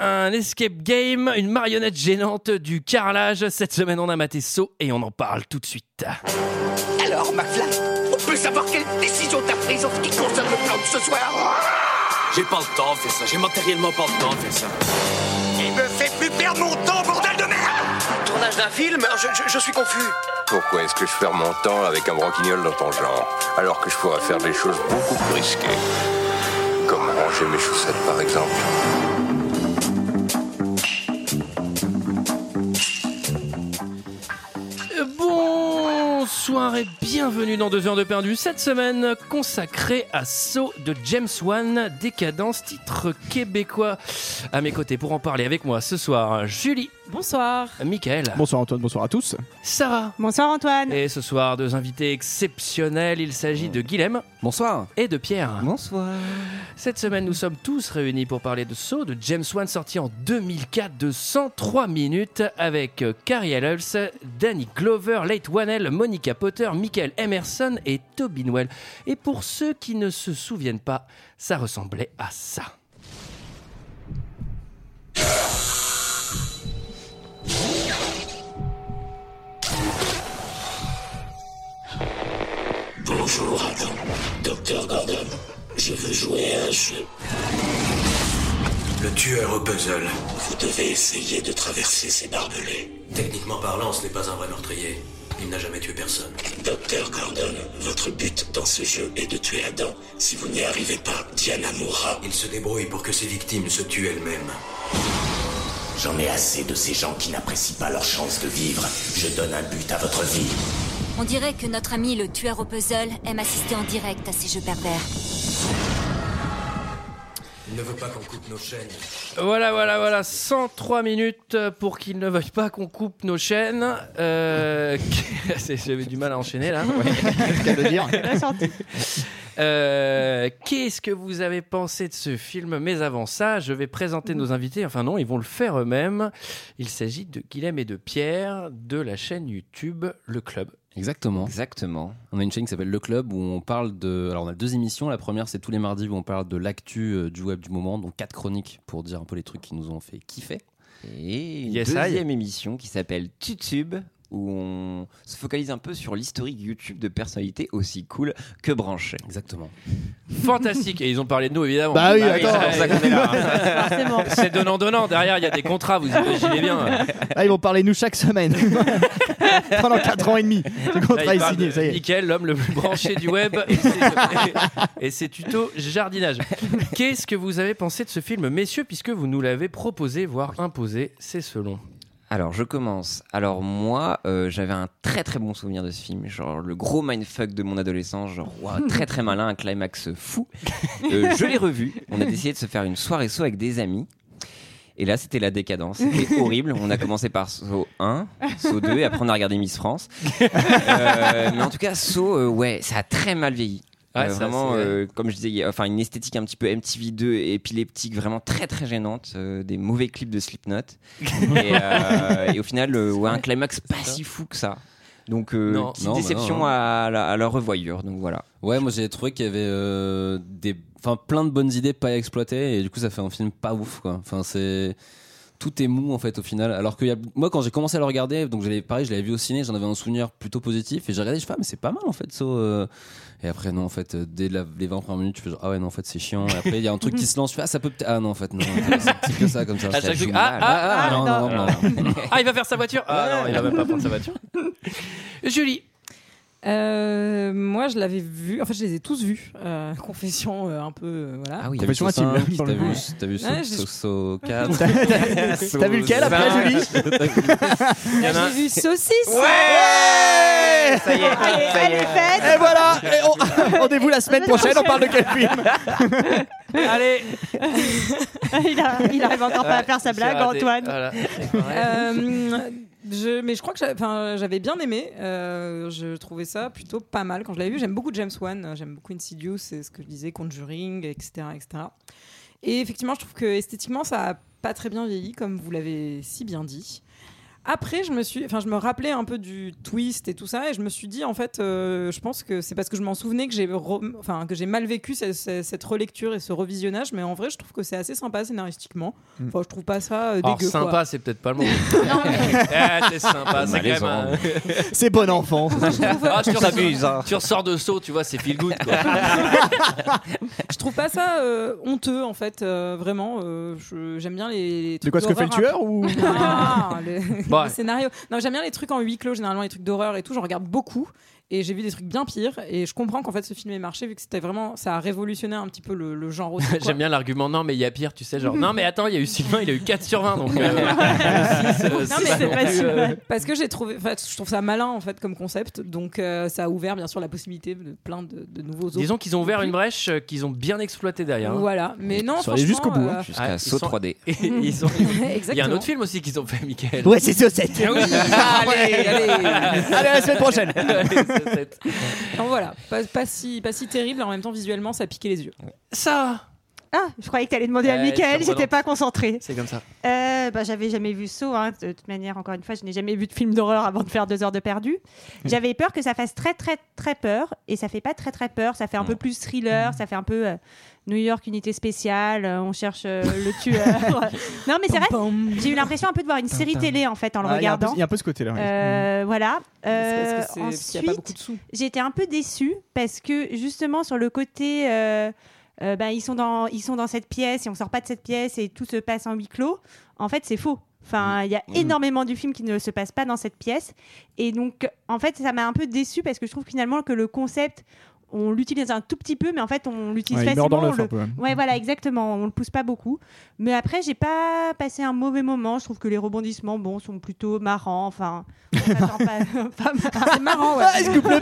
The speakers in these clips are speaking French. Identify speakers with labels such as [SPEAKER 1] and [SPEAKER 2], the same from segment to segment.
[SPEAKER 1] Un escape game, une marionnette gênante, du carrelage. Cette semaine, on a maté Saut et on en parle tout de suite.
[SPEAKER 2] Alors, McFly, on peut savoir quelle décision t'as prise en ce qui concerne le plan de ce soir
[SPEAKER 3] J'ai pas le temps de faire ça, j'ai matériellement pas le temps de faire ça.
[SPEAKER 2] Il me fait plus perdre mon temps, bordel de merde
[SPEAKER 4] Tournage d'un film je, je- je suis confus.
[SPEAKER 5] Pourquoi est-ce que je perds mon temps avec un broquignol dans ton genre, alors que je pourrais faire des choses beaucoup plus risquées Comme ranger mes chaussettes, par exemple.
[SPEAKER 1] Euh, Bonsoir et bienvenue dans 2 heures de perdu. Cette semaine consacrée à Saut de James Wan, décadence, titre québécois. À mes côtés pour en parler avec moi ce soir, Julie,
[SPEAKER 6] Bonsoir.
[SPEAKER 1] Michael,
[SPEAKER 7] Bonsoir Antoine, bonsoir à tous.
[SPEAKER 1] Sarah.
[SPEAKER 6] Bonsoir Antoine.
[SPEAKER 1] Et ce soir, deux invités exceptionnels. Il s'agit de Guilhem. Bonsoir. Et de Pierre. Bonsoir. Cette semaine, nous sommes tous réunis pour parler de Saw de James Wan, sorti en 2004 de 103 minutes avec euh, Carrie Ells, Danny Glover, Leigh Whannell, Monica Potter, Michael Emerson et Tobin Well. Et pour ceux qui ne se souviennent pas, ça ressemblait à ça.
[SPEAKER 3] Bonjour, Docteur Gordon. Je veux jouer à un jeu. Le tueur au puzzle. Vous devez essayer de traverser ces barbelés. Techniquement parlant, ce n'est pas un vrai meurtrier. Il n'a jamais tué personne. Docteur Gordon, votre but dans ce jeu est de tuer Adam. Si vous n'y arrivez pas, Diana mourra. Il se débrouille pour que ses victimes se tuent elles-mêmes.
[SPEAKER 8] J'en ai assez de ces gens qui n'apprécient pas leur chance de vivre. Je donne un but à votre vie.
[SPEAKER 9] On dirait que notre ami le tueur au puzzle aime assister en direct à ces jeux pervers.
[SPEAKER 3] Il ne veut pas qu'on coupe nos chaînes.
[SPEAKER 1] Voilà, voilà, voilà, 103 minutes pour qu'ils ne veuillent pas qu'on coupe nos chaînes. Euh... c'est- J'avais du mal à enchaîner là. Euh, Qu'est-ce que vous avez pensé de ce film Mais avant ça, je vais présenter nos invités. Enfin non, ils vont le faire eux-mêmes. Il s'agit de Guilhem et de Pierre de la chaîne YouTube Le Club.
[SPEAKER 10] Exactement. Exactement. On a une chaîne qui s'appelle Le Club où on parle de. Alors, on a deux émissions. La première, c'est tous les mardis où on parle de l'actu euh, du web du moment, donc quatre chroniques pour dire un peu les trucs qui nous ont fait kiffer.
[SPEAKER 11] Et une
[SPEAKER 1] Yes, I.
[SPEAKER 11] deuxième émission qui s'appelle Tutube, où on se focalise un peu sur l'historique YouTube de personnalités aussi cool que branchées.
[SPEAKER 10] Exactement.
[SPEAKER 1] Fantastique. Et ils ont parlé de nous, évidemment. Ah,
[SPEAKER 7] Bah oui, attends.
[SPEAKER 1] c'est pour ça qu'on est là. C'est donnant-donnant. Derrière, il y a des contrats, vous imaginez bien.
[SPEAKER 7] Là, Ah, ils vont parler de nous chaque semaine. Pendant 4 ans et demi. Le
[SPEAKER 1] Là,
[SPEAKER 7] contrat
[SPEAKER 1] il
[SPEAKER 7] est
[SPEAKER 1] parle
[SPEAKER 7] signé,
[SPEAKER 1] de
[SPEAKER 7] ça y est.
[SPEAKER 1] Mickaël, l'homme le plus branché du web et ses- et ses tutos jardinage. Qu'est-ce que vous avez pensé de ce film, messieurs, puisque vous nous l'avez proposé, voire imposé, c'est selon.
[SPEAKER 11] Alors, je commence. Alors, moi, euh, j'avais un très très bon souvenir de ce film. Genre, le gros mindfuck de mon adolescence. Genre, ouah, très très malin, un climax fou. Euh, je l'ai revu. On a décidé de se faire une soirée saut avec des amis. Et là, c'était la décadence. C'était horrible. On a commencé par saut 1, saut 2, et après, on a regardé Miss France. Euh, mais en tout cas, saut, euh, ouais, ça a très mal vieilli.
[SPEAKER 1] Ouais,
[SPEAKER 11] Euh,
[SPEAKER 1] Ah, ça,
[SPEAKER 11] vraiment,
[SPEAKER 1] c'est vrai.
[SPEAKER 11] euh, comme je disais, il y a- enfin une esthétique un petit peu MTV2 épileptique, vraiment très très gênante, euh, des mauvais clips de Slipknot. et, euh, et au final, euh, ouais, un climax pas si fou que ça. Donc, euh,
[SPEAKER 1] Non.
[SPEAKER 11] petite
[SPEAKER 10] Non, bah
[SPEAKER 11] déception
[SPEAKER 10] non,
[SPEAKER 11] à, la, à la revoyure. Donc voilà.
[SPEAKER 10] Ouais, moi j'ai trouvé qu'il y avait euh, des, enfin plein de bonnes idées pas exploitées et du coup ça fait un film pas ouf quoi. Enfin c'est tout est mou en fait au final. Alors que y a- moi quand j'ai commencé à le regarder, donc j'avais pareil, je l'avais vu au ciné, j'en avais un souvenir plutôt positif et j'ai regardé, je fais ah mais c'est pas mal en fait ça. euh. Et après non en fait euh, dès la- les 20 premières minutes, tu fais genre ah ouais non en fait c'est chiant. Et après il y a un truc qui se lance, tu fais ah ça peut peut-être ah non en fait non c'est un petit peu ça comme ça.
[SPEAKER 1] Ah, chaque
[SPEAKER 10] joue
[SPEAKER 1] truc,
[SPEAKER 10] mal.
[SPEAKER 1] ah, ah,
[SPEAKER 10] Ah,
[SPEAKER 1] ah,
[SPEAKER 10] non, non, non, non.
[SPEAKER 1] ah, il va faire sa voiture Ah non, il va même pas prendre sa voiture. Julie,
[SPEAKER 6] Euh, moi, je l'avais vu. En fait, je les ai tous vus. Euh, confession euh, un peu. euh,
[SPEAKER 11] Ah
[SPEAKER 6] voilà.
[SPEAKER 10] oui,
[SPEAKER 7] t'as vu Sosin,
[SPEAKER 10] Sosin,
[SPEAKER 7] dans le
[SPEAKER 10] t'as vu,
[SPEAKER 7] coup.
[SPEAKER 10] t'as vu
[SPEAKER 6] Ouais,
[SPEAKER 10] So-
[SPEAKER 6] j'ai-
[SPEAKER 10] So 4,
[SPEAKER 7] T'as vu lequel après, Julie
[SPEAKER 1] il y en a
[SPEAKER 6] Là,
[SPEAKER 1] un-
[SPEAKER 6] j'ai vu Saucisse.
[SPEAKER 7] Ouais
[SPEAKER 11] Ça y est, ça y est.
[SPEAKER 7] Et voilà Et on- Rendez-vous la semaine prochaine, on parle de quel film
[SPEAKER 1] Allez
[SPEAKER 6] il, arrive encore
[SPEAKER 1] Ouais, c'est raté. Voilà.
[SPEAKER 6] Euh, je, mais je crois que j'a- enfin, j'avais bien aimé. Euh, je trouvais ça plutôt pas mal quand je l'avais vu. J'aime beaucoup James Wan, euh, j'aime beaucoup Insidious, c'est ce que je disais, Conjuring, etc., etc. Et effectivement, je trouve que esthétiquement, ça a pas très bien vieilli, comme vous l'avez si bien dit. Après, je me suis, enfin, je me rappelais un peu du twist et tout ça, et je me suis dit en fait, euh, je pense que c'est parce que je m'en souvenais que j'ai, re- enfin, que j'ai mal vécu ce- ce- cette relecture et ce revisionnage, mais en vrai, je trouve que c'est assez sympa scénaristiquement. Enfin, je trouve pas ça euh, dégueu.
[SPEAKER 1] Alors, sympa,
[SPEAKER 6] quoi.
[SPEAKER 1] c'est peut-être pas le mot. Eh, c'est sympa, c'est quand même.
[SPEAKER 7] Malaisant.
[SPEAKER 1] un-
[SPEAKER 7] C'est bon enfant.
[SPEAKER 1] Ah, tu,
[SPEAKER 7] s'abuse,
[SPEAKER 1] ressors, tu ressors de saut, tu vois, c'est feel good. Quoi.
[SPEAKER 6] Je trouve pas ça euh, honteux en fait, euh, vraiment. euh, je- j'aime bien les. les
[SPEAKER 7] De quoi, ce que
[SPEAKER 6] trucs
[SPEAKER 7] fait le
[SPEAKER 6] d'horreur
[SPEAKER 7] tueur ou
[SPEAKER 6] Ah, le,
[SPEAKER 7] Bon.
[SPEAKER 6] le scénario. Non, j'aime bien les trucs en huis clos, généralement les trucs d'horreur et tout. J'en regarde beaucoup et j'ai vu des trucs bien pires. Et je comprends qu'en fait ce film ait marché vu que c'était vraiment. Ça a révolutionné un petit peu le, le genre aussi. quoi.
[SPEAKER 1] J'aime bien l'argument, non, mais il y a pire, tu sais, genre, non, mais attends, il y a eu Sylvain, il a eu 4 sur 20, donc. euh, six, euh,
[SPEAKER 6] Non,
[SPEAKER 1] c'est
[SPEAKER 6] mais
[SPEAKER 1] pas
[SPEAKER 6] c'est
[SPEAKER 1] non
[SPEAKER 6] pas
[SPEAKER 1] plus,
[SPEAKER 6] si
[SPEAKER 1] euh,
[SPEAKER 6] mal. Parce que j'ai trouvé, enfin, je trouve ça malin en fait comme concept, donc euh, ça a ouvert bien sûr la possibilité de plein de, de nouveaux. autres.
[SPEAKER 1] Disons qu'ils ont ouvert une brèche euh, qu'ils ont bien exploitée derrière. hein.
[SPEAKER 6] Voilà, mais non,
[SPEAKER 1] Ils sont allés
[SPEAKER 6] franchement,
[SPEAKER 1] jusqu'au bout, hein.
[SPEAKER 6] euh,
[SPEAKER 1] Jusqu'à
[SPEAKER 11] Ah,
[SPEAKER 1] saut
[SPEAKER 11] ils sont-
[SPEAKER 1] 3D. Et ils ont- Il y a un
[SPEAKER 6] Exactement.
[SPEAKER 1] autre film aussi qu'ils ont fait, Michael.
[SPEAKER 7] Ouais, c'est Saucette.
[SPEAKER 1] Ah oui, allez, allez.
[SPEAKER 7] Allez, à la semaine prochaine.
[SPEAKER 1] Allez, Saucette.
[SPEAKER 6] Non, voilà, pas, pas si, pas si terrible, en même temps visuellement ça piquait les yeux.
[SPEAKER 1] Ça
[SPEAKER 12] Ah, je croyais que t'allais demander à
[SPEAKER 6] Euh,
[SPEAKER 12] Michael,
[SPEAKER 6] sûrement
[SPEAKER 12] j'étais
[SPEAKER 6] non.
[SPEAKER 12] pas concentrée.
[SPEAKER 1] C'est comme ça.
[SPEAKER 12] Euh, bah, j'avais jamais vu Saw, hein. de toute manière, encore une fois, je n'ai jamais vu de film d'horreur avant de faire deux heures de perdu. J'avais peur que ça fasse très très très peur, et ça fait pas très très peur, ça fait un peu plus thriller, ça fait un peu euh, New York unité spéciale, euh, on cherche euh, le tueur. non mais c'est vrai, j'ai eu l'impression un peu de voir une série
[SPEAKER 7] pam.
[SPEAKER 12] télé en fait en le
[SPEAKER 7] Ah, il y a un peu-
[SPEAKER 12] regardant.
[SPEAKER 7] il y a un peu ce côté-là, oui.
[SPEAKER 12] Euh, Voilà.
[SPEAKER 6] C'est parce que
[SPEAKER 12] Euh,
[SPEAKER 6] c'est- parce qu'il y a pas beaucoup de sous.
[SPEAKER 12] J'étais un peu déçue parce que justement sur le côté, euh, euh, ben, ils sont dans ils sont dans cette pièce et on sort pas de cette pièce et tout se passe en huis clos. En fait, c'est faux.
[SPEAKER 7] Mm.
[SPEAKER 12] Enfin, il y a
[SPEAKER 9] Mmh.
[SPEAKER 12] énormément du film qui ne se passe pas dans cette pièce. Et donc, en fait, ça m'a un peu déçue parce que je trouve finalement que le concept, on l'utilise un tout petit peu, mais en fait, on l'utilise
[SPEAKER 7] Ouais, il
[SPEAKER 12] facilement.
[SPEAKER 7] meurt dans
[SPEAKER 12] on
[SPEAKER 7] l'œuf
[SPEAKER 12] le-
[SPEAKER 7] un peu, hein.
[SPEAKER 12] Ouais, voilà, exactement. On le pousse pas beaucoup. Mais après, j'ai pas passé un mauvais moment. Je trouve que les rebondissements, bon, sont plutôt marrants. Enfin, on s'attend pas- pas mal.
[SPEAKER 6] C'est marrant, ouais.
[SPEAKER 12] Ah, il se coupe le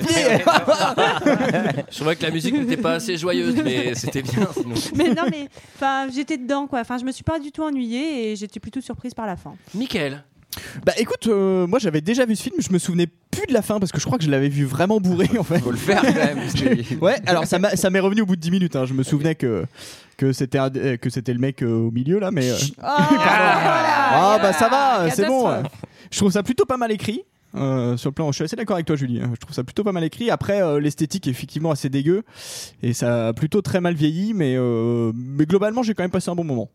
[SPEAKER 1] Je trouvais que la musique n'était pas assez joyeuse, mais c'était bien. sinon.
[SPEAKER 12] mais non, mais enfin, j'étais dedans, quoi. Enfin, je me suis pas du tout ennuyée et j'étais plutôt surprise par la fin.
[SPEAKER 1] Michael.
[SPEAKER 7] Bah écoute, euh, moi j'avais déjà vu ce film, je me souvenais plus de la fin parce que je crois que je l'avais vu vraiment bourré en fait. Faut le
[SPEAKER 11] faire, quand même, parce que-
[SPEAKER 7] ouais, alors ça m'a- Bah, ça m'est revenu au bout de 10 minutes, hein. je me souvenais que, que c'était un- euh, que c'était le mec euh, au milieu là, mais. euh, pardon. ah bah ça va, c'est bon.
[SPEAKER 6] Catastrophe.
[SPEAKER 7] Je trouve ça plutôt pas mal écrit. euh, sur le plan, je suis assez d'accord avec toi, Julie. hein. Je trouve ça plutôt pas mal écrit. Après, euh, l'esthétique est effectivement assez dégueu et ça a plutôt très mal vieilli, mais, euh, mais globalement, j'ai quand même passé un bon moment.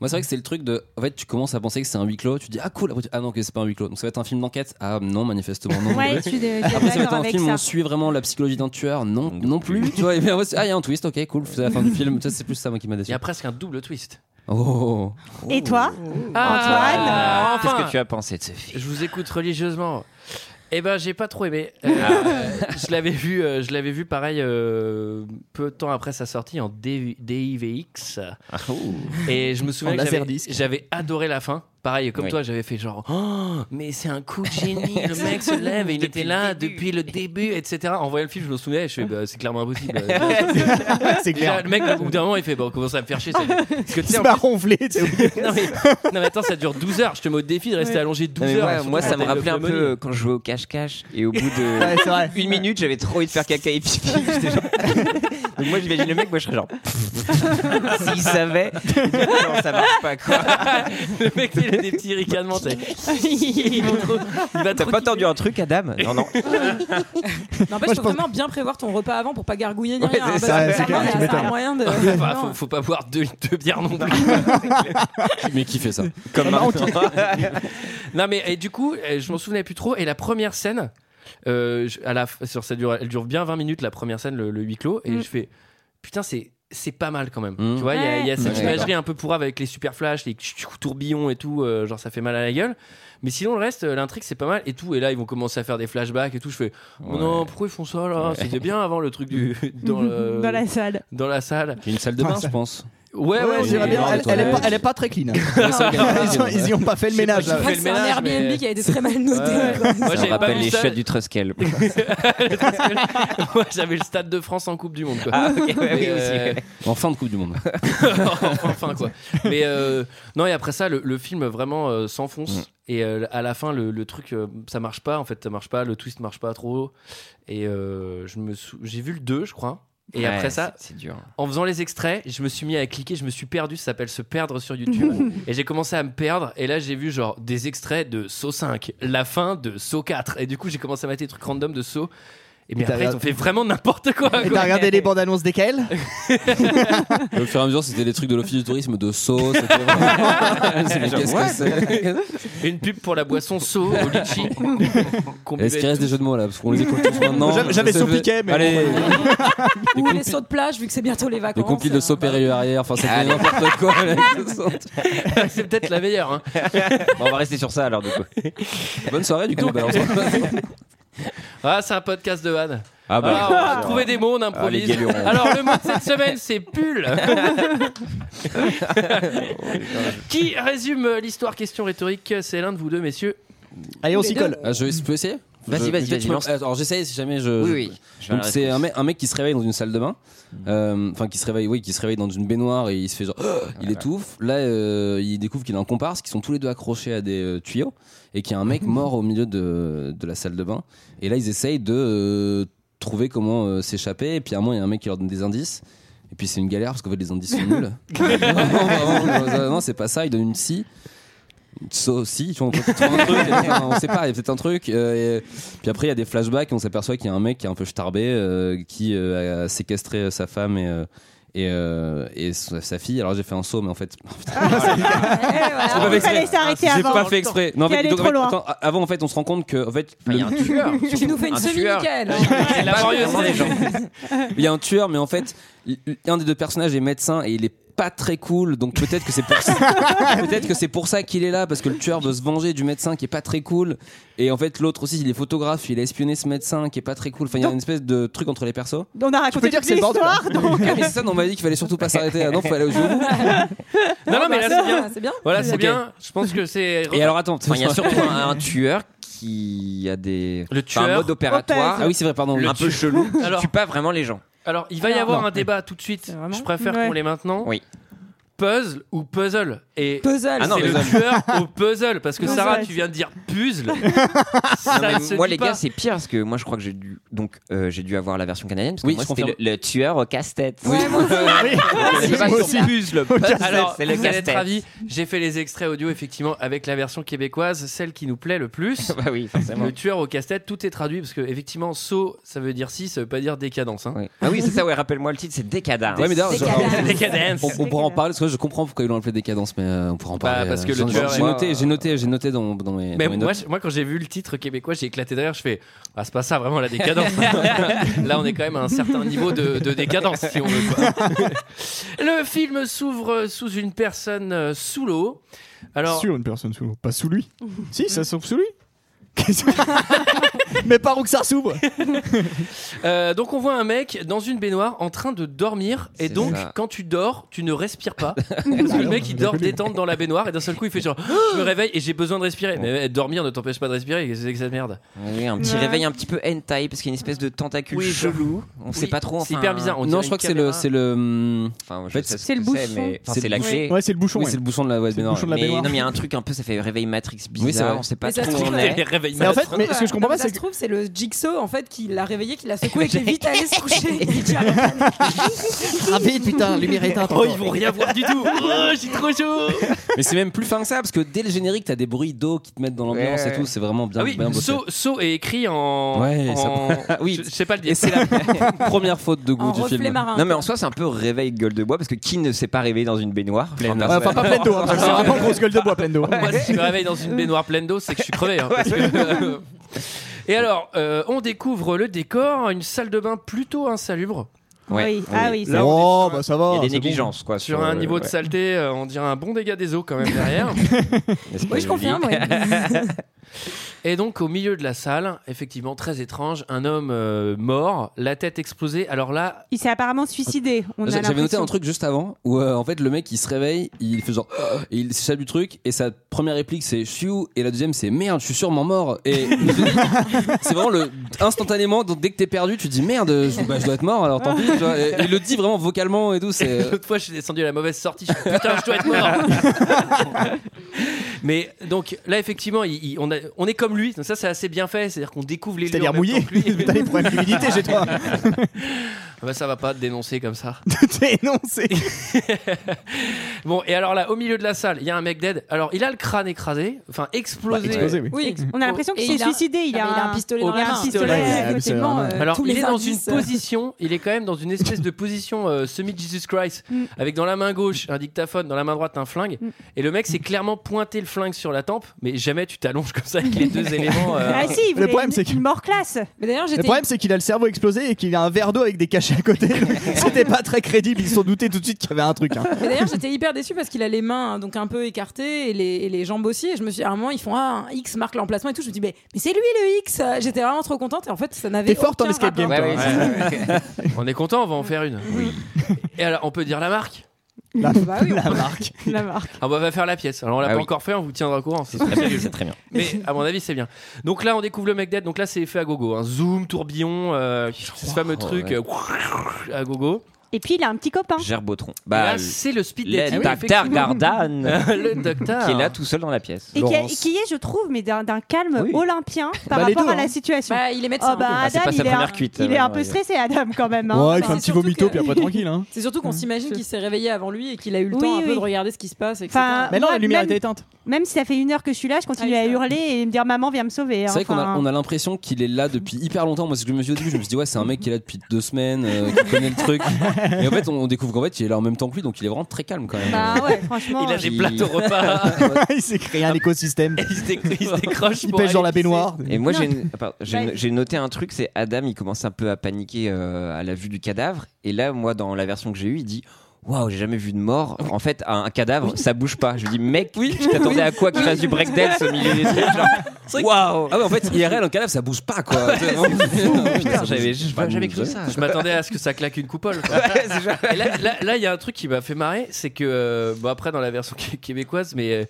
[SPEAKER 10] Moi, c'est vrai que c'est le truc de. En fait, tu commences à penser que c'est un huis clos, tu te dis ah cool, après tu- ah non, que c'est pas un huis clos. Donc ça va être un film d'enquête Ah non, manifestement non.
[SPEAKER 12] Ouais, tu es- tu es
[SPEAKER 10] après, ça va être
[SPEAKER 12] d'accord
[SPEAKER 10] un
[SPEAKER 12] avec
[SPEAKER 10] film où
[SPEAKER 12] ça.
[SPEAKER 10] on suit vraiment la psychologie d'un tueur Non, non plus. tu vois, et bien, ouais, c'est- ah, il y a un twist, ok, cool, c'est la fin du film. Ça, c'est plus ça, moi, qui m'a déçu. Il y a
[SPEAKER 1] presque un double twist.
[SPEAKER 10] Oh.
[SPEAKER 12] Et toi,
[SPEAKER 1] Ah,
[SPEAKER 12] Antoine
[SPEAKER 1] enfin.
[SPEAKER 11] Qu'est-ce que tu as pensé de ce film
[SPEAKER 1] Je vous écoute religieusement. Eh ben, j'ai pas trop aimé. Euh,
[SPEAKER 11] Ah.
[SPEAKER 1] je l'avais vu, euh, je l'avais vu pareil euh, peu de temps après sa sortie en D- DIVX. Et je me
[SPEAKER 11] En
[SPEAKER 1] souviens que j'avais-
[SPEAKER 11] laserdisc.
[SPEAKER 1] j'avais adoré la fin. Pareil, comme
[SPEAKER 11] Oui.
[SPEAKER 1] toi, j'avais fait genre, Oh, mais c'est un coup de génie. Le mec se lève et il était là depuis le début, etc. En voyant le film, je me souvenais, je fais, bah, c'est clairement impossible.
[SPEAKER 7] C'est clair.
[SPEAKER 1] Déjà, le mec, au bout d'un moment, il fait, bon, on commence à me faire chier. ça- Parce que tu sais,
[SPEAKER 7] Il
[SPEAKER 1] en
[SPEAKER 7] m'a
[SPEAKER 1] plus-
[SPEAKER 7] ronflé, tu sais.
[SPEAKER 1] non, mais, non, mais attends, ça dure 12 heures. Je te mets au défi de rester
[SPEAKER 11] Ouais.
[SPEAKER 1] allongé 12
[SPEAKER 11] Non, mais
[SPEAKER 1] heures.
[SPEAKER 11] moi-
[SPEAKER 1] surtout
[SPEAKER 11] moi,
[SPEAKER 1] quand
[SPEAKER 11] ça me
[SPEAKER 1] t'as une
[SPEAKER 11] rappelait un peu
[SPEAKER 1] pneumonie.
[SPEAKER 11] euh, quand je jouais au cache-cache et au bout de
[SPEAKER 1] Ouais, c'est vrai.
[SPEAKER 11] une minute, j'avais trop envie de faire caca et pipi. J'étais genre- Donc moi, j'imagine le mec, moi, je serais genre. S'il savait, non, ça marche pas quoi.
[SPEAKER 1] le mec, il a des petits ricanements. t'sais. Ils vont trop- il va
[SPEAKER 11] T'as pas tendu un truc, Adam Non, non.
[SPEAKER 6] N'empêche, faut vraiment bien prévoir ton repas avant pour pas gargouiller ni
[SPEAKER 11] Ouais,
[SPEAKER 6] rien.
[SPEAKER 11] c'est
[SPEAKER 6] hein,
[SPEAKER 11] ça,
[SPEAKER 6] parce que
[SPEAKER 11] c'est
[SPEAKER 6] vraiment,
[SPEAKER 11] clair,
[SPEAKER 6] il y a-
[SPEAKER 11] tu
[SPEAKER 6] ça a
[SPEAKER 11] m'étonnes.
[SPEAKER 6] moyen de.
[SPEAKER 1] Faut pas- Bah, faut, faut pas boire deux, deux bières non plus.
[SPEAKER 10] mais qui fait ça
[SPEAKER 12] Ah,
[SPEAKER 1] Comme
[SPEAKER 10] maintenant.
[SPEAKER 1] non mais et du coup, euh, je m'en souvenais plus trop. Et la première scène, euh, je- à la, f- sur ça dure, elle dure bien 20 minutes la première scène, le, le huis clos, et
[SPEAKER 12] Mm.
[SPEAKER 1] je fais putain c'est c'est pas mal quand même.
[SPEAKER 10] Mm.
[SPEAKER 1] Tu vois, il y a- il y, a
[SPEAKER 11] Ouais.
[SPEAKER 1] cette
[SPEAKER 11] Ouais.
[SPEAKER 1] imagerie un peu pourrave avec les super flashs, les tchou- tchou- tourbillons et tout, euh, genre ça fait mal à la gueule. Mais sinon le reste, euh, l'intrigue c'est pas mal et tout. Et là ils vont commencer à faire des flashbacks et tout. Je fais oh non pourquoi ils font ça là
[SPEAKER 10] Ouais.
[SPEAKER 1] C'était bien avant le truc du dans, le-
[SPEAKER 12] dans la salle.
[SPEAKER 1] dans la salle.
[SPEAKER 10] Une salle de
[SPEAKER 1] Dans la
[SPEAKER 10] bain, je
[SPEAKER 1] salle.
[SPEAKER 10] pense.
[SPEAKER 1] Ouais, ouais,
[SPEAKER 7] on
[SPEAKER 1] j'ai-
[SPEAKER 7] dirait bien.
[SPEAKER 10] j'ai-
[SPEAKER 7] Elle, elle est pas, elle est pas très clean. hein. ils, ont, ils y ont pas fait le ménage. là.
[SPEAKER 6] C'est un Airbnb qui a été très mal noté.
[SPEAKER 1] Moi,
[SPEAKER 11] Ça
[SPEAKER 6] quoi.
[SPEAKER 11] me
[SPEAKER 1] j'avais pas
[SPEAKER 11] rappelle
[SPEAKER 1] vu
[SPEAKER 11] les
[SPEAKER 1] ça.
[SPEAKER 11] chats du Truskel.
[SPEAKER 1] Moi, j'avais le stade de France en Coupe du Monde. Quoi.
[SPEAKER 11] Ah, ok, ouais,
[SPEAKER 1] Mais, euh,
[SPEAKER 11] oui, aussi, ouais.
[SPEAKER 10] En fin de Coupe du Monde.
[SPEAKER 1] enfin, quoi. Mais euh, non, et après ça, le, le film vraiment euh, s'enfonce.
[SPEAKER 10] Mm.
[SPEAKER 1] Et euh, à la fin, le, le truc, euh, ça marche pas. En fait, ça marche pas. Le twist marche pas trop. Et euh, je me sou- j'ai vu le 2, je crois. Et
[SPEAKER 11] Ouais,
[SPEAKER 1] après ça,
[SPEAKER 11] c'est- c'est dur.
[SPEAKER 1] en faisant les extraits, je me suis mis à cliquer, je me suis perdu, ça s'appelle se perdre sur YouTube. et j'ai commencé à me perdre, et là j'ai vu genre des extraits de Saut 5, la fin de Saut 4, et du coup j'ai commencé à mettre des trucs random de Saut. Et mais
[SPEAKER 7] t'as
[SPEAKER 1] après, ils
[SPEAKER 7] regardé-
[SPEAKER 1] ont fait vraiment n'importe quoi.
[SPEAKER 7] Et
[SPEAKER 1] quoi.
[SPEAKER 7] t'as regardé les bandes annonces desquelles
[SPEAKER 10] Et au fur et à mesure, c'était des trucs de l'office du tourisme, de sauce. etc. C'est, mais qu'est-ce que c'est
[SPEAKER 1] Une pub pour la boisson Saut au litchi. Qu'on
[SPEAKER 10] Est-ce
[SPEAKER 1] buvait
[SPEAKER 10] qu'il reste des jeux de mots là Parce qu'on les écoute tous maintenant.
[SPEAKER 7] J'avais- j'avais
[SPEAKER 10] Ça
[SPEAKER 7] saut
[SPEAKER 10] fait-
[SPEAKER 7] piqué, mais
[SPEAKER 10] Allez,
[SPEAKER 7] bon,
[SPEAKER 10] Des
[SPEAKER 6] Ou les
[SPEAKER 10] compi-
[SPEAKER 6] sauts de plage, vu que c'est bientôt les
[SPEAKER 10] des
[SPEAKER 6] vacances.
[SPEAKER 10] compiles de saut périlleux arrière. Enfin, c'est n'importe quoi. là.
[SPEAKER 1] c'est peut-être la meilleure. hein.
[SPEAKER 11] Bon, on va rester sur ça alors du coup.
[SPEAKER 10] Bonne soirée du coup. bah, on se retrouve.
[SPEAKER 1] Ah, c'est un podcast de Van.
[SPEAKER 10] Ah bah.
[SPEAKER 1] Alors, on va trouver des mots, on improvise.
[SPEAKER 10] Ah, les galérons.
[SPEAKER 1] Alors, le mot de cette semaine, c'est pull. Qui résume euh, l'histoire question rhétorique C'est l'un de vous deux, messieurs.
[SPEAKER 7] Allez,
[SPEAKER 1] on s'y colle.
[SPEAKER 10] Ah, je peux essayer
[SPEAKER 11] Vas-y, vas-y,
[SPEAKER 10] Je- peut-être
[SPEAKER 11] vas-y,
[SPEAKER 10] je peux-
[SPEAKER 11] lance.
[SPEAKER 10] Euh, Alors j'essaye si jamais je.
[SPEAKER 11] Oui,
[SPEAKER 10] je-
[SPEAKER 11] oui. Je vais à
[SPEAKER 10] Donc
[SPEAKER 11] la
[SPEAKER 10] c'est un
[SPEAKER 11] réponse.
[SPEAKER 10] mec, un mec qui se réveille dans une salle de bain, euh, enfin qui se réveille, oui, qui se réveille dans une baignoire et il se fait genre, Ah il étouffe. Là, euh, il découvre qu'il a un comparse, qui sont tous les deux accrochés à des euh, tuyaux et qu'il y a un mec mort au milieu de, de la salle de bain. Et là, ils essayent de euh, trouver comment euh, s'échapper. Et puis à un moment, il y a un mec qui leur donne des indices. Et puis c'est une galère parce qu'en fait les indices sont nuls. non, vraiment, non, c'est pas ça. Il donne une scie ça aussi, tu vois, on peut trouver un truc, enfin, on sait pas, il y a peut-être un truc. euh, et- Puis après, il y a des flashbacks, et on s'aperçoit qu'il y a un mec qui est un peu starbé, euh, qui euh, a séquestré euh, sa femme et, euh, et, euh, et sa sa fille. Alors j'ai fait un saut, mais en fait.
[SPEAKER 12] voilà,
[SPEAKER 10] J'ai pas fait
[SPEAKER 12] il fallait
[SPEAKER 10] exprès.
[SPEAKER 12] s'arrêter
[SPEAKER 10] J'ai
[SPEAKER 12] avant.
[SPEAKER 10] pas fait exprès. Non, en
[SPEAKER 12] T'es
[SPEAKER 10] fait,
[SPEAKER 12] allé
[SPEAKER 10] donc, en
[SPEAKER 12] trop
[SPEAKER 10] fait,
[SPEAKER 12] loin.
[SPEAKER 10] attends, a- avant, en fait, on se rend compte que. En fait,
[SPEAKER 11] il y a un tueur.
[SPEAKER 6] Tu nous fais une
[SPEAKER 12] Ah,
[SPEAKER 6] semi,
[SPEAKER 11] tueur.
[SPEAKER 6] Michael.
[SPEAKER 1] C'est laborieux,
[SPEAKER 11] Vraiment, les gens.
[SPEAKER 10] Il y a un tueur, mais en fait, l- l'un des deux personnages est médecin et il est pas très cool, donc peut-être que c'est pour ça, peut-être que c'est pour ça qu'il est là parce que le tueur veut se venger du médecin qui est pas très cool et en fait l'autre aussi il est photographe, il a espionné ce médecin qui est pas très cool. Enfin il y a une espèce de truc entre les persos.
[SPEAKER 12] On a raconté
[SPEAKER 7] dire
[SPEAKER 12] toute
[SPEAKER 7] que c'est le bordel,
[SPEAKER 12] l'histoire. donc-
[SPEAKER 10] Ah, mais c'est ça, non, on m'a dit qu'il fallait surtout pas s'arrêter. Ah, non, faut aller au jeu.
[SPEAKER 1] Non, non, mais là,
[SPEAKER 6] bah, ça
[SPEAKER 1] c'est
[SPEAKER 6] va,
[SPEAKER 1] bien.
[SPEAKER 6] c'est bien.
[SPEAKER 1] Voilà, c'est
[SPEAKER 10] Ok.
[SPEAKER 1] bien. Je pense que c'est.
[SPEAKER 10] Et alors attends,
[SPEAKER 11] Enfin, il y a surtout un, un tueur qui a des.
[SPEAKER 1] Le tueur.
[SPEAKER 11] enfin, un mode opératoire.
[SPEAKER 10] ah oui c'est vrai, pardon.
[SPEAKER 11] un peu chelou. qui
[SPEAKER 1] Alors-
[SPEAKER 11] tue pas vraiment les gens.
[SPEAKER 1] Alors, il va y
[SPEAKER 6] Alors,
[SPEAKER 1] avoir
[SPEAKER 6] non.
[SPEAKER 1] un débat tout de suite.
[SPEAKER 6] vraiment-
[SPEAKER 1] Je préfère
[SPEAKER 6] Ouais.
[SPEAKER 1] qu'on l'ait maintenant.
[SPEAKER 11] Oui.
[SPEAKER 1] Puzzle ou puzzle Et
[SPEAKER 6] Puzzle.
[SPEAKER 11] Ah non,
[SPEAKER 1] c'est le
[SPEAKER 11] puzzle.
[SPEAKER 1] tueur au puzzle. Parce que
[SPEAKER 6] Puzzle.
[SPEAKER 1] Sarah, tu viens de dire puzzle.
[SPEAKER 11] Non,
[SPEAKER 1] Ça
[SPEAKER 11] mais
[SPEAKER 1] se
[SPEAKER 11] moi
[SPEAKER 1] dit
[SPEAKER 11] les
[SPEAKER 1] pas.
[SPEAKER 11] gars c'est pire parce que moi je crois que j'ai dû donc euh, j'ai dû avoir la version canadienne parce que
[SPEAKER 10] Oui,
[SPEAKER 11] moi
[SPEAKER 10] je
[SPEAKER 11] c'était le,
[SPEAKER 10] confirme.
[SPEAKER 11] le tueur au casse-tête.
[SPEAKER 6] Ouais, moi aussi.
[SPEAKER 11] C'est pas
[SPEAKER 7] Moi
[SPEAKER 11] sur
[SPEAKER 7] aussi.
[SPEAKER 11] puzzle, puzzle,
[SPEAKER 1] Alors,
[SPEAKER 11] c'est le
[SPEAKER 1] vous allez être
[SPEAKER 11] casse-tête.
[SPEAKER 1] ravis. J'ai fait les extraits audio, effectivement, avec la version québécoise, celle qui nous plaît le plus.
[SPEAKER 11] Bah oui, forcément.
[SPEAKER 1] le tueur au casse-tête, tout est traduit, parce que, effectivement, saut, ça veut dire si, ça veut pas dire décadence. hein.
[SPEAKER 11] Oui. Ah oui, c'est ça, ouais, rappelle-moi le titre, c'est Décadence.
[SPEAKER 10] Ouais, mais d'ailleurs, je-
[SPEAKER 1] Décadence.
[SPEAKER 10] on, on pourra en parler parce que je comprends pourquoi ils l'ont appelé décadence, mais euh, on pourra en
[SPEAKER 1] Bah,
[SPEAKER 10] parler.
[SPEAKER 1] parce
[SPEAKER 10] euh,
[SPEAKER 1] que le
[SPEAKER 10] j'en-
[SPEAKER 1] tueur
[SPEAKER 10] j'ai
[SPEAKER 1] est-
[SPEAKER 10] noté, j'ai noté, j'ai noté dans, dans mes.
[SPEAKER 1] Mais
[SPEAKER 10] dans mes
[SPEAKER 1] moi,
[SPEAKER 10] notes.
[SPEAKER 1] je- moi, quand j'ai vu le titre québécois, j'ai éclaté derrière. Je fais Ah, c'est pas ça vraiment la décadence. Là, on est quand même à un certain niveau de, de décadence, si on veut. quoi. Le film s'ouvre sous une personne euh, sous l'eau. Alors,
[SPEAKER 7] Sur une personne sous l'eau. Pas sous lui. si, ça s'ouvre sous lui. Qu'est-ce que- mais par où que ça s'ouvre
[SPEAKER 1] euh, donc on voit un mec dans une baignoire en train de dormir. Et
[SPEAKER 11] C'est
[SPEAKER 1] donc,
[SPEAKER 11] ça.
[SPEAKER 1] quand tu dors, tu ne respires pas. Parce que le mec, il dort détente dans la baignoire. Et d'un seul coup, il fait genre Je me réveille et j'ai besoin de respirer. Mais euh, dormir ne t'empêche pas de respirer. Qu'est-ce que c'est que cette merde
[SPEAKER 11] Oui, un petit
[SPEAKER 12] Ouais.
[SPEAKER 11] réveil un petit peu hentai parce qu'il y a une espèce de tentacule
[SPEAKER 1] Oui,
[SPEAKER 11] chelou. On sait
[SPEAKER 1] Oui,
[SPEAKER 11] pas trop.
[SPEAKER 1] C'est
[SPEAKER 11] enfin,
[SPEAKER 1] hyper bizarre. On
[SPEAKER 10] euh, non,
[SPEAKER 1] dirait
[SPEAKER 10] je crois
[SPEAKER 1] une
[SPEAKER 10] que c'est le,
[SPEAKER 1] caméra.
[SPEAKER 10] c'est le, hum,
[SPEAKER 11] Enfin, moi, je
[SPEAKER 10] fait,
[SPEAKER 11] sais ce
[SPEAKER 12] c'est
[SPEAKER 11] que
[SPEAKER 12] le
[SPEAKER 11] c'est,
[SPEAKER 12] bouchon.
[SPEAKER 11] mais enfin,
[SPEAKER 10] C'est
[SPEAKER 11] c'est
[SPEAKER 10] le
[SPEAKER 11] la
[SPEAKER 10] bouchon.
[SPEAKER 11] clé.
[SPEAKER 7] Ouais, c'est le bouchon.
[SPEAKER 10] oui,
[SPEAKER 7] ouais.
[SPEAKER 10] c'est le bouchon de la ouais,
[SPEAKER 7] le
[SPEAKER 10] baignoire,
[SPEAKER 7] bouchon de la
[SPEAKER 11] Mais non,
[SPEAKER 7] baignoire.
[SPEAKER 11] mais il y a un truc un peu, ça fait réveil Matrix
[SPEAKER 10] c'est
[SPEAKER 11] bizarre.
[SPEAKER 10] vrai.
[SPEAKER 11] On sait pas
[SPEAKER 6] Mais ça
[SPEAKER 11] trop
[SPEAKER 6] se
[SPEAKER 11] où
[SPEAKER 6] trouve,
[SPEAKER 11] on
[SPEAKER 6] ouais.
[SPEAKER 11] est.
[SPEAKER 1] Les réveils
[SPEAKER 7] Mais en fait,
[SPEAKER 1] matinaux.
[SPEAKER 7] mais ce que je comprends
[SPEAKER 6] Non, mais
[SPEAKER 7] pas,
[SPEAKER 6] ça
[SPEAKER 7] c'est
[SPEAKER 6] se
[SPEAKER 7] que
[SPEAKER 6] trouve, c'est le jigsaw en fait qui l'a réveillé, qui l'a secoué, qui est vite allé se coucher.
[SPEAKER 7] Ah vite, putain, lumière éteinte.
[SPEAKER 1] Oh, ils vont rien voir du tout. Oh, j'ai trop chaud.
[SPEAKER 10] Mais c'est même plus fin que ça parce que dès le générique, t'as des bruits d'eau qui te mettent dans l'ambiance
[SPEAKER 11] Ouais.
[SPEAKER 10] et tout. C'est vraiment bien,
[SPEAKER 1] Ah oui,
[SPEAKER 10] bien bossé.
[SPEAKER 1] saut saut est écrit en.
[SPEAKER 10] Ouais,
[SPEAKER 1] en-
[SPEAKER 10] oui.
[SPEAKER 1] je, je sais pas le dire.
[SPEAKER 10] Et c'est la première faute de goût
[SPEAKER 6] En
[SPEAKER 10] du
[SPEAKER 6] reflet
[SPEAKER 10] film.
[SPEAKER 6] marin.
[SPEAKER 11] Non, mais en soi, c'est un peu réveil gueule de bois parce que qui ne s'est pas réveillé dans une baignoire
[SPEAKER 10] Pleine.
[SPEAKER 11] Enfin,
[SPEAKER 7] Ouais, Enfin, pas pleine d'eau. hein, parce que C'est vraiment grosse gueule de bois, pleine d'eau.
[SPEAKER 1] Moi, si je me réveille dans une baignoire pleine d'eau, c'est que je suis crevé. hein, parce que- Et alors, euh, on découvre le décor, hein, une salle de bain plutôt insalubre,
[SPEAKER 11] Ouais.
[SPEAKER 12] Oui. Ah oui, ça.
[SPEAKER 7] Oh, bah ça va.
[SPEAKER 11] Il y a des
[SPEAKER 7] c'est bon.
[SPEAKER 11] négligences, quoi.
[SPEAKER 1] sur un
[SPEAKER 11] le-
[SPEAKER 1] niveau de
[SPEAKER 11] ouais.
[SPEAKER 1] saleté, euh, on dirait un bon dégât des eaux quand même derrière.
[SPEAKER 11] N'est-ce pas,
[SPEAKER 6] Oui, je
[SPEAKER 11] Julie
[SPEAKER 6] confirme. ouais.
[SPEAKER 1] Et donc, au milieu de la salle, effectivement, très étrange, un homme euh, mort, la tête explosée. Alors là,
[SPEAKER 12] Il s'est apparemment suicidé. On a
[SPEAKER 10] J'a- J'avais noté
[SPEAKER 12] l'impression.
[SPEAKER 10] un truc juste avant où euh, en fait le mec il se réveille, il fait genre oh, et il s'échappe du truc et sa première réplique c'est je suis où et la deuxième c'est merde je suis sûrement mort et je me suis dit, c'est vraiment le instantanément donc dès que t'es perdu tu te dis merde je, bah, je dois être mort alors tant pis tu vois. Et- il le dit vraiment vocalement et tout c'est
[SPEAKER 1] L'autre fois, je suis descendu à la mauvaise sortie. Je suis, putain, je dois être mort. Mais donc là, effectivement, il- il- on, a- on est comme lui. Donc ça, c'est assez bien fait. C'est-à-dire qu'on découvre les lieux.
[SPEAKER 7] C'est-à-dire
[SPEAKER 1] en même
[SPEAKER 7] mouillé.
[SPEAKER 1] temps que lui.
[SPEAKER 7] T'as des problèmes d'humidité chez toi.
[SPEAKER 1] Ah bah ça va pas de dénoncer comme ça.
[SPEAKER 7] Dénoncer
[SPEAKER 1] Bon, et alors là, au milieu de la salle, il y a un mec dead. Alors, il a le crâne écrasé, enfin explosé.
[SPEAKER 7] Bah, explosé, oui.
[SPEAKER 12] Oui, on a l'impression qu'il
[SPEAKER 6] Et
[SPEAKER 12] s'est
[SPEAKER 6] il a-
[SPEAKER 12] suicidé. Il
[SPEAKER 6] Ah,
[SPEAKER 12] a,
[SPEAKER 6] mais il a un pistolet dans la main.
[SPEAKER 1] pistolet,
[SPEAKER 6] Ouais,
[SPEAKER 1] effectivement,
[SPEAKER 6] mais c'est vraiment, euh,
[SPEAKER 1] Alors,
[SPEAKER 6] tous
[SPEAKER 1] il
[SPEAKER 6] les
[SPEAKER 1] est dans une
[SPEAKER 6] indices.
[SPEAKER 1] position, il est quand même dans une espèce de position euh, semi-Jesus Christ,
[SPEAKER 6] Mm.
[SPEAKER 1] avec dans la main gauche un dictaphone, dans la main droite un flingue. Et le mec s'est clairement pointé le flingue sur la tempe, mais jamais tu t'allonges comme ça avec les deux éléments. euh,
[SPEAKER 12] Ah si, il voulait
[SPEAKER 7] problème,
[SPEAKER 12] une-
[SPEAKER 7] c'est que-
[SPEAKER 12] une mort classe.
[SPEAKER 6] Mais d'ailleurs,
[SPEAKER 7] Le problème, c'est qu'il a le cerveau explosé et qu'il a un verre d'eau avec des cachets à côté. Donc, C'était pas très crédible. Ils se sont doutés tout de suite qu'il y avait un truc. hein.
[SPEAKER 6] Mais d'ailleurs, j'étais hyper déçu parce qu'il a les mains hein, donc un peu écartées et les, et les jambes aussi. Et je me suis dit, à un moment, ils font ah, un X marque l'emplacement et tout. Je me dis, mais, mais c'est lui le X J'étais vraiment trop contente et en fait, ça n'avait
[SPEAKER 7] T'es forte en
[SPEAKER 6] aucun
[SPEAKER 7] escape game,
[SPEAKER 1] bah
[SPEAKER 6] rapport.
[SPEAKER 7] toi.
[SPEAKER 1] on est content, on va en faire une. Et alors, on peut dire la marque
[SPEAKER 12] Ah
[SPEAKER 7] La,
[SPEAKER 12] bah
[SPEAKER 1] la
[SPEAKER 7] marque.
[SPEAKER 6] La marque.
[SPEAKER 1] Ah, bah, on va faire la pièce. Alors on l'a
[SPEAKER 11] Ah
[SPEAKER 1] pas
[SPEAKER 11] oui.
[SPEAKER 1] encore fait, on vous tiendra au courant. C'est
[SPEAKER 11] très bien, c'est très bien.
[SPEAKER 1] Mais à mon avis, c'est bien. Donc là, on découvre le mec dead. Donc là, c'est fait à gogo. hein. Zoom, tourbillon, euh, ce fameux truc
[SPEAKER 11] ouais.
[SPEAKER 1] euh, à gogo.
[SPEAKER 12] Et puis il a un petit copain.
[SPEAKER 11] Gerbotron.
[SPEAKER 1] là, c'est le speed dating,
[SPEAKER 11] Bah, Le docteur
[SPEAKER 1] effectivement.
[SPEAKER 11] Gardan.
[SPEAKER 1] Le docteur.
[SPEAKER 7] Ah.
[SPEAKER 11] Qui est là tout seul dans la pièce.
[SPEAKER 12] Et qui, a-
[SPEAKER 11] Laurence.
[SPEAKER 12] qui est, je trouve, mais d'un d'un calme olympien par
[SPEAKER 11] Bah, les
[SPEAKER 12] rapport
[SPEAKER 11] deux,
[SPEAKER 12] à la
[SPEAKER 11] hein.
[SPEAKER 12] situation.
[SPEAKER 6] Bah, il est médecin.
[SPEAKER 12] Oh, bah,
[SPEAKER 11] Ah, c'est
[SPEAKER 12] Adam,
[SPEAKER 11] pas sa
[SPEAKER 12] il est un-
[SPEAKER 11] première cuite,
[SPEAKER 12] Il est
[SPEAKER 11] ouais,
[SPEAKER 12] un peu
[SPEAKER 11] ouais.
[SPEAKER 12] stressé, Adam, quand même. hein.
[SPEAKER 7] Ouais, il fait
[SPEAKER 12] Enfin,
[SPEAKER 7] un petit vomito, puis après tranquille. Hein.
[SPEAKER 6] C'est surtout qu'on s'imagine qu'il s'est réveillé avant lui et qu'il a eu le
[SPEAKER 12] Oui,
[SPEAKER 6] temps un peu
[SPEAKER 12] oui.
[SPEAKER 6] de regarder ce qui se passe. etc.
[SPEAKER 12] Enfin,
[SPEAKER 7] Mais non,
[SPEAKER 12] moi,
[SPEAKER 7] la lumière
[SPEAKER 12] même-
[SPEAKER 7] était éteinte.
[SPEAKER 12] Même si ça fait une heure que je suis là, je continue à hurler et me dire maman, viens me sauver. hein.
[SPEAKER 10] C'est vrai qu'on a,
[SPEAKER 12] enfin.
[SPEAKER 10] on a l'impression qu'il est là depuis hyper longtemps. Moi, ce que je me suis dit au début, je me suis dit, ouais, c'est un mec qui est là depuis deux semaines, euh, qui connaît le truc. Et en fait, on, on découvre qu'en fait, il est là en même temps que lui, donc il est vraiment très calme quand même.
[SPEAKER 12] Bah ouais, franchement.
[SPEAKER 1] Il a des
[SPEAKER 10] Puis-
[SPEAKER 1] plateaux repas.
[SPEAKER 7] il s'est créé
[SPEAKER 1] Ah,
[SPEAKER 7] un écosystème.
[SPEAKER 1] Il se, déc- il se décroche.
[SPEAKER 7] Il
[SPEAKER 1] pour
[SPEAKER 7] pêche dans
[SPEAKER 1] bah. aller pisser.
[SPEAKER 7] la baignoire.
[SPEAKER 11] Et moi,
[SPEAKER 12] Non.
[SPEAKER 11] j'ai une- pardon, j'ai
[SPEAKER 12] Ouais.
[SPEAKER 11] une- j'ai noté un truc, c'est Adam, il commence un peu à paniquer euh, à la vue du cadavre. Et là, moi, dans la version que j'ai eue, il dit Waouh, j'ai jamais vu de mort. En fait, un, un cadavre, ça bouge pas. Je lui dis Mec, je t'attendais à quoi qu'il fasse du breakdance au milieu des trucs genre, Waouh
[SPEAKER 10] Ah ouais, en fait, IRL, en cadavre, ça bouge pas quoi. C'est vraiment-
[SPEAKER 11] Putain,
[SPEAKER 10] Ça
[SPEAKER 11] j'avais
[SPEAKER 10] bouge
[SPEAKER 11] j'ai
[SPEAKER 10] pas,
[SPEAKER 11] jamais
[SPEAKER 10] bouge
[SPEAKER 11] cru
[SPEAKER 10] pas.
[SPEAKER 11] ça.
[SPEAKER 1] Je m'attendais à ce que ça claque une coupole. quoi. Et là, là- là, il y a un truc qui m'a fait marrer, c'est que, euh, bon, après, dans la version qué- québécoise, mais euh,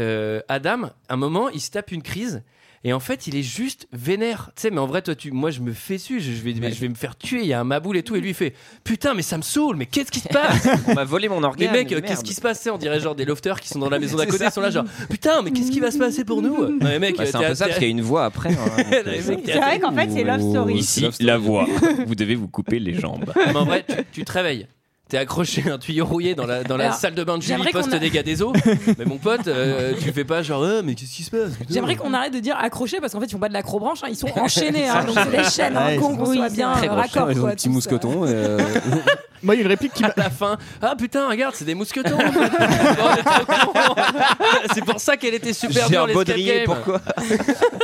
[SPEAKER 1] euh, Adam, à un moment, il se tape une crise. Et en fait, il est juste vénère. Tu sais, mais en vrai, toi, tu, moi, je me fais su, je, je vais, je vais me faire tuer. Il y a un maboule et tout. Et lui, il fait Putain, mais ça me saoule, mais qu'est-ce qui se passe
[SPEAKER 11] On m'a volé mon
[SPEAKER 1] Les
[SPEAKER 11] organe.
[SPEAKER 1] mecs, euh,
[SPEAKER 11] merde.
[SPEAKER 1] qu'est-ce qui se passe On dirait genre des lofters qui sont dans la maison d'à
[SPEAKER 11] C'est
[SPEAKER 1] côté,
[SPEAKER 11] ça.
[SPEAKER 1] ils sont là, genre Putain, mais qu'est-ce qui va se passer pour nous Non, mais mec,
[SPEAKER 11] Bah, C'est
[SPEAKER 1] euh,
[SPEAKER 11] un peu
[SPEAKER 1] t'es-
[SPEAKER 11] ça, parce qu'il y a une voix après. hein, donc, euh,
[SPEAKER 1] Les mecs, t'es-
[SPEAKER 12] C'est vrai qu'en fait, c'est Love Story.
[SPEAKER 11] Ici, la voix. Vous devez vous couper les jambes.
[SPEAKER 1] Mais en vrai, tu, tu te réveilles. T'es accroché à un tuyau rouillé dans la, dans la
[SPEAKER 6] Alors,
[SPEAKER 1] salle de bain de Julie
[SPEAKER 6] j'aimerais qu'on
[SPEAKER 1] post
[SPEAKER 6] a-
[SPEAKER 1] dégâts des eaux. Mais mon pote, euh, tu fais pas genre, Ah, mais qu'est-ce qui se passe putain
[SPEAKER 6] J'aimerais qu'on arrête de dire accroché parce qu'en fait, ils font pas de l'accrobranche, hein, ils sont enchaînés. hein, donc c'est des chaînes, hein,
[SPEAKER 7] Ouais,
[SPEAKER 6] qu'on qu'on
[SPEAKER 12] oui,
[SPEAKER 6] soit
[SPEAKER 12] c'est
[SPEAKER 6] bien
[SPEAKER 12] très
[SPEAKER 6] euh,
[SPEAKER 10] Bon,
[SPEAKER 6] raccord.
[SPEAKER 10] ils ont
[SPEAKER 6] quoi,
[SPEAKER 10] un petit
[SPEAKER 6] tous,
[SPEAKER 10] mousqueton. euh,
[SPEAKER 7] Moi, il y a une réplique qui m'a.
[SPEAKER 1] À la fin, ah putain, regarde, c'est des mousquetons. en fait. Oh, le trop con. c'est pour ça qu'elle était super
[SPEAKER 11] J'ai
[SPEAKER 1] dure
[SPEAKER 11] un
[SPEAKER 1] l'escape
[SPEAKER 11] baudrier,
[SPEAKER 1] game.
[SPEAKER 11] pourquoi
[SPEAKER 6] euh,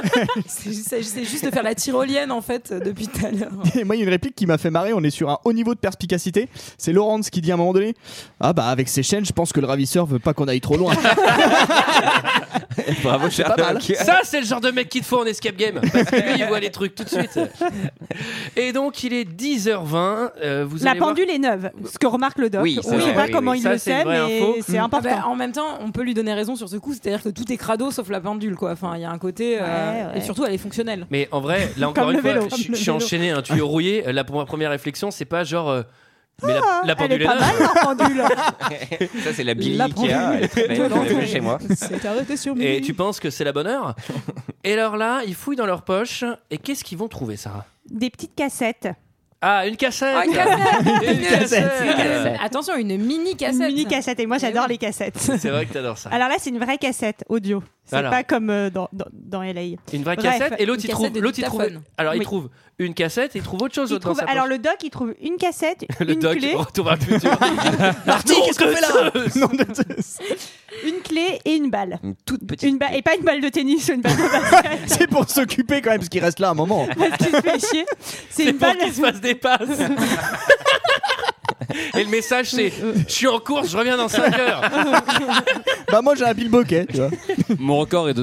[SPEAKER 6] C'est juste- c'est juste de faire la tyrolienne en fait euh, depuis tout à l'heure.
[SPEAKER 7] Et moi, il y a une réplique qui m'a fait marrer. On est sur un haut niveau de perspicacité. C'est Laurence qui dit à un moment donné Ah, bah, avec ces chaînes, je pense que le ravisseur veut pas qu'on aille trop loin.
[SPEAKER 11] Bravo, Sherlock.
[SPEAKER 1] Ça, c'est le genre de mec qu'il te faut en escape game. Parce que lui, il voit les trucs tout de suite. Et donc, il est 10h20. euh, vous
[SPEAKER 12] La
[SPEAKER 1] allez voir-
[SPEAKER 12] pendule est neuve, ce que remarque le doc.
[SPEAKER 11] Oui, c'est
[SPEAKER 12] on ne
[SPEAKER 11] vrai,
[SPEAKER 12] sait pas
[SPEAKER 11] oui,
[SPEAKER 12] comment
[SPEAKER 1] oui.
[SPEAKER 12] il
[SPEAKER 1] Ça,
[SPEAKER 12] le
[SPEAKER 1] c'est une
[SPEAKER 12] sait,
[SPEAKER 1] vraie
[SPEAKER 12] mais
[SPEAKER 1] info.
[SPEAKER 12] c'est
[SPEAKER 6] Ah bah,
[SPEAKER 12] important.
[SPEAKER 6] en même temps, on peut lui donner raison sur ce coup, c'est-à-dire que tout est crado sauf la pendule, quoi. Enfin, il y a un côté euh,
[SPEAKER 12] Ouais, ouais.
[SPEAKER 6] et surtout elle est fonctionnelle.
[SPEAKER 1] Mais en vrai, là encore
[SPEAKER 12] Comme
[SPEAKER 1] une
[SPEAKER 12] le
[SPEAKER 1] fois,
[SPEAKER 12] vélo.
[SPEAKER 1] je-
[SPEAKER 12] Comme
[SPEAKER 1] je
[SPEAKER 12] le
[SPEAKER 1] suis
[SPEAKER 12] vélo.
[SPEAKER 1] enchaîné à un tuyau rouillé. Euh, La, pour ma première réflexion, c'est pas genre. euh, mais la- la,
[SPEAKER 12] Ah, Elle
[SPEAKER 1] pendule
[SPEAKER 12] est
[SPEAKER 1] est
[SPEAKER 12] pas
[SPEAKER 1] neuve.
[SPEAKER 12] mal, la pendule.
[SPEAKER 11] Ça, c'est la Billy
[SPEAKER 6] La
[SPEAKER 11] Ikea. Elle est très belle.
[SPEAKER 6] pendule.
[SPEAKER 11] Je l'ai vue chez moi.
[SPEAKER 6] C'est arrêté sur moi.
[SPEAKER 1] Et tu penses que c'est la bonne heure Et alors là, ils fouillent dans leur poche et qu'est-ce qu'ils vont trouver, Sarah
[SPEAKER 12] Des petites cassettes.
[SPEAKER 1] Ah, une cassette
[SPEAKER 6] Ah, une cassette
[SPEAKER 1] Une cassette
[SPEAKER 6] euh, Attention, une mini
[SPEAKER 12] Une
[SPEAKER 6] cassette.
[SPEAKER 12] mini cassette. Et moi, j'adore
[SPEAKER 6] oui.
[SPEAKER 12] les cassettes.
[SPEAKER 1] C'est vrai que t'adores ça.
[SPEAKER 12] Alors là, c'est une vraie cassette audio. C'est
[SPEAKER 1] Alors.
[SPEAKER 12] pas comme euh, dans, dans, dans LA.
[SPEAKER 1] Une vraie
[SPEAKER 12] Bref,
[SPEAKER 1] cassette et l'autre
[SPEAKER 6] une
[SPEAKER 1] il trouve
[SPEAKER 6] cassette de
[SPEAKER 1] l'autre il trouve
[SPEAKER 6] dictaphone.
[SPEAKER 1] alors il
[SPEAKER 12] Oui.
[SPEAKER 1] trouve une cassette et il trouve autre chose
[SPEAKER 12] Il
[SPEAKER 1] dans
[SPEAKER 12] trouve-
[SPEAKER 1] sa poche.
[SPEAKER 12] alors le doc, il trouve une cassette,
[SPEAKER 1] Le
[SPEAKER 12] une
[SPEAKER 1] doc
[SPEAKER 12] clé,
[SPEAKER 1] retourne à futur.
[SPEAKER 7] Marty, qu'est-ce qu'on fait là Non, de-
[SPEAKER 12] une clé et une balle.
[SPEAKER 11] Une toute petite.
[SPEAKER 12] Une balle et pas une balle de tennis ou une balle de
[SPEAKER 7] C'est pour s'occuper quand même, parce qu'il reste là un moment.
[SPEAKER 12] parce qu'il se fait chier. C'est
[SPEAKER 1] C'est
[SPEAKER 12] une
[SPEAKER 1] pour
[SPEAKER 12] balle.
[SPEAKER 1] qu'il se fasse des passes. Et le message c'est je suis en course, je reviens dans 5 heures.
[SPEAKER 7] Bah, moi, j'ai un pile bokeh, tu vois.
[SPEAKER 10] Mon record est de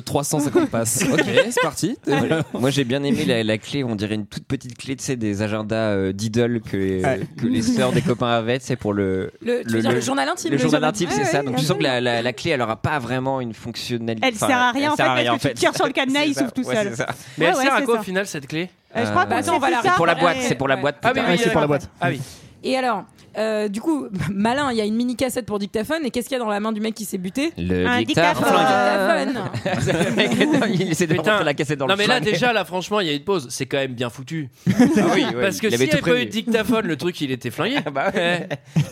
[SPEAKER 10] 350 passes. Ok, c'est parti.
[SPEAKER 11] Moi j'ai bien aimé la, la clé, on dirait une toute petite clé, tu sais, des agendas euh, Diddle que les,
[SPEAKER 7] Ouais.
[SPEAKER 11] que les sœurs des copains avaient, c'est pour le,
[SPEAKER 6] Le, tu veux dire le journal intime.
[SPEAKER 11] le journal intime, c'est
[SPEAKER 6] Ah,
[SPEAKER 11] ça.
[SPEAKER 6] oui,
[SPEAKER 11] Donc tu sens que la, la- la clé, elle aura pas vraiment une fonctionnalité.
[SPEAKER 12] Elle sert à rien, en
[SPEAKER 11] elle sert
[SPEAKER 12] fait,
[SPEAKER 11] à rien,
[SPEAKER 12] parce que tu tires sur le cadenas,
[SPEAKER 11] C'est
[SPEAKER 12] il
[SPEAKER 11] ça.
[SPEAKER 12] s'ouvre tout
[SPEAKER 11] Ouais,
[SPEAKER 12] seul.
[SPEAKER 11] c'est ça.
[SPEAKER 1] Mais
[SPEAKER 12] Ouais,
[SPEAKER 1] elle
[SPEAKER 12] ouais,
[SPEAKER 1] sert à
[SPEAKER 12] c'est
[SPEAKER 11] quoi,
[SPEAKER 1] quoi
[SPEAKER 12] ça.
[SPEAKER 1] au final cette clé
[SPEAKER 12] Euh, je crois
[SPEAKER 11] Euh,
[SPEAKER 12] que
[SPEAKER 11] Attends,
[SPEAKER 12] c'est
[SPEAKER 6] Bah, on va
[SPEAKER 12] plus
[SPEAKER 6] la-
[SPEAKER 12] tard,
[SPEAKER 11] Pour la
[SPEAKER 12] mais-
[SPEAKER 11] boîte, c'est pour la
[SPEAKER 12] ouais.
[SPEAKER 11] boîte.
[SPEAKER 1] Ah oui,
[SPEAKER 11] putain.
[SPEAKER 1] oui,
[SPEAKER 7] c'est pour la boîte.
[SPEAKER 1] Ah oui.
[SPEAKER 6] Et alors, euh, du coup, malin, il y a une mini cassette pour dictaphone. Et qu'est-ce qu'il y a dans la main du mec qui s'est buté
[SPEAKER 12] Euh,
[SPEAKER 11] Le
[SPEAKER 6] Un
[SPEAKER 11] dictaphone.
[SPEAKER 6] dictaphone.
[SPEAKER 11] Euh. il essaie de
[SPEAKER 1] Putain.
[SPEAKER 11] rentrer la cassette dans
[SPEAKER 1] non
[SPEAKER 11] le
[SPEAKER 1] mais là
[SPEAKER 11] flingue.
[SPEAKER 1] déjà là franchement il y a une pause c'est quand même bien foutu parce que
[SPEAKER 11] il
[SPEAKER 1] s'il
[SPEAKER 11] avait
[SPEAKER 1] n'y
[SPEAKER 11] tout
[SPEAKER 1] avait pas eu
[SPEAKER 11] prévu.
[SPEAKER 1] de dictaphone le truc il était flingué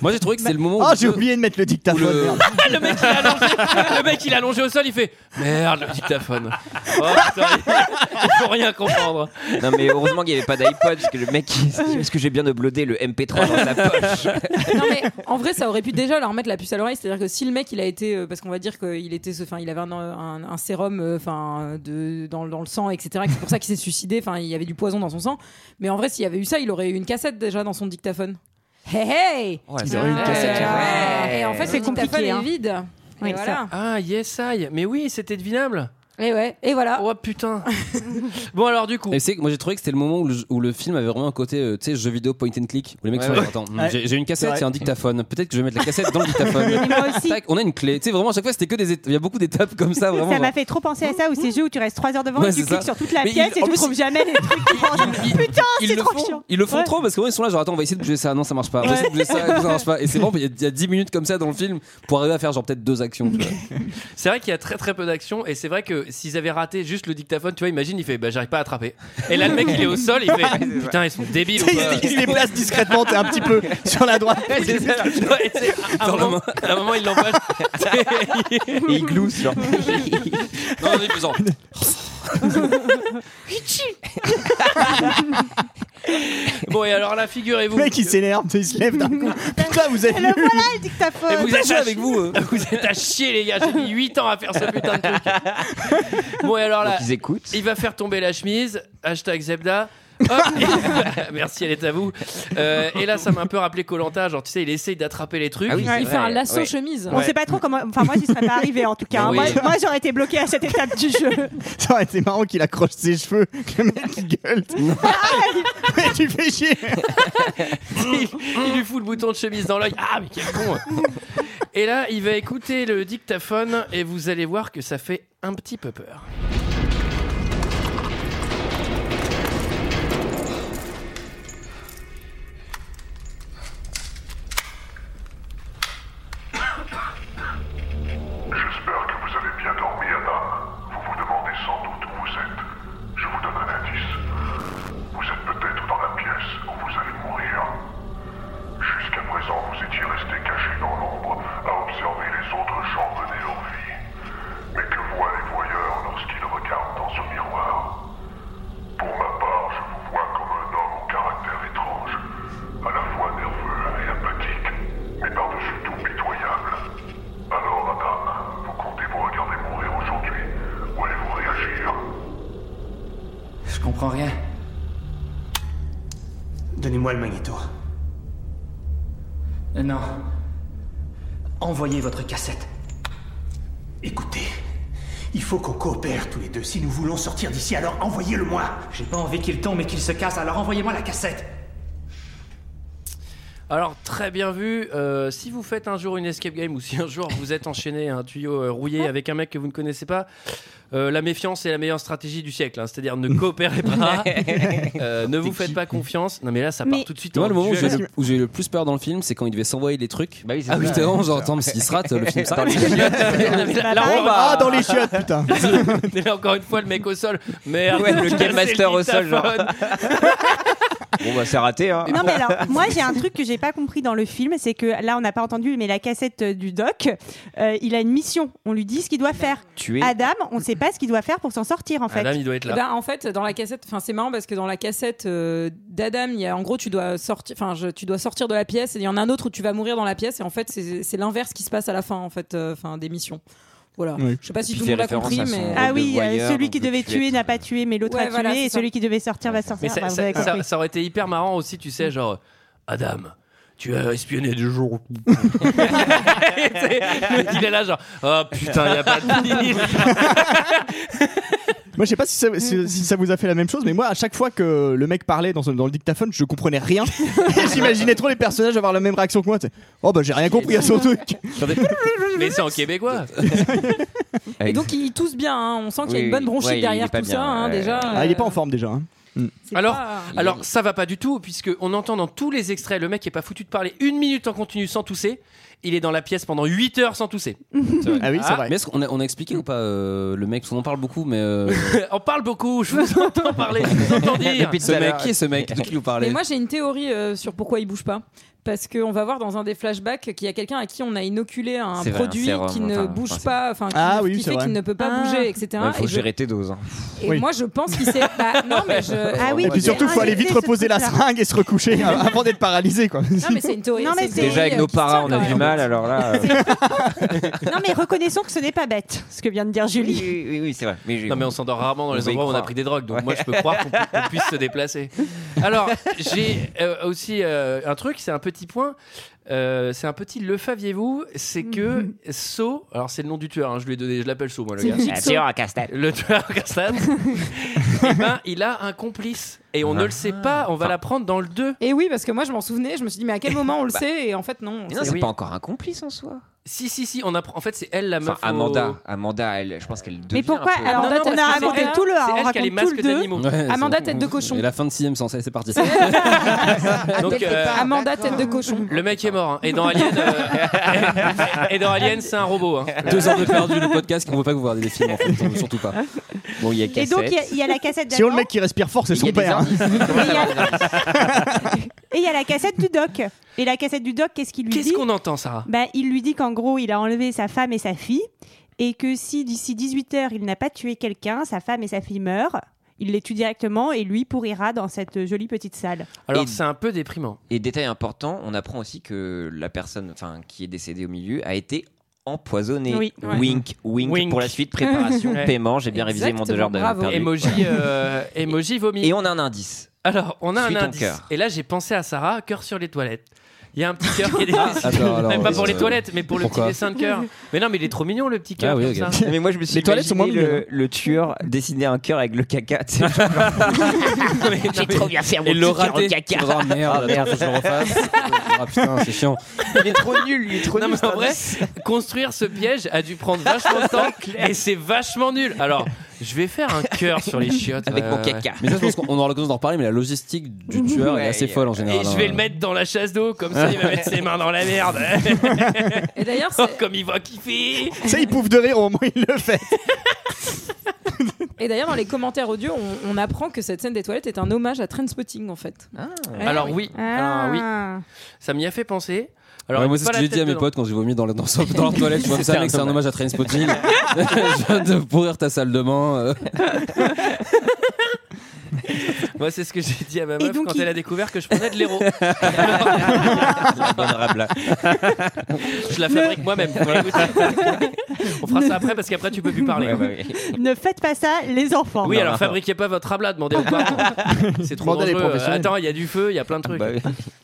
[SPEAKER 10] Moi j'ai trouvé que c'est le moment où.
[SPEAKER 7] Oh, j'ai oublié de mettre le dictaphone. merde.
[SPEAKER 1] le mec il est allongé au sol il fait merde le dictaphone oh, putain, il faut rien comprendre
[SPEAKER 11] Non mais heureusement qu'il n'y avait pas d'iPod parce que le mec il s'est dit, est-ce que j'ai bien uploadé le MP3 dans sa poche
[SPEAKER 6] non mais en vrai ça aurait pu déjà leur mettre la puce à l'oreille c'est à dire que si le mec il a été euh, parce qu'on va dire qu'il était ce- enfin il avait un, un- un sérum euh, enfin de dans, le- dans le sang etc c'est pour ça qu'il s'est suicidé enfin il y avait du poison dans son sang mais en vrai s'il y avait eu ça il aurait eu une cassette déjà dans son dictaphone hey hey
[SPEAKER 1] Ouais,
[SPEAKER 6] Il
[SPEAKER 1] c'est
[SPEAKER 6] aurait eu une
[SPEAKER 1] vrai.
[SPEAKER 6] cassette,
[SPEAKER 1] Ouais.
[SPEAKER 6] ouais. et en fait
[SPEAKER 12] C'est
[SPEAKER 6] le dictaphone
[SPEAKER 12] compliqué,
[SPEAKER 6] est
[SPEAKER 12] hein.
[SPEAKER 6] vide et voilà
[SPEAKER 1] ah yes I mais oui c'était devinable
[SPEAKER 6] et ouais et voilà
[SPEAKER 1] oh putain bon alors du coup
[SPEAKER 10] Et c'est que moi j'ai trouvé que c'était le moment où le, où le film avait vraiment un côté euh, tu sais jeu vidéo point and click où les mecs
[SPEAKER 1] Ouais,
[SPEAKER 10] sont là,
[SPEAKER 1] ouais.
[SPEAKER 10] attends hmm,
[SPEAKER 1] Ouais.
[SPEAKER 10] j'ai j'ai une
[SPEAKER 1] C'est
[SPEAKER 10] cassette
[SPEAKER 1] vrai.
[SPEAKER 10] et un dictaphone peut-être que je vais mettre la cassette dans le dictaphone
[SPEAKER 12] Mais moi aussi.
[SPEAKER 10] Tac, on a une clé tu sais vraiment à chaque fois c'était que des étapes il y a beaucoup d'étapes comme ça vraiment
[SPEAKER 12] ça m'a
[SPEAKER 10] genre.
[SPEAKER 12] fait trop penser à ça où ces jeux où tu restes 3 heures devant
[SPEAKER 10] Ouais,
[SPEAKER 12] et tu
[SPEAKER 10] c'est
[SPEAKER 12] cliques
[SPEAKER 10] ça.
[SPEAKER 12] sur toute la
[SPEAKER 10] Mais
[SPEAKER 12] pièce
[SPEAKER 10] ils-
[SPEAKER 12] et
[SPEAKER 10] en
[SPEAKER 12] tu
[SPEAKER 10] plus,
[SPEAKER 12] trouves jamais les trucs qui changent. Putain, c'est
[SPEAKER 10] le
[SPEAKER 12] trop
[SPEAKER 10] font-
[SPEAKER 12] chiant.
[SPEAKER 10] ils le font
[SPEAKER 12] Ouais.
[SPEAKER 10] trop parce que vraiment, ils sont là genre attends on va essayer de bouger ça non ça marche pas on va essayer de bouger ça, non, ça marche pas et c'est bon il y a- il y a 10 minutes comme ça dans le film pour arriver à faire genre peut-être deux actions tu vois.
[SPEAKER 1] C'est vrai qu'il y a très très peu d'action et c'est vrai que s'ils avaient raté juste le dictaphone, tu vois, imagine, il fait bah j'arrive pas à attraper. Et là le mec il est au sol, il fait putain ils sont débiles. ou
[SPEAKER 7] Tu sais,
[SPEAKER 1] pas
[SPEAKER 7] il se- il se déplace discrètement, t'es un petit peu sur la droite.
[SPEAKER 1] Ouais, c'est ça. Ouais, tu sais, à- à un moment- à un moment il l'empêche. et il glousse genre.
[SPEAKER 10] non on est plus en-
[SPEAKER 1] Bon et alors là figurez-vous.
[SPEAKER 7] Le mec, il s'énerve, il se lève d'un coup. Putain, vous avez
[SPEAKER 12] Et le
[SPEAKER 7] vu.
[SPEAKER 12] voilà le dictaphone.
[SPEAKER 1] Et vous euh. êtes à- Vous êtes à chier les gars, j'ai mis 8 ans à faire ce putain de truc. Bon et alors là,
[SPEAKER 11] ils écoutent.
[SPEAKER 1] il va faire tomber la chemise, hashtag Zebda. Hop. Merci, elle est à vous. Euh, et là, ça m'a un peu rappelé Colanta. Genre, tu sais, il essaye d'attraper les trucs.
[SPEAKER 11] Ah oui, c'est
[SPEAKER 12] Il fait un lasso
[SPEAKER 1] Ouais.
[SPEAKER 6] chemise.
[SPEAKER 12] On sait pas trop comment. Enfin, moi, j'y serais pas arrivé en tout cas. hein.
[SPEAKER 7] Oui.
[SPEAKER 12] Moi, moi, j'aurais été bloqué à cette étape du jeu.
[SPEAKER 7] Ça aurait été marrant qu'il accroche ses cheveux, que le mec il gueule. Mais tu fais chier.
[SPEAKER 1] il, il lui fout le bouton de chemise dans l'œil. Ah, mais quel con Et là, il va écouter le dictaphone et vous allez voir que ça fait un petit peu peur.
[SPEAKER 13] J'espère que vous avez bien dormi, Adam. Vous vous demandez sans doute où vous êtes. Je vous donne un indice. Vous êtes peut-être dans la pièce où vous allez mourir. Jusqu'à présent, vous étiez resté caché dans l'ombre à observer les autres gens mener leur vie. Mais que voient les voyeurs lorsqu'ils regardent dans ce miroir Pour ma part, je vous vois comme un homme au caractère étrange, à la fois nerveux et apathique, mais par-dessus tout pitoyable. Alors, Adam, vous comptez vous regarder mourir aujourd'hui Ou allez-vous réagir
[SPEAKER 14] Je comprends rien. Donnez-moi le magnéto. Euh, Non. Envoyez votre cassette. Écoutez, il faut qu'on coopère tous les deux. Si nous voulons sortir d'ici, alors envoyez-le-moi. J'ai pas envie qu'il tombe et qu'il se casse, alors envoyez-moi la cassette.
[SPEAKER 1] Alors, très bien vu. Euh, si vous faites un jour une escape game ou si un jour vous êtes enchaîné à un tuyau euh, rouillé avec un mec que vous ne connaissez pas, euh, la méfiance est la meilleure stratégie du siècle. hein. C'est-à-dire ne coopérez pas, euh, ne vous faites pas confiance. Non, mais là, ça part tout de suite.
[SPEAKER 10] moi
[SPEAKER 1] en
[SPEAKER 10] le moment où j'ai
[SPEAKER 1] duel.
[SPEAKER 10] le, où j'ai le plus peur dans le film c'est quand il devait s'envoyer les trucs bah oui,
[SPEAKER 1] c'est
[SPEAKER 10] ah
[SPEAKER 1] ça.
[SPEAKER 10] oui vraiment genre attends mais s'il se rate le film s'arrête
[SPEAKER 1] Non, mais là- là, on va-
[SPEAKER 7] Ah, dans les chiottes, putain.
[SPEAKER 1] Et là, encore une fois, le mec au sol. Merde,
[SPEAKER 11] Ouais, le
[SPEAKER 1] c'est
[SPEAKER 11] Game Master au sol, genre.
[SPEAKER 1] dictaphone.
[SPEAKER 11] Bon bah c'est raté hein.
[SPEAKER 12] Non mais alors, moi j'ai un truc que j'ai pas compris dans le film, c'est que là on n'a pas entendu, mais la cassette euh, du doc, euh, il a une mission. On lui dit ce qu'il doit faire.
[SPEAKER 11] Tuer.
[SPEAKER 12] Adam, on sait pas ce qu'il doit faire pour s'en sortir en fait.
[SPEAKER 6] Eh ben, en fait, dans la cassette, enfin c'est marrant parce que dans la cassette euh, d'Adam, il y a en gros tu dois sortir, enfin je- tu dois sortir de la pièce et il y en a un autre où tu vas mourir dans la pièce et en fait c'est c'est l'inverse qui se passe à la fin en fait, euh, enfin des missions. Voilà.
[SPEAKER 12] Oui.
[SPEAKER 6] Je sais pas si
[SPEAKER 11] Puis
[SPEAKER 6] tout
[SPEAKER 11] fait
[SPEAKER 6] le monde a
[SPEAKER 11] référence
[SPEAKER 6] compris,
[SPEAKER 11] à son
[SPEAKER 6] mais
[SPEAKER 12] Ah oui, euh,
[SPEAKER 11] voyeur,
[SPEAKER 12] celui
[SPEAKER 11] donc
[SPEAKER 12] qui
[SPEAKER 11] le
[SPEAKER 12] devait
[SPEAKER 11] tuer.
[SPEAKER 12] tuer n'a pas tué, mais l'autre
[SPEAKER 6] Ouais,
[SPEAKER 12] a tué,
[SPEAKER 6] voilà, c'est
[SPEAKER 12] et
[SPEAKER 6] ça.
[SPEAKER 12] celui qui devait sortir va sortir.
[SPEAKER 1] Mais ça,
[SPEAKER 12] Enfin, vous
[SPEAKER 1] ça-
[SPEAKER 12] avez
[SPEAKER 1] ça-
[SPEAKER 12] compris.
[SPEAKER 1] ça aurait été hyper marrant aussi, tu sais, genre Adam. Tu as espionné du jour. Le mec, il est là, genre, oh putain, il a pas de deal.
[SPEAKER 7] Moi, je sais pas si ça,
[SPEAKER 12] Mm.
[SPEAKER 7] si- si ça vous a fait la même chose, mais moi, à chaque fois que le mec parlait dans, ce- dans le dictaphone, je comprenais rien. Et J'imaginais trop les personnages avoir la même réaction que moi. tu sais. Oh bah j'ai rien compris à son truc.
[SPEAKER 1] Mais c'est en québécois.
[SPEAKER 6] Et donc il tousse bien, hein. on sent qu'il y a
[SPEAKER 1] Oui,
[SPEAKER 6] une bonne
[SPEAKER 1] oui.
[SPEAKER 6] bronchite
[SPEAKER 1] Ouais, il est
[SPEAKER 6] derrière
[SPEAKER 1] pas
[SPEAKER 6] tout
[SPEAKER 1] bien,
[SPEAKER 6] ça hein,
[SPEAKER 1] ouais.
[SPEAKER 6] déjà.
[SPEAKER 7] Ah, il est pas en forme déjà. hein.
[SPEAKER 1] Alors,
[SPEAKER 12] pas-
[SPEAKER 1] alors ça va pas du tout puisque on entend dans tous les extraits le mec est pas foutu de parler une minute en continu sans tousser. Il est dans la pièce pendant 8 heures sans tousser.
[SPEAKER 10] Ah oui, c'est vrai. Mais est-ce qu'on a, on a expliqué ou pas euh, le mec parce qu'on en parle beaucoup, mais. euh,
[SPEAKER 1] on parle beaucoup. Je vous entends parler. Je vous entends dire.
[SPEAKER 10] ce mec, qui est ce mec De qui vous parlez
[SPEAKER 6] Mais moi, j'ai une théorie euh, sur pourquoi il bouge pas. Parce qu'on va voir dans un des flashbacks qu'il y a quelqu'un à qui on a inoculé un
[SPEAKER 11] C'est vrai, un
[SPEAKER 6] produit
[SPEAKER 11] sérum,
[SPEAKER 6] qui ne
[SPEAKER 11] enfin,
[SPEAKER 6] bouge
[SPEAKER 11] enfin, c'est-
[SPEAKER 6] pas, enfin, qui,
[SPEAKER 11] Ah oui,
[SPEAKER 6] qui
[SPEAKER 11] c'est
[SPEAKER 6] fait
[SPEAKER 11] vrai.
[SPEAKER 6] qu'il ne peut pas
[SPEAKER 11] Ah.
[SPEAKER 6] bouger, etc.
[SPEAKER 11] Ouais, faut
[SPEAKER 6] et je-
[SPEAKER 11] gérer tes doses. hein. Ah
[SPEAKER 6] et moi, je pense qu'il s'est. Bah, non, mais je.
[SPEAKER 12] Ah
[SPEAKER 7] et puis surtout, il faut aller vite reposer la seringue et se recoucher avant d'être paralysé. Quoi.
[SPEAKER 6] Non, mais c'est une théorie. c'est une
[SPEAKER 11] Déjà
[SPEAKER 6] théorie,
[SPEAKER 11] avec nos
[SPEAKER 6] euh, qui se tient,
[SPEAKER 11] parents, on a
[SPEAKER 6] quand
[SPEAKER 11] du
[SPEAKER 6] même.
[SPEAKER 11] mal, alors là. euh,
[SPEAKER 12] Non, Ah, mais reconnaissons que ce n'est pas bête, ce que vient de dire Julie.
[SPEAKER 11] Oui, oui, oui, c'est vrai. Mais
[SPEAKER 1] Non mais on s'endort rarement dans les
[SPEAKER 11] va y
[SPEAKER 1] endroits où on a
[SPEAKER 11] croire.
[SPEAKER 1] pris des drogues, donc
[SPEAKER 11] Ouais.
[SPEAKER 1] moi je peux croire qu'on pu- qu'on puisse se déplacer. Alors j'ai euh, aussi euh, un truc, c'est un petit point, euh, c'est un petit le faviez-vous, c'est que
[SPEAKER 6] Mhm.
[SPEAKER 1] So, alors c'est le nom du tueur, hein, je lui ai donné, je l'appelle So moi le
[SPEAKER 11] C'est
[SPEAKER 1] gars.
[SPEAKER 11] Jigsaw. Le tueur à casse-tête.
[SPEAKER 1] Le tueur à casse-tête. Eh ben il a un complice et
[SPEAKER 11] Ah.
[SPEAKER 1] on ne le sait pas, on va l'apprendre dans le 2.
[SPEAKER 6] Et oui, parce que moi, je m'en souvenais, je me suis dit, mais à quel moment on le sait Et en fait, non.
[SPEAKER 11] Bah. Mais non, c'est pas encore un complice en soi.
[SPEAKER 1] Si si si, on apprend. En fait c'est elle la meuf.
[SPEAKER 11] Enfin,
[SPEAKER 1] au-
[SPEAKER 11] Amanda, Amanda, elle, je pense qu'elle devient.
[SPEAKER 1] Mais pourquoi-
[SPEAKER 11] un peu-
[SPEAKER 1] alors,
[SPEAKER 6] Amanda,
[SPEAKER 1] Non, non,
[SPEAKER 6] tête-
[SPEAKER 1] parce que
[SPEAKER 6] Bah, on a raconté
[SPEAKER 1] c'est elle-
[SPEAKER 6] tout le.
[SPEAKER 1] c'est
[SPEAKER 6] on
[SPEAKER 1] elle qui a les
[SPEAKER 6] raconte tout
[SPEAKER 1] masques
[SPEAKER 6] le deux.
[SPEAKER 1] d'animaux.
[SPEAKER 10] Ouais,
[SPEAKER 6] Amanda,
[SPEAKER 10] c'est-
[SPEAKER 6] tête de cochon.
[SPEAKER 10] Et la fin de 6ème sens, allez, c'est parti.
[SPEAKER 6] Ah,
[SPEAKER 1] Donc, euh,
[SPEAKER 11] Bah,
[SPEAKER 6] Amanda, tête de cochon.
[SPEAKER 11] Oh,
[SPEAKER 1] le mec est mort hein. et dans Alien euh, et dans Alien c'est un robot. hein.
[SPEAKER 10] Deux heures de perdu le podcast qu'on veut pas que vous regardiez des films en fait, donc surtout pas.
[SPEAKER 11] Bon, il y a
[SPEAKER 12] Et donc, il y a- il y, a la cassette
[SPEAKER 7] Sinon, le
[SPEAKER 12] d'avant
[SPEAKER 7] mec qui respire fort, c'est son père. hein.
[SPEAKER 12] et il y a la cassette du doc. Et la cassette du doc, qu'est-ce qu'il lui dit
[SPEAKER 1] Qu'est-ce qu'on entend Sarah
[SPEAKER 12] Bah, il lui dit qu'en gros, il a enlevé sa femme et sa fille, et que si d'ici 18 heures, il n'a pas tué quelqu'un, sa femme et sa fille meurent, il les tue directement et lui pourrira dans cette jolie petite salle.
[SPEAKER 1] Alors c'est un peu déprimant.
[SPEAKER 11] Et détail important, on apprend aussi que la personne enfin, qui est décédée au milieu a été empoisonnée.
[SPEAKER 1] Oui. Ouais.
[SPEAKER 11] Wink, wink,
[SPEAKER 1] Wink.
[SPEAKER 11] Pour la suite, préparation,
[SPEAKER 1] Ouais.
[SPEAKER 11] paiement. J'ai bien révisé mon deux heures de perdu.
[SPEAKER 1] Emoji, euh, emoji vomi.
[SPEAKER 11] Et on a un indice.
[SPEAKER 1] Alors, on a
[SPEAKER 11] Suis
[SPEAKER 1] un
[SPEAKER 11] ton
[SPEAKER 1] indice.
[SPEAKER 11] cœur.
[SPEAKER 1] Et là, j'ai pensé à Sarah, cœur sur les toilettes. Il y a un petit cœur qui est
[SPEAKER 11] Ah,
[SPEAKER 1] dessiné.
[SPEAKER 11] attends, alors,
[SPEAKER 1] Même pas
[SPEAKER 11] oui,
[SPEAKER 1] pour les
[SPEAKER 11] euh,
[SPEAKER 1] toilettes, mais pour le
[SPEAKER 11] pourquoi
[SPEAKER 1] petit dessin de cœur. Mais non, mais il est trop mignon, le petit cœur.
[SPEAKER 11] Ah oui,
[SPEAKER 1] comme
[SPEAKER 11] ok.
[SPEAKER 1] ça.
[SPEAKER 11] Mais moi, je me suis imaginé le, le tueur dessiner un cœur avec le caca. tu sais, genre. J'ai trop bien fait mon
[SPEAKER 10] Et le
[SPEAKER 11] petit cœur au
[SPEAKER 10] raté.
[SPEAKER 11] caca.
[SPEAKER 10] Oh, merde,
[SPEAKER 11] Ah, merde.
[SPEAKER 10] attends, faut que je le refasse. Ah putain, c'est chiant.
[SPEAKER 11] Il est trop nul, il est trop
[SPEAKER 1] Non,
[SPEAKER 11] nul.
[SPEAKER 1] mais en vrai, construire ce piège a dû prendre vachement de temps et c'est vachement nul. Alors, je vais faire un cœur sur les chiottes. euh,
[SPEAKER 11] Avec
[SPEAKER 1] Ouais,
[SPEAKER 11] mon
[SPEAKER 1] ouais,
[SPEAKER 11] caca.
[SPEAKER 1] ouais.
[SPEAKER 10] Mais ça, je pense qu'on aura l'occasion d'en reparler, mais la logistique du tueur est assez folle en général.
[SPEAKER 1] Et je vais
[SPEAKER 10] hein.
[SPEAKER 1] le mettre dans la chasse d'eau, comme ça il va mettre ses mains dans la merde.
[SPEAKER 6] Et d'ailleurs,
[SPEAKER 1] Oh, comme il va kiffer.
[SPEAKER 7] Tu sais, il pouffe de rire au moment où il le fait.
[SPEAKER 6] Et d'ailleurs, dans les commentaires audio, on, on apprend que cette scène des toilettes est un hommage à Trainspotting, en fait. Ouais.
[SPEAKER 1] Alors oui,
[SPEAKER 6] Ah.
[SPEAKER 1] alors oui, ça m'y a fait penser. Alors
[SPEAKER 10] Ouais,
[SPEAKER 1] pas
[SPEAKER 10] moi, c'est ce que
[SPEAKER 1] la
[SPEAKER 10] j'ai dit
[SPEAKER 1] tête
[SPEAKER 10] à mes
[SPEAKER 1] dedans.
[SPEAKER 10] potes quand j'ai vomi dans, le- dans, dans leur toilette. Je vois
[SPEAKER 1] C'était
[SPEAKER 10] ça, mec,
[SPEAKER 1] un
[SPEAKER 10] c'est un hommage à Trainspotting. je viens de pourrir ta salle de bain. euh.
[SPEAKER 1] Moi, c'est ce que j'ai dit à ma
[SPEAKER 10] Et
[SPEAKER 1] meuf
[SPEAKER 10] donc,
[SPEAKER 1] quand
[SPEAKER 10] il-
[SPEAKER 1] elle a découvert que je prenais de l'héros. je la fabrique moi-même. On fera ça après parce qu'après tu peux plus parler.
[SPEAKER 12] Ne faites pas ça, les
[SPEAKER 10] Oh
[SPEAKER 12] enfants.
[SPEAKER 1] Oui, alors fabriquez pas votre rabla, demandez aux parents. C'est trop
[SPEAKER 11] Demandez les
[SPEAKER 1] dangereux.
[SPEAKER 11] professionnels.
[SPEAKER 1] Attends, il y a du feu, il y a plein de trucs.
[SPEAKER 10] Bah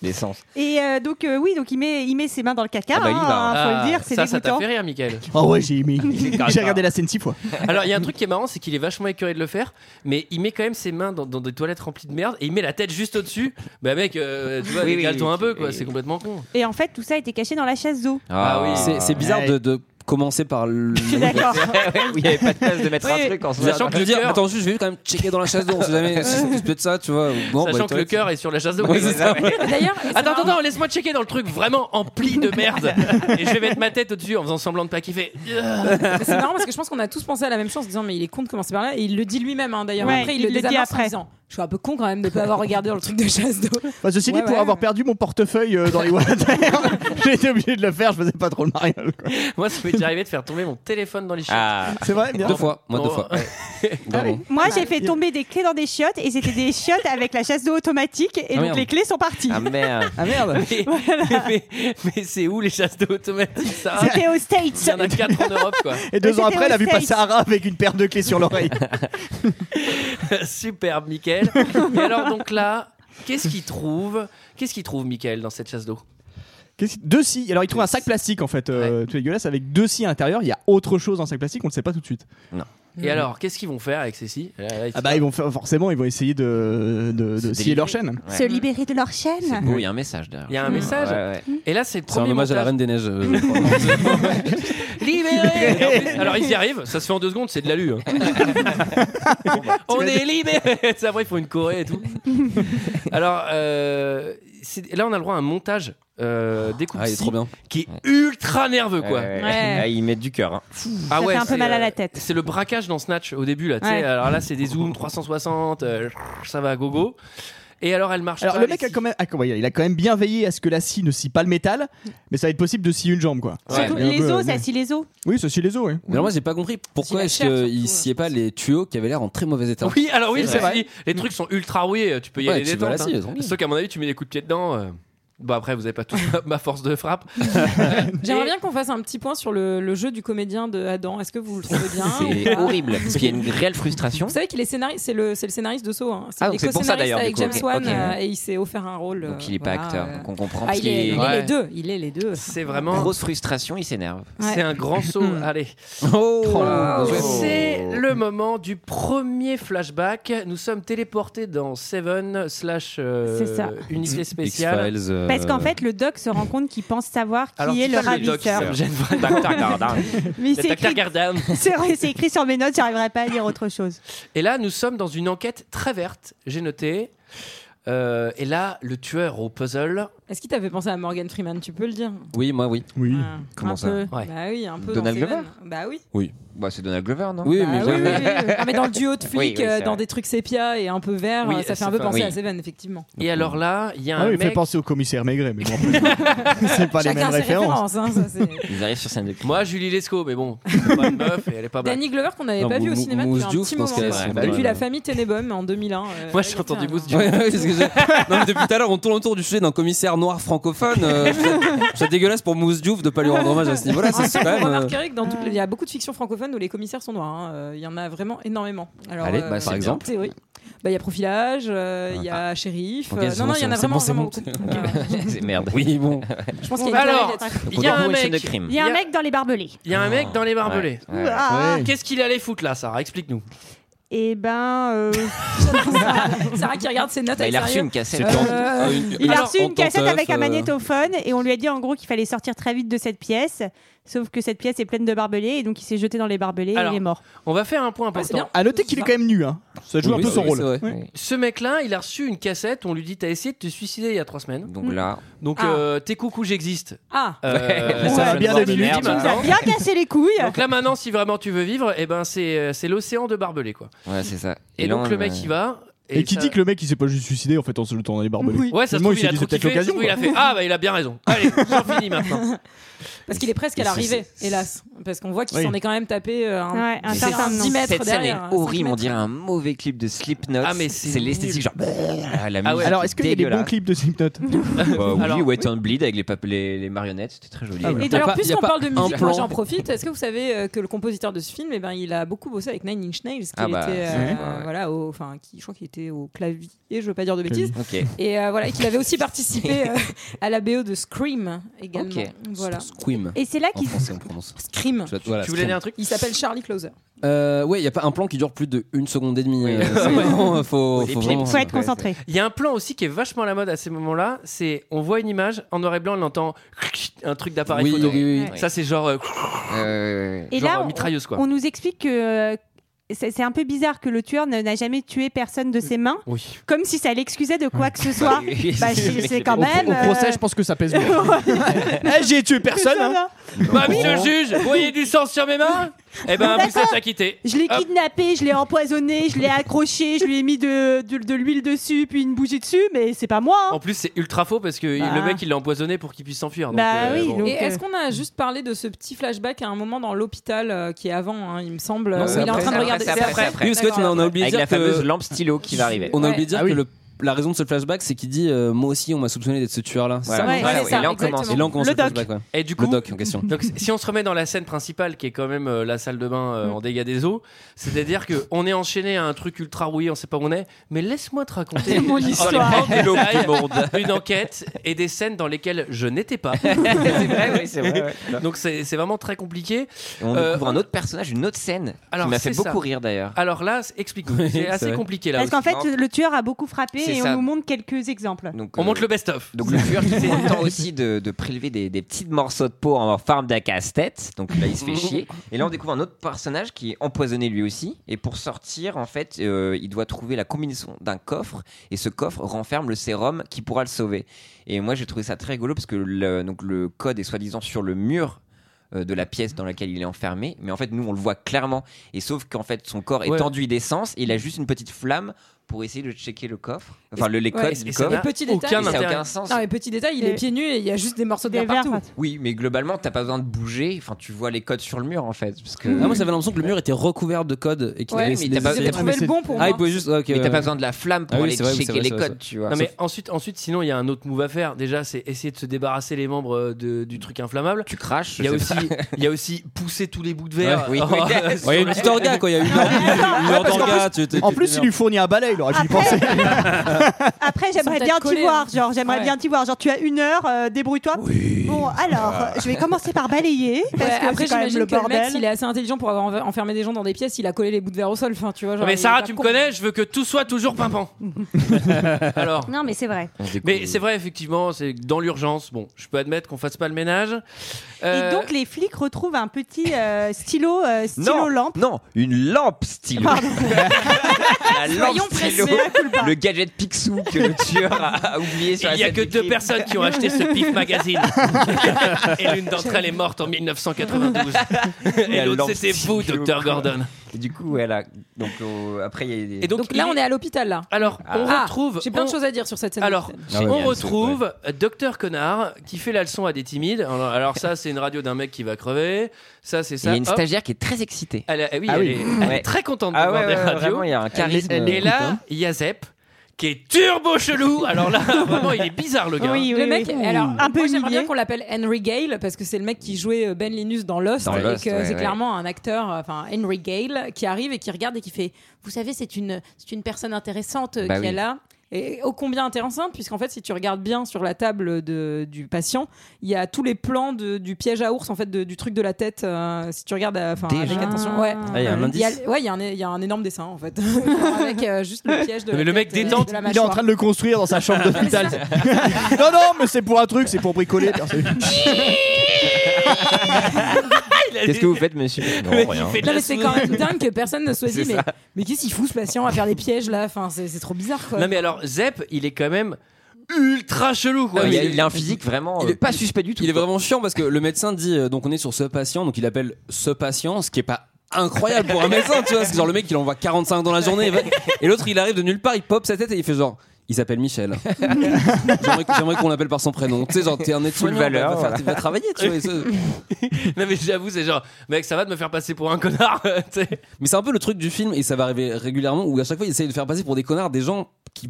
[SPEAKER 11] L'essence.
[SPEAKER 12] Et euh, donc, euh, oui, donc il met, il met ses mains dans le caca,
[SPEAKER 1] Ah bah, il
[SPEAKER 12] hein,
[SPEAKER 1] va.
[SPEAKER 12] faut
[SPEAKER 1] Ah,
[SPEAKER 12] le dire, c'est
[SPEAKER 1] ça, ça
[SPEAKER 12] dégoûtant.
[SPEAKER 1] t'a fait rire, Michael.
[SPEAKER 7] Oh ouais, j'ai aimé.
[SPEAKER 1] carré
[SPEAKER 7] J'ai regardé la scène six fois.
[SPEAKER 1] Alors, il y a un truc qui est marrant, c'est qu'il est vachement écœuré de le faire, mais il met quand même ses mains dans, dans des toilettes remplies de merde et il met la tête juste au-dessus. Bah, mec, euh, tu vois,
[SPEAKER 10] Oui, oui,
[SPEAKER 1] régale-toi
[SPEAKER 10] oui,
[SPEAKER 1] un peu, quoi.
[SPEAKER 10] oui.
[SPEAKER 1] C'est complètement con.
[SPEAKER 12] Et en fait, tout ça était caché dans la chasse d'eau.
[SPEAKER 1] Ah oui.
[SPEAKER 10] C'est- C'est bizarre de, de commencer par le.
[SPEAKER 12] Je suis d'accord.
[SPEAKER 11] Où Ah il n'y avait pas de place de mettre
[SPEAKER 1] Oui.
[SPEAKER 11] un truc en soi.
[SPEAKER 10] Sachant que je veux dire, attends juste, je vais quand même checker dans la chasse d'eau, on sait jamais, c'est c'est peut-être ça, tu vois. Bon, bah,
[SPEAKER 1] Sachant que le
[SPEAKER 10] toilettes.
[SPEAKER 1] cœur est sur la chasse d'eau.
[SPEAKER 10] Ouais, c'est ça, ouais.
[SPEAKER 6] D'ailleurs,
[SPEAKER 1] attends, attends, attends, laisse-moi checker dans le truc vraiment empli de merde. Et je vais mettre ma tête au-dessus en faisant semblant de pas kiffer.
[SPEAKER 6] Mais c'est marrant parce que je pense qu'on a tous pensé à la même chose en se disant mais il est con de commencer par là et il le dit lui-même hein, d'ailleurs
[SPEAKER 12] Ouais,
[SPEAKER 6] après il,
[SPEAKER 12] il
[SPEAKER 6] le,
[SPEAKER 12] le dit
[SPEAKER 6] désamorce
[SPEAKER 12] après.
[SPEAKER 6] en disant je suis un peu con quand même de pas avoir regardé dans le truc de chasse d'eau
[SPEAKER 7] Enfin, Bah, ceci
[SPEAKER 6] Ouais,
[SPEAKER 7] dit, pour
[SPEAKER 6] ouais.
[SPEAKER 7] avoir perdu mon portefeuille euh, dans les water, j'ai été obligé de le faire, je faisais pas trop le mariole. quoi.
[SPEAKER 1] Moi, ça m'est déjà arrivé de faire tomber mon téléphone dans les chiottes.
[SPEAKER 11] Ah,
[SPEAKER 7] C'est vrai, bien.
[SPEAKER 10] Deux fois, Ah, moi deux
[SPEAKER 1] Oh.
[SPEAKER 10] fois.
[SPEAKER 7] Ah,
[SPEAKER 12] Moi,
[SPEAKER 7] bah,
[SPEAKER 12] j'ai fait tomber des clés dans des chiottes et c'était des chiottes avec la chasse d'eau automatique et
[SPEAKER 1] Ah,
[SPEAKER 12] donc
[SPEAKER 1] merde.
[SPEAKER 12] les clés sont parties.
[SPEAKER 11] Ah merde.
[SPEAKER 7] Ah merde.
[SPEAKER 1] Mais, mais- mais c'est où les chasses d'eau automatiques, ça
[SPEAKER 12] C'était aux States.
[SPEAKER 1] Il y en a quatre en Europe, quoi.
[SPEAKER 7] Et deux ans après, elle a vu passer Sarah avec une paire de clés sur l'oreille.
[SPEAKER 1] Superbe, Mickaël. Et alors, donc là, qu'est-ce qu'il trouve Qu'est-ce qu'il trouve, Mickaël, dans cette chasse d'eau
[SPEAKER 7] Qu'est-ce que- Deux scies. Alors, il trouve un sac plastique en fait, euh, tout dégueulasse, avec deux scies à l'intérieur. Il y a autre chose dans le sac plastique, on ne sait pas tout de suite.
[SPEAKER 11] Non.
[SPEAKER 1] Et alors, qu'est-ce qu'ils vont faire avec ces scies Là, là, ils-
[SPEAKER 7] Mm. Ah bah, ils vont faire, forcément, ils vont essayer de, de, de scier leur chaîne.
[SPEAKER 12] Se libérer de leur chaîne.
[SPEAKER 11] Bon, il y a un message derrière.
[SPEAKER 1] Il y a un message.
[SPEAKER 11] Ouais, ouais.
[SPEAKER 1] Et là, c'est le
[SPEAKER 10] C'est un
[SPEAKER 1] premier
[SPEAKER 10] hommage à la
[SPEAKER 1] montage.
[SPEAKER 10] Reine des Neiges. euh,
[SPEAKER 1] libérés Et en plus- Alors ils y arrivent, ça se fait en deux secondes, c'est de l'alu. hein.
[SPEAKER 7] bah,
[SPEAKER 1] on est libérés C'est Après, ils font une choré et tout. Alors euh, c'est- là, on a le droit à un montage euh, découpé
[SPEAKER 10] Ah, il est trop bien.
[SPEAKER 1] qui est ultra nerveux, quoi.
[SPEAKER 11] Ouais. Ah, ils mettent du cœur. hein.
[SPEAKER 12] Ça fait un peu
[SPEAKER 1] c'est,
[SPEAKER 12] mal à
[SPEAKER 1] euh,
[SPEAKER 12] la tête.
[SPEAKER 1] C'est le braquage dans Snatch au début là. tu sais.
[SPEAKER 12] Ouais.
[SPEAKER 1] Alors là, c'est des zooms 360, euh, ça va à gogo. Et alors elle marche.
[SPEAKER 7] Alors
[SPEAKER 1] pas,
[SPEAKER 7] le
[SPEAKER 1] les
[SPEAKER 7] mec a quand même, ah, comment dire, il a quand même bien veillé à ce que la scie ne scie pas le métal, mais ça va être possible de scier une jambe quoi.
[SPEAKER 12] Surtout
[SPEAKER 7] Un
[SPEAKER 12] les
[SPEAKER 7] peu,
[SPEAKER 12] os,
[SPEAKER 7] euh,
[SPEAKER 12] ça scie les os.
[SPEAKER 7] Oui, ça scie les os. Oui.
[SPEAKER 10] Mais alors moi j'ai pas compris pourquoi est-ce
[SPEAKER 1] hein.
[SPEAKER 10] qu'il sciait pas les tuyaux qui avaient l'air en très mauvais état.
[SPEAKER 1] Oui, alors oui,
[SPEAKER 10] C'est
[SPEAKER 1] je me
[SPEAKER 10] vrai.
[SPEAKER 1] suis dit, les trucs sont ultra rouillés, tu peux y
[SPEAKER 10] Ouais,
[SPEAKER 1] aller
[SPEAKER 10] tu
[SPEAKER 1] détente.
[SPEAKER 10] vas là, si, elles sont
[SPEAKER 1] hein.
[SPEAKER 10] bien.
[SPEAKER 1] Sauf qu'à mon avis, tu mets des coups de pied dedans. euh, Bon, après, vous avez pas tous ma- ma force de frappe.
[SPEAKER 6] J'aimerais bien qu'on fasse un petit point sur le, le jeu du comédien de Adam. Est-ce que vous le trouvez bien ou
[SPEAKER 11] C'est
[SPEAKER 6] pas
[SPEAKER 11] horrible parce qu'il y a une réelle frustration.
[SPEAKER 6] Vous savez qu'il est scénariste, c'est le, c'est le scénariste de Saw. Hein.
[SPEAKER 11] Ah,
[SPEAKER 6] il
[SPEAKER 11] donc
[SPEAKER 6] est
[SPEAKER 11] c'est pour ça,
[SPEAKER 6] co-scénariste
[SPEAKER 11] d'ailleurs,
[SPEAKER 6] avec
[SPEAKER 11] du
[SPEAKER 6] James
[SPEAKER 11] coup, ok,
[SPEAKER 6] Wan
[SPEAKER 11] ok.
[SPEAKER 6] euh, et il s'est offert un rôle. euh,
[SPEAKER 11] Donc il est pas acteur, donc on comprend.
[SPEAKER 6] Ah,
[SPEAKER 11] parce
[SPEAKER 6] il est,
[SPEAKER 11] qu'il
[SPEAKER 6] il est les deux. Il est les deux.
[SPEAKER 1] C'est vraiment.
[SPEAKER 11] Grosse frustration, il s'énerve. Oh
[SPEAKER 1] C'est un grand saut.
[SPEAKER 12] Hmm.
[SPEAKER 1] Allez.
[SPEAKER 10] Oh,
[SPEAKER 11] là, bien joué.
[SPEAKER 1] C'est le moment du premier flashback. Nous sommes téléportés dans Seven slash euh,
[SPEAKER 12] C'est ça.
[SPEAKER 1] unité spéciale.
[SPEAKER 10] X-Files, euh,
[SPEAKER 12] Parce qu'en fait, le doc se rend compte qu'il pense savoir qui
[SPEAKER 1] Alors,
[SPEAKER 12] est
[SPEAKER 1] tu
[SPEAKER 12] le
[SPEAKER 1] tapes les docs, ça
[SPEAKER 12] ravisseur.
[SPEAKER 1] me gêne vraiment. Tac, tac, tac, tac.
[SPEAKER 12] Mais c'est
[SPEAKER 1] Tac, tac, tac, tac, tac.
[SPEAKER 12] C'est vrai, c'est écrit sur mes notes, j'arriverai pas à lire autre chose.
[SPEAKER 1] Et là, nous sommes dans une enquête très verte, j'ai noté. Euh, et là, le tueur au puzzle.
[SPEAKER 6] Est-ce qu'il t'avait pensé à Morgan Freeman Tu peux le dire. Hein,
[SPEAKER 10] Oui, moi oui.
[SPEAKER 7] Oui.
[SPEAKER 11] Comment
[SPEAKER 6] un
[SPEAKER 11] ça
[SPEAKER 6] peu. Bah oui, un peu.
[SPEAKER 11] Donald
[SPEAKER 6] dans Seven.
[SPEAKER 11] Glover
[SPEAKER 6] Bah oui.
[SPEAKER 11] Oui. Bah, c'est Donald Glover, non
[SPEAKER 10] Oui,
[SPEAKER 6] Bah oui, oui, oui. Non, mais dans le duo de
[SPEAKER 11] Oui,
[SPEAKER 6] flics,
[SPEAKER 11] oui,
[SPEAKER 6] euh,
[SPEAKER 11] c'est
[SPEAKER 6] dans
[SPEAKER 11] vrai.
[SPEAKER 6] des trucs sépia et un peu vert,
[SPEAKER 1] Oui,
[SPEAKER 6] euh, ça fait
[SPEAKER 1] c'est
[SPEAKER 6] un peu
[SPEAKER 1] ça.
[SPEAKER 6] penser
[SPEAKER 1] Oui.
[SPEAKER 6] à Seven, effectivement.
[SPEAKER 1] Et alors là, il y a
[SPEAKER 7] Ah
[SPEAKER 1] un
[SPEAKER 7] oui, il fait
[SPEAKER 1] mec.
[SPEAKER 7] penser au commissaire Maigret, mais bon, après, c'est pas les
[SPEAKER 6] Chacun
[SPEAKER 7] mêmes
[SPEAKER 6] ses
[SPEAKER 7] références.
[SPEAKER 6] références, hein, ça, c'est-
[SPEAKER 11] Ils arrivent sur scène de
[SPEAKER 1] Moi, Julie Lescaut, mais bon, c'est pas une meuf et elle est
[SPEAKER 11] Ah
[SPEAKER 1] pas
[SPEAKER 11] bah.
[SPEAKER 1] black.
[SPEAKER 6] Danny Glover qu'on n'avait
[SPEAKER 1] Non,
[SPEAKER 6] pas
[SPEAKER 1] Mou-
[SPEAKER 6] vu au
[SPEAKER 1] Mou-
[SPEAKER 6] cinéma
[SPEAKER 1] Mousse
[SPEAKER 6] depuis un
[SPEAKER 1] Diouf,
[SPEAKER 6] petit
[SPEAKER 1] je pense
[SPEAKER 6] moment.
[SPEAKER 1] qu'elle est
[SPEAKER 6] Depuis
[SPEAKER 1] très bonne.
[SPEAKER 6] la famille Ténébum en 2001. euh,
[SPEAKER 1] Moi, j'ai entendu Mousse Diouf.
[SPEAKER 10] Ouais, ouais, c'est ce que j'ai- non, mais depuis tout à l'heure, on tourne autour du sujet d'un commissaire noir francophone. euh, je trouve ça- je trouve ça dégueulasse pour Mousse Diouf de pas lui rendre hommage à ce niveau-là.
[SPEAKER 6] En
[SPEAKER 10] ça,
[SPEAKER 6] fait,
[SPEAKER 10] C'est quand
[SPEAKER 6] vous
[SPEAKER 10] même. euh,
[SPEAKER 6] remarquerez que dans toutes les- il y a beaucoup de fictions francophones où les commissaires sont noirs. hein. Euh, Il y en a vraiment énormément. Alors,
[SPEAKER 10] Allez, bah, c'est
[SPEAKER 6] en
[SPEAKER 10] exemple.
[SPEAKER 6] théorie. Bah, Il y a profilage, euh, il y
[SPEAKER 11] Ah.
[SPEAKER 6] a shérif.
[SPEAKER 11] Ok,
[SPEAKER 6] euh,
[SPEAKER 11] c'est
[SPEAKER 6] non,
[SPEAKER 11] bon,
[SPEAKER 6] non, il y en a
[SPEAKER 11] c'est
[SPEAKER 6] vraiment,
[SPEAKER 11] bon, c'est
[SPEAKER 6] vraiment
[SPEAKER 11] bon,
[SPEAKER 6] beaucoup.
[SPEAKER 11] C'est merde.
[SPEAKER 10] Oui, bon.
[SPEAKER 6] Je pense qu'il y a une
[SPEAKER 1] Alors,
[SPEAKER 6] théorie là-dessus.
[SPEAKER 1] il y a un
[SPEAKER 11] Pour une
[SPEAKER 1] mec.
[SPEAKER 11] chaîne de crime.
[SPEAKER 12] Il y a un mec dans les barbelés.
[SPEAKER 1] Il y a un mec dans les barbelés.
[SPEAKER 11] Ouais, ouais, ouais.
[SPEAKER 12] Ah. Ouais.
[SPEAKER 1] Qu'est-ce qu'il allait foutre là, Sarah Explique-nous.
[SPEAKER 12] Et ben. euh,
[SPEAKER 6] Sarah qui regarde ses notes
[SPEAKER 11] Bah,
[SPEAKER 6] avec
[SPEAKER 11] il a reçu
[SPEAKER 6] sérieux.
[SPEAKER 11] une cassette.
[SPEAKER 1] C'était en-
[SPEAKER 12] Euh,
[SPEAKER 1] Ah, une-
[SPEAKER 12] il a
[SPEAKER 1] alors,
[SPEAKER 12] reçu une
[SPEAKER 1] en
[SPEAKER 12] cassette
[SPEAKER 1] pantoufle,
[SPEAKER 12] avec un
[SPEAKER 1] euh.
[SPEAKER 12] magnétophone et on lui a dit en gros qu'il fallait sortir très vite de cette pièce. Sauf que cette pièce est pleine de barbelés et donc il s'est jeté dans les barbelés
[SPEAKER 1] Alors,
[SPEAKER 12] et il est mort.
[SPEAKER 1] On va faire un point
[SPEAKER 6] Bah,
[SPEAKER 12] Ah,
[SPEAKER 1] important.
[SPEAKER 7] À noter qu'il est quand même nu, hein. Ça joue
[SPEAKER 10] Oui,
[SPEAKER 7] un peu
[SPEAKER 10] oui,
[SPEAKER 7] son
[SPEAKER 10] oui,
[SPEAKER 7] rôle.
[SPEAKER 10] c'est vrai.
[SPEAKER 7] Oui.
[SPEAKER 1] Ce mec-là, il a reçu une cassette. On lui dit T'as essayé de te suicider il y a trois semaines.
[SPEAKER 11] Donc là,
[SPEAKER 1] Donc,
[SPEAKER 6] Ah.
[SPEAKER 1] euh, t'es coucou, j'existe.
[SPEAKER 6] Ah,
[SPEAKER 1] Euh,
[SPEAKER 11] Ouais,
[SPEAKER 1] ça, je
[SPEAKER 11] bien
[SPEAKER 1] ne vois
[SPEAKER 11] des
[SPEAKER 1] plus
[SPEAKER 11] minutes.
[SPEAKER 1] maintenant.
[SPEAKER 12] Bien cassé les couilles.
[SPEAKER 1] Donc là maintenant, si vraiment tu veux vivre, eh ben c'est euh, c'est l'océan de barbelés quoi.
[SPEAKER 11] ouais, c'est ça.
[SPEAKER 1] Et,
[SPEAKER 11] là,
[SPEAKER 1] donc
[SPEAKER 11] on-
[SPEAKER 1] le mec il va.
[SPEAKER 7] Et, qui
[SPEAKER 1] ça-
[SPEAKER 7] dit que le mec il s'est pas juste suicidé en fait hein, en se jetant dans les barbelés.
[SPEAKER 1] Ouais, ça se
[SPEAKER 7] Tellement
[SPEAKER 1] trouve,
[SPEAKER 7] il
[SPEAKER 1] il
[SPEAKER 7] s'est
[SPEAKER 1] a
[SPEAKER 7] dit
[SPEAKER 1] trop
[SPEAKER 7] c'est peut-être
[SPEAKER 1] kiffé. ça se
[SPEAKER 7] l'occasion.
[SPEAKER 1] trouve, il a
[SPEAKER 7] quoi.
[SPEAKER 1] fait Ah, bah il a bien raison. Allez, j'en finis maintenant.
[SPEAKER 6] Parce qu'il est presque à
[SPEAKER 11] Et c'est-
[SPEAKER 6] l'arrivée,
[SPEAKER 11] c'est-
[SPEAKER 6] hélas. Parce qu'on voit qu'il
[SPEAKER 11] Oui.
[SPEAKER 6] s'en est quand même tapé euh, un,
[SPEAKER 12] Ouais, un
[SPEAKER 6] un
[SPEAKER 12] certain nombre.
[SPEAKER 6] 10 mètres
[SPEAKER 11] Cette scène est
[SPEAKER 6] derrière. hein, un
[SPEAKER 11] horrible,
[SPEAKER 6] 5
[SPEAKER 11] on dirait un mauvais clip de Slipknot.
[SPEAKER 1] Ah, mais c'est
[SPEAKER 11] c'est l'esthétique genre. Ah, la musique
[SPEAKER 1] Ah ouais.
[SPEAKER 7] Alors est-ce qu'il y a des bons
[SPEAKER 11] dégueulasse.
[SPEAKER 7] clips de Slipknot
[SPEAKER 11] Bah oui,
[SPEAKER 1] Alors,
[SPEAKER 11] Wet on Bleed avec les, pap- les, les marionnettes, c'était très joli.
[SPEAKER 7] Ah
[SPEAKER 6] mètres.
[SPEAKER 7] oui.
[SPEAKER 6] Et
[SPEAKER 7] Y a
[SPEAKER 6] alors,
[SPEAKER 7] pas- y a
[SPEAKER 6] puisqu'on
[SPEAKER 7] pas
[SPEAKER 6] parle de
[SPEAKER 7] un
[SPEAKER 6] musique, moi
[SPEAKER 7] plan.
[SPEAKER 6] j'en profite. Est-ce que vous savez euh, que le compositeur de ce film, eh ben, il a beaucoup bossé avec Nine Inch Nails, qui
[SPEAKER 11] Ah bah,
[SPEAKER 6] était, euh,
[SPEAKER 11] c'est ça, ouais.
[SPEAKER 6] voilà, au- enfin, qui, je crois qu'il était au clavier, je veux pas dire de
[SPEAKER 11] Clavier.
[SPEAKER 6] bêtises.
[SPEAKER 11] Ok.
[SPEAKER 6] Et euh, voilà, et qu'il avait aussi participé euh, à la BO de Scream également.
[SPEAKER 11] Ok.
[SPEAKER 6] Voilà.
[SPEAKER 10] Squim.
[SPEAKER 12] Et c'est là
[SPEAKER 10] En
[SPEAKER 12] qu'il.
[SPEAKER 10] français, on prononce.
[SPEAKER 6] Scream.
[SPEAKER 10] Tu, voilà,
[SPEAKER 1] tu voulais dire
[SPEAKER 10] Scream.
[SPEAKER 1] un truc
[SPEAKER 6] Il s'appelle Charlie Closer.
[SPEAKER 10] Euh, ouais, il y a pas un plan qui dure plus de une seconde et demie. euh,
[SPEAKER 1] Ouais.
[SPEAKER 10] c'est vraiment, faut,
[SPEAKER 1] Et
[SPEAKER 10] faut
[SPEAKER 1] puis,
[SPEAKER 10] vraiment-
[SPEAKER 12] Faut être concentré.
[SPEAKER 1] Il y a un plan aussi qui est vachement à la mode à ces moments-là. C'est on voit une image en noir et blanc, on entend un truc d'appareil
[SPEAKER 10] Oui,
[SPEAKER 1] photo.
[SPEAKER 10] oui,
[SPEAKER 1] Ça c'est genre euh,
[SPEAKER 11] Euh,
[SPEAKER 12] Et
[SPEAKER 1] genre
[SPEAKER 12] là,
[SPEAKER 1] euh,
[SPEAKER 12] on-
[SPEAKER 1] mitrailleuse quoi.
[SPEAKER 12] On nous explique que euh, c'est c'est un peu bizarre que le tueur ne- n'a jamais tué personne de ses mains,
[SPEAKER 1] Oui.
[SPEAKER 12] comme si ça l'excusait de quoi que ce soit.
[SPEAKER 11] Oui,
[SPEAKER 12] bah,
[SPEAKER 11] c'est-
[SPEAKER 12] c'est c'est quand
[SPEAKER 7] Au-
[SPEAKER 12] même.
[SPEAKER 7] Au procès,
[SPEAKER 12] euh,
[SPEAKER 7] je pense que ça pèse bien. Eh, J'ai tué personne. hein.
[SPEAKER 1] Bah monsieur le juge, vous voyez du sang sur mes mains Eh ben vous
[SPEAKER 12] D'accord.
[SPEAKER 1] êtes acquitté.
[SPEAKER 12] Je l'ai
[SPEAKER 1] Hop.
[SPEAKER 12] kidnappé, je l'ai empoisonné, je l'ai accroché, je lui ai mis de, de, de l'huile dessus, puis une bougie dessus, mais c'est pas moi. hein.
[SPEAKER 1] En plus c'est ultra faux parce que
[SPEAKER 12] Bah.
[SPEAKER 1] le mec il l'a empoisonné pour qu'il puisse s'enfuir. donc,
[SPEAKER 12] Bah
[SPEAKER 1] euh,
[SPEAKER 12] oui,
[SPEAKER 1] bon.
[SPEAKER 12] donc,
[SPEAKER 6] Et est-ce
[SPEAKER 12] euh,
[SPEAKER 6] qu'on a juste parlé de ce petit flashback à un moment dans l'hôpital euh, qui est avant, hein, il me semble,
[SPEAKER 1] Non,
[SPEAKER 6] où
[SPEAKER 1] c'est
[SPEAKER 6] il est en
[SPEAKER 11] après,
[SPEAKER 6] train de
[SPEAKER 11] c'est
[SPEAKER 6] regarder.
[SPEAKER 11] après, c'est après, c'est
[SPEAKER 10] Oui, parce que tu- on a, on a oublié
[SPEAKER 11] Avec
[SPEAKER 10] de dire
[SPEAKER 11] la fameuse
[SPEAKER 10] que-
[SPEAKER 11] lampe stylo qui va arriver.
[SPEAKER 10] On a
[SPEAKER 6] Ouais.
[SPEAKER 10] oublié de dire
[SPEAKER 7] Ah oui.
[SPEAKER 10] que le- la raison de ce flashback, c'est qu'il dit euh, Moi aussi, on m'a soupçonné d'être ce tueur-là.
[SPEAKER 11] Voilà,
[SPEAKER 12] Ouais,
[SPEAKER 11] voilà,
[SPEAKER 6] c'est
[SPEAKER 11] oui,
[SPEAKER 6] ça,
[SPEAKER 11] et là on commence.
[SPEAKER 10] Et là, on commence
[SPEAKER 12] Le
[SPEAKER 10] le,
[SPEAKER 12] doc.
[SPEAKER 10] flashback. ouais.
[SPEAKER 1] Et du coup,
[SPEAKER 10] Le doc en question.
[SPEAKER 1] Donc c- si on se remet dans la scène principale qui est quand même euh, la salle de bain euh,
[SPEAKER 12] Mm.
[SPEAKER 1] en dégâts des eaux, c'est-à-dire que on est enchaîné à un truc ultra rouillé, on sait pas où on est, mais laisse-moi te raconter
[SPEAKER 12] Mon
[SPEAKER 1] dans les
[SPEAKER 12] histoire.
[SPEAKER 1] grands détails, une enquête et des scènes dans lesquelles je n'étais pas.
[SPEAKER 11] c'est vrai, oui, c'est vrai. ouais.
[SPEAKER 1] Donc c'est c'est vraiment très compliqué.
[SPEAKER 11] Et On
[SPEAKER 1] Euh,
[SPEAKER 11] découvre un autre personnage, une autre scène qui
[SPEAKER 1] Alors,
[SPEAKER 11] m'a fait
[SPEAKER 1] c'est ça.
[SPEAKER 11] beaucoup rire d'ailleurs.
[SPEAKER 1] Alors là, c- explique-nous,
[SPEAKER 10] Oui,
[SPEAKER 1] c'est
[SPEAKER 10] c'est
[SPEAKER 1] assez
[SPEAKER 10] vrai.
[SPEAKER 1] compliqué là.
[SPEAKER 12] Parce qu'en
[SPEAKER 1] aussi.
[SPEAKER 12] fait, le tueur a beaucoup frappé
[SPEAKER 11] C'est c'est
[SPEAKER 12] et
[SPEAKER 11] ça.
[SPEAKER 12] on vous montre quelques exemples.
[SPEAKER 11] Donc,
[SPEAKER 1] On
[SPEAKER 11] euh,
[SPEAKER 1] monte le best-of.
[SPEAKER 11] Donc le fur qui temps aussi de, de prélever des, des petits morceaux de peau en forme d'un casse-tête. Donc là, il se fait chier. Et là, on découvre un autre personnage qui est empoisonné lui aussi. Et pour sortir, en fait, euh, il doit trouver la combinaison d'un coffre. Et ce coffre renferme le sérum qui pourra le sauver. Et moi, j'ai trouvé ça très rigolo parce que le, donc, le code est soi-disant sur le mur euh, de la pièce dans laquelle il est enfermé, mais en fait nous on le voit clairement et sauf qu'en fait son corps est
[SPEAKER 1] Ouais.
[SPEAKER 11] enduit d'essence, il a juste une petite flamme pour essayer de checker le coffre, enfin le, les
[SPEAKER 6] Ouais.
[SPEAKER 11] codes du
[SPEAKER 6] Et ça
[SPEAKER 11] coffre.
[SPEAKER 6] n'a Petit détail.
[SPEAKER 11] Et ça a aucun sens.
[SPEAKER 6] Non, mais petit détail, il est
[SPEAKER 12] Et-
[SPEAKER 6] pieds nus et il y a juste des morceaux de verre partout.
[SPEAKER 11] Oui, mais globalement, t'as pas besoin de bouger. Enfin, tu vois les codes sur le mur en fait. Parce que...
[SPEAKER 10] Ah, moi, j'avais l'impression que le mur était recouvert de codes et qu'il
[SPEAKER 11] Ouais,
[SPEAKER 10] avait
[SPEAKER 11] mais
[SPEAKER 10] des-
[SPEAKER 11] t'as pas-
[SPEAKER 10] des-
[SPEAKER 11] J'ai trouvé le bon pour
[SPEAKER 10] Ah, il
[SPEAKER 11] moi.
[SPEAKER 10] pouvait juste. ok,
[SPEAKER 11] Mais t'as
[SPEAKER 10] ouais.
[SPEAKER 11] pas besoin de la flamme pour
[SPEAKER 10] Ah oui,
[SPEAKER 11] aller
[SPEAKER 10] c'est vrai,
[SPEAKER 11] checker
[SPEAKER 10] c'est vrai,
[SPEAKER 11] les
[SPEAKER 10] c'est vrai,
[SPEAKER 11] codes,
[SPEAKER 10] c'est
[SPEAKER 11] tu
[SPEAKER 10] vrai.
[SPEAKER 1] Non,
[SPEAKER 11] vois. Sauf-
[SPEAKER 1] mais ensuite, ensuite, sinon, il y a un autre move à faire. Déjà, c'est essayer de se débarrasser les membres euh, de- du truc inflammable. Tu
[SPEAKER 11] craches.
[SPEAKER 1] Il y a
[SPEAKER 10] je
[SPEAKER 1] aussi,
[SPEAKER 10] sais pas.
[SPEAKER 1] il y a aussi pousser tous les bouts de verre.
[SPEAKER 10] Ouais, oui,
[SPEAKER 1] Oh,
[SPEAKER 10] oui.
[SPEAKER 1] euh,
[SPEAKER 10] Ouais,
[SPEAKER 1] sur
[SPEAKER 10] il y a une
[SPEAKER 1] les-
[SPEAKER 10] petite orga, quoi, il y a une orgie, une
[SPEAKER 7] Ouais, parce qu'en
[SPEAKER 10] orga,
[SPEAKER 7] plus-
[SPEAKER 10] tu- tu-
[SPEAKER 7] en
[SPEAKER 10] tu-
[SPEAKER 7] plus, il lui fournit un balai, il aurait dû y penser.
[SPEAKER 12] Après, j'aimerais
[SPEAKER 6] peut-être
[SPEAKER 12] bien
[SPEAKER 6] collés,
[SPEAKER 12] t'y voir.
[SPEAKER 6] hein.
[SPEAKER 12] Genre, j'aimerais
[SPEAKER 6] Ouais.
[SPEAKER 12] bien t'y voir. Genre, tu as une heure, euh, débrouille-toi. Bon, alors,
[SPEAKER 6] Ah.
[SPEAKER 12] je vais commencer par balayer. Parce
[SPEAKER 6] Ouais,
[SPEAKER 12] que
[SPEAKER 6] après,
[SPEAKER 12] c'est quand même
[SPEAKER 6] j'imagine
[SPEAKER 12] le
[SPEAKER 6] que le
[SPEAKER 12] bordel.
[SPEAKER 6] mec, s'il est assez intelligent pour avoir enver- enfermé des gens dans des pièces, il a collé les bouts de verre au sol. Enfin, tu vois, genre,
[SPEAKER 1] mais
[SPEAKER 6] il est
[SPEAKER 1] Sarah,
[SPEAKER 6] pas
[SPEAKER 1] tu me
[SPEAKER 6] con.
[SPEAKER 1] connais, je veux que tout soit toujours pimpant. Alors.
[SPEAKER 12] Non, mais c'est vrai.
[SPEAKER 1] Mais c'est vrai, effectivement, c'est dans l'urgence. Bon, je peux admettre qu'on fasse pas le ménage. Euh,
[SPEAKER 12] Et donc, les flics retrouvent un petit euh, stylo, euh, stylo
[SPEAKER 11] Non,
[SPEAKER 12] lampe.
[SPEAKER 11] Non, une lampe stylo.
[SPEAKER 12] Pardon.
[SPEAKER 11] la lampe
[SPEAKER 12] Soyons
[SPEAKER 11] stylo.
[SPEAKER 12] précis, à culpa.
[SPEAKER 11] Le gadget Picsou que le tueur a a oublié sur la
[SPEAKER 1] Il y a
[SPEAKER 11] scène
[SPEAKER 1] que
[SPEAKER 11] du
[SPEAKER 1] deux
[SPEAKER 11] crime.
[SPEAKER 1] personnes qui ont acheté ce pif magazine. Et l'une d'entre elles est morte en 1992. Et
[SPEAKER 11] La
[SPEAKER 1] l'autre,
[SPEAKER 11] lampe
[SPEAKER 1] c'était vous,
[SPEAKER 11] stylo,
[SPEAKER 1] docteur
[SPEAKER 11] quoi.
[SPEAKER 1] Gordon.
[SPEAKER 11] Et du coup, elle a. Donc euh, après, il y a des.
[SPEAKER 1] Et donc,
[SPEAKER 6] Donc là, on est à l'hôpital, là.
[SPEAKER 1] Alors, on
[SPEAKER 6] Ah,
[SPEAKER 1] retrouve.
[SPEAKER 6] J'ai plein de
[SPEAKER 1] on-
[SPEAKER 6] choses à dire sur cette scène.
[SPEAKER 1] Alors,
[SPEAKER 6] d'hôpital.
[SPEAKER 11] Ah ouais, il
[SPEAKER 1] on
[SPEAKER 11] y a un
[SPEAKER 1] retrouve Docteur Connard qui fait la leçon à des timides. Alors, alors ça, c'est une radio d'un mec qui va crever. Ça, c'est
[SPEAKER 11] Il y
[SPEAKER 1] ça.
[SPEAKER 11] a une
[SPEAKER 1] Hop.
[SPEAKER 11] stagiaire qui est très excitée.
[SPEAKER 1] Elle, est- oui,
[SPEAKER 11] Ah
[SPEAKER 1] elle
[SPEAKER 11] oui.
[SPEAKER 1] est, elle est
[SPEAKER 11] Ouais.
[SPEAKER 1] très contente de
[SPEAKER 11] Ah
[SPEAKER 1] voir
[SPEAKER 11] ouais,
[SPEAKER 1] des
[SPEAKER 11] ouais,
[SPEAKER 1] radios.
[SPEAKER 11] vraiment, il y a un charisme,
[SPEAKER 1] Elle est- Et
[SPEAKER 11] euh,
[SPEAKER 1] là,
[SPEAKER 11] putain.
[SPEAKER 1] il y a Zep qui est turbo chelou. Alors là, vraiment, il est bizarre le gars.
[SPEAKER 6] le mec, alors, moi, j'aimerais bien qu'on l'appelle Henry Gale parce que c'est le mec qui jouait euh, Ben Linus dans Lost,
[SPEAKER 1] Dans Lost,
[SPEAKER 6] et que
[SPEAKER 1] ouais,
[SPEAKER 6] c'est
[SPEAKER 1] ouais.
[SPEAKER 6] clairement un acteur, euh, enfin Henry Gale, qui arrive et qui regarde et qui fait Vous savez, c'est une, c'est une personne intéressante euh,
[SPEAKER 12] Bah
[SPEAKER 6] qui
[SPEAKER 12] oui.
[SPEAKER 6] est là. Et ô combien intéressante, puisqu'en fait, si tu regardes bien sur la table de, du patient, il y a tous les plans de- du piège à ours, en fait, de- du truc de la tête. euh, si tu regardes, euh, enfin,
[SPEAKER 1] Déjà
[SPEAKER 6] avec attention, ouais.
[SPEAKER 10] Ah, il y a un
[SPEAKER 6] Il y a-
[SPEAKER 10] indice.
[SPEAKER 6] ouais, il y, a un- il y a un énorme dessin, en fait, avec euh, juste le piège de.
[SPEAKER 1] Mais
[SPEAKER 6] la
[SPEAKER 1] le mec
[SPEAKER 6] tête, euh,
[SPEAKER 1] détente,
[SPEAKER 6] de la
[SPEAKER 7] Il est en train de le construire dans sa chambre d'hôpital. non, non, mais c'est pour un truc, c'est pour bricoler.
[SPEAKER 11] Qu'est-ce que vous faites, monsieur
[SPEAKER 7] mec,
[SPEAKER 11] Non,
[SPEAKER 7] il
[SPEAKER 11] rien.
[SPEAKER 7] fait
[SPEAKER 6] euh, Non,
[SPEAKER 7] de la
[SPEAKER 6] mais c'est quand même dingue que personne ne soit
[SPEAKER 11] C'est
[SPEAKER 6] dit, mais,
[SPEAKER 11] ça.
[SPEAKER 6] mais qu'est-ce qu'il fout ce patient à faire des pièges là enfin, C'est c'est trop bizarre quoi.
[SPEAKER 1] Non mais alors Zep, il est quand même ultra chelou quoi.
[SPEAKER 10] Ah, mais
[SPEAKER 1] Il-
[SPEAKER 10] il a un physique
[SPEAKER 11] vraiment
[SPEAKER 10] il est pas suspect du tout. euh, Il est vraiment chiant parce que le médecin dit euh, donc on est sur ce patient donc il appelle ce patient ce qui est pas incroyable pour un médecin tu vois c'est genre le mec il envoie 45 dans la journée et va- et l'autre il arrive de nulle part il pop sa tête et il fait genre il s'appelle Michel. J'aimerais- J'aimerais qu'on l'appelle par son prénom. Tu sais, genre, t'es un
[SPEAKER 1] Full
[SPEAKER 10] étudiant,
[SPEAKER 1] valeur,
[SPEAKER 10] va,
[SPEAKER 1] voilà.
[SPEAKER 10] faire- va travailler, tu vois. et ça-
[SPEAKER 1] non mais j'avoue c'est genre mec ça va de me faire passer pour un connard. tu sais.
[SPEAKER 10] Mais c'est un peu le truc du film, et ça va arriver régulièrement, où à chaque fois, ils essayent de faire passer pour des connards des gens qui.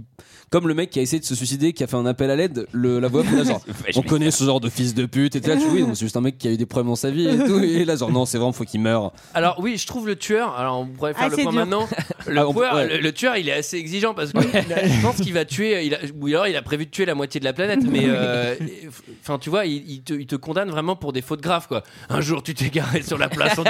[SPEAKER 10] Comme le mec qui a essayé de se suicider, qui a fait un appel à l'aide, le- la voix off, elle est genre, on connaît ce genre de fils de pute, et t'es là, tu oui, non, c'est juste un mec qui a eu des problèmes dans sa vie, et tout, et là, genre, non, c'est vraiment, faut qu'il meure.
[SPEAKER 1] Alors oui je trouve le tueur. Alors on pourrait faire
[SPEAKER 10] Ah,
[SPEAKER 1] le
[SPEAKER 10] c'est
[SPEAKER 1] point
[SPEAKER 10] dur.
[SPEAKER 1] maintenant. Le,
[SPEAKER 10] Ah, on peut-
[SPEAKER 1] tueur,
[SPEAKER 10] ouais.
[SPEAKER 1] le, le tueur il est assez exigeant parce que il a- je pense qu'il va tuer. Il a, ou alors il a prévu de tuer la moitié de la planète. Mais euh, enfin tu vois il, il te, il te condamne vraiment pour des fautes graves quoi. Un jour tu t'es garé sur la place on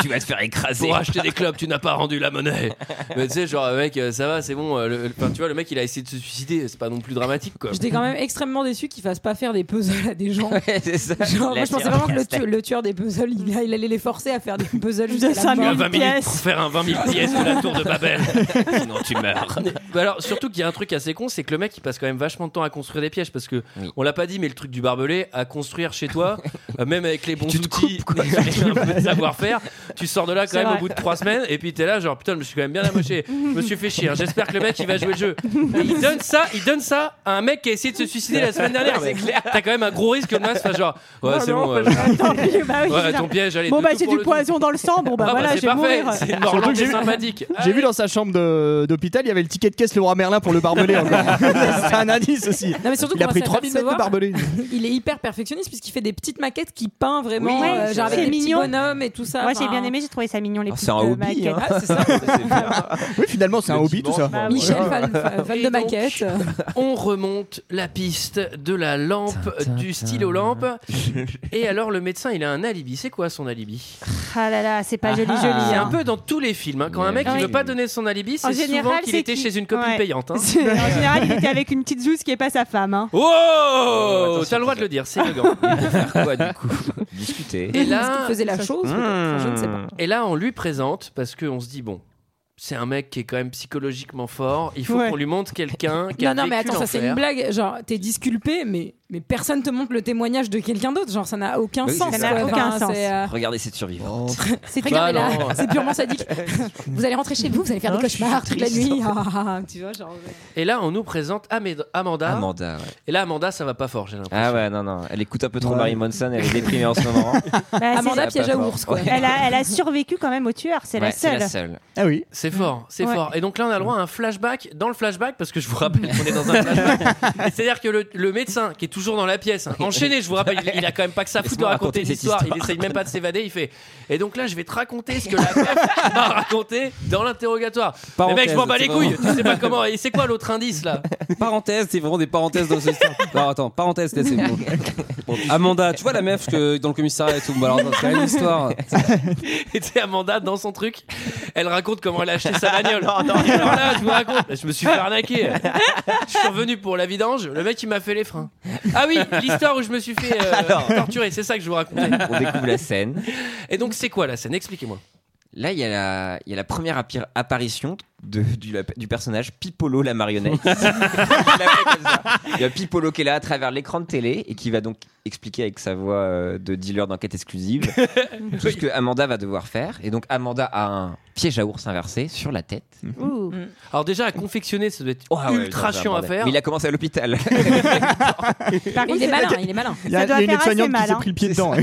[SPEAKER 1] tu,
[SPEAKER 11] vas te faire écraser.
[SPEAKER 1] Pour acheter des clubs, tu n'as pas rendu la monnaie. Mais tu sais, genre, mec, euh, ça va, c'est bon. euh, le- le- enfin, tu vois, le mec, il a essayé de se suicider. C'est pas non plus dramatique, quoi.
[SPEAKER 6] J'étais quand même extrêmement déçu qu'il fasse pas faire des puzzles à des gens.
[SPEAKER 11] c'est ça.
[SPEAKER 6] Genre, moi,
[SPEAKER 1] La
[SPEAKER 6] je pensais
[SPEAKER 1] pierre
[SPEAKER 6] vraiment que le,
[SPEAKER 1] casse-tête.
[SPEAKER 6] tu- le tueur des puzzles, il, il allait les forcer à faire des puzzles
[SPEAKER 1] Tu
[SPEAKER 6] jusqu'à la mort.
[SPEAKER 1] as 20 minutes pour faire un 20 000 pièces de la tour de Babel. Sinon, tu meurs. Bah alors, surtout qu'il y a un truc assez con, c'est que le mec, il passe quand même vachement de temps à construire des pièges. Parce que, on l'a pas dit, mais le truc du barbelé, à construire chez toi, euh, même avec les bons outils, et un peu de savoir-faire, tu sors de là quand
[SPEAKER 10] C'est
[SPEAKER 1] même
[SPEAKER 10] vrai.
[SPEAKER 1] au bout de 3 semaines. Et puis, t'es là, genre, putain, je me suis quand même bien amoché. Je me suis fait chier. hein. J'espère que le mec, il va jouer le jeu. Et il donne ça, il donne ça à un mec qui a essayé de se suicider la semaine dernière.
[SPEAKER 10] C'est
[SPEAKER 1] mais T'as quand même un gros risque que le mec se fasse genre, ouais,
[SPEAKER 12] Non,
[SPEAKER 1] c'est
[SPEAKER 12] non,
[SPEAKER 1] bon. euh,
[SPEAKER 12] bah oui,
[SPEAKER 1] Ouais,
[SPEAKER 12] c'est ça.
[SPEAKER 1] ton piège, allez,
[SPEAKER 12] Bon,
[SPEAKER 1] deux
[SPEAKER 12] bah,
[SPEAKER 1] coups
[SPEAKER 12] j'ai
[SPEAKER 1] pour
[SPEAKER 12] du
[SPEAKER 1] le
[SPEAKER 12] poison dans le sang. Bon, bah,
[SPEAKER 1] Ah, bah,
[SPEAKER 12] voilà,
[SPEAKER 1] c'est
[SPEAKER 12] je vais
[SPEAKER 1] parfait,
[SPEAKER 12] mourir.
[SPEAKER 1] c'est une Morlaix
[SPEAKER 7] Surtout que j'ai vu-
[SPEAKER 1] sympathique.
[SPEAKER 7] J'ai vu dans sa chambre de- d'hôpital, il y avait le ticket de caisse, le roi Merlin pour le barbelé. encore. c'est un indice aussi.
[SPEAKER 6] Non, mais surtout
[SPEAKER 7] il a
[SPEAKER 6] qu'on
[SPEAKER 7] pris
[SPEAKER 6] va
[SPEAKER 7] 3000 mètres de
[SPEAKER 6] s'apercevoir-
[SPEAKER 7] barbelé.
[SPEAKER 6] Il est hyper perfectionniste puisqu'il fait des petites maquettes qu'il peint vraiment,
[SPEAKER 12] Oui,
[SPEAKER 6] euh,
[SPEAKER 12] c'est
[SPEAKER 6] genre avec
[SPEAKER 12] vrai.
[SPEAKER 6] des
[SPEAKER 12] C'est
[SPEAKER 6] petits
[SPEAKER 12] mignon.
[SPEAKER 6] bonhommes et tout ça.
[SPEAKER 12] Moi,
[SPEAKER 6] enfin,
[SPEAKER 12] j'ai bien aimé, j'ai trouvé ça mignon, les
[SPEAKER 7] Ah,
[SPEAKER 12] petites
[SPEAKER 7] c'est un
[SPEAKER 12] euh,
[SPEAKER 7] hobby,
[SPEAKER 12] maquettes.
[SPEAKER 7] hein. Ah, c'est ça. Oui, finalement, c'est un hobby tout ça.
[SPEAKER 1] Bah oui.
[SPEAKER 6] Michel, fan, fan
[SPEAKER 1] Et
[SPEAKER 6] de
[SPEAKER 1] donc,
[SPEAKER 6] maquette.
[SPEAKER 1] On remonte la piste de la lampe, du stylo lampe. Et alors, le médecin, il a un alibi. C'est quoi son alibi
[SPEAKER 12] Ah là là, c'est pas joli,
[SPEAKER 1] C'est
[SPEAKER 6] Ah.
[SPEAKER 12] joli.
[SPEAKER 1] un
[SPEAKER 12] hein.
[SPEAKER 1] peu dans tous les films. hein. Quand un mec
[SPEAKER 12] Oui.
[SPEAKER 1] ne veut pas donner son alibi,
[SPEAKER 12] En
[SPEAKER 1] c'est souvent
[SPEAKER 12] général,
[SPEAKER 1] qu'il
[SPEAKER 12] c'est
[SPEAKER 1] était
[SPEAKER 12] qui-
[SPEAKER 1] chez une copine
[SPEAKER 12] Ouais.
[SPEAKER 1] payante. hein.
[SPEAKER 12] C'est- En général, il était avec une petite zouze qui est pas sa femme. hein.
[SPEAKER 1] Oh T'as le droit de le dire, c'est élégant.
[SPEAKER 11] Discuter.
[SPEAKER 1] Et là,
[SPEAKER 6] qu'il faisait la chose, peut-être Enfin, je ne sais pas.
[SPEAKER 1] Et là, on lui présente parce qu'on se dit bon, c'est un mec qui est quand même psychologiquement fort. Il faut
[SPEAKER 6] Ouais.
[SPEAKER 1] qu'on lui montre quelqu'un qui a
[SPEAKER 6] Non, non, mais
[SPEAKER 1] vécu
[SPEAKER 6] attends, ça c'est
[SPEAKER 1] l'enfer.
[SPEAKER 6] une blague. Genre, t'es disculpé, mais, mais personne te montre le témoignage de quelqu'un d'autre. Genre, ça n'a aucun
[SPEAKER 11] Bah oui,
[SPEAKER 6] sens.
[SPEAKER 11] c'est ça.
[SPEAKER 6] quoi. Enfin, c'est, euh,
[SPEAKER 11] Regardez cette survivante.
[SPEAKER 6] C'est
[SPEAKER 11] Bah
[SPEAKER 6] regardez là,
[SPEAKER 11] non.
[SPEAKER 6] c'est purement sadique. vous allez rentrer chez vous, vous allez faire des cauchemars toute la nuit. Ah, ah, ah, tu vois, genre.
[SPEAKER 1] Et là, on nous présente Amed- Amanda.
[SPEAKER 11] Amanda, ouais.
[SPEAKER 1] Et là, Amanda, ça va pas fort, j'ai l'impression.
[SPEAKER 11] Ah ouais, non, non. Elle écoute un peu trop
[SPEAKER 1] Ouais.
[SPEAKER 11] Marie Monson, elle est déprimée en ce moment.
[SPEAKER 12] Bah, c'est-
[SPEAKER 11] Amanda piège à ours, quoi.
[SPEAKER 12] Elle a, elle a survécu quand même au tueur, c'est la
[SPEAKER 11] Ouais,
[SPEAKER 12] seule.
[SPEAKER 1] Ah oui. C'est fort, c'est
[SPEAKER 12] Ouais.
[SPEAKER 1] fort. Et donc là, on a le droit à un flashback dans le flashback, parce que je vous rappelle qu'on est dans un flashback. C'est-à-dire que le, le médecin qui est toujours dans la pièce, hein, enchaîné, je vous rappelle, il, il a quand même pas que ça à foutre de
[SPEAKER 11] Laisse-moi
[SPEAKER 1] raconter
[SPEAKER 11] raconter cette
[SPEAKER 1] l'histoire. Il
[SPEAKER 11] histoire.
[SPEAKER 1] essaye même pas de s'évader. Il fait. Et donc là, je vais te raconter ce que la meuf m'a raconté dans l'interrogatoire. Mais mec,
[SPEAKER 10] Parenthèse,
[SPEAKER 1] je m'en bats les
[SPEAKER 10] c'est
[SPEAKER 1] couilles.
[SPEAKER 10] vraiment-
[SPEAKER 1] Tu sais pas comment. Et c'est quoi l'autre indice là
[SPEAKER 10] Parenthèse, c'est vraiment des parenthèses dans ce histoire. Alors attends, parenthèse, là, c'est bon. Bon, Amanda, tu vois la meuf que dans le commissariat et tout. Bah, alors, c'est quand même une histoire.
[SPEAKER 1] Et tu sais, Amanda, dans son truc, elle raconte comment elle a acheté sa bagnole. Et alors là, je vous raconte, je me suis fait arnaquer. Je suis revenu pour la vidange, le mec il m'a fait les freins. Ah oui, l'histoire où je me suis fait euh, torturer, c'est ça que je vous racontais.
[SPEAKER 11] On découvre la scène.
[SPEAKER 1] Et donc, c'est quoi la scène Expliquez-moi.
[SPEAKER 11] Là, il y, a la- il y a la première appi- apparition de- du, la- du personnage Pipolo la marionnette. Il l'a fait comme ça. Il y a Pipolo qui est là à travers l'écran de télé et qui va donc expliquer avec sa voix euh, de dealer d'enquête exclusive tout ce que Amanda va devoir faire. Et donc Amanda a un piège à ours inversé sur la tête.
[SPEAKER 6] Mmh.
[SPEAKER 12] Ouh.
[SPEAKER 1] Alors, déjà, à confectionner, ça doit être
[SPEAKER 11] Ah ouais,
[SPEAKER 1] ultra
[SPEAKER 11] c'est un
[SPEAKER 1] chiant à
[SPEAKER 11] bordel.
[SPEAKER 1] faire.
[SPEAKER 11] Mais il a commencé à l'hôpital.
[SPEAKER 6] Par contre, il est
[SPEAKER 12] c'est-
[SPEAKER 6] malin, il est malin.
[SPEAKER 12] Il y a- Ça doit il y a une faire assez aide-soignante qui mal, s'est hein. pris
[SPEAKER 7] le pied dedans.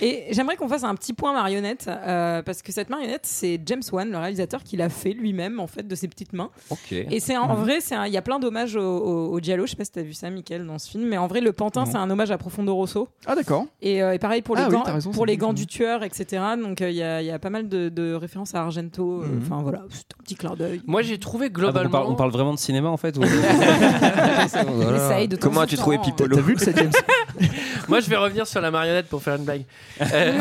[SPEAKER 6] Et j'aimerais qu'on fasse un petit point marionnette euh, parce que cette marionnette, c'est James Wan, le réalisateur, qui l'a fait lui-même en fait de ses petites mains.
[SPEAKER 11] Ok.
[SPEAKER 6] Et c'est en vrai, c'est un- il y a plein d'hommages au, au, au Giallo. Je sais pas si t'as vu ça, Michael, dans ce film, mais en vrai, le pantin,
[SPEAKER 7] Non.
[SPEAKER 6] c'est un hommage à Profondo Rosso.
[SPEAKER 7] Ah d'accord.
[SPEAKER 6] Et, euh, et pareil pour les
[SPEAKER 7] Ah oui,
[SPEAKER 6] gants,
[SPEAKER 7] t'as raison,
[SPEAKER 6] pour
[SPEAKER 7] c'est
[SPEAKER 6] les
[SPEAKER 7] bon,
[SPEAKER 6] gants
[SPEAKER 7] ça.
[SPEAKER 6] du tueur, etc. Donc euh, il y a- il y, a pas mal de, de références à Argento. euh,
[SPEAKER 10] Mhm.
[SPEAKER 6] Enfin voilà, c'est un petit clin d'œil.
[SPEAKER 1] Moi, j'ai trouvé
[SPEAKER 10] Ah, donc, on,
[SPEAKER 1] globalement.
[SPEAKER 10] parle, on parle vraiment de cinéma en fait. ou-
[SPEAKER 6] Essaye de temps
[SPEAKER 11] Comment
[SPEAKER 6] en
[SPEAKER 11] as-tu
[SPEAKER 6] temps.
[SPEAKER 11] trouvé Pipolo T'as vu le septième
[SPEAKER 1] Moi, je vais revenir sur la marionnette pour faire une blague. Euh,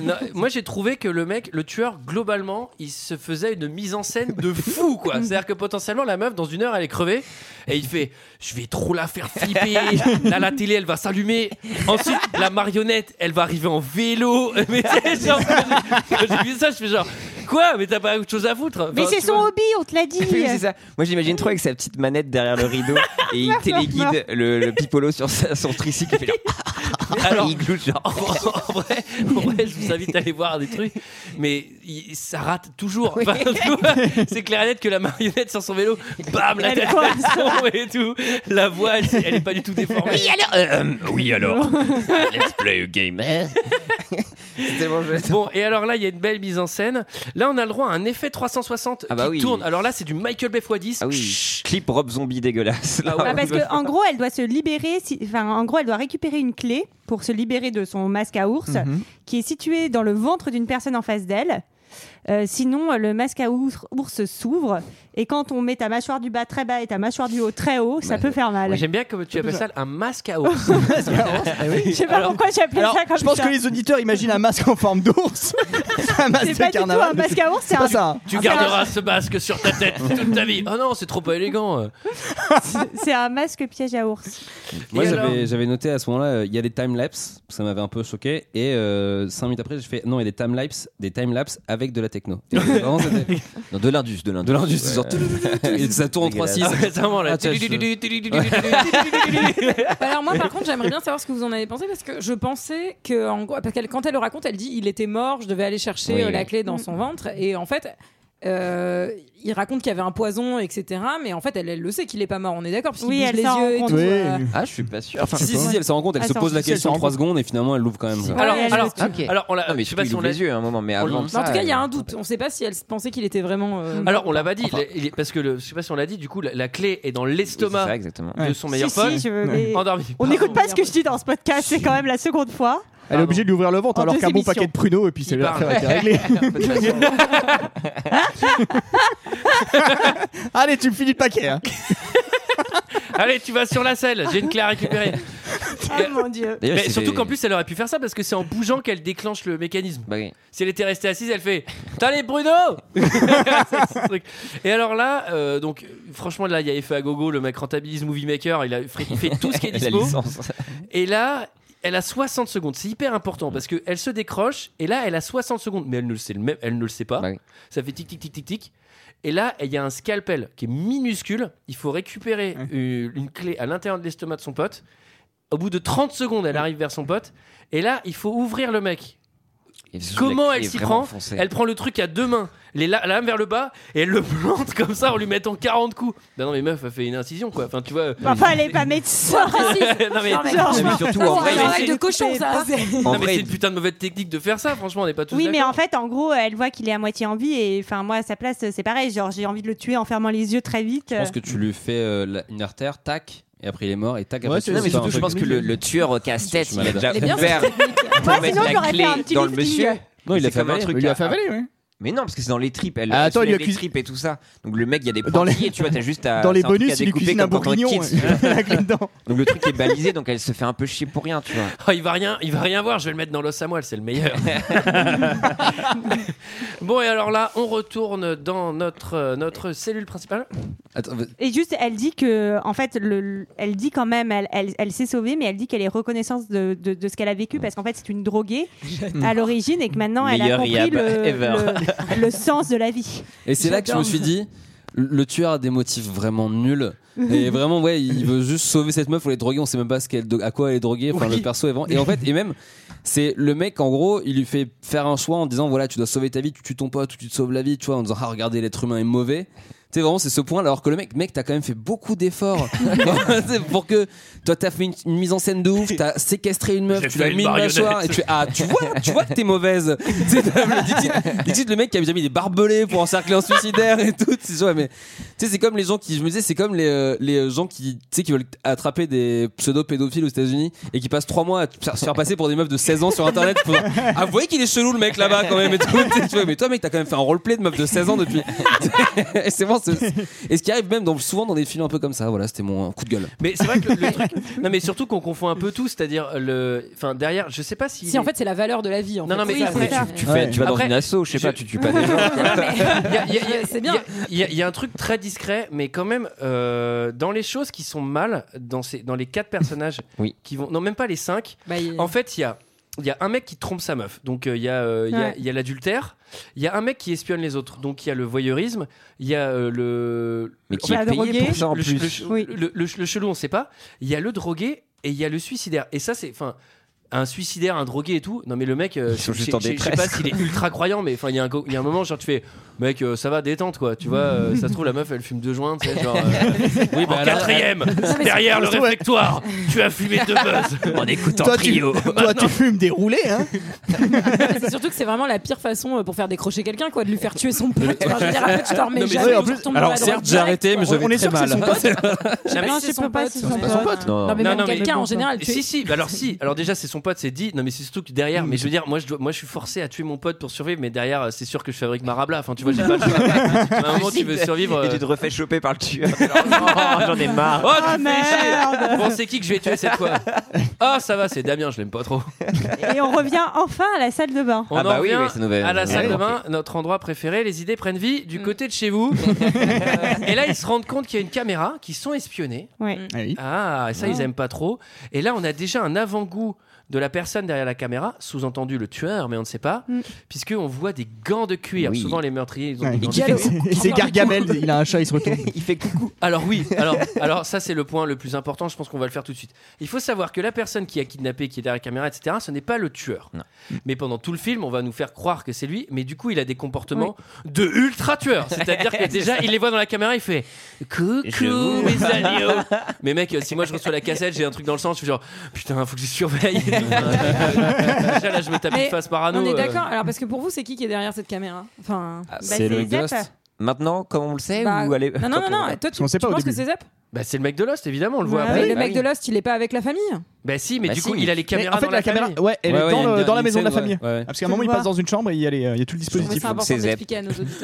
[SPEAKER 1] non, moi, j'ai trouvé que le mec, le tueur, globalement, il se faisait une mise en scène de fou, quoi. C'est-à-dire que potentiellement, la meuf, dans une heure, elle est crevée et il fait Je vais trop la faire flipper. Là, la télé, elle va s'allumer. Ensuite, la marionnette, elle va arriver en vélo. Mais tu sais, genre, quand j'ai- quand j'ai vu ça, je fais genre Quoi Mais t'as pas autre chose à foutre Enfin,
[SPEAKER 12] Mais c'est
[SPEAKER 1] tu
[SPEAKER 12] son
[SPEAKER 1] vois.
[SPEAKER 12] hobby, on te l'a dit.
[SPEAKER 11] Bah, Oui, c'est ça. Moi, j'imagine trop avec sa petite manette derrière le rideau et il
[SPEAKER 12] Meuf, meuf,
[SPEAKER 11] téléguide
[SPEAKER 12] meuf.
[SPEAKER 11] le, le Pipolo sur sa- son tricycle. Il fait genre-
[SPEAKER 1] Alors-
[SPEAKER 11] il gloute genre.
[SPEAKER 1] En vrai, en vrai- en vrai, je vous invite à aller voir des trucs, mais il- ça rate toujours. Enfin, tu vois, c'est clair et net que la marionnette sur son vélo, bam, la
[SPEAKER 11] Elle
[SPEAKER 1] tête
[SPEAKER 11] coince.
[SPEAKER 1] dans le son et tout. La voix, elle, elle est pas du tout déformée.
[SPEAKER 11] Oui, alors, euh, euh, oui, alors. Let's play a game.
[SPEAKER 1] Bon, et alors là, il y a une belle mise en scène. Là, on a le droit à un effet 360
[SPEAKER 11] Ah bah
[SPEAKER 1] qui
[SPEAKER 11] oui.
[SPEAKER 1] tourne. Alors là, c'est du Michael Bay x10.
[SPEAKER 11] Ah oui. Clip Rob Zombie dégueulasse. Là,
[SPEAKER 12] Ah, parce que en gros, elle doit se libérer. si- Enfin, en gros, elle doit récupérer une clé pour se libérer de son masque à ours,
[SPEAKER 11] Mhm.
[SPEAKER 12] qui est situé dans le ventre d'une personne en face d'elle. Euh, sinon, euh, le masque à ours, ours s'ouvre et quand on met ta mâchoire du bas très bas et ta mâchoire du haut très haut, ça
[SPEAKER 1] Bah,
[SPEAKER 12] peut faire mal.
[SPEAKER 1] J'aime bien que tu appelles ça un masque à ours.
[SPEAKER 12] Je sais pas pourquoi j'ai appelé
[SPEAKER 7] Alors,
[SPEAKER 12] ça comme
[SPEAKER 7] je pense
[SPEAKER 12] ça.
[SPEAKER 7] que les auditeurs imaginent un masque en forme d'ours. un masque de
[SPEAKER 12] C'est pas du tout
[SPEAKER 7] carnaval.
[SPEAKER 12] un masque à ours, c'est
[SPEAKER 7] pas
[SPEAKER 12] un-
[SPEAKER 7] ça.
[SPEAKER 1] Tu garderas ce masque sur ta tête toute ta vie. Oh non, c'est trop pas élégant. Ah,
[SPEAKER 12] C'est un masque piège à ours.
[SPEAKER 10] Moi
[SPEAKER 1] Et
[SPEAKER 10] j'avais
[SPEAKER 1] alors
[SPEAKER 10] j'avais noté à ce moment-là, euh, il y a des timelapses, ça m'avait un peu choqué, et 5 minutes après j'ai fait non, il y a des timelapses, des timelapses avec de la techno. Et vraiment, c'était-
[SPEAKER 11] Non, de l'Indus, de l'Indus.
[SPEAKER 10] De l'Indus,
[SPEAKER 11] Ouais.
[SPEAKER 10] genre, et ça tourne en 3-6.
[SPEAKER 1] Ah, vraiment, là.
[SPEAKER 10] Ah, tiens, je-
[SPEAKER 6] Bah alors moi par contre j'aimerais bien savoir ce que vous en avez pensé parce que je pensais que en gros- parce qu'elle quand elle le raconte elle dit il était mort je devais aller chercher
[SPEAKER 11] Oui,
[SPEAKER 6] euh,
[SPEAKER 11] oui.
[SPEAKER 6] la
[SPEAKER 12] Mm.
[SPEAKER 6] clé dans son ventre et en fait euh, il raconte qu'il y avait un poison etc mais en fait elle, elle le sait qu'il est pas mort on est d'accord puisqu'il
[SPEAKER 12] Oui,
[SPEAKER 6] bouge
[SPEAKER 12] elle
[SPEAKER 6] les
[SPEAKER 12] s'en rend
[SPEAKER 6] yeux et
[SPEAKER 12] compte.
[SPEAKER 6] tout,
[SPEAKER 12] Oui.
[SPEAKER 6] euh.
[SPEAKER 11] Ah, je suis pas sûr.
[SPEAKER 10] si, si, si, elle s'en rend compte, elle se
[SPEAKER 12] Attends,
[SPEAKER 10] pose la
[SPEAKER 11] si, elle
[SPEAKER 10] question
[SPEAKER 11] s'en rend
[SPEAKER 10] 3 secondes et finalement elle l'ouvre quand même. quoi.
[SPEAKER 1] Alors,
[SPEAKER 12] Ouais, elle
[SPEAKER 1] alors,
[SPEAKER 12] reste une-
[SPEAKER 1] alors, on l'a.
[SPEAKER 10] Ah,
[SPEAKER 11] Non, mais
[SPEAKER 1] je sais pas
[SPEAKER 11] il
[SPEAKER 1] si on
[SPEAKER 11] ouvre
[SPEAKER 1] l'a-
[SPEAKER 11] les
[SPEAKER 10] hein,
[SPEAKER 11] yeux à un moment, mais
[SPEAKER 1] on
[SPEAKER 11] avant
[SPEAKER 1] l'a-
[SPEAKER 6] Mais en
[SPEAKER 11] ça,
[SPEAKER 6] tout cas il y a
[SPEAKER 11] euh,
[SPEAKER 6] un doute on sait pas si elle se pensait qu'il était vraiment euh,
[SPEAKER 1] Alors, on l'a pas dit, il est- parce que le, je sais pas si on l'a dit, du coup, la, la clé est dans
[SPEAKER 11] Oui, c'est
[SPEAKER 1] l'estomac
[SPEAKER 11] ça, exactement.
[SPEAKER 1] de son meilleur
[SPEAKER 12] Si,
[SPEAKER 1] pote.
[SPEAKER 12] si, je veux- mais-
[SPEAKER 1] Endormi.
[SPEAKER 12] On n'écoute pas ce que je dis dans ce podcast, c'est quand même la seconde fois.
[SPEAKER 7] Elle est obligée de lui ouvrir le ventre
[SPEAKER 1] En
[SPEAKER 7] alors
[SPEAKER 1] deux
[SPEAKER 7] qu'un bon
[SPEAKER 1] émissions.
[SPEAKER 7] paquet de pruneaux et puis c'est
[SPEAKER 1] Il
[SPEAKER 7] l'affaire
[SPEAKER 1] parle.
[SPEAKER 7] était réglée. Allez, tu me finis le paquet. hein.
[SPEAKER 1] Allez, tu vas sur la selle, j'ai une clé à récupérer.
[SPEAKER 12] Ah mon dieu.
[SPEAKER 1] Mais
[SPEAKER 11] D'ailleurs, c'était-
[SPEAKER 1] surtout qu'en plus, elle aurait pu faire ça parce que c'est en bougeant qu'elle déclenche le mécanisme. Si elle était restée assise, elle fait T'as les Bruno C'est ce truc. Et alors là, euh, donc franchement, là, il y a effet à gogo, le mec rentabilise Movie Maker, il, a, il fait tout ce qui est
[SPEAKER 11] La
[SPEAKER 1] dispo.
[SPEAKER 11] licence.
[SPEAKER 1] Et là, elle a 60 secondes. C'est hyper important parce que elle se décroche et là, elle a 60 secondes. Mais elle ne le sait, le même, elle ne le sait
[SPEAKER 11] Bah
[SPEAKER 1] pas. Ça fait tic, tic, tic, tic, tic. Et là, il y a un scalpel qui est minuscule. Il faut récupérer euh, une clé à l'intérieur de l'estomac de son pote. Au bout de 30 secondes, elle arrive vers son pote. Et là, il faut ouvrir le mec. Comment
[SPEAKER 11] la clé
[SPEAKER 1] elle s'y
[SPEAKER 11] est vraiment
[SPEAKER 1] prend
[SPEAKER 11] enfoncée.
[SPEAKER 1] Elle prend le truc à deux mains, les la, la lame vers le bas, et elle le plante comme ça en lui mettant 40 coups. Bah non, mais meuf, elle fait une incision quoi. Enfin, tu vois. euh,
[SPEAKER 12] Enfin, elle est pas médecin.
[SPEAKER 6] Ah,
[SPEAKER 1] non, mais,
[SPEAKER 12] Genre,
[SPEAKER 1] mais surtout, en vrai,
[SPEAKER 12] c'est-
[SPEAKER 1] c'est-
[SPEAKER 12] de cochon,
[SPEAKER 6] hein.
[SPEAKER 12] ça.
[SPEAKER 1] non, mais c'est une putain de mauvaise technique de faire ça, franchement, on n'est pas tous
[SPEAKER 12] Oui, mais
[SPEAKER 1] d'accord.
[SPEAKER 12] en fait, en gros, elle voit qu'il est à moitié en vie et enfin, moi, à sa place, c'est pareil. Genre, j'ai envie de le tuer en fermant les yeux très vite.
[SPEAKER 10] Je pense que tu lui fais euh, la- une artère, tac, et après il est mort, et tac, après
[SPEAKER 11] Ouais,
[SPEAKER 10] tu
[SPEAKER 11] c'est- non, mais
[SPEAKER 10] fais un
[SPEAKER 11] surtout, je
[SPEAKER 10] truc.
[SPEAKER 11] pense que le- le tueur au casse-tête,
[SPEAKER 10] Je suis malade.
[SPEAKER 11] il a déjà Il est bien, ouvert cette
[SPEAKER 12] Moi, sinon, j'aurais fait un petit
[SPEAKER 11] dans le
[SPEAKER 12] lifting.
[SPEAKER 11] monsieur.
[SPEAKER 10] Non, il
[SPEAKER 11] C'est
[SPEAKER 10] a fait
[SPEAKER 11] comme un
[SPEAKER 10] avaler.
[SPEAKER 11] truc
[SPEAKER 10] Il lui a
[SPEAKER 11] à-
[SPEAKER 10] fait avaler, oui.
[SPEAKER 11] Mais non, parce que c'est dans les tripes. Elle,
[SPEAKER 10] Ah,
[SPEAKER 11] elle
[SPEAKER 10] attends,
[SPEAKER 11] soulève
[SPEAKER 10] il lui a
[SPEAKER 11] les
[SPEAKER 10] cuisi-
[SPEAKER 11] tripes et tout ça. Donc le mec, il y a des
[SPEAKER 10] Dans les-
[SPEAKER 11] pointillés, tu vois, t'as juste à.
[SPEAKER 10] Dans les
[SPEAKER 11] c'est un truc
[SPEAKER 10] bonus,
[SPEAKER 11] à
[SPEAKER 10] il lui
[SPEAKER 11] découper
[SPEAKER 10] cuisine
[SPEAKER 11] comme
[SPEAKER 10] un
[SPEAKER 11] dans Kids.
[SPEAKER 10] bourguignon,
[SPEAKER 11] Donc le truc est balisé, donc elle se fait un peu chier pour rien, tu vois.
[SPEAKER 1] Oh, il va rien, il va rien voir. Je vais le mettre dans l'os à moelle, c'est le meilleur. bon et alors là, on retourne dans notre euh, notre cellule principale.
[SPEAKER 12] Et juste, elle dit que, en fait, le- le- elle dit quand même, elle, elle- elle s'est sauvée, mais elle dit qu'elle est reconnaissante de, de- de ce qu'elle a vécu parce qu'en fait, c'est une droguée à l'origine et que maintenant, elle a
[SPEAKER 10] Meilleur
[SPEAKER 12] compris
[SPEAKER 10] rehab
[SPEAKER 12] le,
[SPEAKER 10] ever.
[SPEAKER 12] le- le sens de la vie.
[SPEAKER 10] Et c'est là que je me suis dit, le- le tueur a des motifs vraiment nuls. Et vraiment, ouais, il veut juste sauver cette meuf ou les droguer. On sait même pas ce qu'elle, do- à quoi elle est droguée. Enfin,
[SPEAKER 11] Oui.
[SPEAKER 10] le perso est vraiment. Et en fait, et même, c'est le mec, en gros, il lui fait faire un choix en disant, voilà, tu dois sauver ta vie, tu tues ton pote, ou tu te sauves la vie, tu vois, en disant, ah, regardez, l'être humain est mauvais. Tu sais, vraiment, c'est ce point. Alors que le mec, mec, t'as quand même fait beaucoup d'efforts C'est pour que toi, t'as fait une, une mise en scène de ouf, t'as séquestré une meuf,
[SPEAKER 11] J'ai
[SPEAKER 10] tu l'as
[SPEAKER 11] fait une
[SPEAKER 10] mis une
[SPEAKER 11] marionnette.
[SPEAKER 10] mâchoire, et tu fais, ah, tu vois, tu vois que t'es mauvaise. Tu sais, t'as- le dit-il- dit-il le mec qui avait déjà mis des barbelés pour encercler un suicidaire et tout. Tu sais, ouais, mais, tu sais, c'est comme les gens qui, je me disais, c'est comme les, euh, les gens qui, tu sais, qui veulent attraper des pseudo-pédophiles aux États-Unis et qui passent trois mois à se faire- se faire passer pour des meufs de 16 ans sur internet. Pour... Ah, vous voyez qu'il est chelou le mec là-bas quand même et tout. Tu sais, tu vois, mais toi, mec, t'as quand même fait un roleplay de meuf de 16 ans depuis. et c'est bon, c'est- et ce qui arrive même dans, souvent dans des films un peu comme ça. Voilà, c'était mon coup de gueule.
[SPEAKER 1] Mais c'est vrai que le, le truc. Non mais surtout qu'on confond un peu tout, c'est-à-dire le. Enfin derrière, je sais pas si.
[SPEAKER 15] Si en fait c'est la valeur de la vie. En
[SPEAKER 1] Non,
[SPEAKER 15] fait.
[SPEAKER 1] non, mais
[SPEAKER 15] C'est ça,
[SPEAKER 1] après,
[SPEAKER 15] c'est ça.
[SPEAKER 1] tu-
[SPEAKER 11] Tu, fais, tu vas dans
[SPEAKER 1] Après,
[SPEAKER 11] une asso, je sais pas, tu tues pas des gens.
[SPEAKER 15] C'est bien.
[SPEAKER 1] Il y, a- il y a un truc très discret, mais quand même, euh, dans les choses qui sont mal, dans, ces, dans les quatre personnages, qui vont, non, même pas les cinq,
[SPEAKER 15] Bah,
[SPEAKER 1] en fait, il y a, il y a un mec qui trompe sa meuf. Donc, euh, il y a, euh, il y a-
[SPEAKER 11] Ouais.
[SPEAKER 1] il y a l'adultère, il y a un mec qui espionne les autres. Donc, il y a le voyeurisme, il y a euh, le.
[SPEAKER 11] Mais qui
[SPEAKER 1] le-
[SPEAKER 11] est payé pour ça, en
[SPEAKER 1] le-
[SPEAKER 11] plus.
[SPEAKER 1] le- le- le, le- le chelou, on sait pas. Il y a le drogué et il y a le suicidaire. Et ça, c'est. Enfin, un suicidaire, un drogué et tout. Non, mais le mec, euh, je
[SPEAKER 11] sont
[SPEAKER 1] je-
[SPEAKER 11] juste en
[SPEAKER 1] je- je sais
[SPEAKER 11] détresse,
[SPEAKER 1] pas s'il est
[SPEAKER 11] quoi.
[SPEAKER 1] ultra croyant, mais enfin, il y, a un go- il y a un moment, genre, tu fais, mec, euh, ça va, détente, quoi. Tu vois, euh, ça se trouve, la meuf, elle fume deux joints, tu sais, genre. oui,
[SPEAKER 11] bah,
[SPEAKER 1] en
[SPEAKER 11] alors-
[SPEAKER 1] quatrième,
[SPEAKER 11] Non, mais c'est-
[SPEAKER 1] derrière le
[SPEAKER 11] ça se trouve,
[SPEAKER 1] réfectoire, tu as fumé deux buzz. En écoutant
[SPEAKER 7] Toi, tu- toi, tu fumes des roulés, hein
[SPEAKER 15] c'est surtout que c'est vraiment la pire façon euh, pour faire décrocher quelqu'un, quoi, de lui faire tuer son pote. Enfin, je veux dire, après, tu t'en remets
[SPEAKER 10] Non, mais
[SPEAKER 15] jamais,
[SPEAKER 10] oui, en
[SPEAKER 15] tu
[SPEAKER 10] plus-
[SPEAKER 15] retombes
[SPEAKER 10] alors,
[SPEAKER 15] dans la
[SPEAKER 10] certes,
[SPEAKER 15] drogue
[SPEAKER 10] j'ai arrêté, mais
[SPEAKER 15] direct,
[SPEAKER 10] j'avais très mal.
[SPEAKER 15] Je sais pas si c'est son pote.
[SPEAKER 12] son
[SPEAKER 15] C'est pas son pote. Non, mais même quelqu'un en général. tu-
[SPEAKER 1] Si, si, bah alors si. Alors déjà, c'est son pote, c'est dit. Non, mais c'est surtout que derrière, mais je veux dire, moi je, dois- moi, je suis forcé à tuer mon pote pour survivre, mais derrière, euh, c'est sûr que je fabrique ma rabla. Enfin, tu vois, j'ai pas le choix. À un moment, tu veux survivre. euh,
[SPEAKER 11] Et tu te refais choper par le tueur. J'en ai marre.
[SPEAKER 1] Oh,
[SPEAKER 12] Ah,
[SPEAKER 1] tu me fais chier. Bon, c'est qui que je vais tuer cette fois Ah, ça va, c'est Damien, je l'aime pas trop.
[SPEAKER 12] Et on revient enfin à la salle de bain.
[SPEAKER 1] On
[SPEAKER 11] Ah bah
[SPEAKER 1] en revient à la salle de
[SPEAKER 11] Ouais.
[SPEAKER 1] bain, notre endroit préféré. Les idées prennent vie
[SPEAKER 12] Mm.
[SPEAKER 1] du côté de chez vous. et là, ils se rendent compte qu'il y a une caméra, qu'ils sont espionnés.
[SPEAKER 12] Ouais.
[SPEAKER 1] Ah, et ça, ils aiment pas trop. Et là, on a déjà un avant-goût de la personne derrière la caméra, sous-entendu le tueur, mais on ne sait pas, puisqu'on voit des gants de cuir.
[SPEAKER 7] Oui.
[SPEAKER 1] Souvent, les meurtriers, ils ont
[SPEAKER 7] Ouais.
[SPEAKER 1] des gants de
[SPEAKER 7] C'est-
[SPEAKER 1] cuir.
[SPEAKER 7] c'est- C'est Gargamel, il a un chat, il se retourne.
[SPEAKER 11] Il fait coucou.
[SPEAKER 1] Alors oui, alors, alors ça c'est le point le plus important, je pense qu'on va le faire tout de suite. Il faut savoir que la personne qui a kidnappé, qui est derrière la caméra, etc., ce n'est pas le tueur. Mais pendant tout le film, on va nous faire croire que c'est lui, mais du coup il a des comportements de ultra-tueur. C'est-à-dire que
[SPEAKER 11] C'est
[SPEAKER 1] déjà,
[SPEAKER 11] ça.
[SPEAKER 1] il les voit dans la caméra, il fait « Coucou
[SPEAKER 11] vous-
[SPEAKER 1] mes agneaux !» Mais mec, euh, si moi je reçois la cassette, j'ai un truc dans le sens, je suis genre « Putain, faut que je surveille !» Déjà là, je me tape
[SPEAKER 15] Mais
[SPEAKER 1] une face
[SPEAKER 10] Ah,
[SPEAKER 1] parano.
[SPEAKER 15] On est
[SPEAKER 1] euh.
[SPEAKER 15] d'accord. Alors, parce que pour vous, c'est qui qui est derrière cette caméra Enfin,
[SPEAKER 11] Ah,
[SPEAKER 15] bah,
[SPEAKER 11] Maintenant, comme on le sait,
[SPEAKER 15] Bah,
[SPEAKER 11] ou allez.
[SPEAKER 15] non, non, non, non, toi, tu- Parce qu'on sait tu pas au penses que début. c'est Zep
[SPEAKER 1] Bah, c'est le mec de Lost, évidemment, on le voit
[SPEAKER 15] Mais
[SPEAKER 1] après.
[SPEAKER 15] le mec de Lost, il est pas avec la famille.
[SPEAKER 1] Bah si, mais
[SPEAKER 11] Bah
[SPEAKER 1] du
[SPEAKER 11] si.
[SPEAKER 1] coup, il a les
[SPEAKER 11] Mais
[SPEAKER 1] caméras
[SPEAKER 7] en fait,
[SPEAKER 1] dans
[SPEAKER 7] la,
[SPEAKER 1] la,
[SPEAKER 7] caméra,
[SPEAKER 1] famille.
[SPEAKER 7] ouais, elle est dans, le- dans la maison de la famille.
[SPEAKER 10] ouais.
[SPEAKER 7] Parce qu'à un moment, il passe dans une chambre et il y a, les- il y a tout le dispositif.
[SPEAKER 6] à nos auditeurs.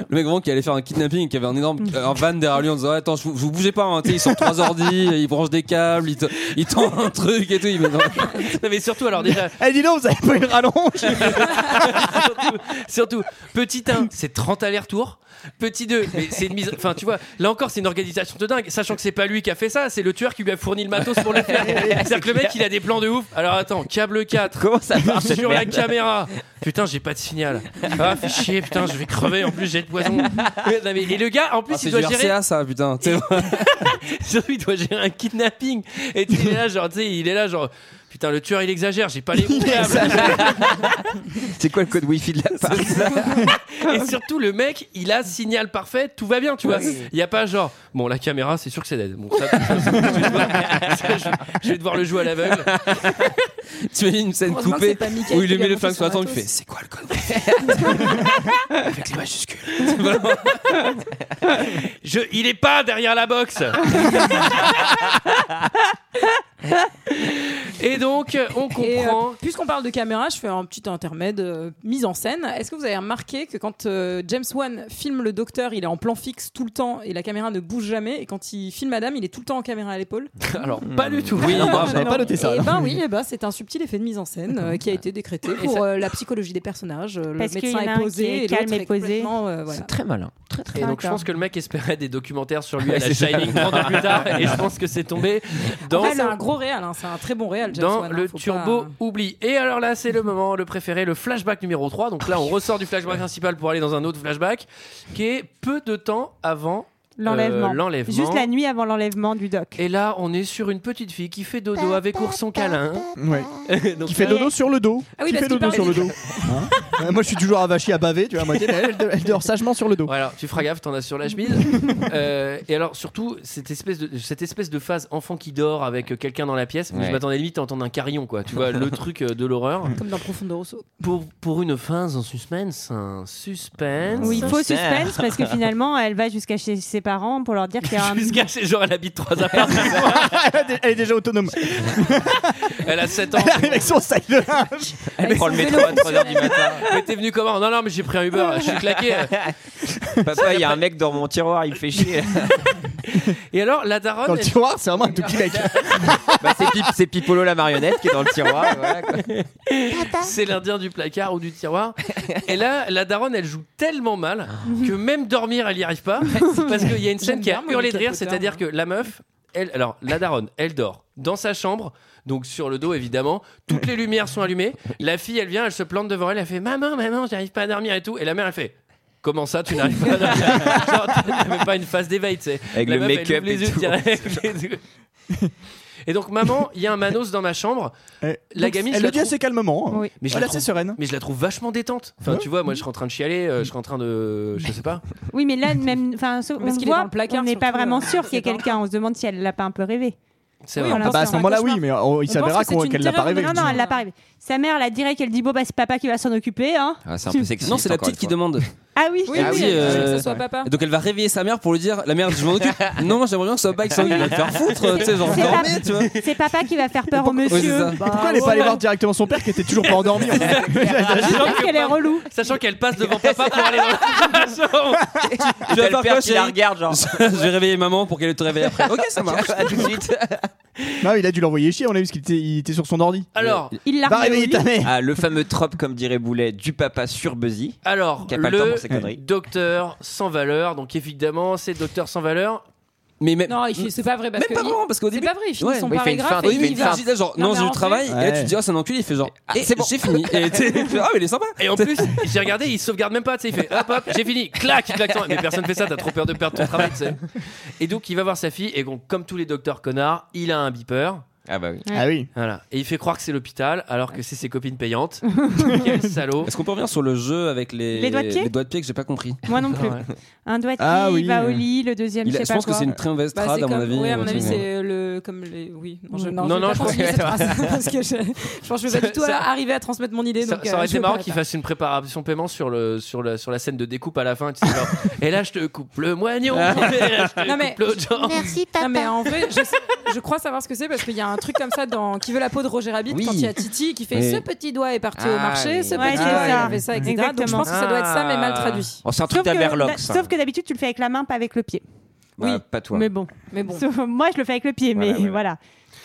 [SPEAKER 10] Le mec vraiment qui allait faire un kidnapping, et qui avait un énorme un van derrière lui en disant attends je vous, je vous bougez pas, hein, tu sais, ils sortent trois ordi, ils branchent des câbles, ils, te- ils tendent un truc et tout. Il met dans-
[SPEAKER 1] Non, mais surtout, alors déjà,
[SPEAKER 7] Eh dis donc, vous avez pas une rallonge
[SPEAKER 1] surtout, petit 1, c'est 30 allers-retours. Petit 2, mais c'est une mise. Enfin, tu vois, là encore, c'est une organisation de dingue. Sachant que c'est pas lui qui a fait ça, c'est le tueur qui lui a fourni le matos pour le faire. C'est-à-dire que le mec, il a des plans de ouf. Alors attends, câble 4.
[SPEAKER 11] Comment ça marche, cette
[SPEAKER 1] Sur la
[SPEAKER 11] merde
[SPEAKER 1] caméra. Putain, j'ai pas de signal. Ah, fais chier, putain, je vais crever. En plus, j'ai de poison. Non, mais- Et le gars, en plus,
[SPEAKER 10] Ah, c'est
[SPEAKER 1] il
[SPEAKER 10] du
[SPEAKER 1] doit
[SPEAKER 10] RCA
[SPEAKER 1] gérer.
[SPEAKER 10] ça putain. tu sais.
[SPEAKER 1] Surtout, il doit gérer un kidnapping. Et tu sais, il est là, genre, tu sais, il est là, genre. Putain, le tueur, il exagère, j'ai pas les bons câbles.
[SPEAKER 11] C'est quoi le code wifi de la part
[SPEAKER 1] Et surtout, le mec, il a signal parfait, tout va bien, tu vois. Il n'y a pas genre, bon, la caméra, c'est sûr que c'est dead. Bon, ça, ça, ça, je, vais devoir- ça, je- je vais devoir le jouer à l'aveugle.
[SPEAKER 10] T'imagines une scène
[SPEAKER 1] Heureusement, c'est
[SPEAKER 10] coupée
[SPEAKER 1] pas Mickaël
[SPEAKER 10] où il
[SPEAKER 1] qui
[SPEAKER 10] lui
[SPEAKER 1] lui a
[SPEAKER 10] met le
[SPEAKER 1] montré
[SPEAKER 10] flingue sur la
[SPEAKER 1] son
[SPEAKER 10] tempe, il fait
[SPEAKER 1] matos.
[SPEAKER 10] c'est quoi le code Avec les majuscules. C'est vraiment-
[SPEAKER 1] Je, il est pas derrière la box. Et donc, on comprend.
[SPEAKER 6] Et, euh, Puisqu'on parle de caméra, je fais un petit intermède euh, mise en scène. Est-ce que vous avez remarqué que quand euh, James Wan filme le docteur, il est en plan fixe tout le temps et la caméra ne bouge jamais, et quand il filme Madame, il est tout le temps en caméra à l'épaule
[SPEAKER 1] Alors, pas du tout.
[SPEAKER 7] Oui, non, non, j'avais pas noté ça.
[SPEAKER 6] Eh
[SPEAKER 7] alors.
[SPEAKER 6] ben oui, eh ben, c'est un subtil effet de mise en scène euh, qui a été décrété pour euh, la psychologie des personnages. Euh,
[SPEAKER 12] Parce
[SPEAKER 6] le
[SPEAKER 12] qu'il y
[SPEAKER 6] médecin
[SPEAKER 12] en a
[SPEAKER 6] est
[SPEAKER 12] un qui
[SPEAKER 6] posé,
[SPEAKER 12] est
[SPEAKER 6] et
[SPEAKER 12] calme
[SPEAKER 6] l'autre
[SPEAKER 12] et
[SPEAKER 6] est
[SPEAKER 12] posé.
[SPEAKER 6] complètement, euh, voilà.
[SPEAKER 11] C'est très malin. Très très
[SPEAKER 1] Et donc, je
[SPEAKER 12] D'accord.
[SPEAKER 1] pense que le mec espérait des documentaires sur lui à la
[SPEAKER 11] C'est ça.
[SPEAKER 1] Shining 30 ans plus tard. Et je pense que c'est tombé dans.
[SPEAKER 6] Après, c'est un gros réal, hein, c'est un très bon réal. James
[SPEAKER 1] dans
[SPEAKER 6] Wan, hein,
[SPEAKER 1] le
[SPEAKER 6] faut
[SPEAKER 1] turbo
[SPEAKER 6] pas-
[SPEAKER 1] oubli. Et alors là, c'est le moment, le préféré, le flashback numéro 3. Donc là, on ressort du flashback principal pour aller dans un autre flashback qui est peu de temps avant euh,
[SPEAKER 12] L'enlèvement.
[SPEAKER 1] l'enlèvement.
[SPEAKER 12] Juste la nuit avant l'enlèvement du doc.
[SPEAKER 1] Et là, on est sur une petite fille qui fait dodo avec ourson câlin.
[SPEAKER 7] Ouais.
[SPEAKER 1] Donc,
[SPEAKER 7] Qui fait
[SPEAKER 1] euh,
[SPEAKER 7] dodo sur le dos.
[SPEAKER 1] Ah oui,
[SPEAKER 7] Qui
[SPEAKER 1] parce
[SPEAKER 7] fait
[SPEAKER 1] qu'il
[SPEAKER 7] dodo sur
[SPEAKER 1] parle-
[SPEAKER 7] le dos. Hein Euh, Moi, je suis toujours avachi à baver, tu vois. à moitié, mais elle, elle, elle dort sagement sur le dos.
[SPEAKER 1] Voilà, tu feras gaffe, t'en as sur la chemise. Euh, et alors, surtout, cette espèce, de, cette espèce de phase enfant qui dort avec euh, quelqu'un dans la pièce, où
[SPEAKER 11] Ouais.
[SPEAKER 1] je m'attendais limite à entendre un carillon, quoi. Tu vois, le truc euh, de l'horreur.
[SPEAKER 6] Comme dans Profondo Rosso.
[SPEAKER 1] Pour, pour une fin en suspense, un suspense.
[SPEAKER 12] Oui, il faut suspense parce que finalement, elle va jusqu'à chez ses parents pour leur dire qu'il y a un.
[SPEAKER 1] Jusqu'à chez genre, elle habite trois apparts.
[SPEAKER 7] elle, a dé- elle est déjà autonome.
[SPEAKER 1] Elle a 7 ans.
[SPEAKER 7] Elle arrive avec son sac de linge.
[SPEAKER 11] Elle prend le métro à 3h du matin.
[SPEAKER 1] Mais t'es venu comment Non, non, mais j'ai pris un Uber, je suis claqué.
[SPEAKER 11] Papa, il y a un mec dans mon tiroir, il me fait chier.
[SPEAKER 1] Et alors, la daronne.
[SPEAKER 7] Dans le
[SPEAKER 1] elle-
[SPEAKER 7] tiroir, c'est vraiment un tout petit mec.
[SPEAKER 11] Bah, c'est, Pip- c'est Pipolo la marionnette qui est dans le tiroir. voilà, quoi.
[SPEAKER 1] C'est l'Indien du placard ou du tiroir. Et là, la daronne, elle joue tellement mal que même dormir, elle n'y arrive pas. Parce qu'il y a une scène
[SPEAKER 11] J'aime
[SPEAKER 1] qui a
[SPEAKER 11] bien, moi, hein.
[SPEAKER 1] hurlé
[SPEAKER 11] les
[SPEAKER 1] de rire,
[SPEAKER 11] capoteurs,
[SPEAKER 1] c'est-à-dire que la meuf, elle, alors la daronne, elle dort dans sa chambre, donc sur le dos évidemment. Toutes les lumières sont allumées. La fille, elle vient, elle se plante devant elle, elle fait Maman, maman, j'arrive pas à dormir et tout. Et la mère, elle fait. Comment ça, tu n'arrives pas à dormir Genre, t'as même pas une phase d'éveil, tu sais.
[SPEAKER 11] Avec
[SPEAKER 1] La
[SPEAKER 11] le
[SPEAKER 1] meuf, elle
[SPEAKER 11] make-up
[SPEAKER 1] ouvre les
[SPEAKER 11] et
[SPEAKER 1] yeux
[SPEAKER 11] tout.
[SPEAKER 1] direct et tout. Et donc, maman, il y a un manos dans ma chambre. La
[SPEAKER 7] Eh, Donc,
[SPEAKER 1] gamine, je
[SPEAKER 7] elle
[SPEAKER 1] la
[SPEAKER 7] le dit
[SPEAKER 1] trouve-
[SPEAKER 7] assez calmement. hein.
[SPEAKER 1] mais je
[SPEAKER 7] elle
[SPEAKER 1] la
[SPEAKER 7] est assez
[SPEAKER 1] trouve-
[SPEAKER 7] sereine.
[SPEAKER 1] Mais je la trouve vachement détente. Enfin, tu vois, moi, je serais en train de chialer, euh, je serais en train de, je sais pas.
[SPEAKER 12] Oui, mais là, même. Enfin, so-
[SPEAKER 6] Parce
[SPEAKER 12] on
[SPEAKER 6] qu'il est
[SPEAKER 12] voit,
[SPEAKER 6] dans le placard,
[SPEAKER 12] on n'est pas
[SPEAKER 6] surtout,
[SPEAKER 12] vraiment
[SPEAKER 6] euh,
[SPEAKER 12] sûr qu'il y
[SPEAKER 6] c'est
[SPEAKER 12] ait
[SPEAKER 6] dans le-
[SPEAKER 12] quelqu'un. On se demande si elle l'a pas un peu rêvé.
[SPEAKER 1] C'est
[SPEAKER 12] Oui,
[SPEAKER 7] vrai.
[SPEAKER 12] on
[SPEAKER 7] Ah bah, à
[SPEAKER 12] pense
[SPEAKER 7] ce
[SPEAKER 12] que
[SPEAKER 7] moment-là,
[SPEAKER 12] c'est un
[SPEAKER 7] oui, mais euh, il
[SPEAKER 12] On
[SPEAKER 7] s'avérera
[SPEAKER 12] pense que
[SPEAKER 7] qu'on-
[SPEAKER 12] c'est une
[SPEAKER 7] qu'elle l'a pas
[SPEAKER 12] terreur.
[SPEAKER 7] rêvé.
[SPEAKER 12] Non, non, elle l'a pas rêvé. Sa mère, elle dirait qu'elle dit Bon, bah, c'est papa qui va s'en occuper. Hein.
[SPEAKER 11] Ah, c'est un peu sexiste.
[SPEAKER 10] Non, c'est la
[SPEAKER 11] encore
[SPEAKER 10] petite qui
[SPEAKER 11] une fois.
[SPEAKER 10] demande.
[SPEAKER 12] Ah oui,
[SPEAKER 10] Elle dit, euh,
[SPEAKER 6] ce soit papa.
[SPEAKER 10] et Donc elle va réveiller sa mère pour lui dire la mère je m'en occupe. non, j'aimerais bien que ce soit pas qui s'en occupe. Elle va te faire foutre, tu sais, genre
[SPEAKER 12] C'est pas-
[SPEAKER 10] dormir, tu vois.
[SPEAKER 12] C'est papa qui va faire peur au
[SPEAKER 10] Ouais, c'est
[SPEAKER 12] monsieur.
[SPEAKER 10] ça.
[SPEAKER 12] Bah,
[SPEAKER 7] Pourquoi elle est pas allée
[SPEAKER 12] ouais.
[SPEAKER 7] voir directement son père qui était toujours pas endormi en fait
[SPEAKER 12] Parce qu'elle est relou.
[SPEAKER 1] Sachant qu'elle passe devant papa pour aller dans la chambre.
[SPEAKER 10] Tu vas faire
[SPEAKER 11] père
[SPEAKER 10] quoi,
[SPEAKER 11] qui la
[SPEAKER 10] chérie
[SPEAKER 11] regarde, genre.
[SPEAKER 10] Je vais réveiller maman pour qu'elle te réveille après. Ok, ça marche.
[SPEAKER 11] À tout de suite.
[SPEAKER 7] Non, Ah il a dû l'envoyer chier, on a vu parce qu'il était, il était sur son ordi. Bah
[SPEAKER 1] Alors,
[SPEAKER 12] Il l'a
[SPEAKER 7] Va
[SPEAKER 12] remis au
[SPEAKER 7] réveiller ta
[SPEAKER 12] lit.
[SPEAKER 7] mère.
[SPEAKER 11] Ah, le fameux trope, comme dirait Boulet, du papa sur Buzzy.
[SPEAKER 1] alors
[SPEAKER 11] Qui a pas le temps pour ces
[SPEAKER 1] le
[SPEAKER 11] conneries.
[SPEAKER 1] docteur sans valeur. Donc évidemment, c'est docteur sans valeur.
[SPEAKER 10] Mais même,
[SPEAKER 6] Non, il fait- c'est pas vrai. Parce
[SPEAKER 10] même
[SPEAKER 6] que
[SPEAKER 10] pas
[SPEAKER 6] il-
[SPEAKER 10] vraiment, parce qu'au
[SPEAKER 6] C'est
[SPEAKER 10] début.
[SPEAKER 6] pas vrai, il finit
[SPEAKER 10] Ouais,
[SPEAKER 6] son
[SPEAKER 10] mais il fait une
[SPEAKER 6] paragraphe
[SPEAKER 10] feinte,
[SPEAKER 6] et
[SPEAKER 10] il fait
[SPEAKER 6] il
[SPEAKER 10] une
[SPEAKER 6] va.
[SPEAKER 10] feinte, il dit, genre, non,
[SPEAKER 6] mais
[SPEAKER 10] j'ai
[SPEAKER 6] en
[SPEAKER 10] du
[SPEAKER 6] fait-
[SPEAKER 10] travail. Et là,
[SPEAKER 7] Ouais.
[SPEAKER 10] tu dis, oh, c'est un enculé. Il fait genre, ah,
[SPEAKER 11] c'est
[SPEAKER 10] c'est
[SPEAKER 11] bon.
[SPEAKER 10] bon, j'ai fini. Et tu fais, ah, mais il est sympa.
[SPEAKER 1] Et en plus, j'ai regardé, il sauvegarde même pas, tu sais, il fait hop hop, j'ai fini, clac, il claque. son- Mais personne fait ça, t'as trop peur de perdre ton travail, tu sais. Et donc, il va voir sa fille, et donc, comme tous les docteurs connards, il a un beeper.
[SPEAKER 11] Ah, bah oui.
[SPEAKER 7] Ah oui.
[SPEAKER 1] Voilà. Et il fait croire que c'est l'hôpital, alors que c'est ses copines payantes. Quel salaud.
[SPEAKER 10] Est-ce qu'on peut revenir sur le jeu avec les,
[SPEAKER 12] Les doigts de pied
[SPEAKER 10] que j'ai pas compris
[SPEAKER 12] Moi non plus.
[SPEAKER 1] Ouais.
[SPEAKER 12] Un doigt de
[SPEAKER 10] Ah
[SPEAKER 12] pied,
[SPEAKER 10] oui,
[SPEAKER 12] il va au
[SPEAKER 10] euh.
[SPEAKER 12] lit, le deuxième,
[SPEAKER 10] Il
[SPEAKER 12] je
[SPEAKER 10] a-
[SPEAKER 12] sais
[SPEAKER 10] je
[SPEAKER 12] pas
[SPEAKER 10] pense que
[SPEAKER 12] quoi.
[SPEAKER 10] c'est une très mauvaise
[SPEAKER 6] Bah, c'est
[SPEAKER 10] trad, à mon
[SPEAKER 6] comme-
[SPEAKER 10] avis.
[SPEAKER 6] ouais, à mon
[SPEAKER 10] euh,
[SPEAKER 6] avis,
[SPEAKER 10] c'est-
[SPEAKER 6] c'est le comme les oui. Non, je, non,
[SPEAKER 1] Non,
[SPEAKER 6] je vais
[SPEAKER 1] non,
[SPEAKER 6] pas
[SPEAKER 1] je pense
[SPEAKER 6] continuer
[SPEAKER 1] que-
[SPEAKER 6] cette phrase parce que je, je pense que je vais pas du tout
[SPEAKER 1] Ça-
[SPEAKER 6] arriver à transmettre mon idée.
[SPEAKER 1] Ça,
[SPEAKER 6] donc,
[SPEAKER 1] ça
[SPEAKER 6] euh,
[SPEAKER 1] aurait
[SPEAKER 6] je
[SPEAKER 1] été
[SPEAKER 6] vais
[SPEAKER 1] marrant
[SPEAKER 6] pas
[SPEAKER 1] qu'il
[SPEAKER 6] la
[SPEAKER 1] fasse une préparation paiement sur, le, sur, la, sur la scène de découpe à la fin. tu sais, genre, et là, je te coupe le moignon. et là, je te
[SPEAKER 6] Non, mais-
[SPEAKER 1] coupe l'autre jambe.
[SPEAKER 6] faire. Non mais en vrai, je, sais- je crois savoir ce que c'est parce qu'il y a un truc comme ça dans qui veut la peau de Roger Rabbit
[SPEAKER 11] Oui.
[SPEAKER 6] quand il y a Titi qui fait
[SPEAKER 11] Oui.
[SPEAKER 6] ce petit doigt est parti au
[SPEAKER 11] Ah,
[SPEAKER 6] marché,
[SPEAKER 11] oui.
[SPEAKER 6] ce
[SPEAKER 11] Ouais,
[SPEAKER 6] petit
[SPEAKER 11] c'est
[SPEAKER 6] doigt il
[SPEAKER 11] ça.
[SPEAKER 6] a fait ça, etc. Donc je
[SPEAKER 11] Exactement.
[SPEAKER 6] pense que ça doit être ça mais mal traduit.
[SPEAKER 11] Oh, c'est un truc
[SPEAKER 12] Sauf que-
[SPEAKER 11] d'Aberlox,
[SPEAKER 12] d'a-
[SPEAKER 11] ça.
[SPEAKER 12] Sauf que d'habitude, tu le fais avec la main, pas avec le pied.
[SPEAKER 11] Bah, pas
[SPEAKER 10] Ah.
[SPEAKER 11] toi.
[SPEAKER 12] Mais bon.
[SPEAKER 6] Mais bon.
[SPEAKER 12] Sauf- moi, je le fais avec le pied,
[SPEAKER 11] Voilà,
[SPEAKER 12] mais
[SPEAKER 11] ouais, ouais.
[SPEAKER 12] voilà.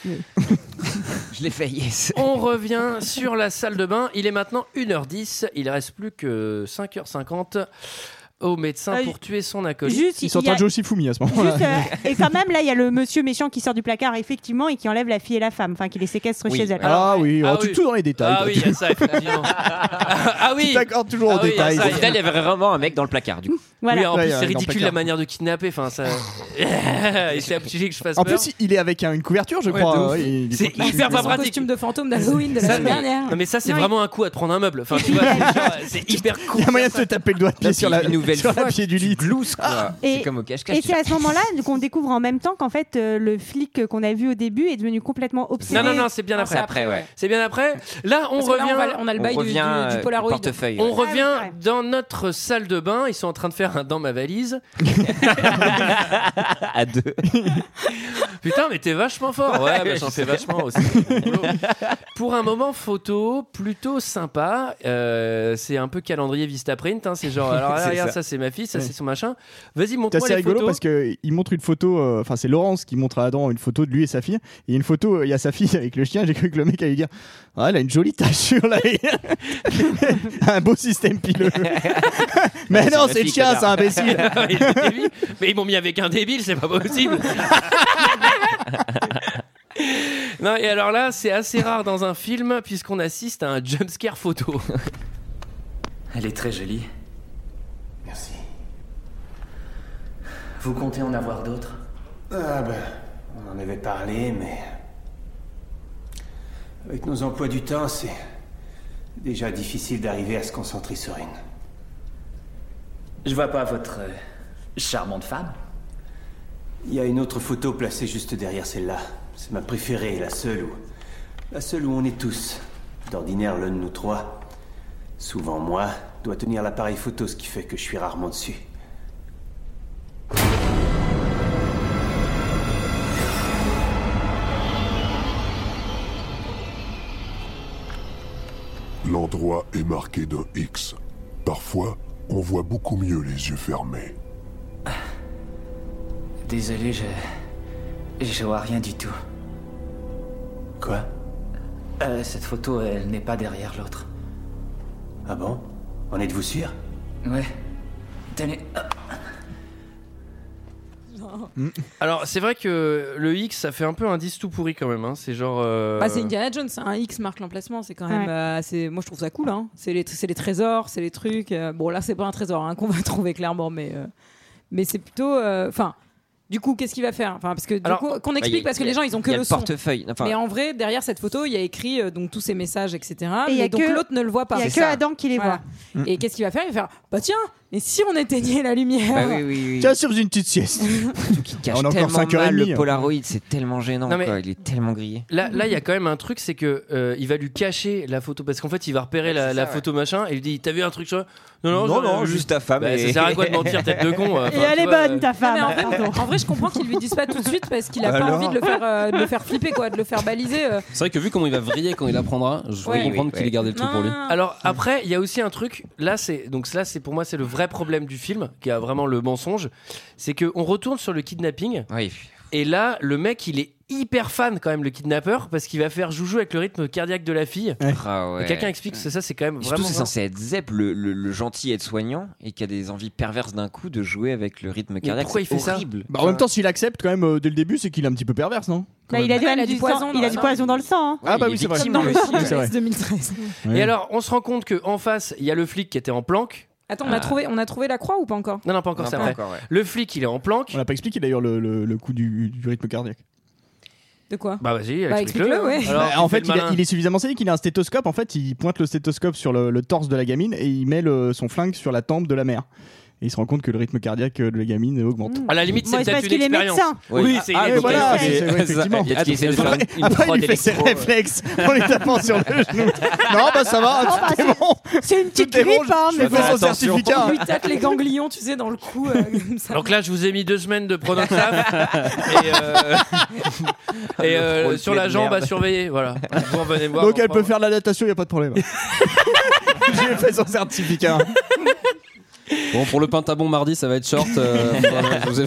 [SPEAKER 11] Je l'ai fait, yes.
[SPEAKER 1] On revient sur la salle de bain. Il est maintenant 1h10. Il reste plus que 5h50 au
[SPEAKER 6] Ah
[SPEAKER 1] médecin
[SPEAKER 12] Euh,
[SPEAKER 1] pour tuer son acolyte.
[SPEAKER 12] juste,
[SPEAKER 7] Ils sont en train de jouer au Shifumi à ce moment-là.
[SPEAKER 12] Juste, euh, et quand même, là, il y a le monsieur méchant qui sort du placard, effectivement, et qui enlève la fille et la femme, enfin, qui les séquestre
[SPEAKER 7] Oui.
[SPEAKER 12] chez elle.
[SPEAKER 7] Ah oui,
[SPEAKER 1] Ah
[SPEAKER 7] alors tu
[SPEAKER 1] oui.
[SPEAKER 7] tout dans les détails.
[SPEAKER 1] Ah
[SPEAKER 7] toi,
[SPEAKER 1] oui,
[SPEAKER 7] tu-
[SPEAKER 1] il y a ça, effectivement. ah oui.
[SPEAKER 7] Tu t'accordes toujours
[SPEAKER 1] Ah
[SPEAKER 7] aux
[SPEAKER 1] oui,
[SPEAKER 7] détails.
[SPEAKER 1] ça,
[SPEAKER 11] Au final, il y avait vraiment un mec dans le placard, du coup.
[SPEAKER 1] Oui, en
[SPEAKER 7] Ouais,
[SPEAKER 1] plus,
[SPEAKER 7] il y
[SPEAKER 1] c'est
[SPEAKER 7] a un
[SPEAKER 1] ridicule
[SPEAKER 7] grand
[SPEAKER 1] la manière de kidnapper. Enfin, ça. Et c'est obligé que je fasse
[SPEAKER 7] En
[SPEAKER 1] peur.
[SPEAKER 7] plus, il- il est avec hein, une couverture, je
[SPEAKER 1] Ouais,
[SPEAKER 7] crois.
[SPEAKER 1] de ouf.
[SPEAKER 7] hein, il-
[SPEAKER 1] C'est
[SPEAKER 7] il-
[SPEAKER 1] hyper
[SPEAKER 7] il-
[SPEAKER 1] pas
[SPEAKER 7] il-
[SPEAKER 6] Un
[SPEAKER 1] pratique.
[SPEAKER 6] costume de fantôme d'Halloween de la
[SPEAKER 1] Ça,
[SPEAKER 6] semaine
[SPEAKER 1] mais-
[SPEAKER 6] dernière.
[SPEAKER 1] Non, mais ça, c'est
[SPEAKER 6] Ah. Non,
[SPEAKER 1] vraiment un coup à te prendre un meuble. Enfin, tu vois, c'est- c'est hyper cool.
[SPEAKER 7] Il y a moyen de se taper le doigt de pied sur la,
[SPEAKER 11] une nouvelle
[SPEAKER 7] sur
[SPEAKER 11] fois,
[SPEAKER 7] la pied du lit.
[SPEAKER 11] Glousse, quoi.
[SPEAKER 12] Et-
[SPEAKER 11] C'est comme au cache-cache.
[SPEAKER 12] Et c'est à ce moment-là qu'on découvre en même temps qu'en fait, euh, le flic qu'on a vu au début est devenu complètement obsédé.
[SPEAKER 1] Non, non, non, c'est bien
[SPEAKER 11] C'est
[SPEAKER 1] après.
[SPEAKER 11] après, ouais.
[SPEAKER 1] C'est bien après. Là, on
[SPEAKER 6] Parce que là,
[SPEAKER 1] revient.
[SPEAKER 6] on va- on a le Ah
[SPEAKER 11] On
[SPEAKER 6] bail du-
[SPEAKER 11] revient,
[SPEAKER 6] du- du
[SPEAKER 11] euh,
[SPEAKER 6] Polaroid.
[SPEAKER 11] portefeuille.
[SPEAKER 1] On
[SPEAKER 11] ouais.
[SPEAKER 1] revient dans notre salle de bain. Ils sont en train de faire un dans ma valise.
[SPEAKER 11] à deux.
[SPEAKER 1] Putain, mais t'es vachement fort. Ouais,
[SPEAKER 11] Ouais,
[SPEAKER 1] bah, j'en
[SPEAKER 11] je
[SPEAKER 1] fais
[SPEAKER 11] sais.
[SPEAKER 1] vachement aussi. Pour un moment photo plutôt sympa. Euh, c'est un peu calendrier Vista Print. hein. C'est genre, alors là,
[SPEAKER 7] C'est
[SPEAKER 1] regarde, ça,
[SPEAKER 7] ça.
[SPEAKER 1] c'est ma fille, ça,
[SPEAKER 7] Ouais.
[SPEAKER 1] c'est son machin. Vas-y,
[SPEAKER 7] C'est
[SPEAKER 1] montre-moi
[SPEAKER 7] assez
[SPEAKER 1] les
[SPEAKER 7] rigolo
[SPEAKER 1] photos.
[SPEAKER 7] parce que il montre une photo, euh, enfin c'est Laurence qui montre à Adam une photo de lui et sa fille. Et une photo, euh, il y a sa fille avec le chien. J'ai cru que le mec allait lui dire Ah, elle a une jolie tache sur la Un beau système pileux. Mais non,
[SPEAKER 1] ma
[SPEAKER 7] c'est le
[SPEAKER 1] fille,
[SPEAKER 7] chien,
[SPEAKER 1] connard.
[SPEAKER 7] c'est imbécile.
[SPEAKER 1] Ah Oui, c'est débile. mais ils m'ont mis avec un débile, c'est pas possible. non, et alors là, c'est assez rare dans un film puisqu'on assiste à un jumpscare photo.
[SPEAKER 4] Elle est très jolie. Merci. Vous comptez en avoir d'autres Ah ben, on en avait parlé, mais... Avec nos emplois du temps, c'est déjà difficile d'arriver à se concentrer sur une. Je vois pas votre euh, charmante femme. Il y a une autre photo placée juste derrière celle-là. C'est ma préférée, la seule où... La seule où on est tous. D'ordinaire, l'un de nous trois. Souvent moi, doit tenir l'appareil photo, ce qui fait que je suis rarement dessus.
[SPEAKER 16] L'endroit est marqué d'un X. Parfois, on voit beaucoup mieux les yeux fermés.
[SPEAKER 4] Désolé, je. Je vois rien du tout. Quoi Euh, Cette photo, elle n'est pas derrière l'autre. Ah bon En êtes-vous sûr Ouais. Tenez.
[SPEAKER 1] Alors, c'est vrai que le X, ça fait un peu un 10 tout pourri quand même. hein. C'est genre. euh,
[SPEAKER 6] Bah, c'est Indiana Jones, c'est un X marque l'emplacement, c'est quand même
[SPEAKER 12] Ouais.
[SPEAKER 6] euh, assez- Moi je trouve ça cool, hein. c'est les, tr- c'est les trésors, c'est les trucs. euh, bon là c'est pas un trésor hein, qu'on va trouver clairement, mais, euh, mais c'est plutôt... euh, Enfin, du coup qu'est-ce qu'il va faire enfin, Parce que du
[SPEAKER 11] Alors,
[SPEAKER 6] coup, qu'on
[SPEAKER 11] bah,
[SPEAKER 6] explique
[SPEAKER 11] y a-
[SPEAKER 6] parce que
[SPEAKER 11] y a-
[SPEAKER 6] les gens ils ont que
[SPEAKER 11] y a
[SPEAKER 6] le,
[SPEAKER 11] le
[SPEAKER 6] son.
[SPEAKER 11] portefeuille. Enfin-
[SPEAKER 6] mais en vrai derrière cette photo il y a écrit euh, donc tous ces messages, etc.
[SPEAKER 12] Et y a
[SPEAKER 6] mais donc
[SPEAKER 12] que-
[SPEAKER 6] l'autre ne le voit pas.
[SPEAKER 12] Il y a
[SPEAKER 6] C'est
[SPEAKER 12] que
[SPEAKER 6] ça.
[SPEAKER 12] Adam qui les
[SPEAKER 6] Voilà.
[SPEAKER 7] Mm.
[SPEAKER 6] Et qu'est-ce qu'il va faire Il va faire, bah tiens, mais si on éteignait la lumière
[SPEAKER 11] Bah oui, oui, oui.
[SPEAKER 7] Tiens, sur une petite sieste.
[SPEAKER 11] Qui cache
[SPEAKER 7] On a encore
[SPEAKER 11] tellement
[SPEAKER 7] cinq heures et
[SPEAKER 11] mal
[SPEAKER 7] demie. hein.
[SPEAKER 11] le Polaroid, c'est tellement gênant,
[SPEAKER 1] Non, mais-
[SPEAKER 11] quoi. Il est tellement grillé.
[SPEAKER 1] Là, là, il y a quand même un truc, c'est que euh, il va lui cacher la photo parce qu'en fait, il va repérer la, la photo machin et il dit T'as vu un truc sur Non, non,
[SPEAKER 11] Non,
[SPEAKER 1] j'en ai
[SPEAKER 11] non,
[SPEAKER 1] vu.
[SPEAKER 11] juste ta femme
[SPEAKER 1] Bah,
[SPEAKER 11] et-
[SPEAKER 1] Ça sert à quoi de mentir, tête de con euh,
[SPEAKER 12] Et
[SPEAKER 1] enfin,
[SPEAKER 12] elle
[SPEAKER 1] tu
[SPEAKER 12] est
[SPEAKER 1] vois,
[SPEAKER 12] bonne,
[SPEAKER 1] euh,
[SPEAKER 12] ta
[SPEAKER 6] Non,
[SPEAKER 12] femme.
[SPEAKER 6] mais en, fait,
[SPEAKER 12] Pardon.
[SPEAKER 6] en vrai, je comprends qu'il lui dise pas tout de suite parce qu'il a
[SPEAKER 10] Alors
[SPEAKER 6] pas envie de le faire, euh, de le faire flipper, quoi, de le faire baliser. euh.
[SPEAKER 10] C'est vrai que vu comment il va vriller quand il apprendra, je
[SPEAKER 6] Ouais.
[SPEAKER 10] vais
[SPEAKER 11] Oui,
[SPEAKER 10] comprendre qu'il
[SPEAKER 11] oui.
[SPEAKER 10] ait gardé le truc pour lui.
[SPEAKER 1] Alors après, il y a aussi un truc. Là, c'est donc là, c'est pour moi, c'est le vrai problème du film, qui a vraiment le mensonge, c'est que on retourne sur le kidnapping.
[SPEAKER 11] Oui.
[SPEAKER 1] Et là, le mec, il est hyper fan quand même le kidnappeur parce qu'il va faire joujou avec le rythme cardiaque de la fille.
[SPEAKER 11] Ah ouais.
[SPEAKER 1] Quelqu'un explique que ça, c'est quand même
[SPEAKER 11] Surtout,
[SPEAKER 1] vraiment.
[SPEAKER 11] c'est censé être Zep, le, le, le gentil aide-soignant, et qui a des envies perverses d'un coup de jouer avec le rythme cardiaque.
[SPEAKER 1] pourquoi il
[SPEAKER 11] C'est
[SPEAKER 1] fait ça
[SPEAKER 11] horrible.
[SPEAKER 7] Bah, en même temps, s'il accepte quand même euh, dès le début, c'est qu'il est un petit peu pervers, non
[SPEAKER 12] Bah, il a,
[SPEAKER 6] Ah, il a
[SPEAKER 12] du, poison, il a du poison dans le sang. hein.
[SPEAKER 7] Ah bah
[SPEAKER 11] il
[SPEAKER 7] oui,
[SPEAKER 11] est
[SPEAKER 7] c'est vrai.
[SPEAKER 6] Comme dans le
[SPEAKER 7] Oui,
[SPEAKER 6] film
[SPEAKER 7] c'est vrai.
[SPEAKER 6] 2013.
[SPEAKER 1] Et
[SPEAKER 7] Ouais.
[SPEAKER 1] alors, on se rend compte que en face, il y a le flic qui était en planque.
[SPEAKER 6] Attends, on a,
[SPEAKER 1] Ah.
[SPEAKER 6] trouvé, on a trouvé la croix ou pas encore
[SPEAKER 1] Non, non, pas encore,
[SPEAKER 11] Non,
[SPEAKER 1] c'est
[SPEAKER 11] pas
[SPEAKER 1] après.
[SPEAKER 11] encore, ouais.
[SPEAKER 1] Le flic, il est en planque.
[SPEAKER 7] On n'a pas expliqué d'ailleurs le, le- le coup du, du rythme cardiaque.
[SPEAKER 6] De quoi
[SPEAKER 1] Bah vas-y,
[SPEAKER 6] Bah,
[SPEAKER 1] explique-le.
[SPEAKER 6] explique-le, ouais.
[SPEAKER 1] Alors,
[SPEAKER 7] Bah, en fait,
[SPEAKER 1] le
[SPEAKER 7] il, a-
[SPEAKER 1] malin.
[SPEAKER 7] il est suffisamment sadique, il a un stéthoscope. En fait, il pointe le stéthoscope sur le, le torse de la gamine et il met le- son flingue sur la tempe de la mère. Et il se rend compte que le rythme cardiaque euh, de la gamine augmente.
[SPEAKER 1] À la limite, c'est
[SPEAKER 7] Moi,
[SPEAKER 1] peut-être
[SPEAKER 7] parce
[SPEAKER 1] une
[SPEAKER 7] qu'il est
[SPEAKER 1] expérience.
[SPEAKER 7] médecin. Oui,
[SPEAKER 1] c'est
[SPEAKER 7] ah,
[SPEAKER 1] une
[SPEAKER 7] oui, voilà, c'est- c'est-
[SPEAKER 1] expérience.
[SPEAKER 7] ouais, effectivement.
[SPEAKER 1] Peut-être qu'il essaie de faire
[SPEAKER 7] Après-
[SPEAKER 1] une- une
[SPEAKER 7] après,
[SPEAKER 1] frotte
[SPEAKER 7] il fait ses
[SPEAKER 1] électro, euh.
[SPEAKER 7] réflexes en les tapant sur le genou. Non, bah ça va,
[SPEAKER 6] Oh, bah,
[SPEAKER 7] tout est
[SPEAKER 6] c'est-
[SPEAKER 7] bon.
[SPEAKER 6] C'est une petite
[SPEAKER 7] Tout est bon,
[SPEAKER 6] grippe, hein,
[SPEAKER 7] je- je
[SPEAKER 6] mais
[SPEAKER 7] fais son certificat.
[SPEAKER 6] On lui tâte les ganglions, tu sais, dans le cou. euh, comme ça.
[SPEAKER 1] Donc là, je vous ai mis deux semaines de pronoxaf et, euh, et euh,
[SPEAKER 7] drôle
[SPEAKER 1] sur
[SPEAKER 7] pied
[SPEAKER 1] la
[SPEAKER 7] de
[SPEAKER 1] jambe à
[SPEAKER 7] merde.
[SPEAKER 1] surveiller. Voilà. Vous en venez me voir.
[SPEAKER 7] Donc
[SPEAKER 1] on
[SPEAKER 7] elle
[SPEAKER 1] fera-
[SPEAKER 7] peut faire de la natation, il a pas de problème. J'ai fait son certificat.
[SPEAKER 10] Bon, pour le pentabon mardi, ça va être short. euh, voilà, je vous ai-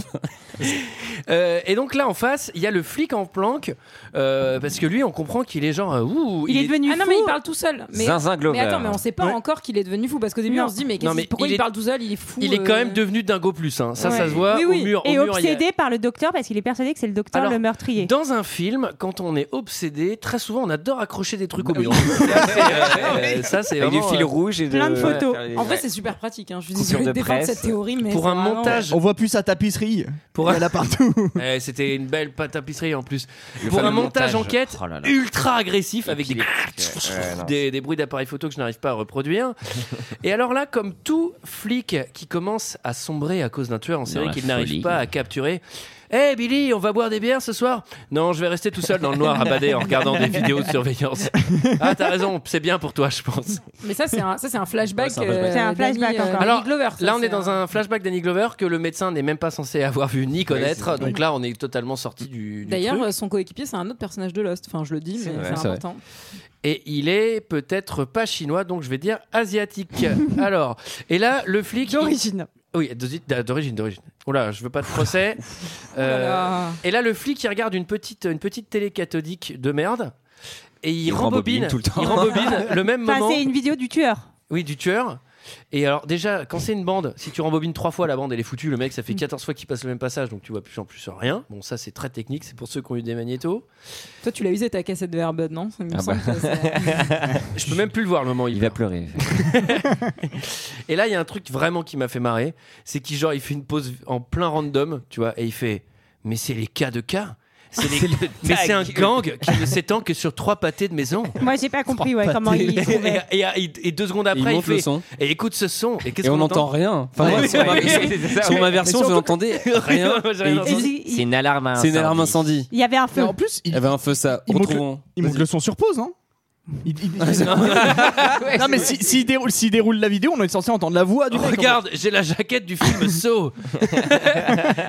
[SPEAKER 1] Euh, et donc là, en face, il y a le flic en planque euh, parce que lui, on comprend qu'il est genre. euh, ouh,
[SPEAKER 6] Il est devenu ah non, mais il parle tout seul. Mais,
[SPEAKER 1] Zinzin
[SPEAKER 6] mais
[SPEAKER 1] Glover.
[SPEAKER 6] attends, mais on sait pas
[SPEAKER 1] Ouais.
[SPEAKER 6] encore qu'il est devenu fou parce qu'au début
[SPEAKER 1] Non.
[SPEAKER 6] on se dit mais,
[SPEAKER 1] Non,
[SPEAKER 6] qu'est-ce
[SPEAKER 1] mais
[SPEAKER 6] pourquoi
[SPEAKER 1] il
[SPEAKER 6] il,
[SPEAKER 1] est-
[SPEAKER 6] parle tout seul, il est fou.
[SPEAKER 1] Il est
[SPEAKER 6] euh.
[SPEAKER 1] quand même devenu dingo plus. hein. Ça, ça
[SPEAKER 6] Ouais.
[SPEAKER 1] se voit
[SPEAKER 6] Oui, oui.
[SPEAKER 1] au mur.
[SPEAKER 12] Et
[SPEAKER 1] au mur, il y a-
[SPEAKER 12] obsédé par le docteur parce qu'il est persuadé que c'est le docteur
[SPEAKER 1] Alors,
[SPEAKER 12] le meurtrier.
[SPEAKER 1] Dans un film, quand on est obsédé, très souvent, on adore accrocher des
[SPEAKER 7] Bah
[SPEAKER 1] trucs au mur.
[SPEAKER 11] Ouais.
[SPEAKER 1] Euh, ça, c'est
[SPEAKER 11] Avec du
[SPEAKER 1] vraiment,
[SPEAKER 11] fil
[SPEAKER 1] euh,
[SPEAKER 11] rouge et de-
[SPEAKER 1] plein de
[SPEAKER 11] ouais,
[SPEAKER 1] photos.
[SPEAKER 11] faire les-
[SPEAKER 6] En vrai
[SPEAKER 11] ouais.
[SPEAKER 6] c'est super pratique. Hein. Je suis
[SPEAKER 11] Coupure
[SPEAKER 6] désolée de
[SPEAKER 11] de
[SPEAKER 6] défendre
[SPEAKER 11] presse.
[SPEAKER 6] cette théorie, mais
[SPEAKER 1] Pour
[SPEAKER 6] c'est
[SPEAKER 1] un
[SPEAKER 6] vraiment-
[SPEAKER 1] montage.
[SPEAKER 7] On voit plus sa tapisserie.
[SPEAKER 1] Pour
[SPEAKER 7] Oh, Il y en a partout.
[SPEAKER 1] Eh, C'était une belle pâte à tapisserie en plus.
[SPEAKER 11] Le
[SPEAKER 1] Pour un
[SPEAKER 11] fameux
[SPEAKER 1] montage,
[SPEAKER 11] montage.
[SPEAKER 1] enquête
[SPEAKER 11] Oh là là.
[SPEAKER 1] ultra agressif avec des,
[SPEAKER 11] ouais, non.
[SPEAKER 1] des, des bruits d'appareils photo que je n'arrive pas à reproduire. Et alors là, comme tout flic qui commence à sombrer à cause d'un tueur en série
[SPEAKER 11] la
[SPEAKER 1] qu'il n'arrive
[SPEAKER 11] folie.
[SPEAKER 1] pas à capturer. Eh Billy, on va boire des bières ce soir Non, je vais rester tout seul dans le noir à bader en regardant des vidéos de surveillance. Ah, t'as raison, c'est bien pour toi, je pense.
[SPEAKER 6] Mais ça c'est un ça c'est un flashback.
[SPEAKER 1] C'est un flashback.
[SPEAKER 6] euh,
[SPEAKER 1] C'est un
[SPEAKER 12] flashback
[SPEAKER 6] d'Annie, euh,
[SPEAKER 12] encore.
[SPEAKER 6] Annie
[SPEAKER 1] Alors,
[SPEAKER 6] Glover, ça,
[SPEAKER 1] là, on
[SPEAKER 6] c'est
[SPEAKER 1] est dans un flashback d'Annie Glover que le médecin n'est même pas censé avoir vu ni connaître.
[SPEAKER 6] c'est-
[SPEAKER 1] donc
[SPEAKER 6] oui.
[SPEAKER 1] là, on est totalement sorti du. du
[SPEAKER 6] D'ailleurs,
[SPEAKER 1] truc.
[SPEAKER 6] euh, son coéquipier, c'est un autre personnage de Lost. Enfin, je le dis, mais
[SPEAKER 1] vrai,
[SPEAKER 6] c'est
[SPEAKER 1] c'est vrai.
[SPEAKER 6] important.
[SPEAKER 1] Et il est peut-être pas chinois, donc je vais dire asiatique. Alors, et là, le flic.
[SPEAKER 6] D'origine.
[SPEAKER 1] Oui, d'osi- d'a- d'origine, d'origine. Oh là, je veux pas de procès. Euh,
[SPEAKER 6] Oh là là.
[SPEAKER 1] et là, le flic, il regarde une petite, une petite télé cathodique de merde. Et il,
[SPEAKER 11] Il
[SPEAKER 1] rembobine,
[SPEAKER 11] rembobine tout le temps.
[SPEAKER 1] Il rembobine le même
[SPEAKER 12] Enfin,
[SPEAKER 1] moment.
[SPEAKER 12] c'est une vidéo du tueur.
[SPEAKER 1] Oui, du tueur. Et alors, déjà, quand c'est une bande, si tu rembobines trois fois la bande, elle est foutue. Le mec, ça fait 14 fois qu'il passe le même passage, donc tu vois plus en plus rien. Bon, ça, c'est très technique. C'est pour ceux qui ont eu des magnétos.
[SPEAKER 6] Toi, tu l'as usé ta cassette de Airbud, non Il me
[SPEAKER 1] Ah
[SPEAKER 6] semble
[SPEAKER 1] bah.
[SPEAKER 6] que c'est-
[SPEAKER 1] Je peux même plus le voir le moment où il, va
[SPEAKER 11] pleurer.
[SPEAKER 1] et là, il y a un truc vraiment qui m'a fait marrer, c'est qu'il genre il fait une pause en plein random, tu vois, et il fait mais c'est les cas de cas. C'est les- Mais c'est un gang qui ne s'étend que sur trois pâtés de maison.
[SPEAKER 12] Moi, j'ai pas compris ouais,
[SPEAKER 1] Pâtés.
[SPEAKER 12] comment il trouvait.
[SPEAKER 1] et, et- et- et deux secondes après,
[SPEAKER 10] il monte
[SPEAKER 1] fait,
[SPEAKER 10] le son.
[SPEAKER 1] Et écoute ce son. Et, qu'est-ce
[SPEAKER 10] Et
[SPEAKER 1] qu'on
[SPEAKER 10] on n'entend rien. Enfin,
[SPEAKER 1] Ouais,
[SPEAKER 10] sur ma-
[SPEAKER 1] ouais,
[SPEAKER 10] sur-
[SPEAKER 1] c'est ça,
[SPEAKER 10] sur
[SPEAKER 1] ouais.
[SPEAKER 10] ma version,
[SPEAKER 1] Et
[SPEAKER 10] je
[SPEAKER 1] surtout-
[SPEAKER 10] n'entendais rien.
[SPEAKER 1] Moi, j'ai
[SPEAKER 10] Et
[SPEAKER 1] rien
[SPEAKER 10] il
[SPEAKER 1] entendu.
[SPEAKER 10] dit-
[SPEAKER 11] C'est une alarme à
[SPEAKER 10] C'est une
[SPEAKER 11] incendie.
[SPEAKER 10] alarme incendie.
[SPEAKER 12] Il y avait un feu.
[SPEAKER 7] en plus,
[SPEAKER 10] Il y avait ben, un feu, ça.
[SPEAKER 7] Il monte, le,
[SPEAKER 10] Retrouvons.
[SPEAKER 7] il monte le son sur pause, non Il- il- non mais s'il si, s'il déroule, s'il déroule la vidéo, on est censé entendre la voix du mec. en fait.
[SPEAKER 1] Regarde, j'ai la jaquette du film Saw.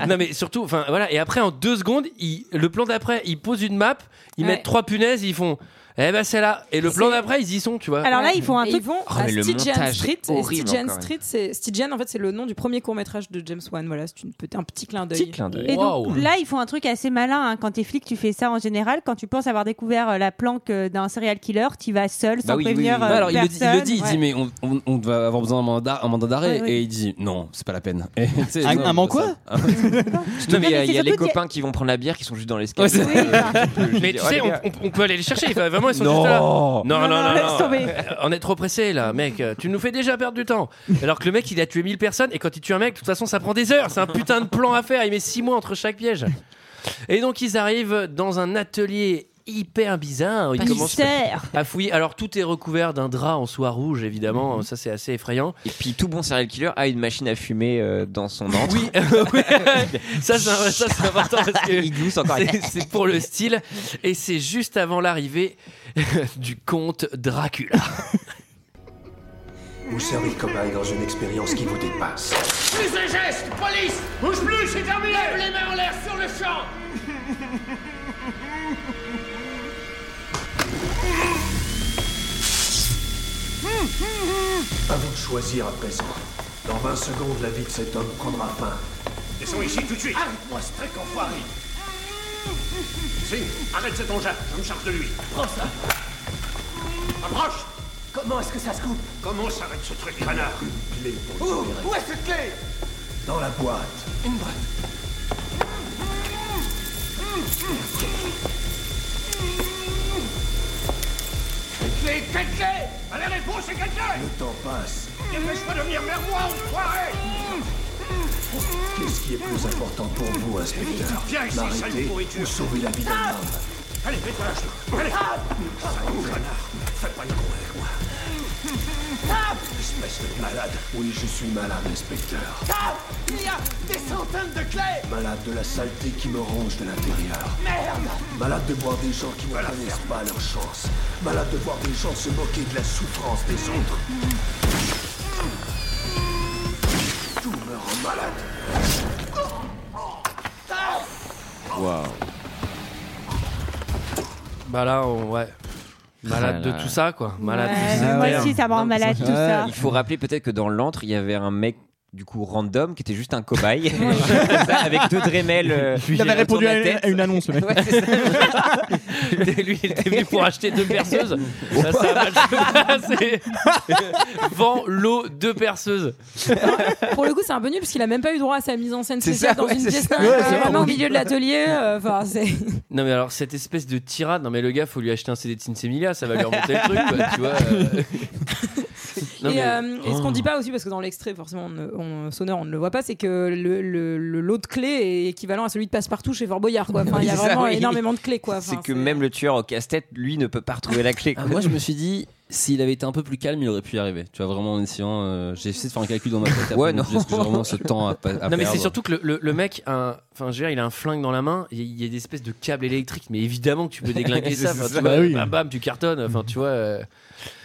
[SPEAKER 1] non mais surtout, enfin voilà. Et après, en deux secondes, il- le plan d'après, ils posent une map, ils
[SPEAKER 6] Ouais.
[SPEAKER 1] mettent trois punaises, ils font. Eh ben c'est là. Et le plan d'après, ils y sont, tu vois.
[SPEAKER 12] Alors là, ils font un
[SPEAKER 6] Et
[SPEAKER 12] truc-
[SPEAKER 6] ils vont
[SPEAKER 1] Oh,
[SPEAKER 6] à
[SPEAKER 1] mais le
[SPEAKER 6] Stygian
[SPEAKER 1] montage
[SPEAKER 6] Street.
[SPEAKER 1] est
[SPEAKER 6] Et
[SPEAKER 1] horrible
[SPEAKER 6] Stygian
[SPEAKER 1] encore.
[SPEAKER 6] Street, c'est Stygian, en fait, c'est le nom du premier court métrage de James Wan. Voilà, c'est une- peut- un petit clin d'œil.
[SPEAKER 11] Petit
[SPEAKER 7] hein,
[SPEAKER 11] clin d'œil.
[SPEAKER 12] Et
[SPEAKER 11] Waouh.
[SPEAKER 12] donc là, ils font un truc assez malin. hein. Quand t'es flic, tu fais ça en général. Quand tu penses avoir découvert euh, la planque euh, d'un serial killer, tu vas seul, sans
[SPEAKER 10] Bah oui, oui,
[SPEAKER 12] prévenir.
[SPEAKER 10] oui.
[SPEAKER 12] euh,
[SPEAKER 10] Alors, il le dit, il le dit, il dit,
[SPEAKER 12] personne.
[SPEAKER 10] mais on, on- on va avoir besoin d'un mandat, un mandat d'arrêt.
[SPEAKER 12] Ouais, ouais.
[SPEAKER 10] Et il dit, non, c'est pas la peine. Et, tu sais,
[SPEAKER 7] Un-
[SPEAKER 10] non,
[SPEAKER 7] un man
[SPEAKER 10] ça-
[SPEAKER 7] quoi
[SPEAKER 10] Un-
[SPEAKER 11] Non, mais il y a,
[SPEAKER 10] mais
[SPEAKER 11] il y a
[SPEAKER 10] c'est
[SPEAKER 11] les
[SPEAKER 10] surtout qu'il y a-
[SPEAKER 11] copains qui vont prendre la bière qui sont juste dans l'escalier.
[SPEAKER 10] Ouais, c'est-
[SPEAKER 1] Mais tu sais, on, on- on peut aller les chercher. Enfin, vraiment, ils sont
[SPEAKER 11] Non.
[SPEAKER 1] juste là. Non, non, non, non.
[SPEAKER 11] laisse tomber.
[SPEAKER 1] Euh, On est trop pressé là, mec. Euh, Tu nous fais déjà perdre du temps. Alors que le mec, il a tué 1000 personnes. Et quand il tue un mec, de toute façon, ça prend des heures. C'est un putain de plan à faire. Il met 6 mois entre chaque piège. Et donc, ils arrivent dans un atelier hyper bizarre. Ils commencent
[SPEAKER 12] Mystère.
[SPEAKER 1] à fouiller. Alors, tout est recouvert d'un drap en soie rouge, évidemment. Ça, c'est assez effrayant.
[SPEAKER 11] Et puis tout bon serial killer a une machine à fumer euh, dans son antre.
[SPEAKER 1] Oui, ça c'est un- ça, c'est important parce que
[SPEAKER 11] Ah, Il glousse encore.
[SPEAKER 1] c'est- c'est pour le style et c'est juste avant l'arrivée du comte Dracula.
[SPEAKER 3] Vous serez cobaye dans une expérience qui vous dépasse.
[SPEAKER 2] Plus les gestes, police Bouge plus, c'est terminé Lève les mains en l'air sur le champ
[SPEAKER 3] À vous de choisir à présent. Dans 20 secondes, la vie de cet homme prendra fin.
[SPEAKER 2] Descends ici tout de suite Arrête-moi ce truc enfoiré Si, arrête cet engin, je me charge de lui Prends ça Approche Comment est-ce que ça se coupe Comment s'arrête ce truc, canard
[SPEAKER 3] Clé pour
[SPEAKER 2] Où Où est cette clé
[SPEAKER 3] Dans la boîte.
[SPEAKER 2] Une boîte. Clé, quelle clé Allez, réponds, c'est quelle clé
[SPEAKER 3] Le temps passe.
[SPEAKER 2] Dépêche-toi de venir vers moi, on te croirait
[SPEAKER 3] Qu'est-ce qui est plus important pour vous, inspecteur
[SPEAKER 2] Viens ici, sale
[SPEAKER 3] L'arrêter
[SPEAKER 2] pourriture.
[SPEAKER 3] ou sauver la vie d'un
[SPEAKER 2] Ah
[SPEAKER 3] homme
[SPEAKER 2] Allez, dépêche Allez Sale connard Fais pas une con avec moi
[SPEAKER 17] Espèce de malade. Oui, je suis malade, inspecteur.
[SPEAKER 18] Ah Il y a des centaines de clés
[SPEAKER 17] Malade de la saleté qui me ronge de l'intérieur.
[SPEAKER 18] Merde
[SPEAKER 17] Malade de voir des gens qui ne connaissent pas leur chance. Malade de voir des gens se moquer de la souffrance des autres. Tout me rend malade.
[SPEAKER 11] Waouh.
[SPEAKER 1] Bah là, on- ouais. Malade
[SPEAKER 11] Ah là
[SPEAKER 1] de
[SPEAKER 11] là.
[SPEAKER 1] tout ça, quoi. Malade
[SPEAKER 7] Ouais,
[SPEAKER 12] Euh,
[SPEAKER 1] de
[SPEAKER 7] moi aussi, ça me rend malade, tout ça.
[SPEAKER 11] Il faut rappeler peut-être que dans l'antre, il y avait un mec du coup random qui était juste un cobaye avec deux Dremel. euh,
[SPEAKER 19] Il avait
[SPEAKER 11] autour
[SPEAKER 19] répondu
[SPEAKER 11] de la
[SPEAKER 19] à une,
[SPEAKER 11] tête.
[SPEAKER 19] à une annonce, le mec.
[SPEAKER 1] Lui, il était venu pour acheter deux perceuses. Ça, ça a mal se passer. Vend l'eau deux perceuses.
[SPEAKER 6] Pour le coup, c'est un peu nul parce qu'il a même pas eu droit à sa mise en scène
[SPEAKER 1] C'est
[SPEAKER 6] spéciale
[SPEAKER 1] ça,
[SPEAKER 6] dans
[SPEAKER 1] ouais,
[SPEAKER 6] une
[SPEAKER 1] c'est
[SPEAKER 6] pièce
[SPEAKER 1] ça.
[SPEAKER 6] d'un-
[SPEAKER 1] Ouais, c'est
[SPEAKER 6] vraiment
[SPEAKER 1] vrai.
[SPEAKER 6] au milieu de l'atelier. euh, Enfin, c'est.
[SPEAKER 1] Non, mais alors, cette espèce de tirade. Non, mais le gars, faut lui acheter un CD de Sinsemilia, ça va lui remonter le truc, quoi, tu vois. euh. Non,
[SPEAKER 6] et,
[SPEAKER 1] mais-
[SPEAKER 6] euh, et ce qu'on dit pas aussi, parce que dans l'extrait, forcément, on, ne- on- sonore, on ne le voit pas, c'est que le, le- le lot de clés est équivalent à celui de passe-partout chez Fort Boyard. Quoi. Enfin, il y a
[SPEAKER 11] C'est ça,
[SPEAKER 6] vraiment
[SPEAKER 11] oui.
[SPEAKER 6] énormément de clés. Quoi. Enfin,
[SPEAKER 11] c'est que même le tueur au casse-tête, lui, ne peut pas retrouver la clé.
[SPEAKER 10] Ah, moi, je me suis dit, s'il avait été un peu plus calme, il aurait pu y arriver. Tu vois, vraiment en essayant. euh, j'ai essayé de faire un calcul dans ma tête.
[SPEAKER 11] Ouais,
[SPEAKER 10] après,
[SPEAKER 11] non.
[SPEAKER 10] je me suis dit, Est-ce que j'ai vraiment ce temps à, pas- à
[SPEAKER 1] non mais
[SPEAKER 10] perdre
[SPEAKER 1] c'est surtout que le, le- le mec, a un- enfin je veux dire, il a un flingue dans la main, il y a- il y a des espèces de câbles électriques, mais évidemment que tu peux déglinguer
[SPEAKER 10] C'est
[SPEAKER 1] ça, enfin,
[SPEAKER 10] ça.
[SPEAKER 1] tu vois,
[SPEAKER 10] Bah oui.
[SPEAKER 1] bam, bam, tu cartonnes, enfin tu vois. euh.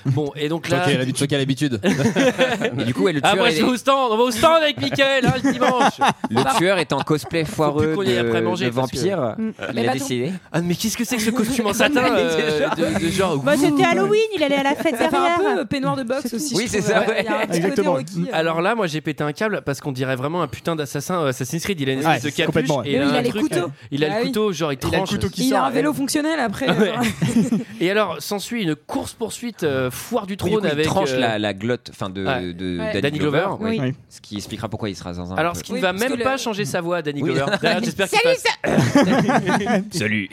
[SPEAKER 1] Bon et donc
[SPEAKER 10] Toi
[SPEAKER 1] là.
[SPEAKER 10] qui as l'habitude- toi qui as l'habitude.
[SPEAKER 11] Et du coup, ouais, le
[SPEAKER 1] Ah
[SPEAKER 11] tueur,
[SPEAKER 1] moi
[SPEAKER 11] il
[SPEAKER 1] je vais
[SPEAKER 11] est-
[SPEAKER 1] au stand, on va au stand avec Mickaël hein, le dimanche.
[SPEAKER 11] Le tueur est en cosplay foireux
[SPEAKER 1] qu'on y aille
[SPEAKER 11] de,
[SPEAKER 1] après manger,
[SPEAKER 11] de
[SPEAKER 1] parce que-
[SPEAKER 11] vampire.
[SPEAKER 1] Mm.
[SPEAKER 11] Il
[SPEAKER 1] Mais
[SPEAKER 11] a
[SPEAKER 1] bah,
[SPEAKER 11] décidé.
[SPEAKER 1] Ah mais qu'est-ce que c'est que ce costume en satin
[SPEAKER 11] Mais
[SPEAKER 1] euh,
[SPEAKER 11] déjà.
[SPEAKER 1] de, de genre
[SPEAKER 7] Bah, c'était
[SPEAKER 1] ouh.
[SPEAKER 7] Halloween, il allait à la fête
[SPEAKER 6] Ça fait un
[SPEAKER 7] derrière.
[SPEAKER 6] peu euh, peignoir de boxe aussi.
[SPEAKER 1] Oui,
[SPEAKER 6] je
[SPEAKER 1] c'est
[SPEAKER 6] trouve.
[SPEAKER 1] ça,
[SPEAKER 6] Ouais, il y a un petit côté requis, euh.
[SPEAKER 1] Alors là, moi j'ai pété un câble parce qu'on dirait vraiment un putain d'assassin euh, Assassin's Creed. Il a une espèce
[SPEAKER 19] Ouais,
[SPEAKER 1] de capuche
[SPEAKER 19] complètement, ouais.
[SPEAKER 1] et
[SPEAKER 19] Mais oui,
[SPEAKER 1] a
[SPEAKER 19] il a
[SPEAKER 1] un
[SPEAKER 19] les
[SPEAKER 1] truc- euh,
[SPEAKER 19] couteaux.
[SPEAKER 1] Il a
[SPEAKER 6] Ah
[SPEAKER 1] le
[SPEAKER 6] oui.
[SPEAKER 1] couteau, genre il
[SPEAKER 6] Il
[SPEAKER 1] tranche.
[SPEAKER 6] a le couteau qui Il a sort, un ouais. vélo fonctionnel, après, euh,
[SPEAKER 1] Ouais.
[SPEAKER 6] genre.
[SPEAKER 1] et alors, s'ensuit une course-poursuite euh, foire du
[SPEAKER 11] Oui, du
[SPEAKER 1] trône
[SPEAKER 11] coup, il
[SPEAKER 1] avec.
[SPEAKER 11] tranche
[SPEAKER 1] euh,
[SPEAKER 11] la, la glotte enfin de,
[SPEAKER 1] Ouais.
[SPEAKER 11] de
[SPEAKER 1] Ouais.
[SPEAKER 11] Danny,
[SPEAKER 1] Danny
[SPEAKER 11] Glover,
[SPEAKER 1] Glover,
[SPEAKER 11] ouais.
[SPEAKER 1] oui.
[SPEAKER 11] ce qui expliquera pourquoi il sera zinzin
[SPEAKER 1] Alors, ce qui ne
[SPEAKER 11] ne
[SPEAKER 1] va même pas changer sa voix, Danny
[SPEAKER 11] Oui.
[SPEAKER 1] Glover. D'ailleurs, j'espère qu'il
[SPEAKER 11] Salut,
[SPEAKER 1] passe.
[SPEAKER 11] Salut.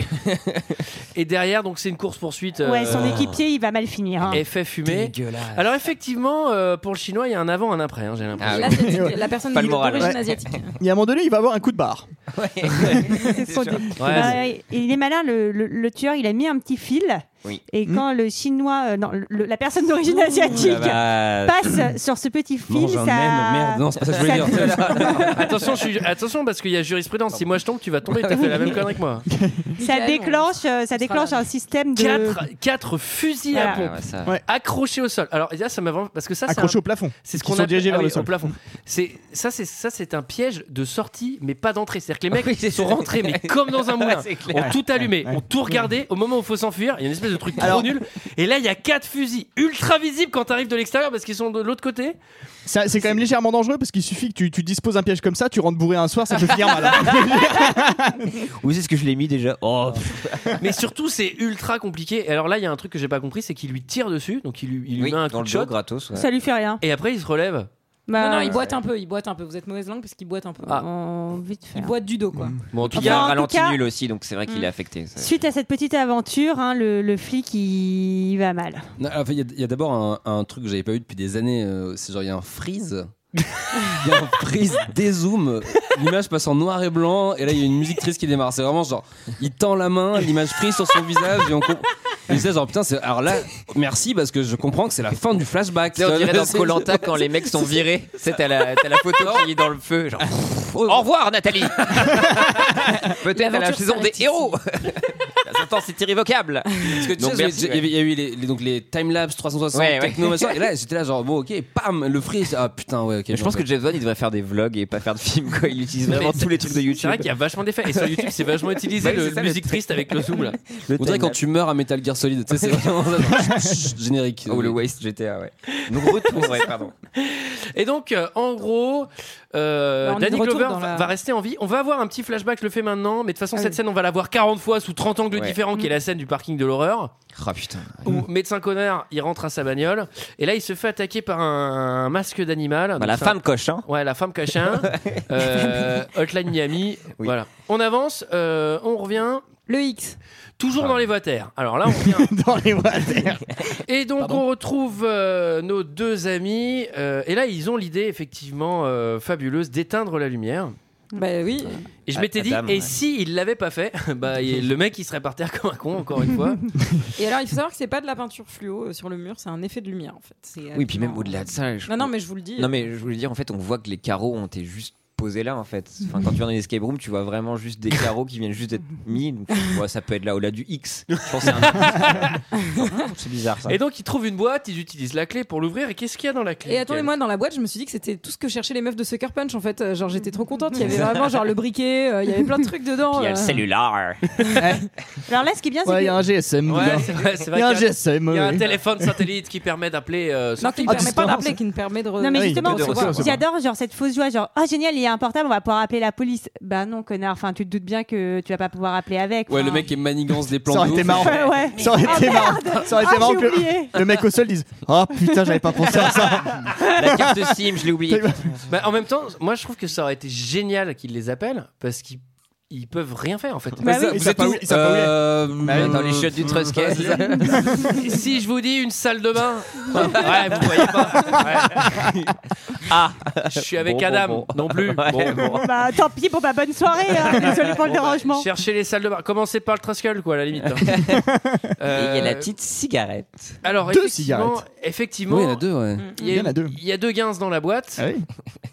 [SPEAKER 1] Et derrière, donc, c'est une course-poursuite. euh,
[SPEAKER 7] Ouais, son équipier, il va mal finir. hein.
[SPEAKER 1] Effet fumé.
[SPEAKER 11] Dégueulasse.
[SPEAKER 1] E. Alors, effectivement, euh, pour le chinois, il y a un avant, un après, hein, j'ai
[SPEAKER 11] Ah
[SPEAKER 1] l'impression.
[SPEAKER 6] L'asiatique, la personne
[SPEAKER 1] Pas le
[SPEAKER 6] d'origine
[SPEAKER 1] moral. Ouais.
[SPEAKER 6] asiatique.
[SPEAKER 19] Il y a un moment donné, il va avoir un coup de barre.
[SPEAKER 1] Ouais,
[SPEAKER 7] Bah,
[SPEAKER 1] c'est-
[SPEAKER 7] ouais, il est malin, le, le- le tueur, il a mis un petit fil.
[SPEAKER 11] Oui.
[SPEAKER 7] Et
[SPEAKER 19] Hmm.
[SPEAKER 7] quand le chinois, euh, non, le- la personne d'origine asiatique
[SPEAKER 11] La vache.
[SPEAKER 7] passe sur ce petit fil,
[SPEAKER 11] Mange un
[SPEAKER 7] ça.
[SPEAKER 11] même, merde, non, c'est pas ça que je voulais dire.
[SPEAKER 1] attention, je suis- attention, parce qu'il y a jurisprudence. Si moi je tombe, tu vas tomber. T'as fait la même connerie que moi.
[SPEAKER 7] Ça déclenche, euh, ça déclenche un système de. Ah,
[SPEAKER 1] Quatre, quatre fusils à
[SPEAKER 7] Voilà.
[SPEAKER 1] pompe
[SPEAKER 7] Ouais, ça-
[SPEAKER 19] Ouais.
[SPEAKER 1] accrochés au sol. Alors là, ça m'a vraiment parce que ça, c'est
[SPEAKER 19] Accrochés
[SPEAKER 1] un-
[SPEAKER 19] au plafond.
[SPEAKER 1] C'est ce
[SPEAKER 19] Qui
[SPEAKER 1] qu'on
[SPEAKER 19] sont
[SPEAKER 1] appelle-
[SPEAKER 19] dirigés
[SPEAKER 1] ah
[SPEAKER 19] vers
[SPEAKER 1] oui,
[SPEAKER 19] le sol.
[SPEAKER 1] au plafond. C'est ça, c'est ça, c'est un piège de sortie, mais pas d'entrée. C'est-à-dire que les mecs
[SPEAKER 11] Oui, c'est
[SPEAKER 1] sont
[SPEAKER 11] ça.
[SPEAKER 1] rentrés, mais comme dans un moulin,
[SPEAKER 11] C'est clair.
[SPEAKER 1] ont tout allumé,
[SPEAKER 11] Ouais.
[SPEAKER 1] ont tout regardé. Au moment où il faut s'enfuir, il y a une espèce de truc trop
[SPEAKER 19] Alors-
[SPEAKER 1] nul. Et là, il y a quatre fusils ultra visibles quand t'arrives de l'extérieur parce qu'ils sont de l'autre côté.
[SPEAKER 19] Ça, C'est quand même légèrement dangereux parce qu'il suffit que tu, tu disposes un piège comme ça, tu rentres bourré un soir, ça peut finir mal. hein.
[SPEAKER 11] Où est-ce que je l'ai mis déjà Oh
[SPEAKER 1] Mais surtout, c'est ultra compliqué. Et alors là, il y a un truc que j'ai pas compris, c'est qu'il lui tire dessus, donc il lui, il lui
[SPEAKER 11] Oui,
[SPEAKER 1] met un
[SPEAKER 11] dans
[SPEAKER 1] coup de
[SPEAKER 11] le dos,
[SPEAKER 1] shot.
[SPEAKER 11] gratos, ouais.
[SPEAKER 7] Ça lui fait rien.
[SPEAKER 1] Et après, il se relève.
[SPEAKER 7] Bah,
[SPEAKER 6] non,
[SPEAKER 7] euh,
[SPEAKER 6] non, il boite un peu, il boite un peu. Vous êtes mauvaise langue parce qu'il boite un peu. Hein.
[SPEAKER 7] Oh, vite fait.
[SPEAKER 6] Il boite du dos,
[SPEAKER 10] Mm.
[SPEAKER 6] quoi.
[SPEAKER 11] Bon, en tout
[SPEAKER 7] Enfin, en
[SPEAKER 11] cas,
[SPEAKER 7] tout
[SPEAKER 11] ralenti
[SPEAKER 7] cas- Mm.
[SPEAKER 11] nul aussi, donc c'est vrai qu'il est affecté. ça.
[SPEAKER 7] Suite à cette petite aventure, hein, le, le flic, il, il va mal.
[SPEAKER 10] Non, enfin, Il y a- il y a, d'abord un, un truc que j'avais pas eu depuis des années. euh, c'est genre, il y a un freeze. Il y a un freeze, dézoom. L'image passe en noir et blanc. Et là, il y a une musique triste qui démarre. C'est vraiment genre, il tend la main, l'image freeze sur son visage. Et on comprend. genre, putain, c'est- alors là, merci parce que je comprends que c'est la fin du flashback.
[SPEAKER 11] Tu sais, on dirait dans
[SPEAKER 10] C'est-
[SPEAKER 11] Colanta quand les mecs sont virés. Tu sais, t'as la, t'as la photo qui est dans le feu. Genre, au revoir, Nathalie. Peut-être à la
[SPEAKER 10] L'aventure
[SPEAKER 11] saison des
[SPEAKER 10] s'arrête
[SPEAKER 11] héros. À ce temps, c'est irrévocable.
[SPEAKER 10] Parce que tu
[SPEAKER 11] Donc,
[SPEAKER 10] sais,
[SPEAKER 11] merci,
[SPEAKER 10] il y avait- il y a eu les, les- donc les timelapse 360
[SPEAKER 11] Ouais, ouais.
[SPEAKER 10] techno, machin, et là j'étais là genre bon ok pam le freeze ah putain ouais ok
[SPEAKER 11] Je pense que James Wan il devrait faire des vlogs et pas faire de films quoi. Il utilise vraiment tous les trucs de YouTube.
[SPEAKER 1] C'est vrai qu'il y a vachement d'effets. Et sur YouTube, c'est vachement utilisé
[SPEAKER 11] Bah oui,
[SPEAKER 1] le
[SPEAKER 11] c'est ça, le
[SPEAKER 1] musique triste avec le zoom là.
[SPEAKER 10] on dirait quand tu meurs à Metal Gear Solid tu sais c'est vraiment ça, genre, chut, chut, générique
[SPEAKER 11] Ou Oh, le Waste GTA, ouais. Donc retour, ouais, pardon.
[SPEAKER 1] Et donc, euh, en gros, euh,
[SPEAKER 11] Bah, on est de
[SPEAKER 1] Danny
[SPEAKER 11] retour
[SPEAKER 1] Glover
[SPEAKER 11] dans
[SPEAKER 1] va,
[SPEAKER 11] la-
[SPEAKER 1] va rester en vie. On va avoir un petit flashback, je le fais maintenant, mais de toute façon,
[SPEAKER 11] Ah
[SPEAKER 1] cette
[SPEAKER 7] Euh,
[SPEAKER 11] oui.
[SPEAKER 1] scène, on va la voir 40 fois sous 30 angles
[SPEAKER 11] Ouais.
[SPEAKER 1] différents, qui est la scène du parking de l'horreur.
[SPEAKER 11] Ah putain.
[SPEAKER 1] Où médecin connard, il rentre à sa bagnole et là il se fait attaquer par un, un masque d'animal.
[SPEAKER 11] Bah, la
[SPEAKER 1] Donc, c'est
[SPEAKER 11] femme
[SPEAKER 1] un-
[SPEAKER 11] cochin.
[SPEAKER 1] Ouais, la femme cochin. euh, Hotline Miami. Voilà. On avance, euh, on revient.
[SPEAKER 6] Le X.
[SPEAKER 1] Toujours dans les voitures. Alors là, on revient.
[SPEAKER 19] dans les voitures.
[SPEAKER 1] Et donc, on retrouve euh, nos deux amis. euh, et là, ils ont l'idée, effectivement, euh, fabuleuse d'éteindre la lumière.
[SPEAKER 6] Bah oui.
[SPEAKER 11] Et je m'étais dit,
[SPEAKER 1] Adam,
[SPEAKER 11] et
[SPEAKER 1] ouais.
[SPEAKER 11] si il l'avait pas fait, bah il- le mec il serait par terre comme un con encore une fois.
[SPEAKER 6] Et alors, il faut savoir que c'est pas de la peinture fluo euh, sur le mur, c'est un effet de lumière en fait. C'est, euh,
[SPEAKER 1] Oui, puis même au-delà de ça. je-
[SPEAKER 6] Non, non, mais je vous le dis.
[SPEAKER 1] Non, mais je voulais dire, en fait, on voit que les carreaux ont été juste posés là, en fait. Enfin, quand tu vas dans les escape rooms, tu vois vraiment juste des carreaux qui viennent juste d'être mis. Donc, tu vois, ça peut être là au-delà du X. Je pense que c'est un- C'est bizarre ça.
[SPEAKER 11] Et donc ils trouvent une boîte, ils utilisent la clé pour l'ouvrir et qu'est-ce qu'il y a dans la clé
[SPEAKER 6] Et attendez-moi, dans la boîte, je me suis dit que c'était tout ce que cherchaient les meufs de Sucker Punch en fait. Euh, Genre, j'étais trop contente. Il y avait vraiment genre le briquet, euh, il y avait plein de trucs dedans.
[SPEAKER 1] Puis il y a le
[SPEAKER 6] euh.
[SPEAKER 1] cellulaire.
[SPEAKER 5] Alors là, ce qui est bien, c'est
[SPEAKER 7] Ouais, il y a
[SPEAKER 5] que.
[SPEAKER 7] un GSM.
[SPEAKER 11] Ouais,
[SPEAKER 7] dedans.
[SPEAKER 11] c'est vrai, c'est vrai
[SPEAKER 7] Il y a un
[SPEAKER 11] qu'il
[SPEAKER 7] GSM.
[SPEAKER 11] Il y a un
[SPEAKER 7] oui.
[SPEAKER 11] téléphone satellite qui permet d'appeler. euh,
[SPEAKER 6] Non,
[SPEAKER 11] Sophie.
[SPEAKER 1] Ah,
[SPEAKER 6] qui ne permet pas d'appeler, qui ne permet de. re-
[SPEAKER 5] Non mais justement,
[SPEAKER 11] de recevoir.
[SPEAKER 5] j'adore genre cette fausse joie, genre ah génial, il y a un portable, on va pouvoir appeler la police. Bah non connard, enfin tu te doutes bien que tu vas pas pouvoir appeler avec.
[SPEAKER 10] Ouais,
[SPEAKER 5] enfin.
[SPEAKER 10] le mec qui manigance des plans
[SPEAKER 7] Ça aurait
[SPEAKER 10] de
[SPEAKER 7] été
[SPEAKER 10] ouf.
[SPEAKER 7] marrant.
[SPEAKER 5] Ouais.
[SPEAKER 7] Ça aurait
[SPEAKER 5] Ah,
[SPEAKER 7] été marrant.
[SPEAKER 5] merde.
[SPEAKER 7] Ça aurait été
[SPEAKER 5] Ah,
[SPEAKER 7] marrant
[SPEAKER 5] j'ai oublié.
[SPEAKER 7] que le mec au sol dise Ah putain, j'avais pas pensé à ça.
[SPEAKER 1] La carte SIM, je l'ai oubliée.
[SPEAKER 11] Bah, en même temps, moi je trouve que ça aurait été génial qu'ils les appellent parce qu'ils ils peuvent rien faire en fait.
[SPEAKER 10] Bah oui. Vous êtes où Euh,
[SPEAKER 7] Bah
[SPEAKER 1] Dans les chiottes du Trusquet, c'est ça
[SPEAKER 11] si je vous dis une salle de bain, ouais, vous voyez pas. Ouais. Ah, je suis avec
[SPEAKER 1] Bon, bon,
[SPEAKER 11] Adam
[SPEAKER 1] bon.
[SPEAKER 11] non plus.
[SPEAKER 1] Ouais,
[SPEAKER 11] Bon.
[SPEAKER 5] Bon, bah tant pis, bon bah bonne soirée, hein. désolé pour le
[SPEAKER 11] Bon, bah,
[SPEAKER 5] dérangement.
[SPEAKER 11] Cherchez les salles de bain. Commencez par le Truskull, quoi, à la limite. hein.
[SPEAKER 1] Et il y a la
[SPEAKER 11] Euh,
[SPEAKER 1] petite cigarette.
[SPEAKER 11] Alors,
[SPEAKER 7] Deux
[SPEAKER 11] effectivement,
[SPEAKER 7] cigarettes.
[SPEAKER 11] effectivement,
[SPEAKER 10] Oui, il y en a deux, ouais.
[SPEAKER 11] il y a-
[SPEAKER 7] Il y en a deux.
[SPEAKER 11] Il y a deux guinses dans la boîte.
[SPEAKER 7] Ah oui.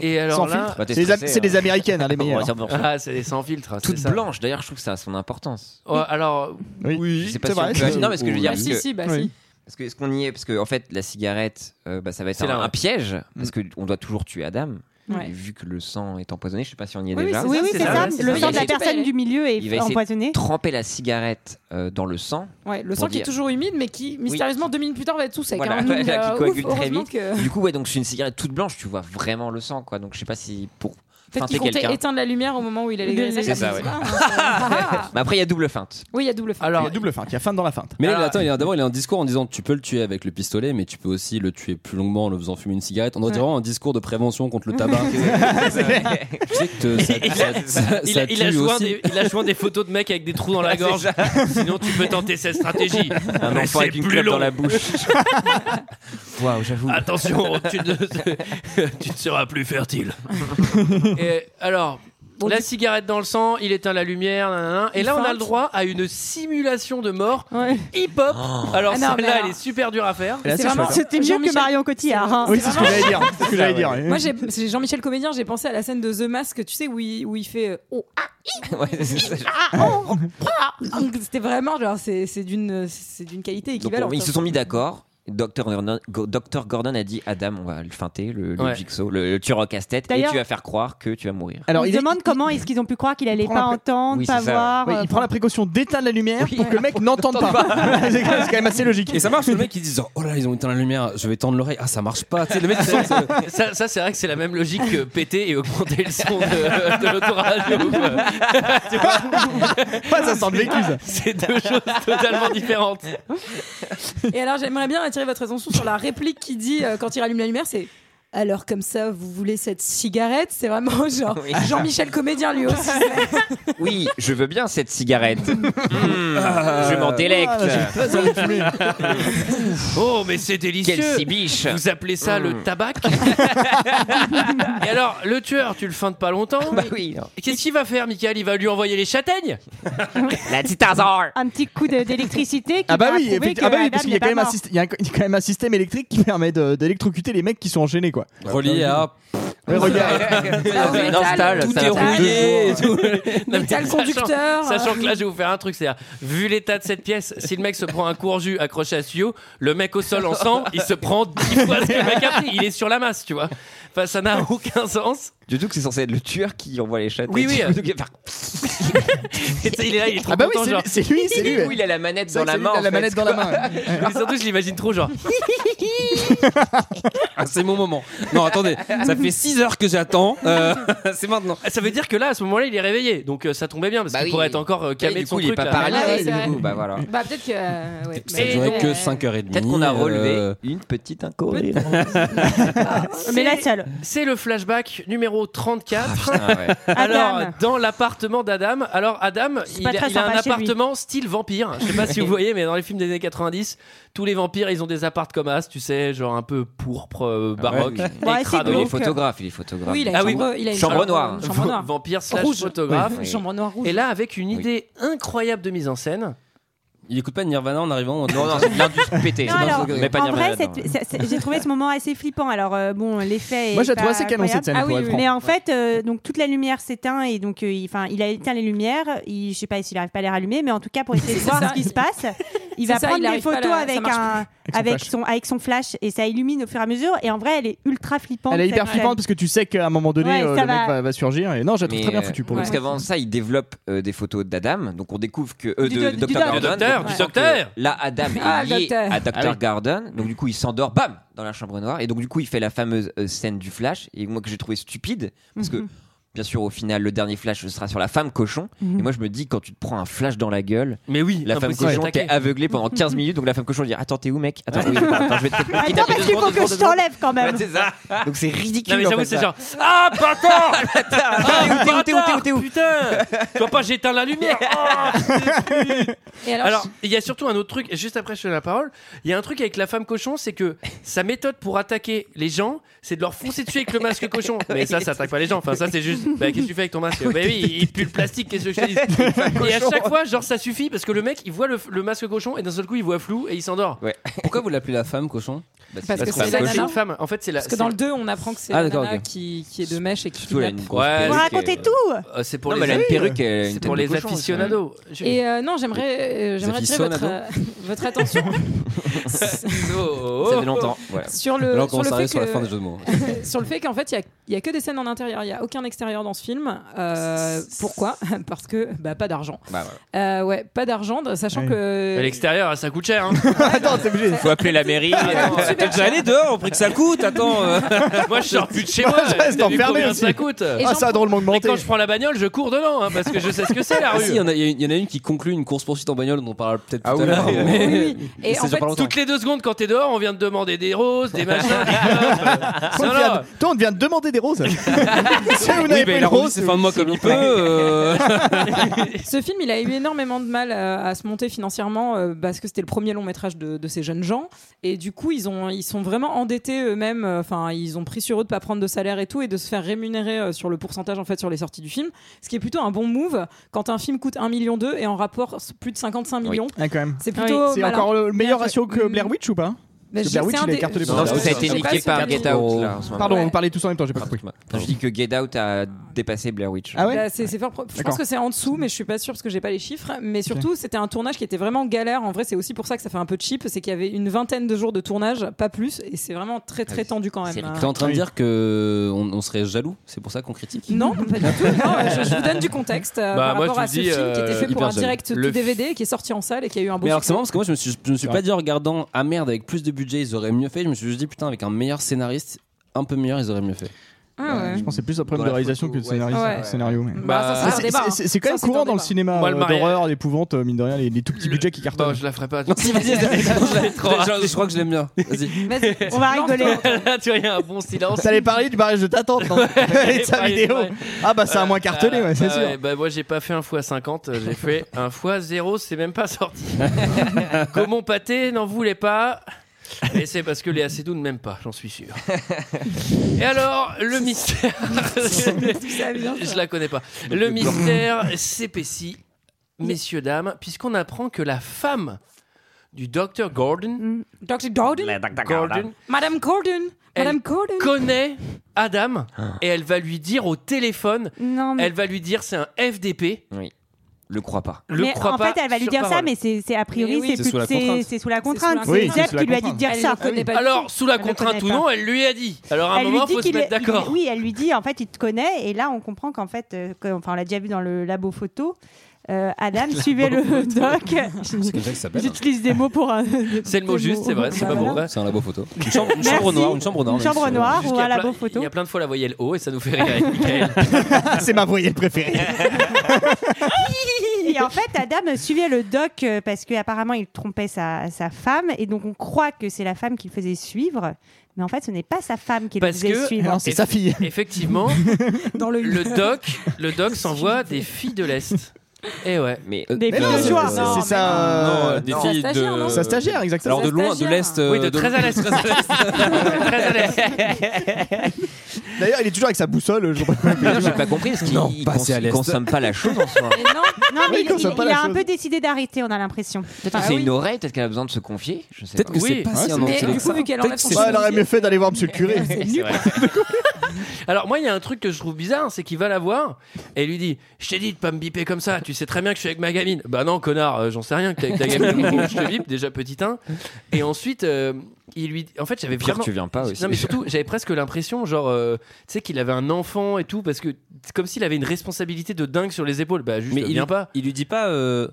[SPEAKER 11] Et alors
[SPEAKER 7] Sans
[SPEAKER 1] Ah.
[SPEAKER 11] là,
[SPEAKER 7] filtre. C'est les Am- c'est les Américaines, hein, les meilleures.
[SPEAKER 11] Ah, c'est sans filtre.
[SPEAKER 1] Toute
[SPEAKER 11] c'est ça.
[SPEAKER 1] blanche, d'ailleurs, je trouve que ça a son importance.
[SPEAKER 11] Ouais, alors,
[SPEAKER 1] Je
[SPEAKER 7] Oh, Oui,
[SPEAKER 1] sais pas
[SPEAKER 7] c'est
[SPEAKER 1] si on
[SPEAKER 7] vrai.
[SPEAKER 1] peut- Non, mais ce que je veux dire,
[SPEAKER 6] Ah,
[SPEAKER 1] c'est
[SPEAKER 6] si,
[SPEAKER 1] que-
[SPEAKER 6] si, bah
[SPEAKER 7] Oui.
[SPEAKER 6] si.
[SPEAKER 1] Parce que est-ce qu'on y est Parce que en fait, la cigarette, euh, bah, ça va être
[SPEAKER 11] C'est
[SPEAKER 1] un,
[SPEAKER 11] là, ouais.
[SPEAKER 1] un piège parce que on doit toujours tuer Adam.
[SPEAKER 6] Ouais.
[SPEAKER 1] Et vu que le sang est empoisonné, je sais pas si on y est
[SPEAKER 6] Oui, oui,
[SPEAKER 1] déjà.
[SPEAKER 5] Oui oui
[SPEAKER 6] c'est
[SPEAKER 5] c'est
[SPEAKER 6] ça,
[SPEAKER 5] ça,
[SPEAKER 6] c'est
[SPEAKER 5] le
[SPEAKER 6] ça.
[SPEAKER 5] sang de
[SPEAKER 1] Il va
[SPEAKER 5] la
[SPEAKER 1] essayer-
[SPEAKER 5] personne du milieu
[SPEAKER 1] il va
[SPEAKER 5] est
[SPEAKER 1] essayer
[SPEAKER 5] empoisonné.
[SPEAKER 1] de tremper la cigarette euh, dans le sang.
[SPEAKER 6] Ouais, le
[SPEAKER 1] Pour
[SPEAKER 6] sang qui est
[SPEAKER 1] dire-
[SPEAKER 6] toujours humide, mais qui mystérieusement deux minutes plus tard va être tout sec.
[SPEAKER 1] Voilà,
[SPEAKER 6] hein.
[SPEAKER 1] voilà,
[SPEAKER 6] Donc, euh,
[SPEAKER 1] qui
[SPEAKER 6] ouf,
[SPEAKER 1] coagule très
[SPEAKER 6] heureusement
[SPEAKER 1] vite.
[SPEAKER 6] que-
[SPEAKER 1] Du coup, ouais, donc c'est une cigarette toute blanche, tu vois vraiment le sang, quoi. Donc je sais pas si pour
[SPEAKER 6] Peut-être
[SPEAKER 1] feinter
[SPEAKER 6] qu'il comptait
[SPEAKER 1] quelqu'un.
[SPEAKER 6] éteindre la lumière au moment où il allait
[SPEAKER 5] C'est
[SPEAKER 6] griser.
[SPEAKER 1] ça,
[SPEAKER 6] je sais
[SPEAKER 1] ouais.
[SPEAKER 6] pas, hein.
[SPEAKER 1] Mais après, il y a double feinte.
[SPEAKER 6] Oui, il y a double fin.
[SPEAKER 7] Il y
[SPEAKER 11] alors,
[SPEAKER 7] a double feinte. Il y a feinte dans la feinte.
[SPEAKER 10] Mais là, il-
[SPEAKER 11] Alors-
[SPEAKER 10] attends, il y a- d'abord, il a un discours en disant tu peux le tuer avec le pistolet, mais tu peux aussi le tuer plus longuement en le faisant fumer une cigarette. On aurait
[SPEAKER 6] Ouais.
[SPEAKER 10] vraiment un discours de prévention contre le tabac. tu sais que te- ça, ça- ça-
[SPEAKER 11] il,
[SPEAKER 10] ça
[SPEAKER 11] a- il a
[SPEAKER 10] tue
[SPEAKER 11] joint
[SPEAKER 10] aussi.
[SPEAKER 11] des, il a joint des photos de mecs avec des trous dans la
[SPEAKER 1] Ah, c'est
[SPEAKER 11] gorge. Sinon, tu peux tenter cette stratégie.
[SPEAKER 1] Un
[SPEAKER 11] Mais
[SPEAKER 1] enfant
[SPEAKER 11] c'est
[SPEAKER 1] avec une
[SPEAKER 11] plus
[SPEAKER 1] clope
[SPEAKER 11] long. Ah,
[SPEAKER 1] dans la bouche. Waouh, j'avoue.
[SPEAKER 11] Attention, tu ne, tu ne seras plus fertile. Et alors, la cigarette dans le sang, il éteint la lumière, nanana. et
[SPEAKER 6] Il
[SPEAKER 11] là on a
[SPEAKER 6] feinte.
[SPEAKER 11] le droit à une simulation de mort
[SPEAKER 6] Ouais.
[SPEAKER 11] hip-hop. Alors
[SPEAKER 6] Ah non, mais
[SPEAKER 11] celle-là,
[SPEAKER 6] alors-
[SPEAKER 11] elle est super dure à faire.
[SPEAKER 7] Et là,
[SPEAKER 6] C'est
[SPEAKER 7] c'est
[SPEAKER 6] vraiment-
[SPEAKER 7] chouette,
[SPEAKER 5] C'était mieux que
[SPEAKER 6] Jean-Michel-
[SPEAKER 5] Marion Cotillard. hein.
[SPEAKER 7] Oui, c'est
[SPEAKER 6] Ah,
[SPEAKER 7] ce que j'allais dire. C'est ce que j'allais dire.
[SPEAKER 6] Moi, j'ai c'est Jean-Michel Comédien, j'ai pensé à la scène de The Mask, tu sais, où il, où il fait euh, Oh, ah,
[SPEAKER 1] Ouais, c'est ça.
[SPEAKER 6] ah, oh, ah. C'était vraiment, genre, c'est c'est d'une c'est d'une qualité
[SPEAKER 1] Donc,
[SPEAKER 6] équivalente. hein.
[SPEAKER 1] on- ils se sont mis d'accord. Dr Gordon, Go- Dr Gordon a dit Adam, on va le feinter, le, le
[SPEAKER 11] Ouais.
[SPEAKER 1] jigsaw, le, le tueur au casse-tête, et
[SPEAKER 5] D'ailleurs-
[SPEAKER 1] tu vas faire croire que tu vas mourir.
[SPEAKER 5] Alors,
[SPEAKER 7] Alors,
[SPEAKER 5] il
[SPEAKER 7] il est-
[SPEAKER 5] demande comment est-ce qu'ils ont pu croire qu'il allait
[SPEAKER 7] prend
[SPEAKER 5] pas
[SPEAKER 7] la-
[SPEAKER 5] entendre,
[SPEAKER 1] Oui,
[SPEAKER 5] pas
[SPEAKER 1] c'est ça.
[SPEAKER 5] voir.
[SPEAKER 7] Oui,
[SPEAKER 5] euh,
[SPEAKER 7] il prend la précaution d'éteindre la lumière
[SPEAKER 1] Oui.
[SPEAKER 7] pour que le mec n'entende pas. c'est c'est quand même assez logique.
[SPEAKER 10] Et ça marche, le mec il dit Oh là, ils ont éteint la lumière, je vais tendre l'oreille. Ah, ça marche pas. Tu sais, le mec, il sent que ça-
[SPEAKER 11] Ça, ça, c'est vrai que c'est la même logique que péter et augmenter le son de, de l'autoradio.
[SPEAKER 7] Ouais, ça sent le vécu, ça.
[SPEAKER 11] C'est deux choses totalement différentes.
[SPEAKER 6] Et alors, j'aimerais bien attirer votre attention sur la réplique qui dit euh, quand il rallume la lumière, c'est. Alors comme ça, vous voulez cette cigarette C'est vraiment genre
[SPEAKER 1] Oui.
[SPEAKER 6] Jean-Michel comédien lui aussi.
[SPEAKER 1] Oui, je veux bien cette cigarette. Hmm, je m'en délecte.
[SPEAKER 11] Oh, mais c'est délicieux.
[SPEAKER 1] Quelle Hmm. cibiche.
[SPEAKER 11] Vous appelez ça le tabac Et alors, le tueur, tu le feintes pas longtemps
[SPEAKER 1] Bah oui. non.
[SPEAKER 11] Et Qu'est-ce qu'il va faire, Michael Il va lui envoyer les châtaignes
[SPEAKER 1] La petite hasard.
[SPEAKER 5] un petit coup de- d'électricité qui
[SPEAKER 7] Ah bah
[SPEAKER 5] va
[SPEAKER 7] oui,
[SPEAKER 5] prouver
[SPEAKER 7] effectivement.
[SPEAKER 5] que
[SPEAKER 7] ah bah oui
[SPEAKER 5] Adam
[SPEAKER 7] parce qu'il y
[SPEAKER 5] n'est
[SPEAKER 7] a quand
[SPEAKER 5] pas
[SPEAKER 7] même un
[SPEAKER 5] mort.
[SPEAKER 7] syst- il y a quand même un système électrique qui permet de- d'électrocuter les mecs qui sont enchaînés quoi.
[SPEAKER 10] Relié à.
[SPEAKER 7] Ouais, regarde.
[SPEAKER 1] Non, Stahl,
[SPEAKER 10] Tout
[SPEAKER 1] ça
[SPEAKER 10] est
[SPEAKER 1] va faire-
[SPEAKER 10] rouillé et tout.
[SPEAKER 11] Non,
[SPEAKER 6] t'as le
[SPEAKER 11] sachant-
[SPEAKER 6] conducteur, euh.
[SPEAKER 11] Sachant que là, je vais vous faire un truc, c'est-à-dire, vu l'état de cette pièce, si le mec se prend un court jus accroché à ce tuyau, le mec au sol en sang, il se prend 10 fois ce que le mec a pris. Il est sur la masse, tu vois. Enfin, ça n'a aucun sens.
[SPEAKER 1] Surtout que c'est censé être le tueur qui envoie les chats.
[SPEAKER 11] Oui, oui.
[SPEAKER 1] Donc, il va faire-
[SPEAKER 11] Et tu sais, il est là, il est trop
[SPEAKER 7] Ah bah oui,
[SPEAKER 11] content,
[SPEAKER 7] c'est
[SPEAKER 11] genre.
[SPEAKER 7] lui- c'est lui, c'est lui.
[SPEAKER 1] Du coup, il a la manette
[SPEAKER 7] C'est
[SPEAKER 1] dans
[SPEAKER 7] vrai
[SPEAKER 1] la
[SPEAKER 7] que c'est lui,
[SPEAKER 1] main.
[SPEAKER 7] il a
[SPEAKER 1] en
[SPEAKER 7] la
[SPEAKER 1] fait,
[SPEAKER 7] manette dans la
[SPEAKER 1] quoi.
[SPEAKER 7] main. ouais.
[SPEAKER 11] Mais surtout, je l'imagine trop, genre.
[SPEAKER 10] Ah, c'est mon moment. Non, attendez, ça fait 6 heures que j'attends. Euh, c'est maintenant.
[SPEAKER 11] Ça veut dire que là, à ce moment-là, il est réveillé. Donc, euh, ça tombait bien, parce
[SPEAKER 1] Bah
[SPEAKER 11] qu'il
[SPEAKER 1] oui.
[SPEAKER 11] pourrait être encore euh,
[SPEAKER 1] Et
[SPEAKER 11] camé
[SPEAKER 1] du
[SPEAKER 11] de son
[SPEAKER 1] coup, il est
[SPEAKER 11] truc.
[SPEAKER 1] pas
[SPEAKER 11] là.
[SPEAKER 1] paralysé.
[SPEAKER 6] Ah ouais, c'est
[SPEAKER 1] du
[SPEAKER 6] vrai.
[SPEAKER 1] coup, bah voilà.
[SPEAKER 6] Bah peut-être que euh, ouais,
[SPEAKER 10] Ça
[SPEAKER 6] mais-
[SPEAKER 10] durait que
[SPEAKER 6] euh,
[SPEAKER 10] 5h30.
[SPEAKER 1] Peut-être qu'on a relevé une petite incorée.
[SPEAKER 5] Mais la seule.
[SPEAKER 11] C'est le flashback numéro 34.
[SPEAKER 1] Ah, ouais.
[SPEAKER 11] Alors,
[SPEAKER 5] Adam.
[SPEAKER 11] dans l'appartement d'Adam,
[SPEAKER 1] Adam. Alors, Adam,
[SPEAKER 11] C'est
[SPEAKER 1] il,
[SPEAKER 11] pas
[SPEAKER 1] a-
[SPEAKER 11] très
[SPEAKER 1] il a un
[SPEAKER 11] sympa chez lui.
[SPEAKER 1] appartement style vampire. Je sais pas si vous voyez, mais dans les films des années 90, tous les vampires, ils ont des appartes comme As, tu sais, genre un peu pourpre, euh, baroque.
[SPEAKER 10] Ah Ouais,
[SPEAKER 1] et
[SPEAKER 10] c'est
[SPEAKER 1] crado.
[SPEAKER 10] glauque. Il est photographe, il est photographe. Oui, il a une
[SPEAKER 1] Ah oui,
[SPEAKER 10] chambre- il a une chambre noire.
[SPEAKER 1] chambre
[SPEAKER 10] Chambre noire.
[SPEAKER 1] Vampire slash
[SPEAKER 10] Rouge.
[SPEAKER 1] photographe.
[SPEAKER 10] Oui, oui. Chambre
[SPEAKER 1] Ah, noire rouge. Et là, avec une idée incroyable de mise en scène.
[SPEAKER 12] Il écoute pas Nirvana en arrivant. en-
[SPEAKER 10] Non, non, c'est de l'indus pété.
[SPEAKER 11] Non,
[SPEAKER 10] C'est
[SPEAKER 11] alors,
[SPEAKER 10] l'indus- mais pas
[SPEAKER 11] en
[SPEAKER 10] Nirvana,
[SPEAKER 11] vrai,
[SPEAKER 10] non.
[SPEAKER 11] cette- c'est- c'est- j'ai trouvé ce moment assez flippant. Alors euh, bon, l'effet. est
[SPEAKER 7] Moi, j'ai
[SPEAKER 11] pas
[SPEAKER 7] trouvé assez canon, cette
[SPEAKER 11] incroyable. Ah
[SPEAKER 7] scène, pour être franc.
[SPEAKER 11] Mais en fait, euh, donc toute la lumière s'éteint et donc euh, il, enfin, il a éteint les lumières. Il, je sais pas s'il arrive pas à les rallumer, mais en tout cas pour essayer de
[SPEAKER 6] C'est
[SPEAKER 11] voir
[SPEAKER 6] ça.
[SPEAKER 11] ce qui se passe, il
[SPEAKER 6] C'est
[SPEAKER 11] va
[SPEAKER 6] ça, il
[SPEAKER 11] prendre des
[SPEAKER 6] arrive pas à la-
[SPEAKER 11] photos
[SPEAKER 6] ça
[SPEAKER 11] avec
[SPEAKER 6] marche
[SPEAKER 11] un,
[SPEAKER 6] plus.
[SPEAKER 11] avec son avec son flash et ça illumine au fur et à mesure. Et en vrai, elle est ultra flippante.
[SPEAKER 7] Elle est hyper
[SPEAKER 11] cette
[SPEAKER 7] flippante
[SPEAKER 11] scène.
[SPEAKER 7] parce que tu sais qu'à un moment donné,
[SPEAKER 11] Ouais,
[SPEAKER 7] euh,
[SPEAKER 11] ça
[SPEAKER 7] le mec
[SPEAKER 11] va.
[SPEAKER 7] va, va surgir. Et non, je la trouve
[SPEAKER 10] Mais,
[SPEAKER 7] très bien
[SPEAKER 10] euh,
[SPEAKER 7] foutue pour le
[SPEAKER 10] Parce
[SPEAKER 7] coup.
[SPEAKER 10] qu'avant ça, il développe euh, des photos d'Adam. Donc on découvre que. euh,
[SPEAKER 1] Du do-
[SPEAKER 10] de, de
[SPEAKER 1] du
[SPEAKER 10] Dr.
[SPEAKER 1] doc.
[SPEAKER 10] Garden.
[SPEAKER 1] Du docteur,
[SPEAKER 10] Donc, euh,
[SPEAKER 1] du
[SPEAKER 10] on sent que
[SPEAKER 1] docteur.
[SPEAKER 10] Là, Adam
[SPEAKER 1] Ah,
[SPEAKER 10] est lié
[SPEAKER 1] docteur.
[SPEAKER 10] à Dr.
[SPEAKER 1] Ah oui.
[SPEAKER 10] Garden. Donc du coup, il s'endort, bam, dans la chambre noire. Et donc du coup, il fait la fameuse euh, scène du flash. Et moi, que j'ai trouvé stupide. Parce que.
[SPEAKER 11] Mhm.
[SPEAKER 10] Bien sûr, au final, le dernier flash ce sera sur la femme cochon.
[SPEAKER 11] Mhm.
[SPEAKER 10] Et moi, je me dis, quand tu te prends un flash dans la gueule,
[SPEAKER 1] mais oui,
[SPEAKER 10] la femme
[SPEAKER 1] impossible.
[SPEAKER 10] cochon,
[SPEAKER 1] Ouais.
[SPEAKER 10] t'es aveuglée pendant 15 minutes. Donc la femme cochon dit Attends, t'es où, mec Attends, oui, attends, je vais te kidnapper
[SPEAKER 11] Attends, parce
[SPEAKER 10] deux
[SPEAKER 11] qu'il
[SPEAKER 10] secondes,
[SPEAKER 11] faut
[SPEAKER 10] deux
[SPEAKER 11] que je
[SPEAKER 10] secondes, deux secondes.
[SPEAKER 11] t'enlève quand même.
[SPEAKER 10] Ouais, c'est ça. Donc c'est ridicule.
[SPEAKER 1] Non, mais
[SPEAKER 10] en
[SPEAKER 1] j'avoue,
[SPEAKER 10] fait,
[SPEAKER 1] c'est
[SPEAKER 10] ça.
[SPEAKER 1] genre Ah, bâtard Ah,
[SPEAKER 10] T'es où, t'es où, t'es où, t'es où
[SPEAKER 1] Putain Tu vois pas, j'éteins la lumière Oh, je sais plus.
[SPEAKER 6] Et alors,
[SPEAKER 1] Alors, il y a surtout un autre truc, et juste après je te donne la parole, il y a un truc avec la femme cochon, c'est que sa méthode pour attaquer les gens, c'est de leur foncer dessus avec le masque cochon. Mais ça, ça attaque pas les gens, enfin ça c'est juste, bah, qu'est-ce que tu fais avec ton masque Bah oui, il pue le plastique, qu'est-ce que je te dis Et à chaque fois, genre ça suffit, parce que le mec, il voit le, le masque cochon, et d'un seul coup, il voit flou, et il s'endort.
[SPEAKER 12] Pourquoi vous l'appelez la femme cochon
[SPEAKER 1] Parce que Bah, c'est la une femme, en fait c'est la...
[SPEAKER 6] Parce que
[SPEAKER 1] c'est-
[SPEAKER 6] dans le 2, on apprend que c'est
[SPEAKER 12] Ah,
[SPEAKER 6] la
[SPEAKER 12] d'accord,
[SPEAKER 6] nana
[SPEAKER 12] ok.
[SPEAKER 6] qui, qui est de mèche et qui
[SPEAKER 12] Surtout, elle a
[SPEAKER 6] kidnappe.
[SPEAKER 12] une grosse
[SPEAKER 1] Ouais,
[SPEAKER 11] Vous
[SPEAKER 12] perruque et-
[SPEAKER 11] racontez tout.
[SPEAKER 1] euh, c'est pour
[SPEAKER 10] Non,
[SPEAKER 1] les... euh,
[SPEAKER 10] mais elle a une perruque, elle a une
[SPEAKER 1] c'est
[SPEAKER 10] tête
[SPEAKER 1] pour
[SPEAKER 10] de
[SPEAKER 1] les
[SPEAKER 10] cochon, ça.
[SPEAKER 1] aficionados. Je-
[SPEAKER 6] Et euh, non, j'aimerais euh, j'aimerais attirer votre,
[SPEAKER 10] aficionado.
[SPEAKER 6] euh, votre attention
[SPEAKER 7] Oh.
[SPEAKER 10] Ça fait longtemps. voilà.
[SPEAKER 6] sur le, Euh,
[SPEAKER 12] Là, on
[SPEAKER 6] sur
[SPEAKER 12] commence
[SPEAKER 6] le
[SPEAKER 12] à
[SPEAKER 6] fait
[SPEAKER 12] arriver sur la
[SPEAKER 6] que-
[SPEAKER 12] fin des jeux de mots.
[SPEAKER 6] sur le fait qu'en fait, il y a- il y, a que des scènes en intérieur, il y a aucun extérieur dans ce film. Euh, pourquoi Parce que bah, pas d'argent.
[SPEAKER 10] Bah, voilà.
[SPEAKER 6] Euh, ouais, pas d'argent, sachant que
[SPEAKER 1] À l'extérieur, ça coûte cher. Hein.
[SPEAKER 10] Faut appeler la mairie.
[SPEAKER 7] Ah,
[SPEAKER 10] Attends,
[SPEAKER 12] T'es déjà allé dehors, on prie que ça coûte, attends. euh.
[SPEAKER 1] Moi, je sors plus de chez moi.
[SPEAKER 7] Je reste
[SPEAKER 1] T'as vu
[SPEAKER 7] enfermé
[SPEAKER 1] combien
[SPEAKER 7] aussi.
[SPEAKER 1] Ça coûte.
[SPEAKER 6] Et Ah, j'en- ça
[SPEAKER 7] a drôlement
[SPEAKER 1] Et quand je prends la bagnole, je cours dedans hein, parce que je sais ce que c'est la
[SPEAKER 12] Ah
[SPEAKER 1] rue.
[SPEAKER 12] si, il y, en a- il y en a une qui conclut une course poursuite en bagnole dont on parle peut-être tout à l'heure.
[SPEAKER 10] oui.
[SPEAKER 12] mais-
[SPEAKER 6] Oui, oui. Et
[SPEAKER 12] c'est
[SPEAKER 6] en
[SPEAKER 12] déjà
[SPEAKER 6] fait,
[SPEAKER 12] pas longtemps.
[SPEAKER 1] Toutes les deux secondes, quand t'es dehors, on vient te demander des roses, des machins, des clopes.
[SPEAKER 7] Toi,
[SPEAKER 1] Non,
[SPEAKER 7] on vient
[SPEAKER 1] non.
[SPEAKER 7] de- toi, on vient de demander des roses. si vous n'avez pas
[SPEAKER 12] Oui, mais
[SPEAKER 7] une
[SPEAKER 12] la rose,
[SPEAKER 7] rose,
[SPEAKER 12] c'est fin de mois comme il peut. euh.
[SPEAKER 6] ce film, il a eu énormément de mal euh, à se monter financièrement euh, parce que c'était le premier long métrage de, de ces jeunes gens. Et du coup, ils, ont, ils sont vraiment endettés eux-mêmes. euh, Enfin, ils ont pris sur eux de pas prendre de salaire et tout et de se faire rémunérer euh, sur le pourcentage en fait sur les sorties du film. Ce qui est plutôt un bon move quand un film coûte 1 million d'eux et en rapport c'est plus de 55 millions.
[SPEAKER 7] Ah, quand même.
[SPEAKER 6] C'est
[SPEAKER 11] Oh,
[SPEAKER 6] plutôt
[SPEAKER 7] C'est
[SPEAKER 6] malin.
[SPEAKER 7] encore le meilleur
[SPEAKER 6] Bien
[SPEAKER 7] ratio
[SPEAKER 11] Mm.
[SPEAKER 7] que Blair Witch ou pas
[SPEAKER 6] Mais
[SPEAKER 7] Parce
[SPEAKER 6] je-
[SPEAKER 7] que Blair
[SPEAKER 6] c'est
[SPEAKER 7] Witch,
[SPEAKER 6] un
[SPEAKER 7] il a
[SPEAKER 6] des-
[SPEAKER 7] écarté les
[SPEAKER 10] Non, parce que ça a été
[SPEAKER 6] Je sais pas
[SPEAKER 10] niqué
[SPEAKER 6] si
[SPEAKER 10] par
[SPEAKER 6] on a
[SPEAKER 10] Get
[SPEAKER 6] compris.
[SPEAKER 10] Out. là, en ce moment.
[SPEAKER 7] Pardon, vous parlez tous en même temps, j'ai pas compris.
[SPEAKER 10] Quand je dis que Get Out a dépassé Blair Witch.
[SPEAKER 7] Ah ouais
[SPEAKER 6] Bah, c'est c'est fort pro- Je
[SPEAKER 7] D'accord.
[SPEAKER 6] pense que c'est en dessous, mais je suis pas sûre parce que j'ai pas les chiffres. Mais surtout, c'était un tournage qui était vraiment galère. En vrai, c'est aussi pour ça que ça fait un peu cheap. C'est qu'il y avait une vingtaine de jours de tournage, pas plus. Et c'est vraiment très très tendu quand même.
[SPEAKER 12] T'es en train de dire que euh, on, on serait jaloux, c'est pour ça qu'on critique.
[SPEAKER 6] Non, pas du tout. Non, je, je vous donne du contexte euh,
[SPEAKER 12] Bah,
[SPEAKER 6] par
[SPEAKER 12] moi,
[SPEAKER 6] rapport
[SPEAKER 12] je
[SPEAKER 6] à
[SPEAKER 12] vous
[SPEAKER 6] ce
[SPEAKER 12] dis,
[SPEAKER 6] film qui
[SPEAKER 12] euh,
[SPEAKER 6] était fait pour
[SPEAKER 12] hyper
[SPEAKER 6] un
[SPEAKER 12] jeune.
[SPEAKER 6] direct
[SPEAKER 12] Le
[SPEAKER 6] tout DVD qui est sorti en salle et qui a eu un bon
[SPEAKER 12] Mais alors c'est
[SPEAKER 6] succès.
[SPEAKER 12] marrant parce que moi je me suis, je me suis pas dit en regardant à merde avec plus de budget ils auraient mieux fait. Je me suis juste dit putain avec un meilleur scénariste un peu meilleur ils auraient mieux fait.
[SPEAKER 6] Ah ouais.
[SPEAKER 7] Je pense que c'est plus un
[SPEAKER 12] Dans
[SPEAKER 7] problème
[SPEAKER 12] la
[SPEAKER 7] de réalisation que de scénario.
[SPEAKER 6] Ouais.
[SPEAKER 7] scénario mais-
[SPEAKER 1] Bah, ça,
[SPEAKER 7] Mais
[SPEAKER 1] c'est un
[SPEAKER 7] c'est-
[SPEAKER 1] débat,
[SPEAKER 7] c'est-
[SPEAKER 1] hein.
[SPEAKER 7] c'est- c'est quand même courant dans le cinéma
[SPEAKER 1] Moi, le
[SPEAKER 7] euh,
[SPEAKER 1] mariage-
[SPEAKER 7] d'horreur, l'épouvante, euh, mine de rien, les, les tout petits budgets qui cartonnent.
[SPEAKER 1] Bon, je la ferai pas.
[SPEAKER 12] Non, si, vas-y, vas-y, vas-y. Je, je- je crois que je l'aime bien. Vas-y.
[SPEAKER 6] Vas-y,
[SPEAKER 11] On va
[SPEAKER 6] lance-toi.
[SPEAKER 11] rigoler.
[SPEAKER 1] Là, tu vois, il y a un bon silence.
[SPEAKER 7] T'allais parler du barrage de ta tante
[SPEAKER 10] hein.
[SPEAKER 7] non et de sa
[SPEAKER 1] pareil,
[SPEAKER 7] vidéo.
[SPEAKER 1] pareil.
[SPEAKER 7] Ah bah ça a moins cartonné, ouais, c'est
[SPEAKER 1] Ah ouais,
[SPEAKER 7] sûr.
[SPEAKER 1] bah, moi, j'ai pas fait un x 50, j'ai fait un x 0, c'est même pas sorti. Comme mon pâté n'en voulait pas. Et c'est parce que les Acédou ne m'aiment pas, j'en suis sûr. Et alors, le mystère. Je la connais pas. Le mystère s'épaissit, messieurs, dames, puisqu'on apprend que la femme du docteur Gordon,
[SPEAKER 6] Dr.
[SPEAKER 1] Gordon
[SPEAKER 6] Gordon Madame Gordon Madame Gordon
[SPEAKER 1] connaît Adam et elle va lui dire au téléphone,
[SPEAKER 11] Non, mais-
[SPEAKER 1] elle va lui dire c'est un FDP.
[SPEAKER 10] Oui. Le crois pas.
[SPEAKER 1] Le
[SPEAKER 11] mais
[SPEAKER 1] crois
[SPEAKER 11] en
[SPEAKER 1] pas
[SPEAKER 11] fait, elle va lui
[SPEAKER 1] sur
[SPEAKER 11] dire ça,
[SPEAKER 1] parole.
[SPEAKER 11] mais c'est c'est- a priori,
[SPEAKER 6] Mais oui.
[SPEAKER 11] c'est
[SPEAKER 12] C'est
[SPEAKER 11] plus-
[SPEAKER 12] sous la
[SPEAKER 11] c'est-
[SPEAKER 12] contrainte.
[SPEAKER 11] c'est sous la
[SPEAKER 6] C'est
[SPEAKER 11] contrainte.
[SPEAKER 6] sous la
[SPEAKER 11] C'est
[SPEAKER 7] contrainte. Oui, c'est
[SPEAKER 11] Zeb
[SPEAKER 7] sous la
[SPEAKER 11] qui lui a dit de
[SPEAKER 7] contrainte.
[SPEAKER 11] dire
[SPEAKER 6] Elle
[SPEAKER 11] ça.
[SPEAKER 6] le connaît pas du
[SPEAKER 1] Alors, sous la
[SPEAKER 11] Elle le
[SPEAKER 1] contrainte ou
[SPEAKER 11] connaît pas.
[SPEAKER 1] non, elle lui a dit. Alors, à un
[SPEAKER 11] elle
[SPEAKER 1] moment,
[SPEAKER 11] lui dit
[SPEAKER 1] faut se
[SPEAKER 11] qu'il est-
[SPEAKER 1] mettre
[SPEAKER 11] il-
[SPEAKER 1] d'accord.
[SPEAKER 11] Oui, elle lui dit en fait il te connaît et là on comprend qu'en fait, euh, que- enfin on l'a déjà vu dans le labo photo. euh, Adam suivait le doc.
[SPEAKER 12] comme ça que ça s'appelle. hein.
[SPEAKER 11] J'utilise des mots pour un.
[SPEAKER 1] C'est le mot
[SPEAKER 11] des
[SPEAKER 1] juste,
[SPEAKER 11] mots.
[SPEAKER 1] c'est vrai, c'est
[SPEAKER 11] Bah
[SPEAKER 1] pas
[SPEAKER 11] voilà.
[SPEAKER 1] beau.
[SPEAKER 12] C'est un labo photo. Une chambre, une
[SPEAKER 11] Merci.
[SPEAKER 12] chambre noire, une chambre noire.
[SPEAKER 11] Une chambre
[SPEAKER 12] même si-
[SPEAKER 11] noire
[SPEAKER 1] Juste
[SPEAKER 11] ou
[SPEAKER 1] qu'il y
[SPEAKER 11] un
[SPEAKER 1] a
[SPEAKER 11] labo
[SPEAKER 1] plein- Il
[SPEAKER 11] photo.
[SPEAKER 7] Ah,
[SPEAKER 1] y a plein de fois la voyelle O et ça nous fait rire. Michael.
[SPEAKER 7] C'est ma voyelle préférée.
[SPEAKER 12] et en fait, Adam suivait le doc euh, parce qu'apparemment, il trompait sa, sa femme. Et donc, on croit que c'est la femme qu'il faisait suivre. Mais en fait, ce n'est pas sa femme qui le
[SPEAKER 1] Parce
[SPEAKER 12] faisait
[SPEAKER 1] que
[SPEAKER 12] suivre.
[SPEAKER 1] Eff- Effectivement,
[SPEAKER 12] le-
[SPEAKER 1] le, doc, le doc s'envoie des filles de l'est. Et ouais.
[SPEAKER 11] Mais
[SPEAKER 10] Euh,
[SPEAKER 12] Des filles de joie.
[SPEAKER 7] Non, c'est mais ça, non. euh,
[SPEAKER 10] des
[SPEAKER 7] non.
[SPEAKER 10] filles
[SPEAKER 7] Sa stagiaire,
[SPEAKER 10] de-
[SPEAKER 7] non Sa stagiaire, exactement.
[SPEAKER 10] Alors de
[SPEAKER 7] Sa
[SPEAKER 10] loin, de
[SPEAKER 7] stagiaire.
[SPEAKER 10] l'est. euh,
[SPEAKER 7] Oui, de très à l'est.
[SPEAKER 10] très à
[SPEAKER 1] Très à l'aise.
[SPEAKER 7] D'ailleurs, il est toujours avec sa boussole. Je
[SPEAKER 11] D'ailleurs, j'ai pas compris parce qu'il
[SPEAKER 7] Non,
[SPEAKER 11] il
[SPEAKER 7] pas assez
[SPEAKER 11] cons-
[SPEAKER 7] à l'est.
[SPEAKER 11] consomme pas la chose en soi.
[SPEAKER 12] Et non, non, mais
[SPEAKER 7] Oui,
[SPEAKER 12] il,
[SPEAKER 7] comme ça,
[SPEAKER 12] il-
[SPEAKER 7] pas
[SPEAKER 12] il
[SPEAKER 7] la
[SPEAKER 12] a un
[SPEAKER 7] chose.
[SPEAKER 12] peu décidé d'arrêter, on a l'impression.
[SPEAKER 7] Ah
[SPEAKER 15] Ah
[SPEAKER 11] c'est une oreille, peut-être qu'elle a besoin de se confier. Je sais
[SPEAKER 10] Peut-être
[SPEAKER 11] pas.
[SPEAKER 10] que c'est pas si
[SPEAKER 11] c'est-
[SPEAKER 10] inventé.
[SPEAKER 11] c'est ça. Peut-être que c'est-
[SPEAKER 7] Elle aurait mieux fait d'aller voir Monsieur le curé.
[SPEAKER 1] C'est vrai. Alors moi, il y a un truc que je trouve bizarre, c'est qu'il va la voir et lui dit "Je t'ai dit de pas me biper comme ça. Tu sais très bien que je suis avec ma gamine." Bah non, connard, euh, j'en sais rien que t'es avec ta gamine. je te bip déjà petit 1 Et ensuite, euh, il lui, en fait, j'avais
[SPEAKER 11] Au pire,
[SPEAKER 1] vraiment.
[SPEAKER 11] tu viens pas aussi.
[SPEAKER 1] Non mais surtout, j'avais presque l'impression, genre, euh, tu sais, qu'il avait un enfant et tout, parce que c'est comme s'il avait une responsabilité de dingue sur les épaules. Bah juste,
[SPEAKER 10] Mais il
[SPEAKER 1] viens
[SPEAKER 10] lui-
[SPEAKER 1] pas.
[SPEAKER 10] Il lui dit pas euh,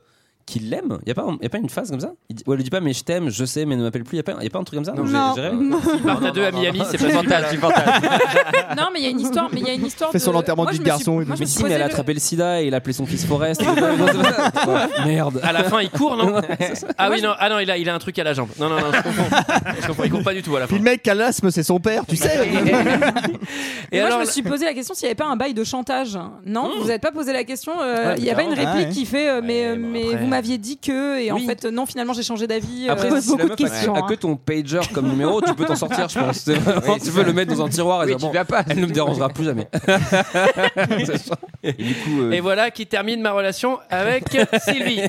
[SPEAKER 10] qu'il l'aime. Il y a pas, y a pas une phase comme ça. Il dit- ou elle lui dit pas mais je t'aime, je sais, mais ne m'appelle plus. Il y a pas, y a pas un truc comme ça.
[SPEAKER 1] Non.
[SPEAKER 10] J'ai-
[SPEAKER 1] Non.
[SPEAKER 10] j'ai rêvé.
[SPEAKER 1] Non. Ils partent à deux à Miami, c'est pas
[SPEAKER 10] fantasme,
[SPEAKER 1] du
[SPEAKER 15] non, mais il y a une histoire. Mais il y a une histoire.
[SPEAKER 10] Fait
[SPEAKER 15] de-
[SPEAKER 10] son enterrement
[SPEAKER 15] Moi,
[SPEAKER 10] du
[SPEAKER 15] je me suis-
[SPEAKER 10] garçon.
[SPEAKER 15] moi, je
[SPEAKER 10] mais
[SPEAKER 15] me suis
[SPEAKER 10] si, mais
[SPEAKER 15] posé
[SPEAKER 10] elle a
[SPEAKER 15] le-
[SPEAKER 10] attrapé le sida et il a appelé son fils Forest. Oh, Merde.
[SPEAKER 1] À la fin, il court, non Ah oui, non, ah non, il a, il a un truc à la jambe. Non, non, non, je comprends. Je comprends, il court pas du tout à la fin.
[SPEAKER 7] Puis le mec, à l'asthme, c'est son père, tu sais.
[SPEAKER 1] Et
[SPEAKER 15] Et moi,
[SPEAKER 1] alors,
[SPEAKER 15] je me suis posé la question s'il n'y avait pas un bail de chantage. Non, vous n'avez pas posé la question. euh,
[SPEAKER 10] Ouais,
[SPEAKER 15] il n'y a pas une
[SPEAKER 10] clairement.
[SPEAKER 15] réplique
[SPEAKER 10] Ah ouais.
[SPEAKER 15] qui fait euh, mais, euh, mais
[SPEAKER 10] après-
[SPEAKER 15] vous m'aviez dit que et en fait euh, non finalement j'ai changé d'avis.
[SPEAKER 10] Après,
[SPEAKER 15] euh,
[SPEAKER 10] si la meuf a- A,
[SPEAKER 6] hein.
[SPEAKER 10] que ton pager comme numéro, tu peux t'en sortir, je pense. C'est vraiment,
[SPEAKER 11] Oui,
[SPEAKER 10] tu peux le mettre dans un tiroir et
[SPEAKER 11] Oui,
[SPEAKER 10] dire,
[SPEAKER 11] tu
[SPEAKER 10] bon,
[SPEAKER 11] vas pas,
[SPEAKER 10] elle ne me dérangera plus jamais.
[SPEAKER 11] Et du coup,
[SPEAKER 1] Et voilà qui termine ma relation avec Sylvie.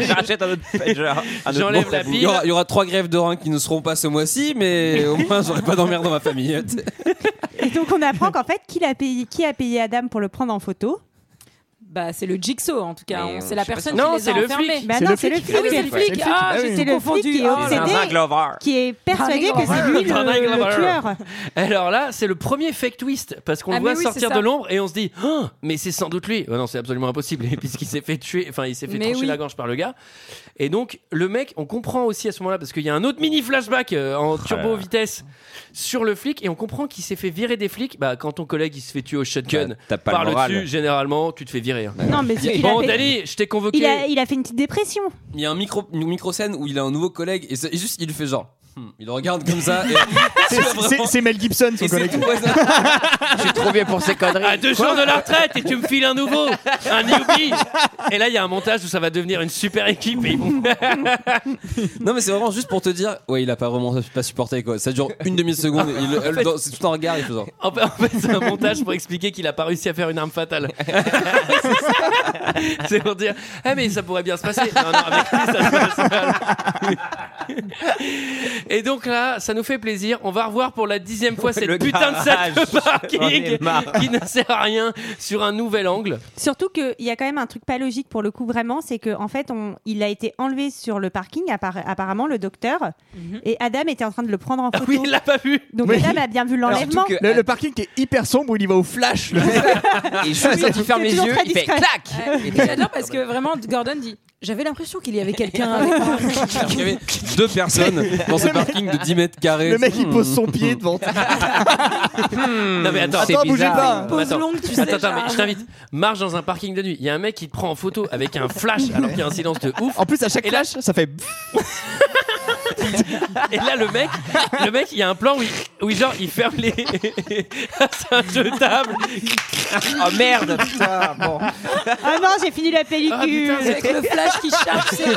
[SPEAKER 11] J'achète un autre pager.
[SPEAKER 1] J'enlève la
[SPEAKER 10] Il
[SPEAKER 1] pile.
[SPEAKER 10] y, aura, il y aura trois grèves de rein qui ne seront pas ce mois-ci, mais au moins j'aurai pas d'emmerde dans ma famille.
[SPEAKER 12] Et donc, on apprend qu'en fait, qui, l'a payé, qui a payé Adam pour le prendre en photo
[SPEAKER 15] Bah, c'est le jigsaw en tout cas.
[SPEAKER 12] Mais
[SPEAKER 15] hein.
[SPEAKER 12] on-
[SPEAKER 15] C'est la
[SPEAKER 12] je sais pas
[SPEAKER 15] personne
[SPEAKER 12] si-
[SPEAKER 15] qui
[SPEAKER 12] Non,
[SPEAKER 15] les
[SPEAKER 12] c'est
[SPEAKER 15] a
[SPEAKER 12] le
[SPEAKER 15] enfermés.
[SPEAKER 12] flic. Bah C'est non, le c'est le flic. flic.
[SPEAKER 15] Ah oui, c'est le
[SPEAKER 12] Ouais, c'est
[SPEAKER 15] flic.
[SPEAKER 12] le flic.
[SPEAKER 15] Ah,
[SPEAKER 12] Ah oui.
[SPEAKER 15] j'étais
[SPEAKER 12] C'est le flic
[SPEAKER 15] confondue.
[SPEAKER 12] qui est
[SPEAKER 15] Oh
[SPEAKER 12] obsédé.
[SPEAKER 15] là là.
[SPEAKER 12] Danny Glover. qui est persuadé que c'est lui le,
[SPEAKER 1] Danny
[SPEAKER 12] le
[SPEAKER 1] Glover.
[SPEAKER 12] tueur.
[SPEAKER 1] Alors là, c'est le premier fake twist parce qu'on
[SPEAKER 12] Ah,
[SPEAKER 1] le voit
[SPEAKER 12] mais oui, c'est
[SPEAKER 1] sortir
[SPEAKER 12] ça.
[SPEAKER 1] de l'ombre et on se dit Ah, mais c'est sans doute lui. Oh non, c'est absolument impossible et puisqu'il s'est fait tuer, enfin il s'est fait
[SPEAKER 15] Mais
[SPEAKER 1] trancher
[SPEAKER 15] oui.
[SPEAKER 1] la gorge par le gars. Et donc le mec, on comprend aussi à ce moment-là parce qu'il y a un autre mini flashback euh,
[SPEAKER 11] Oh
[SPEAKER 1] en turbo vitesse sur le flic et on comprend qu'il s'est fait virer des flics. Bah quand ton collègue il se fait tuer au shotgun
[SPEAKER 11] Bah, t'as pas
[SPEAKER 1] par
[SPEAKER 11] le moral.
[SPEAKER 1] dessus, généralement tu te fais virer. hein.
[SPEAKER 12] Non, mais c'est qu'il
[SPEAKER 1] bon
[SPEAKER 12] a fait-
[SPEAKER 1] Dani, je t'ai convoqué.
[SPEAKER 12] Il a, il a fait une petite dépression.
[SPEAKER 10] Il y a un micro, une micro-scène où il a un nouveau collègue et, c'est- et juste il fait genre. hmm, Il le regarde comme ça. et-
[SPEAKER 7] C'est- c'est- C'est Mel Gibson, son
[SPEAKER 10] Et c'est
[SPEAKER 7] collègue.
[SPEAKER 10] tout, ouais, ça-
[SPEAKER 11] Je suis trop bien pour ces conneries.
[SPEAKER 1] À deux
[SPEAKER 11] Quoi
[SPEAKER 1] jours de la retraite et tu me files un nouveau, un newbie. Et là, il y a un montage où ça va devenir une super équipe. Et ils vont-
[SPEAKER 10] Non mais c'est vraiment juste pour te dire, ouais il a pas vraiment pas supporté quoi. Ça dure une demi seconde. C'est tout un regard il fait genre.
[SPEAKER 1] En fait, en fait, c'est un montage pour expliquer qu'il a pas réussi à faire une arme fatale. c'est pour dire, ah mais ça pourrait bien se passer. Non, non, avec lui, ça se passe mal. Et donc là, ça nous fait plaisir. On va revoir pour la dixième fois cette
[SPEAKER 11] Le
[SPEAKER 1] putain de
[SPEAKER 11] garage.
[SPEAKER 1] salle de
[SPEAKER 11] J'en ai
[SPEAKER 1] parking
[SPEAKER 11] marre.
[SPEAKER 1] qui ne sert à rien sur un nouvel angle.
[SPEAKER 12] Surtout qu'il y a quand même un truc pas logique pour le coup, vraiment, c'est qu'en en fait, on, il a été enlevé sur le parking, appara- apparemment, le docteur, et Adam était en train de le prendre en photo.
[SPEAKER 1] Mhm. Ah oui, il l'a pas vu.
[SPEAKER 12] Donc
[SPEAKER 7] Oui.
[SPEAKER 12] Adam a bien vu l'enlèvement.
[SPEAKER 7] Le, le parking qui est hyper sombre où il y va au flash. le mec.
[SPEAKER 11] Et juste quand il ferme les yeux, il fait clac.
[SPEAKER 15] Ouais. Et Ah, J'adore parce que vraiment Gordon dit j'avais l'impression qu'il y avait quelqu'un
[SPEAKER 12] Ah,
[SPEAKER 15] avec moi.
[SPEAKER 10] Il y avait deux personnes dans ce parking de 10 mètres carrés. Hmm.
[SPEAKER 7] Le mec, il pose son pied devant.
[SPEAKER 1] Non mais attends,
[SPEAKER 7] Attends, C'est bougez bizarre. pas.
[SPEAKER 1] Mais
[SPEAKER 7] Pause
[SPEAKER 1] Mmh. attends.
[SPEAKER 7] longue, tu sais,
[SPEAKER 1] Attends, attends,
[SPEAKER 7] genre.
[SPEAKER 1] mais je t'invite. Marche dans un parking de nuit. Il y a un mec qui te prend en photo avec un flash alors qu'il y a un silence de ouf.
[SPEAKER 7] En plus, à chaque
[SPEAKER 1] Et là-
[SPEAKER 7] flash, ça fait.
[SPEAKER 1] Et là, le mec, le mec, il y a un plan où, il, où il, genre, il ferme les. C'est un jetable.
[SPEAKER 11] Oh merde.
[SPEAKER 12] Ah non, j'ai fini la pellicule.
[SPEAKER 1] putain,
[SPEAKER 15] Ah, Avec le flash qui charge.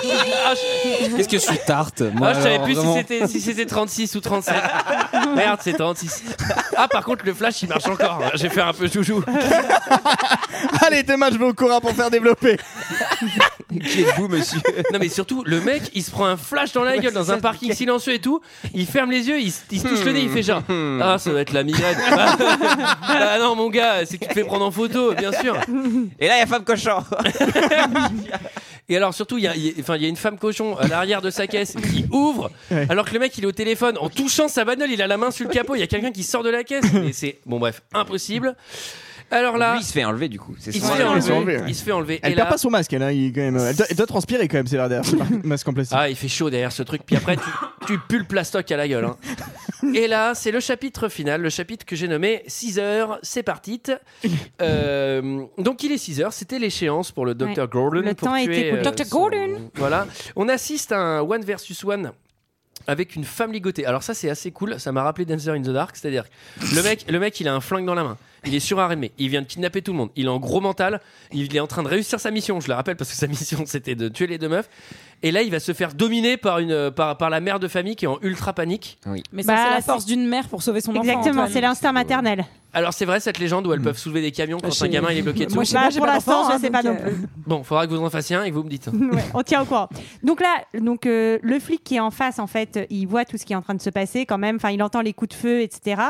[SPEAKER 1] Ah, je-
[SPEAKER 10] Qu'est-ce que je suis tarte moi,
[SPEAKER 1] Ah, je savais
[SPEAKER 10] alors,
[SPEAKER 1] plus si
[SPEAKER 10] vraiment.
[SPEAKER 1] c'était, si c'était 36 ou 37. Merde, c'est 36. Ah, par contre, le flash, il marche encore. J'ai fait un peu joujou.
[SPEAKER 7] Allez, demain, je vais au Cora pour faire développer.
[SPEAKER 11] Qui êtes-vous, monsieur
[SPEAKER 1] Non, mais surtout, le mec, il se prend un flash dans la gueule dans un parking silencieux et tout. Il ferme les yeux, il, se- il se touche le nez, il fait genre Ah, ça doit être la migraine. Bah, bah non, mon gars, c'est que tu te fais prendre en photo, bien sûr.
[SPEAKER 11] Et là, il y a Femme Cochon.
[SPEAKER 1] Et alors surtout, il y a, il y a- enfin, il y a une femme cochon à l'arrière de sa caisse qui ouvre, alors que le mec il est au téléphone en touchant sa bagnole, il a la main sur le capot, il y a quelqu'un qui sort de la caisse. Et c'est bon bref, impossible. Alors là.
[SPEAKER 11] Lui, il se fait enlever du coup. c'est
[SPEAKER 1] Il
[SPEAKER 11] ça.
[SPEAKER 1] se fait enlever. Il se fait enlever.
[SPEAKER 7] Elle
[SPEAKER 1] et
[SPEAKER 7] perd
[SPEAKER 1] là-
[SPEAKER 7] pas son masque, elle, hein, il est quand même. Elle doit, elle doit transpirer quand même, c'est l'air derrière ce masque en plastique.
[SPEAKER 1] Ah, il fait chaud derrière ce truc. Puis après, tu, tu pues le plastoc à la gueule. hein. Et là, c'est le chapitre final, le chapitre que j'ai nommé 6 heures, c'est parti. Euh, donc, il est 6 heures, c'était l'échéance pour le Dr.
[SPEAKER 12] Ouais.
[SPEAKER 1] Gordon.
[SPEAKER 12] Le
[SPEAKER 1] pour
[SPEAKER 12] temps a été
[SPEAKER 1] tuer,
[SPEAKER 12] coupé.
[SPEAKER 1] euh,
[SPEAKER 12] Dr.
[SPEAKER 1] son-
[SPEAKER 12] Gordon.
[SPEAKER 1] Voilà. On assiste à un one versus one avec une femme ligotée. Alors, ça, c'est assez cool. Ça m'a rappelé Dancer in the Dark. C'est-à-dire, que le mec, le mec, il a un flingue dans la main. Il est surarmé. Il vient de kidnapper tout le monde. Il est en gros mental. Il est en train de réussir sa mission. Je le rappelle parce que sa mission, c'était de tuer les deux meufs. Et là, il va se faire dominer par, une, par, par la mère de famille qui est en ultra panique.
[SPEAKER 6] Mais ça,
[SPEAKER 12] Bah,
[SPEAKER 6] c'est la
[SPEAKER 12] c'est-
[SPEAKER 6] force d'une mère pour sauver son enfant.
[SPEAKER 12] Exactement,
[SPEAKER 6] Antoine.
[SPEAKER 12] c'est l'instinct maternel.
[SPEAKER 1] Alors c'est vrai cette légende où elles peuvent soulever des camions quand
[SPEAKER 6] Bah,
[SPEAKER 1] un
[SPEAKER 6] Hmm. j'ai-
[SPEAKER 1] gamin il est bloqué dessous.
[SPEAKER 6] Moi, je sais pas, j'ai
[SPEAKER 12] Bah, pour
[SPEAKER 6] pas
[SPEAKER 12] l'instant,
[SPEAKER 6] d'enfant,
[SPEAKER 12] je
[SPEAKER 6] hein,
[SPEAKER 12] sais pas
[SPEAKER 6] donc,
[SPEAKER 12] non
[SPEAKER 6] euh,
[SPEAKER 12] plus.
[SPEAKER 1] Bon, faudra que vous en fassiez un et vous me dites.
[SPEAKER 12] Ouais, on tient au courant. Donc là, donc euh, le flic qui est en face, en fait, euh, il voit tout ce qui est en train de se passer quand même. Enfin, il entend les coups de feu, etc.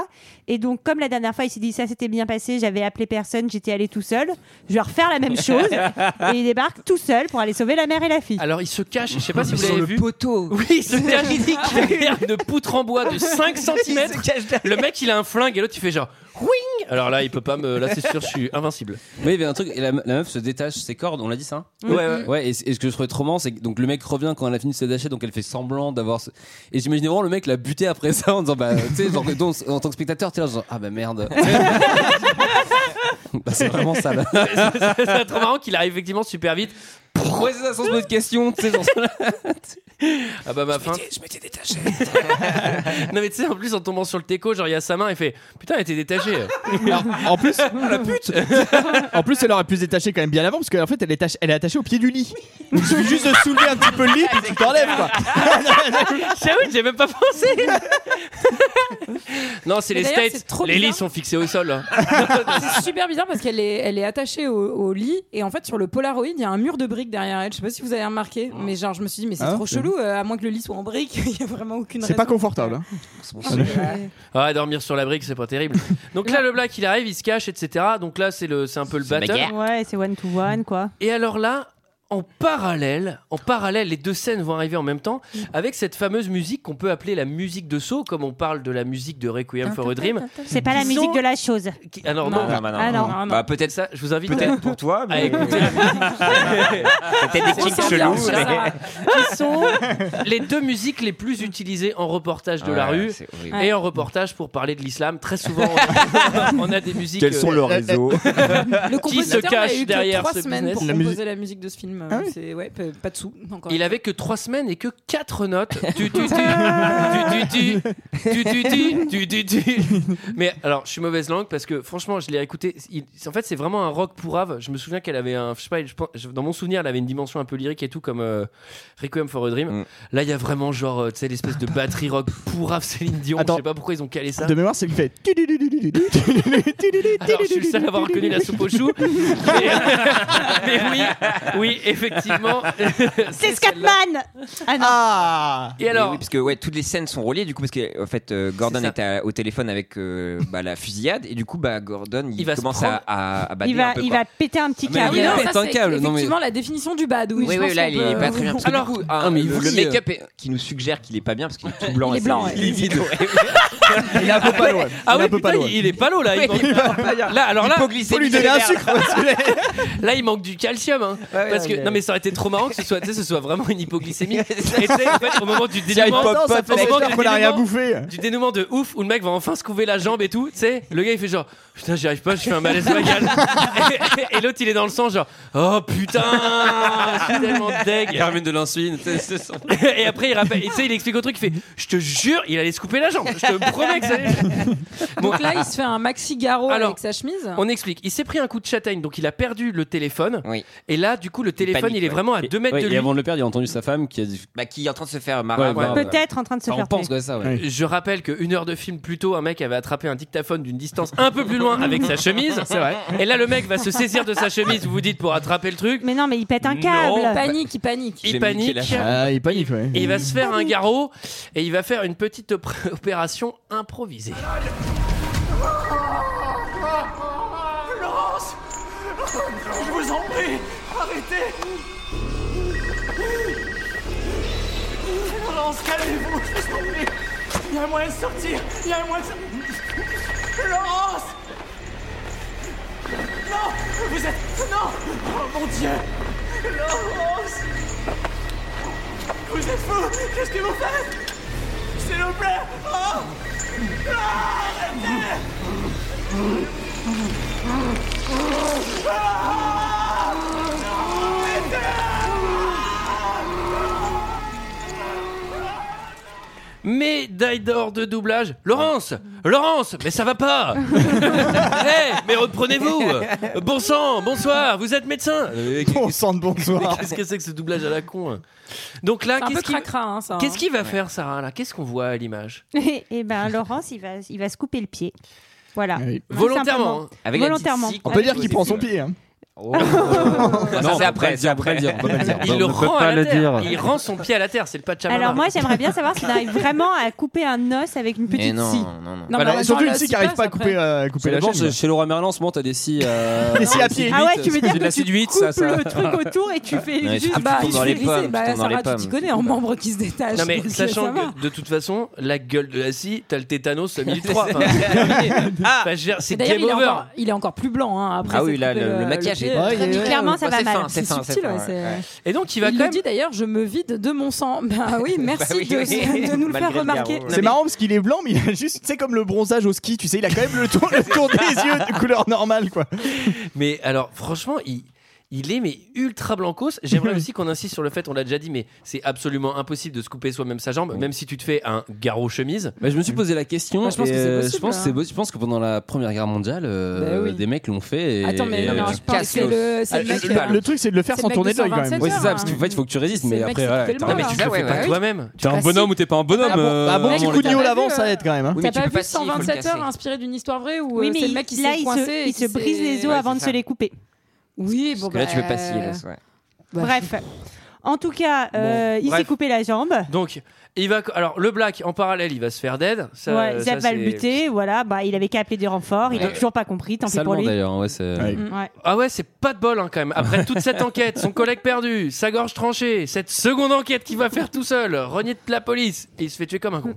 [SPEAKER 12] Et donc, comme la dernière fois, il s'est dit ça s'était bien passé, j'avais appelé personne, j'étais allé tout seul. Je vais refaire la même chose. et il débarque tout seul pour aller sauver la mère et la fille.
[SPEAKER 1] Alors il se cache, je sais pas si vous
[SPEAKER 12] Sur
[SPEAKER 1] l'avez
[SPEAKER 12] le
[SPEAKER 1] vu. poteau. Oui, il se cache derrière une poutre en bois de 5 cm. Le mec il a un flingue et l'autre il fait genre Wing Alors là il peut pas me. Là c'est sûr, je suis invincible.
[SPEAKER 10] Oui, il y avait un truc, et la, la meuf se détache ses cordes, on l'a dit ça hein
[SPEAKER 1] Ouais, ouais.
[SPEAKER 10] et, c- et ce que je trouvais trop marrant, c'est que donc, le mec revient quand elle a fini de se détacher, donc elle fait semblant d'avoir. ce- Et j'imaginais vraiment le mec la buter après ça en disant, bah, tu sais, genre, donc, en tant que spectateur, tu es là, genre, ah bah merde. bah, c'est vraiment ça là.
[SPEAKER 1] c'est c'est trop marrant qu'il arrive effectivement super vite.
[SPEAKER 10] Ouais, c'est ça, sans se poser de questions, tu sais, genre.
[SPEAKER 1] Ah bah ma fin.
[SPEAKER 10] Je m'étais détaché.
[SPEAKER 1] Non mais tu sais en plus en tombant sur le teco genre il y a sa main il fait putain elle était détachée.
[SPEAKER 7] en plus la pute. En plus, elle aurait pu se détacher quand même bien avant parce qu'en fait, elle est, tach- elle est attachée au pied du lit. Donc, il suffit juste de soulever un petit peu le lit puis tu t'enlèves quoi.
[SPEAKER 1] J'avoue, j'ai même pas pensé. non c'est
[SPEAKER 6] Mais
[SPEAKER 1] les
[SPEAKER 6] d'ailleurs,
[SPEAKER 1] States.
[SPEAKER 6] c'est trop
[SPEAKER 1] Les lits
[SPEAKER 6] bizarre.
[SPEAKER 1] sont fixés au sol. hein.
[SPEAKER 6] Ah, c'est super bizarre parce qu'elle est, elle est attachée au, au lit et en fait sur le Polaroid il y a un mur de briques derrière elle. Je sais pas si vous avez remarqué, mais genre je me suis dit mais c'est
[SPEAKER 7] Ah,
[SPEAKER 6] trop
[SPEAKER 7] c'est-
[SPEAKER 6] chelou euh, à moins que le lit soit en briques, il y a vraiment aucune.
[SPEAKER 7] C'est pas confortable. hein.
[SPEAKER 1] Ah, dormir sur la brique, c'est pas terrible. Donc là, le black, il arrive, il se cache, etc. Donc là, c'est le, c'est un peu le battle.
[SPEAKER 12] Ouais, c'est one to one, quoi.
[SPEAKER 1] Et alors là, en parallèle, en parallèle, les deux scènes vont arriver en même temps
[SPEAKER 12] Mm.
[SPEAKER 1] avec cette fameuse musique qu'on peut appeler la musique de saut, comme on parle de la musique de Requiem for a Dream.
[SPEAKER 12] C'est pas la
[SPEAKER 1] Qui
[SPEAKER 12] musique
[SPEAKER 1] sont-
[SPEAKER 12] de la chose.
[SPEAKER 1] qui- Ah non,
[SPEAKER 12] Non.
[SPEAKER 1] non,
[SPEAKER 12] Ah, bah non. Ah, non. Ah, non. Bah,
[SPEAKER 1] peut-être ça, je vous invite.
[SPEAKER 12] Peut-être
[SPEAKER 1] pour toi,
[SPEAKER 10] Ah,
[SPEAKER 1] mais.
[SPEAKER 12] Peut-être des kicks chelous,
[SPEAKER 1] Qui sont les deux musiques les plus utilisées en reportage de la
[SPEAKER 11] Ouais,
[SPEAKER 1] rue
[SPEAKER 11] c'est
[SPEAKER 1] et
[SPEAKER 11] horrible.
[SPEAKER 1] en reportage pour parler de l'islam. Très souvent, on a, on a des musiques.
[SPEAKER 3] Quels sont
[SPEAKER 1] euh,
[SPEAKER 3] leurs réseaux
[SPEAKER 6] Le
[SPEAKER 1] qui se
[SPEAKER 6] compositeur n'a
[SPEAKER 1] cache
[SPEAKER 6] eu que
[SPEAKER 1] derrière
[SPEAKER 6] trois
[SPEAKER 1] ce
[SPEAKER 6] semaines
[SPEAKER 1] business.
[SPEAKER 6] pour composer la musique de ce film.
[SPEAKER 1] Ah oui.
[SPEAKER 6] C'est ouais, p- pas de sous. encore.
[SPEAKER 1] Il avait que 3 semaines et que 4 notes. Tu, tu, tu, tu, tu, tu, tu, tu, tu, tu, tu. Mais alors, je suis mauvaise langue parce que franchement, je l'ai écouté. Il- en fait, c'est vraiment un rock pour Ave. Je me souviens qu'elle avait un. Je sais pas, je pense- je- dans mon souvenir, elle avait une dimension un peu lyrique et tout, comme euh, Requiem for a Dream.
[SPEAKER 11] Mm.
[SPEAKER 1] Là, il y a vraiment genre, euh, tu sais, l'espèce de batterie rock pour Ave Céline Dion. Je sais pas pourquoi ils ont calé ça.
[SPEAKER 7] De mémoire, c'est qu'il fait.
[SPEAKER 1] Alors, je suis le seul à avoir reconnu la soupe aux choux. Mais, mais oui, oui, effectivement.
[SPEAKER 12] C'est Scatman Ah non.
[SPEAKER 1] Et alors
[SPEAKER 11] oui, parce que ouais, toutes les scènes sont reliées du coup parce que en fait euh, Gordon
[SPEAKER 1] C'est ça.
[SPEAKER 11] est à- au téléphone avec euh, bah, la fusillade et du coup bah Gordon il,
[SPEAKER 1] Il va se
[SPEAKER 11] commence
[SPEAKER 1] prendre-
[SPEAKER 11] à, à, à bader
[SPEAKER 12] Il va,
[SPEAKER 11] un peu,
[SPEAKER 12] il
[SPEAKER 11] quoi.
[SPEAKER 12] va péter un petit
[SPEAKER 11] Mais
[SPEAKER 12] câble.
[SPEAKER 11] oui, non,
[SPEAKER 6] Ça,
[SPEAKER 11] pète un
[SPEAKER 6] c'est
[SPEAKER 11] câble, non, mais-
[SPEAKER 6] effectivement la définition du bad.
[SPEAKER 11] Oui,
[SPEAKER 6] Oui,
[SPEAKER 11] oui,
[SPEAKER 6] je pense
[SPEAKER 11] là
[SPEAKER 6] qu'on
[SPEAKER 11] il est
[SPEAKER 6] peut-
[SPEAKER 11] pas très bien. Parce que
[SPEAKER 1] Alors-
[SPEAKER 11] du coup, ah,
[SPEAKER 1] Ah, mais
[SPEAKER 11] le-
[SPEAKER 1] vous
[SPEAKER 11] le
[SPEAKER 1] riez.
[SPEAKER 11] make-up est- qui nous suggère qu'il est pas bien parce qu'il est tout blanc.
[SPEAKER 6] Il est
[SPEAKER 11] et
[SPEAKER 6] blanc,
[SPEAKER 11] c'est-
[SPEAKER 6] ouais.
[SPEAKER 11] livide.
[SPEAKER 7] Il est un peu pas loin.
[SPEAKER 1] Ah
[SPEAKER 7] Il est
[SPEAKER 1] ouais,
[SPEAKER 7] un peu
[SPEAKER 1] putain,
[SPEAKER 7] palo, ouais.
[SPEAKER 1] il, il est pas l'eau là. il
[SPEAKER 11] Oui,
[SPEAKER 1] manque-
[SPEAKER 11] il est palo.
[SPEAKER 1] là, alors là,
[SPEAKER 11] Hypoglycémie
[SPEAKER 1] faut lui donner
[SPEAKER 11] sévère.
[SPEAKER 1] parce que- là, il manque du calcium. hein.
[SPEAKER 11] ouais,
[SPEAKER 1] parce que
[SPEAKER 11] ouais.
[SPEAKER 1] non, mais ça aurait été trop marrant que ce soit, tu sais, ce soit vraiment une hypoglycémie. Et tu sais, en fait, au moment du
[SPEAKER 7] Tiens, il
[SPEAKER 1] dénouement,
[SPEAKER 7] pop, pop,
[SPEAKER 1] au
[SPEAKER 7] ça fait
[SPEAKER 1] moment
[SPEAKER 7] peur
[SPEAKER 1] du
[SPEAKER 7] qu'on a rien
[SPEAKER 1] dénouement-
[SPEAKER 7] bouffé.
[SPEAKER 1] du dénouement de ouf où le mec va enfin se couver la jambe et tout, tu sais, le gars il fait genre putain j'y arrive pas, je fais un malaise vagal. et et l'autre il est dans le sang genre oh putain, je suis tellement deg.
[SPEAKER 10] Il ramène de l'insuline, tu sais, c'est ça.
[SPEAKER 1] et après il rappelle, et tu sais il explique au truc, il fait je te jure il allait se couper la jambe, je te promets que ça allait-
[SPEAKER 6] Donc là, il se fait un maxi garrot
[SPEAKER 1] Alors,
[SPEAKER 6] avec sa chemise.
[SPEAKER 1] On explique. Il s'est pris un coup de châtaigne, donc il a perdu le téléphone. Et là, du coup, le téléphone,
[SPEAKER 10] panique,
[SPEAKER 1] il est
[SPEAKER 10] ouais.
[SPEAKER 1] vraiment à
[SPEAKER 10] Et-
[SPEAKER 1] 2 mètres
[SPEAKER 10] ouais,
[SPEAKER 1] de
[SPEAKER 10] Et
[SPEAKER 1] lui.
[SPEAKER 10] avant de le perdre, il a entendu sa femme qui a dit.
[SPEAKER 11] Bah qui est en train de se faire marrer.
[SPEAKER 10] Ouais, voilà.
[SPEAKER 12] Peut-être en train de se
[SPEAKER 10] Enfin,
[SPEAKER 12] faire
[SPEAKER 10] on pense
[SPEAKER 12] tuer.
[SPEAKER 10] quoi ça, ouais.
[SPEAKER 1] Je rappelle qu'une heure de film plus tôt, un mec avait attrapé un dictaphone d'une distance un peu plus loin avec sa chemise.
[SPEAKER 10] C'est vrai.
[SPEAKER 1] Et là, le mec va se saisir de sa chemise, vous vous dites, pour attraper le truc.
[SPEAKER 12] Mais non, mais il pète un
[SPEAKER 1] Non.
[SPEAKER 12] câble.
[SPEAKER 1] Il
[SPEAKER 6] panique, il panique.
[SPEAKER 1] Il panique.
[SPEAKER 7] Ah, il panique, ouais.
[SPEAKER 1] Et il va se faire un garrot et il va faire une petite op- opération improvisée.
[SPEAKER 2] Laurence Je vous en prie, arrêtez Laurence, calmez-vous, je vous en prie Il y a un moyen de sortir, il y a un moyen de sortir Laurence
[SPEAKER 11] Oh,
[SPEAKER 14] mon Dieu Laurence Vous êtes fous Qu'est-ce que vous faites S'il vous plaît oh Ah, Arrêtez Ah
[SPEAKER 1] Médaille d'or de doublage. Laurence Laurence Mais ça va pas Hey, mais reprenez-vous Bon sang, bonsoir, vous êtes médecin Euh,
[SPEAKER 7] Bon sang de bonsoir.
[SPEAKER 1] Qu'est-ce que c'est que ce doublage à la con hein Donc là,
[SPEAKER 6] C'est un
[SPEAKER 1] qu'est-ce
[SPEAKER 6] peu
[SPEAKER 1] qu'il
[SPEAKER 6] cracra, hein, ça,
[SPEAKER 1] qu'est-ce
[SPEAKER 6] hein.
[SPEAKER 1] qu'il va
[SPEAKER 6] Ouais.
[SPEAKER 1] faire, Sarah là Qu'est-ce qu'on voit à l'image
[SPEAKER 12] et, et ben Laurence, il va, il va se couper le pied. Voilà.
[SPEAKER 1] Oui.
[SPEAKER 12] Tout
[SPEAKER 1] Volontairement,
[SPEAKER 12] simplement.
[SPEAKER 1] hein. Avec la
[SPEAKER 12] Volontairement.
[SPEAKER 1] dyslexique, On peut dire qu'il prend son
[SPEAKER 7] pied. hein.
[SPEAKER 10] Ah
[SPEAKER 11] ça,
[SPEAKER 1] Non,
[SPEAKER 11] c'est
[SPEAKER 1] on peut pas
[SPEAKER 11] après,
[SPEAKER 1] le
[SPEAKER 11] c'est
[SPEAKER 1] dire, on
[SPEAKER 11] après.
[SPEAKER 1] peut pas le dire, on peut pas le dire. Il
[SPEAKER 11] On
[SPEAKER 1] le
[SPEAKER 11] peut
[SPEAKER 1] rend
[SPEAKER 11] pas
[SPEAKER 1] à la
[SPEAKER 11] le
[SPEAKER 1] terre.
[SPEAKER 11] dire.
[SPEAKER 1] Il rend son pied à la terre, c'est le pas de
[SPEAKER 12] Alors moi, j'aimerais bien savoir s'il arrive vraiment à couper un os avec une petite
[SPEAKER 10] non,
[SPEAKER 12] scie.
[SPEAKER 10] non,
[SPEAKER 12] Non,
[SPEAKER 7] Voilà,
[SPEAKER 12] mais en
[SPEAKER 7] surtout
[SPEAKER 12] même temps,
[SPEAKER 7] une
[SPEAKER 12] le
[SPEAKER 7] scie qui
[SPEAKER 12] scie
[SPEAKER 7] arrive
[SPEAKER 12] passe
[SPEAKER 7] pas à couper,
[SPEAKER 12] après.
[SPEAKER 7] euh, à
[SPEAKER 10] C'est
[SPEAKER 7] couper
[SPEAKER 10] la
[SPEAKER 7] la
[SPEAKER 10] chance,
[SPEAKER 7] jambe.
[SPEAKER 10] chez Leroy Merlin en ce moment, t'as des scies. euh,
[SPEAKER 7] Des scies à pied.
[SPEAKER 10] huit,
[SPEAKER 12] Ah ouais, tu veux dire
[SPEAKER 10] c'est de
[SPEAKER 12] que
[SPEAKER 10] la
[SPEAKER 12] tu
[SPEAKER 10] scie du huit, ça,
[SPEAKER 12] coupes
[SPEAKER 10] ça.
[SPEAKER 12] le truc autour et tu fais
[SPEAKER 10] Ouais, tu-
[SPEAKER 12] juste
[SPEAKER 10] tu tournes dans les
[SPEAKER 12] tu fais
[SPEAKER 10] pommes, tu tournes
[SPEAKER 12] glisser.
[SPEAKER 10] dans les
[SPEAKER 6] Sarah, Bah, tu
[SPEAKER 10] pommes.
[SPEAKER 6] t'y connais en membre qui se détache.
[SPEAKER 1] Non mais
[SPEAKER 6] donc, ça
[SPEAKER 1] sachant
[SPEAKER 6] va.
[SPEAKER 1] que de toute façon la gueule de la scie, t'as le tétanos à 1003. Enfin, ah, Enfin, je veux dire, c'est
[SPEAKER 6] D'ailleurs,
[SPEAKER 1] game
[SPEAKER 6] il, est
[SPEAKER 1] over.
[SPEAKER 6] encore- il est encore plus blanc hein, après.
[SPEAKER 1] Ah oui,
[SPEAKER 6] s'être
[SPEAKER 1] là,
[SPEAKER 6] coupé
[SPEAKER 1] le- le maquillage
[SPEAKER 6] pied.
[SPEAKER 1] est Ouais, très ouais,
[SPEAKER 12] ouais. clairement, ça
[SPEAKER 6] Ouais,
[SPEAKER 12] va
[SPEAKER 6] c'est
[SPEAKER 12] mal.
[SPEAKER 6] fin, C'est
[SPEAKER 12] C'est fin, c'est
[SPEAKER 6] subtil,
[SPEAKER 12] fin,
[SPEAKER 6] ouais,
[SPEAKER 12] ouais,
[SPEAKER 6] c'est-
[SPEAKER 12] ouais.
[SPEAKER 1] Et donc il va
[SPEAKER 6] il
[SPEAKER 1] quand
[SPEAKER 6] le
[SPEAKER 1] même.
[SPEAKER 6] dit d'ailleurs, je me vide de mon sang. Bah oui, merci
[SPEAKER 1] oui,
[SPEAKER 6] de,
[SPEAKER 1] oui.
[SPEAKER 6] de nous le
[SPEAKER 1] Malgré
[SPEAKER 6] faire
[SPEAKER 1] le
[SPEAKER 6] remarquer.
[SPEAKER 7] C'est marrant parce qu'il est blanc, mais il a juste, c'est comme le bronzage au ski, tu sais, il a quand même le tour, le tour des yeux de couleur normale, quoi.
[SPEAKER 1] Mais alors, franchement, il, il est mais ultra blancos. J'aimerais aussi qu'on insiste sur le fait, on l'a déjà dit, mais c'est absolument impossible de se couper soi-même sa jambe, même si tu te fais un garrot chemise.
[SPEAKER 10] Bah, je me suis posé la question.
[SPEAKER 1] Ouais, je pense
[SPEAKER 10] et,
[SPEAKER 1] que c'est
[SPEAKER 10] euh,
[SPEAKER 1] possible,
[SPEAKER 10] je pense que c'est
[SPEAKER 1] hein.
[SPEAKER 10] possible. Je pense que pendant la Première Guerre mondiale, euh,
[SPEAKER 1] Bah oui.
[SPEAKER 10] des mecs l'ont fait. Et,
[SPEAKER 6] Attends, mais
[SPEAKER 10] et,
[SPEAKER 6] non,
[SPEAKER 10] euh,
[SPEAKER 6] je pense que c'est
[SPEAKER 10] casse-os.
[SPEAKER 6] le- c'est le mec, euh,
[SPEAKER 7] Le truc, c'est de le faire
[SPEAKER 6] C'est
[SPEAKER 7] sans
[SPEAKER 6] le mec
[SPEAKER 7] tourner
[SPEAKER 6] de
[SPEAKER 7] l'œil, quand même.
[SPEAKER 6] 127
[SPEAKER 10] Ouais, c'est ça,
[SPEAKER 6] heures,
[SPEAKER 10] parce
[SPEAKER 6] hein.
[SPEAKER 10] qu'en fait, il faut que tu résistes,
[SPEAKER 6] C'est
[SPEAKER 10] mais
[SPEAKER 6] le mec
[SPEAKER 10] après,
[SPEAKER 6] qui
[SPEAKER 10] voilà.
[SPEAKER 6] fait le
[SPEAKER 10] t'as-
[SPEAKER 6] bras,
[SPEAKER 10] Non, mais
[SPEAKER 6] là.
[SPEAKER 10] tu te le
[SPEAKER 6] Ah ouais,
[SPEAKER 10] fais
[SPEAKER 6] ouais,
[SPEAKER 10] pas
[SPEAKER 6] ouais.
[SPEAKER 10] toi-même.
[SPEAKER 7] Tu
[SPEAKER 10] T'es un
[SPEAKER 7] casses-
[SPEAKER 10] bonhomme ou t'es pas un bonhomme
[SPEAKER 7] Un bon-
[SPEAKER 10] euh,
[SPEAKER 7] un bon
[SPEAKER 10] vraiment,
[SPEAKER 7] petit
[SPEAKER 10] les
[SPEAKER 7] coup de
[SPEAKER 10] gars.
[SPEAKER 7] nio là-bas, ça aide quand même. hein.
[SPEAKER 10] Oui, mais
[SPEAKER 6] T'as pas
[SPEAKER 10] tu peux
[SPEAKER 6] vu
[SPEAKER 10] pas- si, il faut le
[SPEAKER 6] 127 heures
[SPEAKER 10] casser.
[SPEAKER 6] inspiré d'une histoire vraie où
[SPEAKER 12] Oui,
[SPEAKER 6] euh,
[SPEAKER 12] mais
[SPEAKER 6] c'est le
[SPEAKER 12] il-
[SPEAKER 6] mec qui
[SPEAKER 12] là,
[SPEAKER 6] s'est
[SPEAKER 12] il se-
[SPEAKER 6] coincé
[SPEAKER 12] il se brise les os Ouais, avant c'est de se ça. les couper.
[SPEAKER 6] Oui, bon.
[SPEAKER 11] Parce que là, tu peux
[SPEAKER 6] bah,
[SPEAKER 11] pas scier l'os, ouais.
[SPEAKER 12] Bref. En tout cas, euh, il s'est
[SPEAKER 1] bref.
[SPEAKER 12] coupé la jambe.
[SPEAKER 1] Donc, il va. Alors, le black, en parallèle, il va se faire dead. Ça,
[SPEAKER 12] ouais,
[SPEAKER 1] ça,
[SPEAKER 12] Zap va
[SPEAKER 1] c'est-
[SPEAKER 12] le buter, voilà, bah, il avait qu'à appeler des renforts, il a
[SPEAKER 1] Ouais.
[SPEAKER 12] toujours pas compris, tant pis pour
[SPEAKER 10] Salement
[SPEAKER 12] lui.
[SPEAKER 10] d'ailleurs, ouais, c'est.
[SPEAKER 12] Mm, ouais.
[SPEAKER 1] Ah ouais, c'est pas de bol hein, quand même. Après toute cette enquête, son collègue perdu, sa gorge tranchée, cette seconde enquête qu'il va faire tout seul, renier de la police, et il se fait tuer comme un con.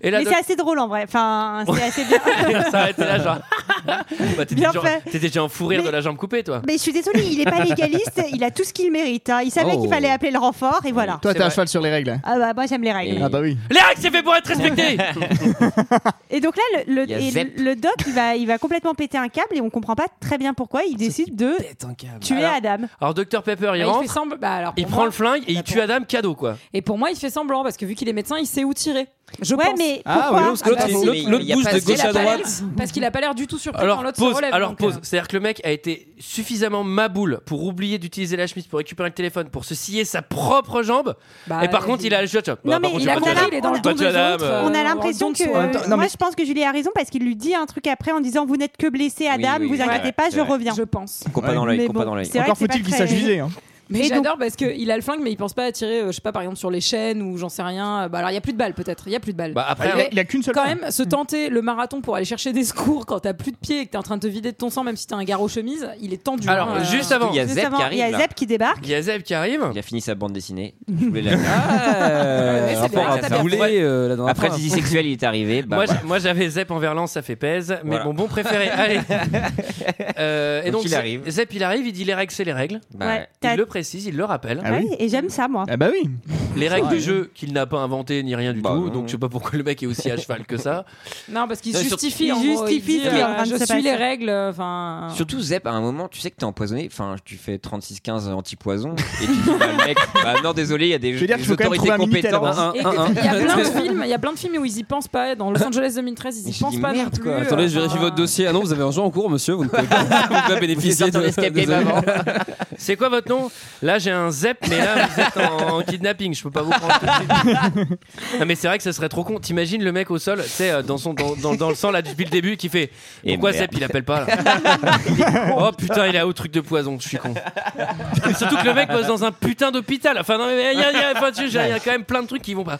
[SPEAKER 1] Et là,
[SPEAKER 12] Mais
[SPEAKER 1] doc-
[SPEAKER 12] c'est assez drôle en vrai, enfin, c'est assez bien.
[SPEAKER 1] ça s'arrête là, genre. Bah, t'es
[SPEAKER 12] Bien
[SPEAKER 1] déjà,
[SPEAKER 12] fait.
[SPEAKER 1] t'es déjà en fou rire de la jambe coupée, toi.
[SPEAKER 12] Mais je suis désolée, il est pas légaliste, il a tout ce qu'il mérite. hein. Il savait
[SPEAKER 1] Oh.
[SPEAKER 12] qu'il fallait appeler le renfort et voilà.
[SPEAKER 7] Toi, t'es à cheval sur les règles.
[SPEAKER 12] Ah bah moi j'aime les règles.
[SPEAKER 7] Ah bah oui.
[SPEAKER 1] Les règles, c'est fait pour être respecté
[SPEAKER 12] Et donc là, le, le-
[SPEAKER 7] Il y a
[SPEAKER 12] et
[SPEAKER 7] Zep.
[SPEAKER 12] le- le doc, il va, il va complètement péter un câble et on comprend pas très bien pourquoi. Il décide de tuer
[SPEAKER 1] Alors-
[SPEAKER 12] Adam. Ah,
[SPEAKER 1] Alors, Dr Pepper, il
[SPEAKER 6] bah, il
[SPEAKER 1] rentre,
[SPEAKER 6] fait semblant. Bah, alors,
[SPEAKER 1] il
[SPEAKER 6] pour
[SPEAKER 1] prend
[SPEAKER 6] moi-
[SPEAKER 1] le flingue et il tue Adam cadeau, quoi.
[SPEAKER 6] Et pour moi, il fait semblant parce que vu qu'il est médecin, il sait où tirer. Je
[SPEAKER 12] Ouais,
[SPEAKER 6] pense.
[SPEAKER 12] mais
[SPEAKER 1] Ah, pourquoi ouais, parce que l'autre,
[SPEAKER 6] bah,
[SPEAKER 1] il-
[SPEAKER 6] c'est-
[SPEAKER 1] l'autre- l'autre
[SPEAKER 6] il a
[SPEAKER 1] bouge
[SPEAKER 6] pas-
[SPEAKER 1] de
[SPEAKER 6] il a
[SPEAKER 1] gauche
[SPEAKER 6] pas
[SPEAKER 1] à droite.
[SPEAKER 6] l'air- Parce qu'il a pas l'air du tout surpris quand
[SPEAKER 1] Alors
[SPEAKER 6] l'autre se
[SPEAKER 1] pause,
[SPEAKER 6] relève.
[SPEAKER 1] alors
[SPEAKER 6] donc,
[SPEAKER 1] pause.
[SPEAKER 6] euh,
[SPEAKER 1] C'est-à-dire que le mec a été suffisamment maboule pour oublier d'utiliser la chemise pour récupérer le téléphone pour se scier sa propre jambe.
[SPEAKER 6] Bah,
[SPEAKER 1] et par
[SPEAKER 6] euh,
[SPEAKER 1] contre, il a le shot. Bah,
[SPEAKER 12] Ah,
[SPEAKER 1] par
[SPEAKER 12] Non, mais
[SPEAKER 1] contre,
[SPEAKER 12] il a
[SPEAKER 1] tu
[SPEAKER 12] on
[SPEAKER 1] vas
[SPEAKER 12] a
[SPEAKER 1] tuer-
[SPEAKER 12] l'im- on a-
[SPEAKER 1] tu vas tuer Adam, euh,
[SPEAKER 12] on a l'impression que.
[SPEAKER 6] En
[SPEAKER 11] euh,
[SPEAKER 6] même temps, non,
[SPEAKER 12] euh, moi
[SPEAKER 6] mais-
[SPEAKER 12] je pense que Julie a raison parce qu'il lui dit un truc après en disant Vous n'êtes que blessé, Adam,
[SPEAKER 11] oui,
[SPEAKER 12] vous
[SPEAKER 11] c'est
[SPEAKER 12] inquiétez
[SPEAKER 11] vrai,
[SPEAKER 12] pas,
[SPEAKER 11] c'est
[SPEAKER 12] je
[SPEAKER 11] vrai.
[SPEAKER 12] reviens.
[SPEAKER 6] Je pense.
[SPEAKER 11] Qu'on pas dans l'œil,
[SPEAKER 12] Mais
[SPEAKER 11] qu'on
[SPEAKER 12] bon,
[SPEAKER 11] pas dans l'œil.
[SPEAKER 12] c'est vrai Encore que c'est faut-il pas qu'il très- sache viser, hein.
[SPEAKER 6] Mais
[SPEAKER 12] Et donc-
[SPEAKER 6] j'adore parce qu'il a le flingue, mais il pense pas à tirer, euh, je sais pas, par exemple sur les chaînes ou j'en sais rien. Bah, alors il y a plus de balles peut-être, il y a plus de balles.
[SPEAKER 1] Bah, après,
[SPEAKER 6] Mais
[SPEAKER 1] il a- il a qu'une seule
[SPEAKER 6] Quand
[SPEAKER 1] fois.
[SPEAKER 6] même, se tenter le marathon pour aller chercher des secours quand t'as plus de pieds et que t'es en train de te vider de ton sang, même si t'as un garrot chemise, il est tendu.
[SPEAKER 1] Alors,
[SPEAKER 6] hein,
[SPEAKER 12] Ah.
[SPEAKER 6] euh,
[SPEAKER 1] juste avant,
[SPEAKER 11] Juste Zep avant, qui arrive,
[SPEAKER 12] Il y a
[SPEAKER 11] là.
[SPEAKER 12] Zep qui débarque.
[SPEAKER 1] Il y a Zeb qui arrive.
[SPEAKER 11] Il a fini sa bande dessinée. Je voulais la. Ah,
[SPEAKER 1] Ouais, c'est
[SPEAKER 11] rapport
[SPEAKER 1] bien,
[SPEAKER 11] à
[SPEAKER 1] t'as
[SPEAKER 11] ça.
[SPEAKER 1] bien fait.
[SPEAKER 11] Euh, la dernière Après,
[SPEAKER 1] fois.
[SPEAKER 11] Dizzy Sexuel, il est arrivé. bah,
[SPEAKER 1] moi,
[SPEAKER 11] voilà.
[SPEAKER 1] j'- moi, j'avais Zep en verlan, ça fait pèse. Mais
[SPEAKER 11] Voilà.
[SPEAKER 1] mon bon préféré, allez. Euh, et
[SPEAKER 11] Donc,
[SPEAKER 1] donc,
[SPEAKER 11] il
[SPEAKER 1] Zep-
[SPEAKER 11] arrive.
[SPEAKER 1] Zep, il arrive, il dit les règles, c'est les règles.
[SPEAKER 11] Bah ouais. Ouais,
[SPEAKER 1] Il le précise, il le rappelle.
[SPEAKER 11] Ah,
[SPEAKER 12] Ouais, Et j'aime ça moi.
[SPEAKER 7] Ah bah oui.
[SPEAKER 1] Les règles
[SPEAKER 7] Ouais.
[SPEAKER 1] du jeu qu'il n'a pas inventées ni rien du
[SPEAKER 11] Bah
[SPEAKER 1] tout. Donc, je sais pas pourquoi le mec est aussi à cheval que ça.
[SPEAKER 6] Non, parce qu'il
[SPEAKER 11] Non, surtout-
[SPEAKER 6] justifie.
[SPEAKER 12] Il
[SPEAKER 6] en gros,
[SPEAKER 12] justifie
[SPEAKER 6] dit,
[SPEAKER 12] ce qui est en
[SPEAKER 6] euh,
[SPEAKER 12] train de
[SPEAKER 6] Je
[SPEAKER 12] se
[SPEAKER 6] suis les
[SPEAKER 12] passer.
[SPEAKER 6] règles. euh, Enfin.
[SPEAKER 11] Surtout Zep, à un moment, tu sais que t'es empoisonné, enfin tu fais 36-15 anti-poison et tu dis bah, le mec, bah non désolé, il y a des,
[SPEAKER 7] veux dire
[SPEAKER 11] des
[SPEAKER 7] qu'il faut quand même
[SPEAKER 11] autorités
[SPEAKER 7] trouver un Minitel
[SPEAKER 11] compétentes.
[SPEAKER 7] avant.
[SPEAKER 6] Et Il y a plein de films, il y a plein de films où ils y pensent pas. Dans Los Angeles 2013, ils y pensent pas non plus. euh,
[SPEAKER 10] Attendez, je vérifie votre dossier. Ah non, vous avez un jeu en cours, monsieur. Vous ne pouvez pas, vous ne pouvez pas bénéficier de. Désolé.
[SPEAKER 1] C'est quoi votre nom Là, j'ai un Zep, mais là, vous êtes en, en kidnapping. Je peux pas vous prendre tout de suite. Non, mais c'est vrai que ça serait trop con. T'imagines le mec au sol, tu sais, euh, dans, son- dans, dans, dans le sang, là, depuis le début, qui fait Pourquoi
[SPEAKER 11] merde.
[SPEAKER 1] Zep, il appelle pas là Oh putain, il a au truc de poison, je suis con. Surtout que le mec bosse dans un putain d'hôpital. Enfin, non, mais il y, a- il y a- enfin, tu sais, il y a quand même plein de trucs qui vont pas.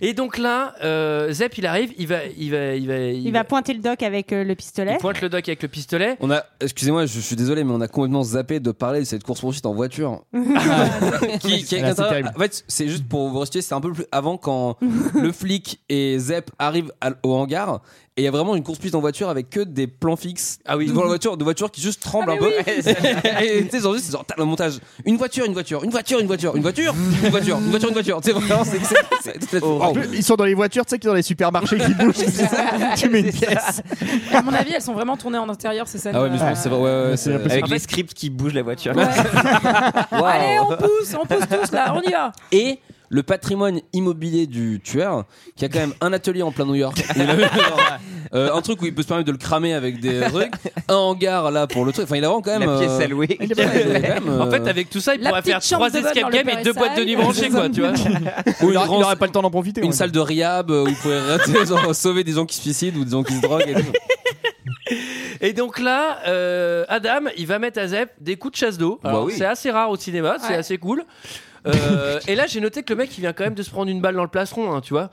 [SPEAKER 1] Et donc là, euh, Zep, il arrive, il va. Il va, il va,
[SPEAKER 12] Il va pointer le doc avec euh, le pistolet.
[SPEAKER 1] il pointe le doc avec le pistolet.
[SPEAKER 10] On a, excusez-moi, je, je suis désolé, mais on a complètement zappé de parler de cette course poursuite en voiture. qui, qui est-
[SPEAKER 7] Là, Ah, c'est
[SPEAKER 10] attends,
[SPEAKER 7] terrible.
[SPEAKER 10] en fait, c'est juste pour vous resituer, c'est un peu plus avant quand le flic et Zep arrivent à- au hangar Et il y a vraiment une course-piste en voiture avec que des plans fixes ah oui. devant la voiture, de voitures qui juste
[SPEAKER 7] Ah,
[SPEAKER 10] tremblent un peu. et tu sais, genre, juste, c'est genre, t'as le montage. Une voiture, une voiture, une voiture, une voiture, une voiture, une voiture, une voiture, une voiture. Tu sais, vraiment, c'est- c'est- c'est- c'est-
[SPEAKER 7] En
[SPEAKER 10] oh.
[SPEAKER 7] plus, ils sont dans les voitures, tu sais, qui sont dans les supermarchés qui bougent. tu mets une pièce.
[SPEAKER 6] À mon avis, elles sont vraiment tournées en intérieur, ces scènes.
[SPEAKER 10] Ah ouais, mais je
[SPEAKER 6] euh,
[SPEAKER 10] pense que c'est vrai, ouais, ouais,
[SPEAKER 11] C'est
[SPEAKER 10] c'est-
[SPEAKER 12] Ah,
[SPEAKER 11] Avec
[SPEAKER 12] bah,
[SPEAKER 10] En
[SPEAKER 11] les
[SPEAKER 10] fait,
[SPEAKER 11] scripts qui bougent la voiture.
[SPEAKER 10] Wow.
[SPEAKER 6] Allez, on pousse, on pousse tous là, on y va.
[SPEAKER 10] Et le patrimoine immobilier du tueur, qui a quand même un atelier en plein New York. Où il a- Euh, un truc où il peut se permettre de le cramer avec des trucs. Un hangar là pour le truc. Enfin, il a vraiment quand même.
[SPEAKER 11] La pièce
[SPEAKER 10] euh,
[SPEAKER 11] à louer.
[SPEAKER 10] il a quand même, euh,
[SPEAKER 1] En fait, avec tout ça, il
[SPEAKER 10] La
[SPEAKER 1] pourrait
[SPEAKER 10] petite
[SPEAKER 1] faire
[SPEAKER 10] chambre
[SPEAKER 1] trois
[SPEAKER 10] de bonne
[SPEAKER 1] escape
[SPEAKER 10] dans le
[SPEAKER 1] games et deux
[SPEAKER 10] Père
[SPEAKER 1] boîtes de
[SPEAKER 10] Noël.
[SPEAKER 1] nuit branchées, quoi, tu vois.
[SPEAKER 10] Ou il aura- il aura
[SPEAKER 7] pas le temps d'en profiter.
[SPEAKER 10] Une salle de riab euh, où vous pouvez rater, genre, sauver des gens qui se suicident ou des gens qui se droguent. et tout.
[SPEAKER 1] Et donc là, euh, Adam, il va mettre à Zep des coups de chasse d'eau.
[SPEAKER 10] Bah
[SPEAKER 1] Alors,
[SPEAKER 10] oui.
[SPEAKER 1] C'est assez rare au cinéma, c'est
[SPEAKER 10] Ouais.
[SPEAKER 1] assez cool. Euh, et là, j'ai noté que le mec, il vient quand même de se prendre une balle dans le plastron, hein, tu vois.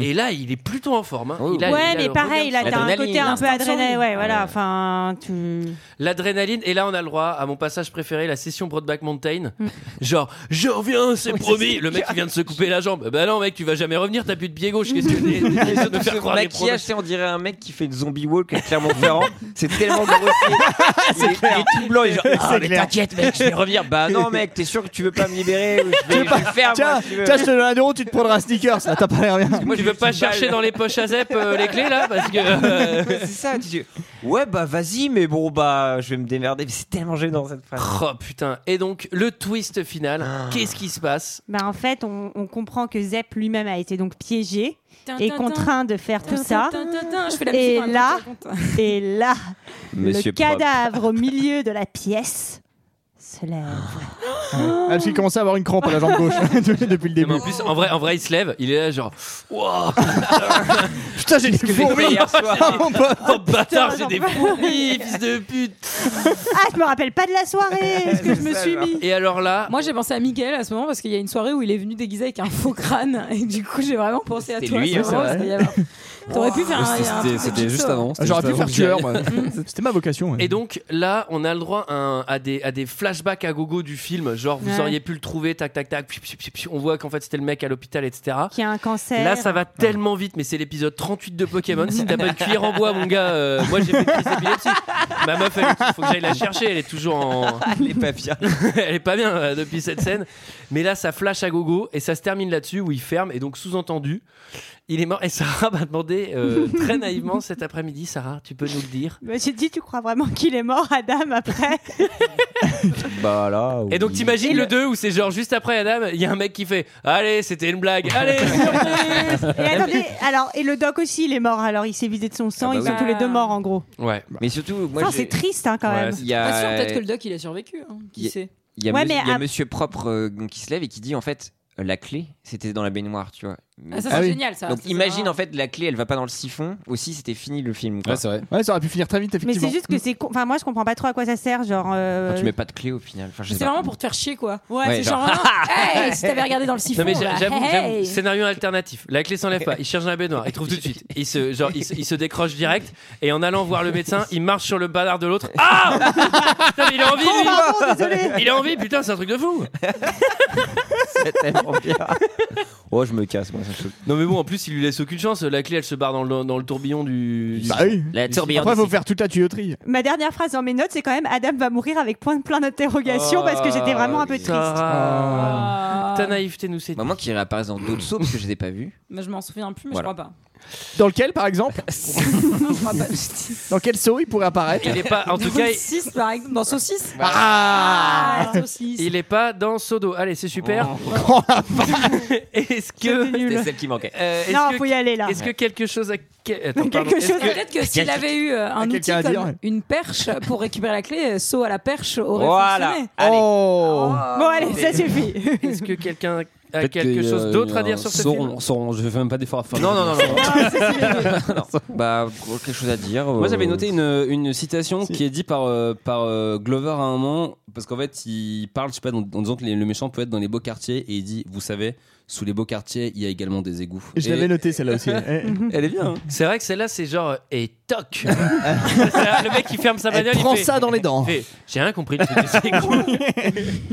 [SPEAKER 1] Et là, il est plutôt en forme. hein.
[SPEAKER 10] Oh.
[SPEAKER 1] Il a- il
[SPEAKER 12] ouais,
[SPEAKER 1] a
[SPEAKER 12] mais
[SPEAKER 1] le
[SPEAKER 12] pareil,
[SPEAKER 1] regard
[SPEAKER 12] là,
[SPEAKER 1] sur-
[SPEAKER 12] t'as un côté un peu adrénaline. Ouais, voilà.
[SPEAKER 1] Ouais.
[SPEAKER 12] Enfin, tu.
[SPEAKER 1] L'adrénaline, et là on a le droit à mon passage préféré, la session Broadback Mountain.
[SPEAKER 10] Mm.
[SPEAKER 1] Genre, je reviens, c'est promis. Le mec qui vient de se couper la jambe. Bah non, mec, tu vas jamais revenir, t'as plus de pied gauche. Qu'est-ce que t'es- t'es sûr de faire croire les
[SPEAKER 11] maquillage,
[SPEAKER 1] promesses
[SPEAKER 11] c'est on dirait un mec qui fait une zombie walk avec Clermont-Ferrand. c'est tellement grossier. il, est, il est tout blanc. Il est genre, ah,
[SPEAKER 7] C'est
[SPEAKER 11] mais
[SPEAKER 7] clair.
[SPEAKER 11] t'inquiète, mec, je vais revenir. Bah non, mec, t'es sûr que tu veux pas me libérer ou Je vais, je vais le faire, moi,
[SPEAKER 7] Tiens,
[SPEAKER 11] si tu veux.
[SPEAKER 7] tiens, je te donne un euro, tu te prendras un sneakers. Là, t'as pas l'air bien.
[SPEAKER 11] Moi,
[SPEAKER 1] Tu veux pas chercher dans les poches à Zep euh, les clés là Parce que. euh,
[SPEAKER 11] Ouais, c'est ça, tu dis, Ouais, bah vas-y, mais bon, bah je vais me démerder. Mais c'est tellement gênant cette phrase.
[SPEAKER 1] Oh putain. Et donc, le twist final, qu'est-ce qui se passe
[SPEAKER 12] Bah, en fait, on, on comprend que Zep lui-même a été donc piégé
[SPEAKER 6] Tin,
[SPEAKER 12] et
[SPEAKER 6] tin,
[SPEAKER 12] contraint de faire tout ça.
[SPEAKER 6] Tin, tin, tin, je fais la
[SPEAKER 12] Et
[SPEAKER 6] musique en même
[SPEAKER 12] là,
[SPEAKER 6] temps,
[SPEAKER 12] et là, le
[SPEAKER 7] Monsieur propre.
[SPEAKER 12] cadavre au milieu de la pièce se lève.
[SPEAKER 7] Ah, parce qu'il commençait à avoir une crampe à la jambe gauche depuis le début.
[SPEAKER 1] En plus, en vrai, en vrai, il se lève, il est là genre. Wouah
[SPEAKER 7] Putain, j'ai des fourmis. Ah, mon pote.
[SPEAKER 1] Oh bâtard, j'ai
[SPEAKER 12] j'en
[SPEAKER 1] des
[SPEAKER 12] peux.
[SPEAKER 1] fourmis, fils de pute
[SPEAKER 12] Ah, je me rappelle pas de la soirée. Est-ce que je me suis mis
[SPEAKER 1] Et alors là,
[SPEAKER 6] Moi j'ai pensé à Miguel à ce moment parce qu'il y a une soirée où il est venu déguisé avec un faux crâne et du coup j'ai vraiment pensé à
[SPEAKER 11] C'était
[SPEAKER 6] toi.
[SPEAKER 11] lui,
[SPEAKER 6] à ce
[SPEAKER 11] hein,
[SPEAKER 6] moment,
[SPEAKER 11] c'est vrai.
[SPEAKER 6] parce qu'il y avait- T'aurais pu faire un.
[SPEAKER 10] C'était-
[SPEAKER 6] un
[SPEAKER 10] c'était-
[SPEAKER 6] truc de
[SPEAKER 10] C'était juste
[SPEAKER 6] Jigsaw.
[SPEAKER 10] avant. c'était
[SPEAKER 7] J'aurais
[SPEAKER 10] juste
[SPEAKER 7] pu faire tueur,
[SPEAKER 10] avant.
[SPEAKER 7] moi. C'était ma vocation. ouais.
[SPEAKER 1] Et donc là, on a le droit à, un- à des, à des flashbacks à gogo du film, genre vous
[SPEAKER 12] Ouais.
[SPEAKER 1] auriez pu le trouver, tac tac tac, puis, puis, puis, puis, on voit qu'en fait c'était le mec à l'hôpital, etc.
[SPEAKER 12] Qui a un cancer.
[SPEAKER 1] Là, ça va tellement vite, mais c'est l'épisode 38 de Pokémon. Si t'as pas une cuillère en bois, mon gars, euh, moi j'ai fait une crise d'épilepsie. Ma meuf, il faut que j'aille la chercher, elle est toujours en.
[SPEAKER 11] Elle est pas bien.
[SPEAKER 1] elle est pas bien euh, depuis cette scène. Mais là, ça flash à gogo et ça se termine là-dessus où il ferme. Et donc, sous-entendu, il est mort. Et Sarah m'a demandé euh, très naïvement cet après-midi, Sarah, tu peux nous le dire
[SPEAKER 12] Je me suis Bah, dit, tu crois vraiment qu'il est mort, Adam, après
[SPEAKER 11] Bah là.
[SPEAKER 1] Et donc t'imagines le 2 où c'est genre juste après Adam, il y a un mec qui fait Allez, c'était une blague, allez, surprise
[SPEAKER 12] Et attendez, alors, et le doc aussi, il est mort, alors il s'est vidé de son sang,
[SPEAKER 11] Ah bah
[SPEAKER 12] ils sont
[SPEAKER 11] oui.
[SPEAKER 12] tous les deux morts, hein. en gros.
[SPEAKER 1] Ouais.
[SPEAKER 11] Mais surtout, moi.
[SPEAKER 12] Putain,
[SPEAKER 11] j'ai-
[SPEAKER 12] c'est triste, hein, quand
[SPEAKER 11] Ouais,
[SPEAKER 12] même.
[SPEAKER 11] Il y a-
[SPEAKER 6] Pas sûr,
[SPEAKER 10] Euh,
[SPEAKER 6] peut-être que le doc il a survécu. hein,
[SPEAKER 11] y
[SPEAKER 6] Qui
[SPEAKER 11] a-
[SPEAKER 6] sait
[SPEAKER 11] Il y a,
[SPEAKER 12] Ouais,
[SPEAKER 11] Mons-
[SPEAKER 12] mais
[SPEAKER 11] il y a
[SPEAKER 12] à-
[SPEAKER 11] Monsieur Propre euh, donc, qui se lève et qui dit en fait euh, la clé c'était dans la baignoire, tu vois.
[SPEAKER 6] Ah, ça,
[SPEAKER 7] c'est Ah oui.
[SPEAKER 6] génial, ça,
[SPEAKER 11] Donc
[SPEAKER 6] ça, c'est
[SPEAKER 11] imagine
[SPEAKER 6] marrant.
[SPEAKER 11] en fait la clé elle va pas dans le siphon aussi c'était fini le film. Quoi.
[SPEAKER 10] Ouais, c'est vrai.
[SPEAKER 7] Ouais, ça aurait pu finir très vite,
[SPEAKER 12] Mais
[SPEAKER 7] effectivement.
[SPEAKER 12] c'est juste que c'est. con- Enfin, moi, je comprends pas trop à quoi ça sert, genre. euh,
[SPEAKER 11] Enfin, tu mets pas de clé au final. Enfin, je sais
[SPEAKER 6] C'est
[SPEAKER 11] pas.
[SPEAKER 6] vraiment pour te faire chier quoi. Ouais,
[SPEAKER 11] Ouais,
[SPEAKER 6] c'est
[SPEAKER 11] genre-
[SPEAKER 6] genre. vraiment, hey, si t'avais regardé dans le siphon.
[SPEAKER 1] Non mais
[SPEAKER 6] bah,
[SPEAKER 1] j'a- j'avoue, j'avoue,
[SPEAKER 6] hey.
[SPEAKER 1] scénario alternatif. La clé s'enlève pas. Il cherche dans la baignoire, il trouve tout de suite. Il se, genre, il, se, il se décroche direct et en allant voir le médecin, il marche sur le bâtard de l'autre. Ah Putain, mais il est en vie, lui
[SPEAKER 12] pardon, désolé.
[SPEAKER 1] Il est en vie, putain, c'est un truc de fou
[SPEAKER 11] C'est tellement bien. oh je me casse moi. Ça me saoule.
[SPEAKER 1] Non mais bon, en plus, il lui laisse aucune chance. La clé, elle se barre dans le, dans le tourbillon du. du-
[SPEAKER 7] Bah oui.
[SPEAKER 11] La tourbillon.
[SPEAKER 7] Après, faut faire toute la tuyauterie.
[SPEAKER 12] Ma dernière phrase dans mes notes, c'est quand même Adam va mourir avec point, plein d'interrogations parce que j'étais vraiment un peu
[SPEAKER 1] Oh,
[SPEAKER 12] triste.
[SPEAKER 1] Ah,
[SPEAKER 6] Oh.
[SPEAKER 1] Sarah, Ta naïveté nous séduit.
[SPEAKER 11] Bah, moi qui réapparaissent dans d'autres sauts parce que je les ai pas vus.
[SPEAKER 6] Mais je m'en souviens plus, mais
[SPEAKER 11] Voilà.
[SPEAKER 6] je crois pas.
[SPEAKER 7] Dans lequel, par exemple
[SPEAKER 6] Non, je crois pas.
[SPEAKER 7] Dans quel seau il pourrait apparaître
[SPEAKER 1] Il est pas, en tout
[SPEAKER 6] Dans
[SPEAKER 1] cas, il-
[SPEAKER 6] saucisse, par exemple. Dans saucisse.
[SPEAKER 7] Ah
[SPEAKER 6] Ah, saucisse.
[SPEAKER 1] il est pas dans Sodo. Allez, c'est super. Est-ce que.
[SPEAKER 11] C'était celle qui manquait.
[SPEAKER 1] Euh, est-ce
[SPEAKER 12] Non,
[SPEAKER 1] que-
[SPEAKER 12] faut y aller là.
[SPEAKER 1] Est-ce que quelque chose a. que- Attends, pardon.
[SPEAKER 12] Quelque
[SPEAKER 1] Est-ce
[SPEAKER 12] chose-
[SPEAKER 1] que-
[SPEAKER 6] Peut-être que s'il
[SPEAKER 11] Quelqu'un-
[SPEAKER 6] avait eu euh, un outil
[SPEAKER 7] Quelqu'un à
[SPEAKER 6] comme
[SPEAKER 7] dire, ouais.
[SPEAKER 6] une perche pour récupérer la clé, euh, saut à la perche aurait
[SPEAKER 11] Voilà.
[SPEAKER 6] fonctionné.
[SPEAKER 11] Allez.
[SPEAKER 7] Oh
[SPEAKER 12] Bon, allez, ça suffit.
[SPEAKER 1] Est-ce que quelqu'un a
[SPEAKER 10] Peut-être
[SPEAKER 1] quelque
[SPEAKER 10] qu'il y a-
[SPEAKER 1] chose d'autre
[SPEAKER 10] il y a
[SPEAKER 1] à
[SPEAKER 10] un
[SPEAKER 1] dire sur ce
[SPEAKER 10] sauron-
[SPEAKER 1] film Ah,
[SPEAKER 10] sauron, je fais même pas d'effort à faire.
[SPEAKER 11] Non non non non. Non. Bah quelque chose à dire.
[SPEAKER 10] Moi
[SPEAKER 11] euh,
[SPEAKER 10] j'avais noté une, une citation qui est dite par, euh, par euh, Glover à un moment, parce qu'en fait il parle, je sais pas, en, en disant que les- le méchant peut être dans les beaux quartiers, et il dit, vous savez, sous les beaux quartiers, il y a également des égouts.
[SPEAKER 7] Je
[SPEAKER 10] Et-
[SPEAKER 7] l'avais noté celle-là aussi. Eh,
[SPEAKER 10] Elle est bien. hein.
[SPEAKER 1] C'est vrai que celle-là, c'est genre. euh, Et toc Le mec, il ferme sa
[SPEAKER 7] Elle
[SPEAKER 1] bagnole. il
[SPEAKER 7] prend
[SPEAKER 1] fait-
[SPEAKER 7] ça dans les dents.
[SPEAKER 1] il fait, J'ai rien compris. le truc, c'est cool.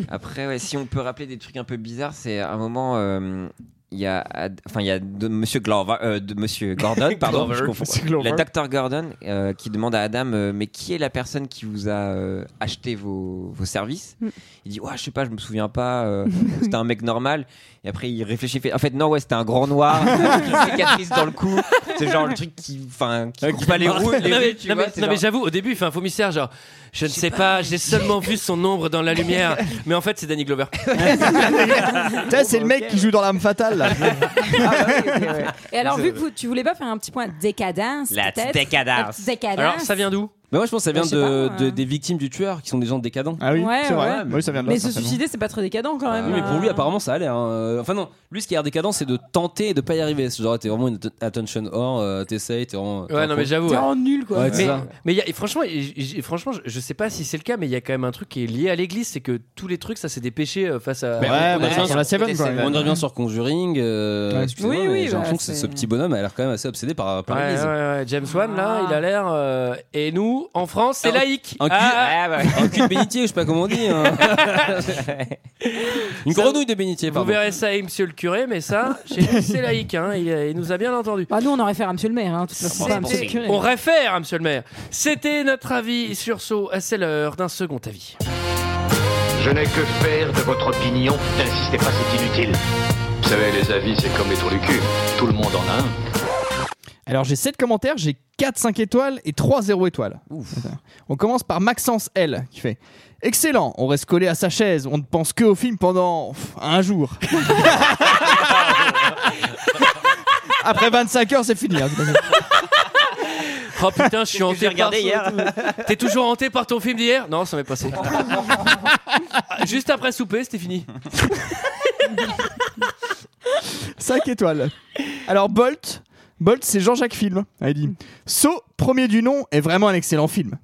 [SPEAKER 11] Après, ouais, si on peut rappeler des trucs un peu bizarres, c'est à un moment, euh,
[SPEAKER 20] il y a, Ad- enfin, il y a de Monsieur Glover, euh, de Monsieur Gordon, pardon,
[SPEAKER 12] Glover,
[SPEAKER 20] je confonds.
[SPEAKER 12] Monsieur Glover.
[SPEAKER 20] Le docteur Gordon euh, qui demande à Adam, euh, mais qui est la personne qui vous a euh, acheté vos, vos services
[SPEAKER 21] Mm.
[SPEAKER 20] Il dit, ouais, je sais pas, je me souviens pas. euh, c'était un mec normal. Et après, il réfléchit. il fait, en fait, non, ouais, c'était un grand noir, qui a une cicatrice dans le cou. C'est genre le truc qui, enfin, qui coupe pas les roues. les
[SPEAKER 1] Bah, non, mais,
[SPEAKER 20] rues, tu
[SPEAKER 1] non,
[SPEAKER 20] vois,
[SPEAKER 1] mais-
[SPEAKER 20] c'est
[SPEAKER 1] non, mais
[SPEAKER 20] genre-
[SPEAKER 1] j'avoue, au début, il fait un faux mystère, genre, je ne sais pas, j'ai seulement vu son ombre dans la lumière, mais en fait, c'est Danny Glover.
[SPEAKER 10] Putain, c'est le mec qui joue dans l'âme fatale là.
[SPEAKER 6] Et alors, vu que vous- tu voulais pas faire un petit point décadence,
[SPEAKER 12] La
[SPEAKER 6] peut-être
[SPEAKER 12] décadence.
[SPEAKER 6] La petite décadence.
[SPEAKER 1] vient d'où
[SPEAKER 12] bah moi je pense que ça
[SPEAKER 6] Bah,
[SPEAKER 12] vient
[SPEAKER 6] je sais
[SPEAKER 12] de,
[SPEAKER 6] pas, euh.
[SPEAKER 12] de- des victimes du tueur qui sont des gens décadents.
[SPEAKER 10] Ah
[SPEAKER 6] oui, Ouais, c'est vrai.
[SPEAKER 7] Bah
[SPEAKER 6] ouais.
[SPEAKER 12] ça vient
[SPEAKER 6] Mais se suicider, c'est pas très décadent quand même.
[SPEAKER 12] Ah Oui, mais pour
[SPEAKER 6] euh.
[SPEAKER 12] lui, apparemment, ça a l'air. hein. Enfin, non, lui, ce qui a l'air décadent, c'est de tenter et de pas y arriver. C'est genre, t'es vraiment une att- attention or, euh, t'essayes, t'es vraiment. t'es
[SPEAKER 1] Ouais,
[SPEAKER 12] un
[SPEAKER 1] non,
[SPEAKER 12] con.
[SPEAKER 1] mais j'avoue. ouais.
[SPEAKER 12] Ouais, c'est
[SPEAKER 1] mais
[SPEAKER 12] ça.
[SPEAKER 1] mais il y a- et franchement, et- et- franchement, je- je sais pas si c'est le cas, mais il y a quand même un truc qui est lié à l'église, c'est que tous les trucs, ça, c'est des péchés euh, face à.
[SPEAKER 12] Mais
[SPEAKER 10] bah,
[SPEAKER 12] on, revient sur, on revient sur Conjuring. euh,
[SPEAKER 1] Ouais.
[SPEAKER 12] excusez-moi,
[SPEAKER 1] Oui,
[SPEAKER 12] mais
[SPEAKER 1] oui,
[SPEAKER 12] j'ai
[SPEAKER 1] bah,
[SPEAKER 12] l'impression que c'est-
[SPEAKER 1] c'est-
[SPEAKER 12] ce petit bonhomme a l'air quand même assez obsédé par
[SPEAKER 1] Ouais,
[SPEAKER 12] par l'église.
[SPEAKER 1] ouais, ouais, ouais. James Wan, là, il a l'air. euh, et nous, en France, c'est
[SPEAKER 12] Un-
[SPEAKER 1] laïque.
[SPEAKER 12] Un cul,
[SPEAKER 1] Ah,
[SPEAKER 12] un cul de bénitier, je sais pas comment on dit. hein. Une grenouille de bénitier,
[SPEAKER 1] Vous
[SPEAKER 12] pardon.
[SPEAKER 1] verrez ça, et monsieur le curé, mais ça, chez nous, c'est laïque. hein. Il, il nous a bien entendu.
[SPEAKER 6] Bah, nous, on en réfère à monsieur le maire. Hein, de toute façon, pas à monsieur le curé.
[SPEAKER 1] On réfère, à monsieur le maire. C'était notre avis sur Saut. C'est l'heure d'un second avis.
[SPEAKER 22] Je n'ai que faire de votre opinion. N'insistez pas, c'est inutile. Vous savez, les avis, c'est comme les trous du cul. Tout le monde en a un.
[SPEAKER 10] Alors j'ai 7 commentaires, j'ai 4 5 étoiles et 3 0 étoiles. On commence par Maxence L qui fait Excellent, on reste collé à sa chaise, on ne pense que au film pendant pff, un jour. Après 25 heures, c'est fini. hein, de toute façon.
[SPEAKER 1] Oh putain, je suis hanté. par
[SPEAKER 10] regardé
[SPEAKER 1] ce-
[SPEAKER 10] hier.
[SPEAKER 1] T'es toujours hanté par ton film d'hier Non, ça m'est passé. Ah, Juste après souper, c'était fini.
[SPEAKER 10] 5 étoiles. Alors Bolt, Bolt c'est Jean-Jacques Film. hein, Il
[SPEAKER 12] Mm.
[SPEAKER 10] dit So, premier du nom, est vraiment un excellent film.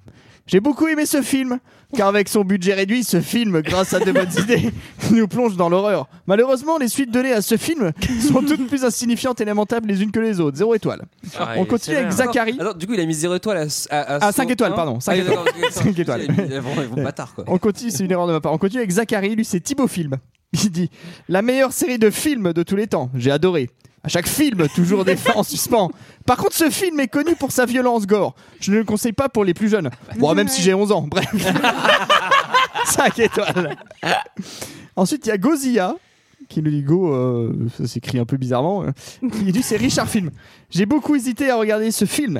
[SPEAKER 10] J'ai beaucoup aimé ce film, car avec son budget réduit, ce film, grâce à de bonnes idées, nous plonge dans l'horreur. Malheureusement, les suites données à ce film sont toutes plus insignifiantes et lamentables les unes que les autres. Zéro étoile.
[SPEAKER 12] Ah,
[SPEAKER 10] On
[SPEAKER 12] il est
[SPEAKER 10] continue avec
[SPEAKER 12] sévère.
[SPEAKER 10] Zachary.
[SPEAKER 12] Alors, du coup, il a mis 0 étoiles à- à.
[SPEAKER 10] Ah, 5
[SPEAKER 12] son-
[SPEAKER 10] étoiles,
[SPEAKER 12] hein
[SPEAKER 10] pardon. 5
[SPEAKER 12] Ah,
[SPEAKER 10] étoiles.
[SPEAKER 12] d'accord, parce que-
[SPEAKER 10] Cinq étoiles.
[SPEAKER 12] Ils sont vraiment bâtards, quoi.
[SPEAKER 10] On continue, c'est une erreur de ma part. On continue avec Zachary, lui c'est Thibaut Film. Il dit La meilleure série de films de tous les temps. J'ai adoré. À chaque film, toujours des fins en suspens. Par contre, ce film est connu pour sa violence gore. Je ne le conseille pas pour les plus jeunes. Bon, même si j'ai 11 ans, bref. 5 étoiles. Ensuite, il y a Gozilla qui nous dit Go, euh, ça s'écrit un peu bizarrement. euh, Il dit c'est Richard Film. J'ai beaucoup hésité à regarder ce film.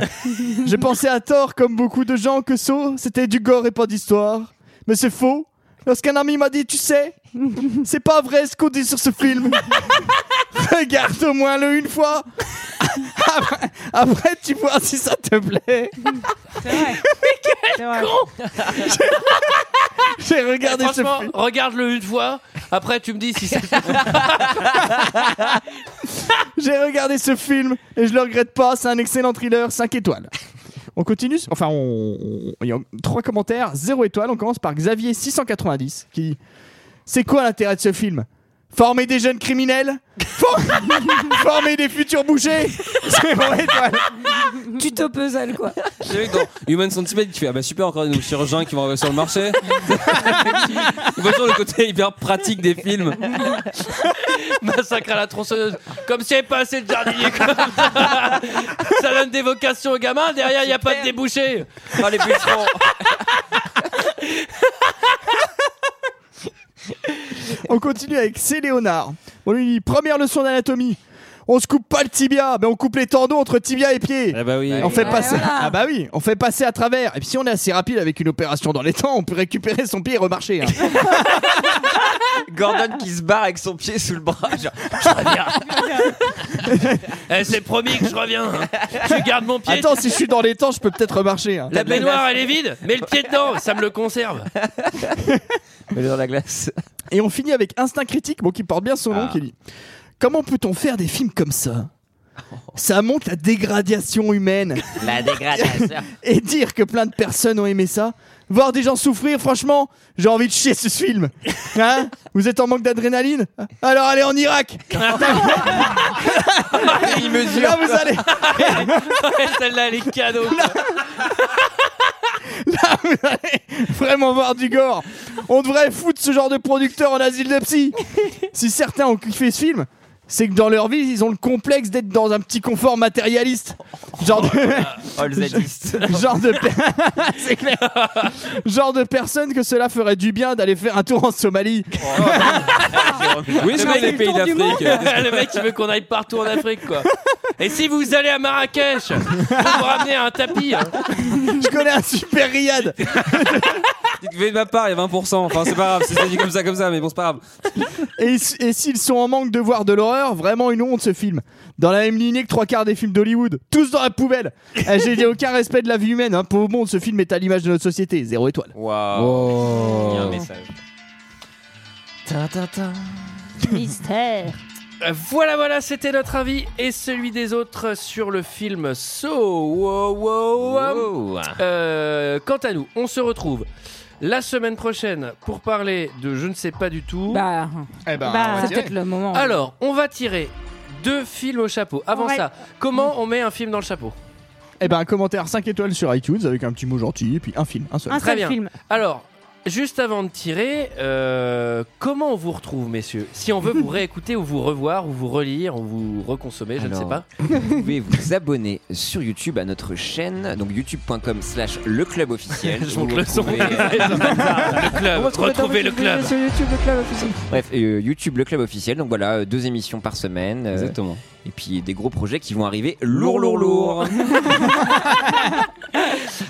[SPEAKER 10] Je pensais à tort, comme beaucoup de gens, que So, c'était du gore et pas d'histoire. Mais c'est faux. Lorsqu'un ami m'a dit, tu sais, c'est pas vrai ce qu'on dit sur ce film. Regarde au moins le une fois. Après, après, tu vois si ça te plaît.
[SPEAKER 1] C'est con
[SPEAKER 10] J'ai regardé
[SPEAKER 1] Eh,
[SPEAKER 10] ce
[SPEAKER 1] franchement,
[SPEAKER 10] film.
[SPEAKER 1] Regarde-le une fois, après tu me dis si c'est.
[SPEAKER 10] J'ai regardé ce film et je le regrette pas, c'est un excellent thriller, 5 étoiles. On continue, enfin, on, on- il y a trois commentaires, 0 étoile. On commence par Xavier690 qui dit C'est quoi l'intérêt de ce film Former des jeunes criminels For- Former des futurs bouchers C'est mon étoile
[SPEAKER 6] Tuto puzzle, quoi.
[SPEAKER 12] Le mec dans Human Centipede qui fait Ah bah super, encore des nouveaux chirurgiens qui vont arriver sur le marché. Il voit toujours le côté hyper pratique des films.
[SPEAKER 1] Massacre à la tronçonneuse. Comme s'il n'y avait pas assez de jardiniers comme ça. Ça donne des vocations aux gamins. Derrière, il n'y a pas de débouchés.
[SPEAKER 20] Oh, les bûcherons.
[SPEAKER 10] On continue avec C. Léonard. On lui dit Première leçon d'anatomie. On se coupe pas le tibia, mais on coupe les tendons entre tibia et pied.
[SPEAKER 12] Ah bah oui.
[SPEAKER 10] On fait
[SPEAKER 12] Ouais,
[SPEAKER 10] passer.
[SPEAKER 12] voilà.
[SPEAKER 10] Ah bah oui, on fait passer à travers. Et Ah, puis si on est assez rapide avec une opération dans les temps, on peut récupérer son pied et remarcher. hein.
[SPEAKER 20] Gordon qui se barre avec son pied sous le bras. genre,
[SPEAKER 1] Eh, c'est promis que je reviens. hein. Tu gardes mon pied.
[SPEAKER 10] Attends, si je suis dans les temps, je peux peut-être remarcher. hein.
[SPEAKER 1] La baignoire, elle est vide. Mets le pied dedans. Ça me le conserve.
[SPEAKER 20] dans la glace.
[SPEAKER 10] Et on finit avec Instinct Critique, bon, qui porte bien son nom,
[SPEAKER 20] Ah.
[SPEAKER 10] qui dit Comment peut-on faire des films comme ça Ça montre la dégradation humaine.
[SPEAKER 20] La dégradation.
[SPEAKER 10] Et dire que plein de personnes ont aimé ça, voir des gens souffrir, franchement, j'ai envie de chier ce film. Hein Vous êtes en manque d'adrénaline Alors allez en Irak
[SPEAKER 1] Il mesure.
[SPEAKER 10] Là, vous allez-
[SPEAKER 1] Celle-là, elle est cadeau.
[SPEAKER 10] Là, vous allez vraiment voir du gore. On devrait foutre ce genre de producteur en asile de psy. Si certains ont kiffé ce film,
[SPEAKER 7] c'est que dans leur vie, ils ont le complexe d'être dans un petit confort matérialiste. Genre de.
[SPEAKER 10] Oh,
[SPEAKER 7] genre de. per- c'est clair. Genre de personne que cela ferait du bien d'aller faire un tour en Somalie.
[SPEAKER 1] Oui,
[SPEAKER 7] je connais les pays d'Afrique.
[SPEAKER 1] hein, le mec, il veut qu'on aille partout en Afrique, quoi. Et si vous allez à Marrakech, vous ramenez un tapis. hein.
[SPEAKER 7] Je connais un super riad.
[SPEAKER 10] Dites-le de ma part, il y a 20%. Enfin, c'est pas grave, si c'est dit comme ça, comme ça, mais bon, c'est pas grave.
[SPEAKER 7] Et, s- et s'ils sont en manque de voir de l'horreur, vraiment une honte ce film. Dans la même lignée que trois quarts des films d'Hollywood, tous dans la poubelle. Eh, J'ai dit aucun respect de la vie humaine. Hein. Pauvre monde, ce film est à l'image de notre société. Zéro étoile. Oh.
[SPEAKER 10] Waouh.
[SPEAKER 1] Il y a un message.
[SPEAKER 12] Mystère.
[SPEAKER 1] Euh, Voilà, voilà, c'était notre avis et celui des autres sur le film So. Wow, wow, wow.
[SPEAKER 10] Oh.
[SPEAKER 1] Euh, quant à nous, on se retrouve la semaine prochaine pour parler de je ne sais pas du tout.
[SPEAKER 6] Bah,
[SPEAKER 7] eh ben,
[SPEAKER 6] Bah, on
[SPEAKER 12] Ah,
[SPEAKER 6] va c'est tirer. peut-être le moment.
[SPEAKER 1] Alors, on va tirer deux films au chapeau. Avant
[SPEAKER 7] Ouais.
[SPEAKER 1] ça, comment on met un film dans le chapeau
[SPEAKER 7] Eh ben, un commentaire 5 étoiles sur iTunes avec un petit mot gentil et puis un film, un seul.
[SPEAKER 1] Très bien. Alors, juste avant de tirer, euh, comment on vous retrouve, messieurs Si on veut vous réécouter ou vous revoir ou vous relire ou vous reconsommer, je ne sais
[SPEAKER 11] Alors,
[SPEAKER 1] pas.
[SPEAKER 11] Vous pouvez vous abonner sur YouTube à notre chaîne, donc youtube.com slash le club officiel.
[SPEAKER 1] Je
[SPEAKER 11] Vous
[SPEAKER 1] monte le son.
[SPEAKER 11] retrouvez, euh,
[SPEAKER 1] le club, retrouvez le club.
[SPEAKER 6] Sur YouTube, le club officiel.
[SPEAKER 11] Bref, euh, YouTube, le club officiel. Donc voilà, euh, deux émissions par semaine. euh,
[SPEAKER 10] Exactement.
[SPEAKER 11] Et puis des gros projets qui vont arriver lourd, lourd, lourd.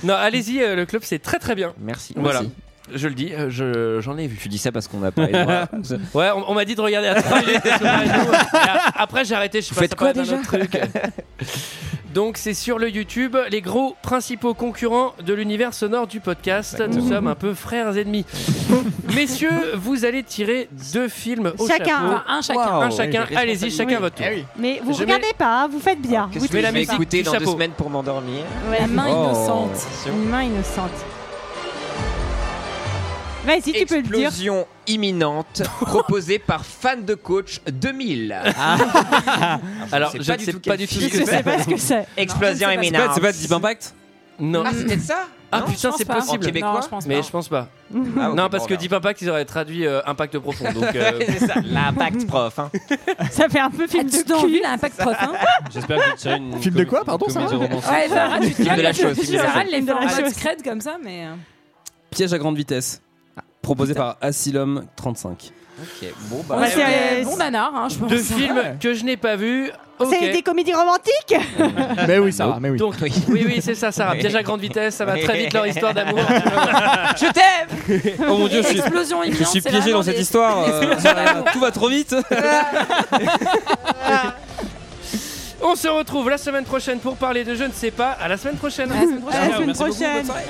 [SPEAKER 1] non, allez-y, euh, le club, c'est très très bien.
[SPEAKER 11] Merci.
[SPEAKER 1] Voilà.
[SPEAKER 11] Merci.
[SPEAKER 1] Je le dis, euh, je- j'en ai vu.
[SPEAKER 11] Tu dis ça parce qu'on a parlé de moi.
[SPEAKER 1] ouais, on, on m'a dit de regarder à trois, j'étais sur la radio, et a- Après, j'ai arrêté, je suis
[SPEAKER 11] Vous faites
[SPEAKER 1] passé
[SPEAKER 11] quoi
[SPEAKER 1] par un
[SPEAKER 11] déjà
[SPEAKER 1] autre truc. Donc, c'est sur le YouTube, les gros principaux concurrents de l'univers sonore du podcast. Nous
[SPEAKER 11] Exactement.
[SPEAKER 1] sommes un peu frères ennemis. Messieurs, vous allez tirer deux films au
[SPEAKER 12] Chacun.
[SPEAKER 1] chapeau.
[SPEAKER 12] Enfin, un chacun.
[SPEAKER 1] Un
[SPEAKER 12] Wow.
[SPEAKER 1] chacun.
[SPEAKER 11] Oui,
[SPEAKER 1] Allez-y, chacun
[SPEAKER 12] Oui.
[SPEAKER 1] votre tour.
[SPEAKER 12] Mais vous
[SPEAKER 1] Je
[SPEAKER 12] regardez pas, hein, vous faites bien.
[SPEAKER 11] Qu'est-ce
[SPEAKER 12] Vous
[SPEAKER 11] que je
[SPEAKER 12] touchez
[SPEAKER 11] vais
[SPEAKER 12] pas.
[SPEAKER 11] écouter dans deux
[SPEAKER 1] chapeau.
[SPEAKER 11] semaines pour m'endormir
[SPEAKER 12] Ouais, La main
[SPEAKER 11] Oh.
[SPEAKER 12] innocente. Une main innocente. Vas-y, tu peux le dire.
[SPEAKER 11] Explosion imminente proposée par fan de coach 2000.
[SPEAKER 1] Alors, je ne sais pas du tout ce que c'est.
[SPEAKER 11] Explosion imminente.
[SPEAKER 10] C'est pas Deep Impact
[SPEAKER 1] Non.
[SPEAKER 11] Ah, c'est peut-être ça
[SPEAKER 1] Ah
[SPEAKER 11] Non, je
[SPEAKER 1] putain,
[SPEAKER 11] pense
[SPEAKER 1] c'est
[SPEAKER 11] pas.
[SPEAKER 1] possible.
[SPEAKER 11] En québécois Non, je pense
[SPEAKER 1] Mais
[SPEAKER 11] pas.
[SPEAKER 1] je pense pas.
[SPEAKER 11] Ah,
[SPEAKER 1] non, parce
[SPEAKER 11] ok, bon,
[SPEAKER 1] que
[SPEAKER 11] on verra.
[SPEAKER 1] Deep Impact, ils auraient traduit euh, impact profond. Donc, euh,
[SPEAKER 11] Ouais, c'est ça, l'impact prof. hein.
[SPEAKER 12] Ça fait un peu film de cul. Impact prof. hein.
[SPEAKER 10] J'espère que tu tirer une.
[SPEAKER 7] Film de quoi, pardon,
[SPEAKER 10] comédie
[SPEAKER 7] Sarah
[SPEAKER 10] romancée.
[SPEAKER 6] Ouais, Sarah, tu te
[SPEAKER 10] Film de la
[SPEAKER 6] calmes,
[SPEAKER 10] chose,
[SPEAKER 6] tu-
[SPEAKER 10] film de la
[SPEAKER 6] Sarah,
[SPEAKER 10] chose.
[SPEAKER 6] les
[SPEAKER 10] Film de la
[SPEAKER 6] formes
[SPEAKER 10] chose.
[SPEAKER 6] secrètes comme ça, mais. euh,
[SPEAKER 10] Piège à grande vitesse. Proposé par Asylum 35.
[SPEAKER 11] Ok, bon
[SPEAKER 10] Bah,
[SPEAKER 6] on va faire des bons nanars, hein,
[SPEAKER 7] Ah,
[SPEAKER 6] je pense.
[SPEAKER 1] deux films que je n'ai pas vus. Ok.
[SPEAKER 12] C'est des comédies romantiques
[SPEAKER 7] Mais oui, Sarah, mais oui.
[SPEAKER 1] Donc, oui, oui, c'est ça, Sarah. Déjà grande vitesse, ça va très vite leur histoire d'amour.
[SPEAKER 6] Je t'aime
[SPEAKER 10] Oh mon dieu, je suis,
[SPEAKER 6] Explosion
[SPEAKER 10] je
[SPEAKER 6] imminente,
[SPEAKER 10] suis
[SPEAKER 6] c'est
[SPEAKER 10] piégé
[SPEAKER 6] vraiment
[SPEAKER 10] dans cette
[SPEAKER 6] des-
[SPEAKER 10] histoire.
[SPEAKER 6] des
[SPEAKER 10] euh,
[SPEAKER 6] explosions d'amour.
[SPEAKER 10] tout va trop vite.
[SPEAKER 1] On se retrouve la semaine prochaine pour parler de je ne sais pas. À la semaine prochaine.
[SPEAKER 12] À la semaine
[SPEAKER 10] Merci beaucoup, bonne
[SPEAKER 12] prochaine.
[SPEAKER 10] soirée.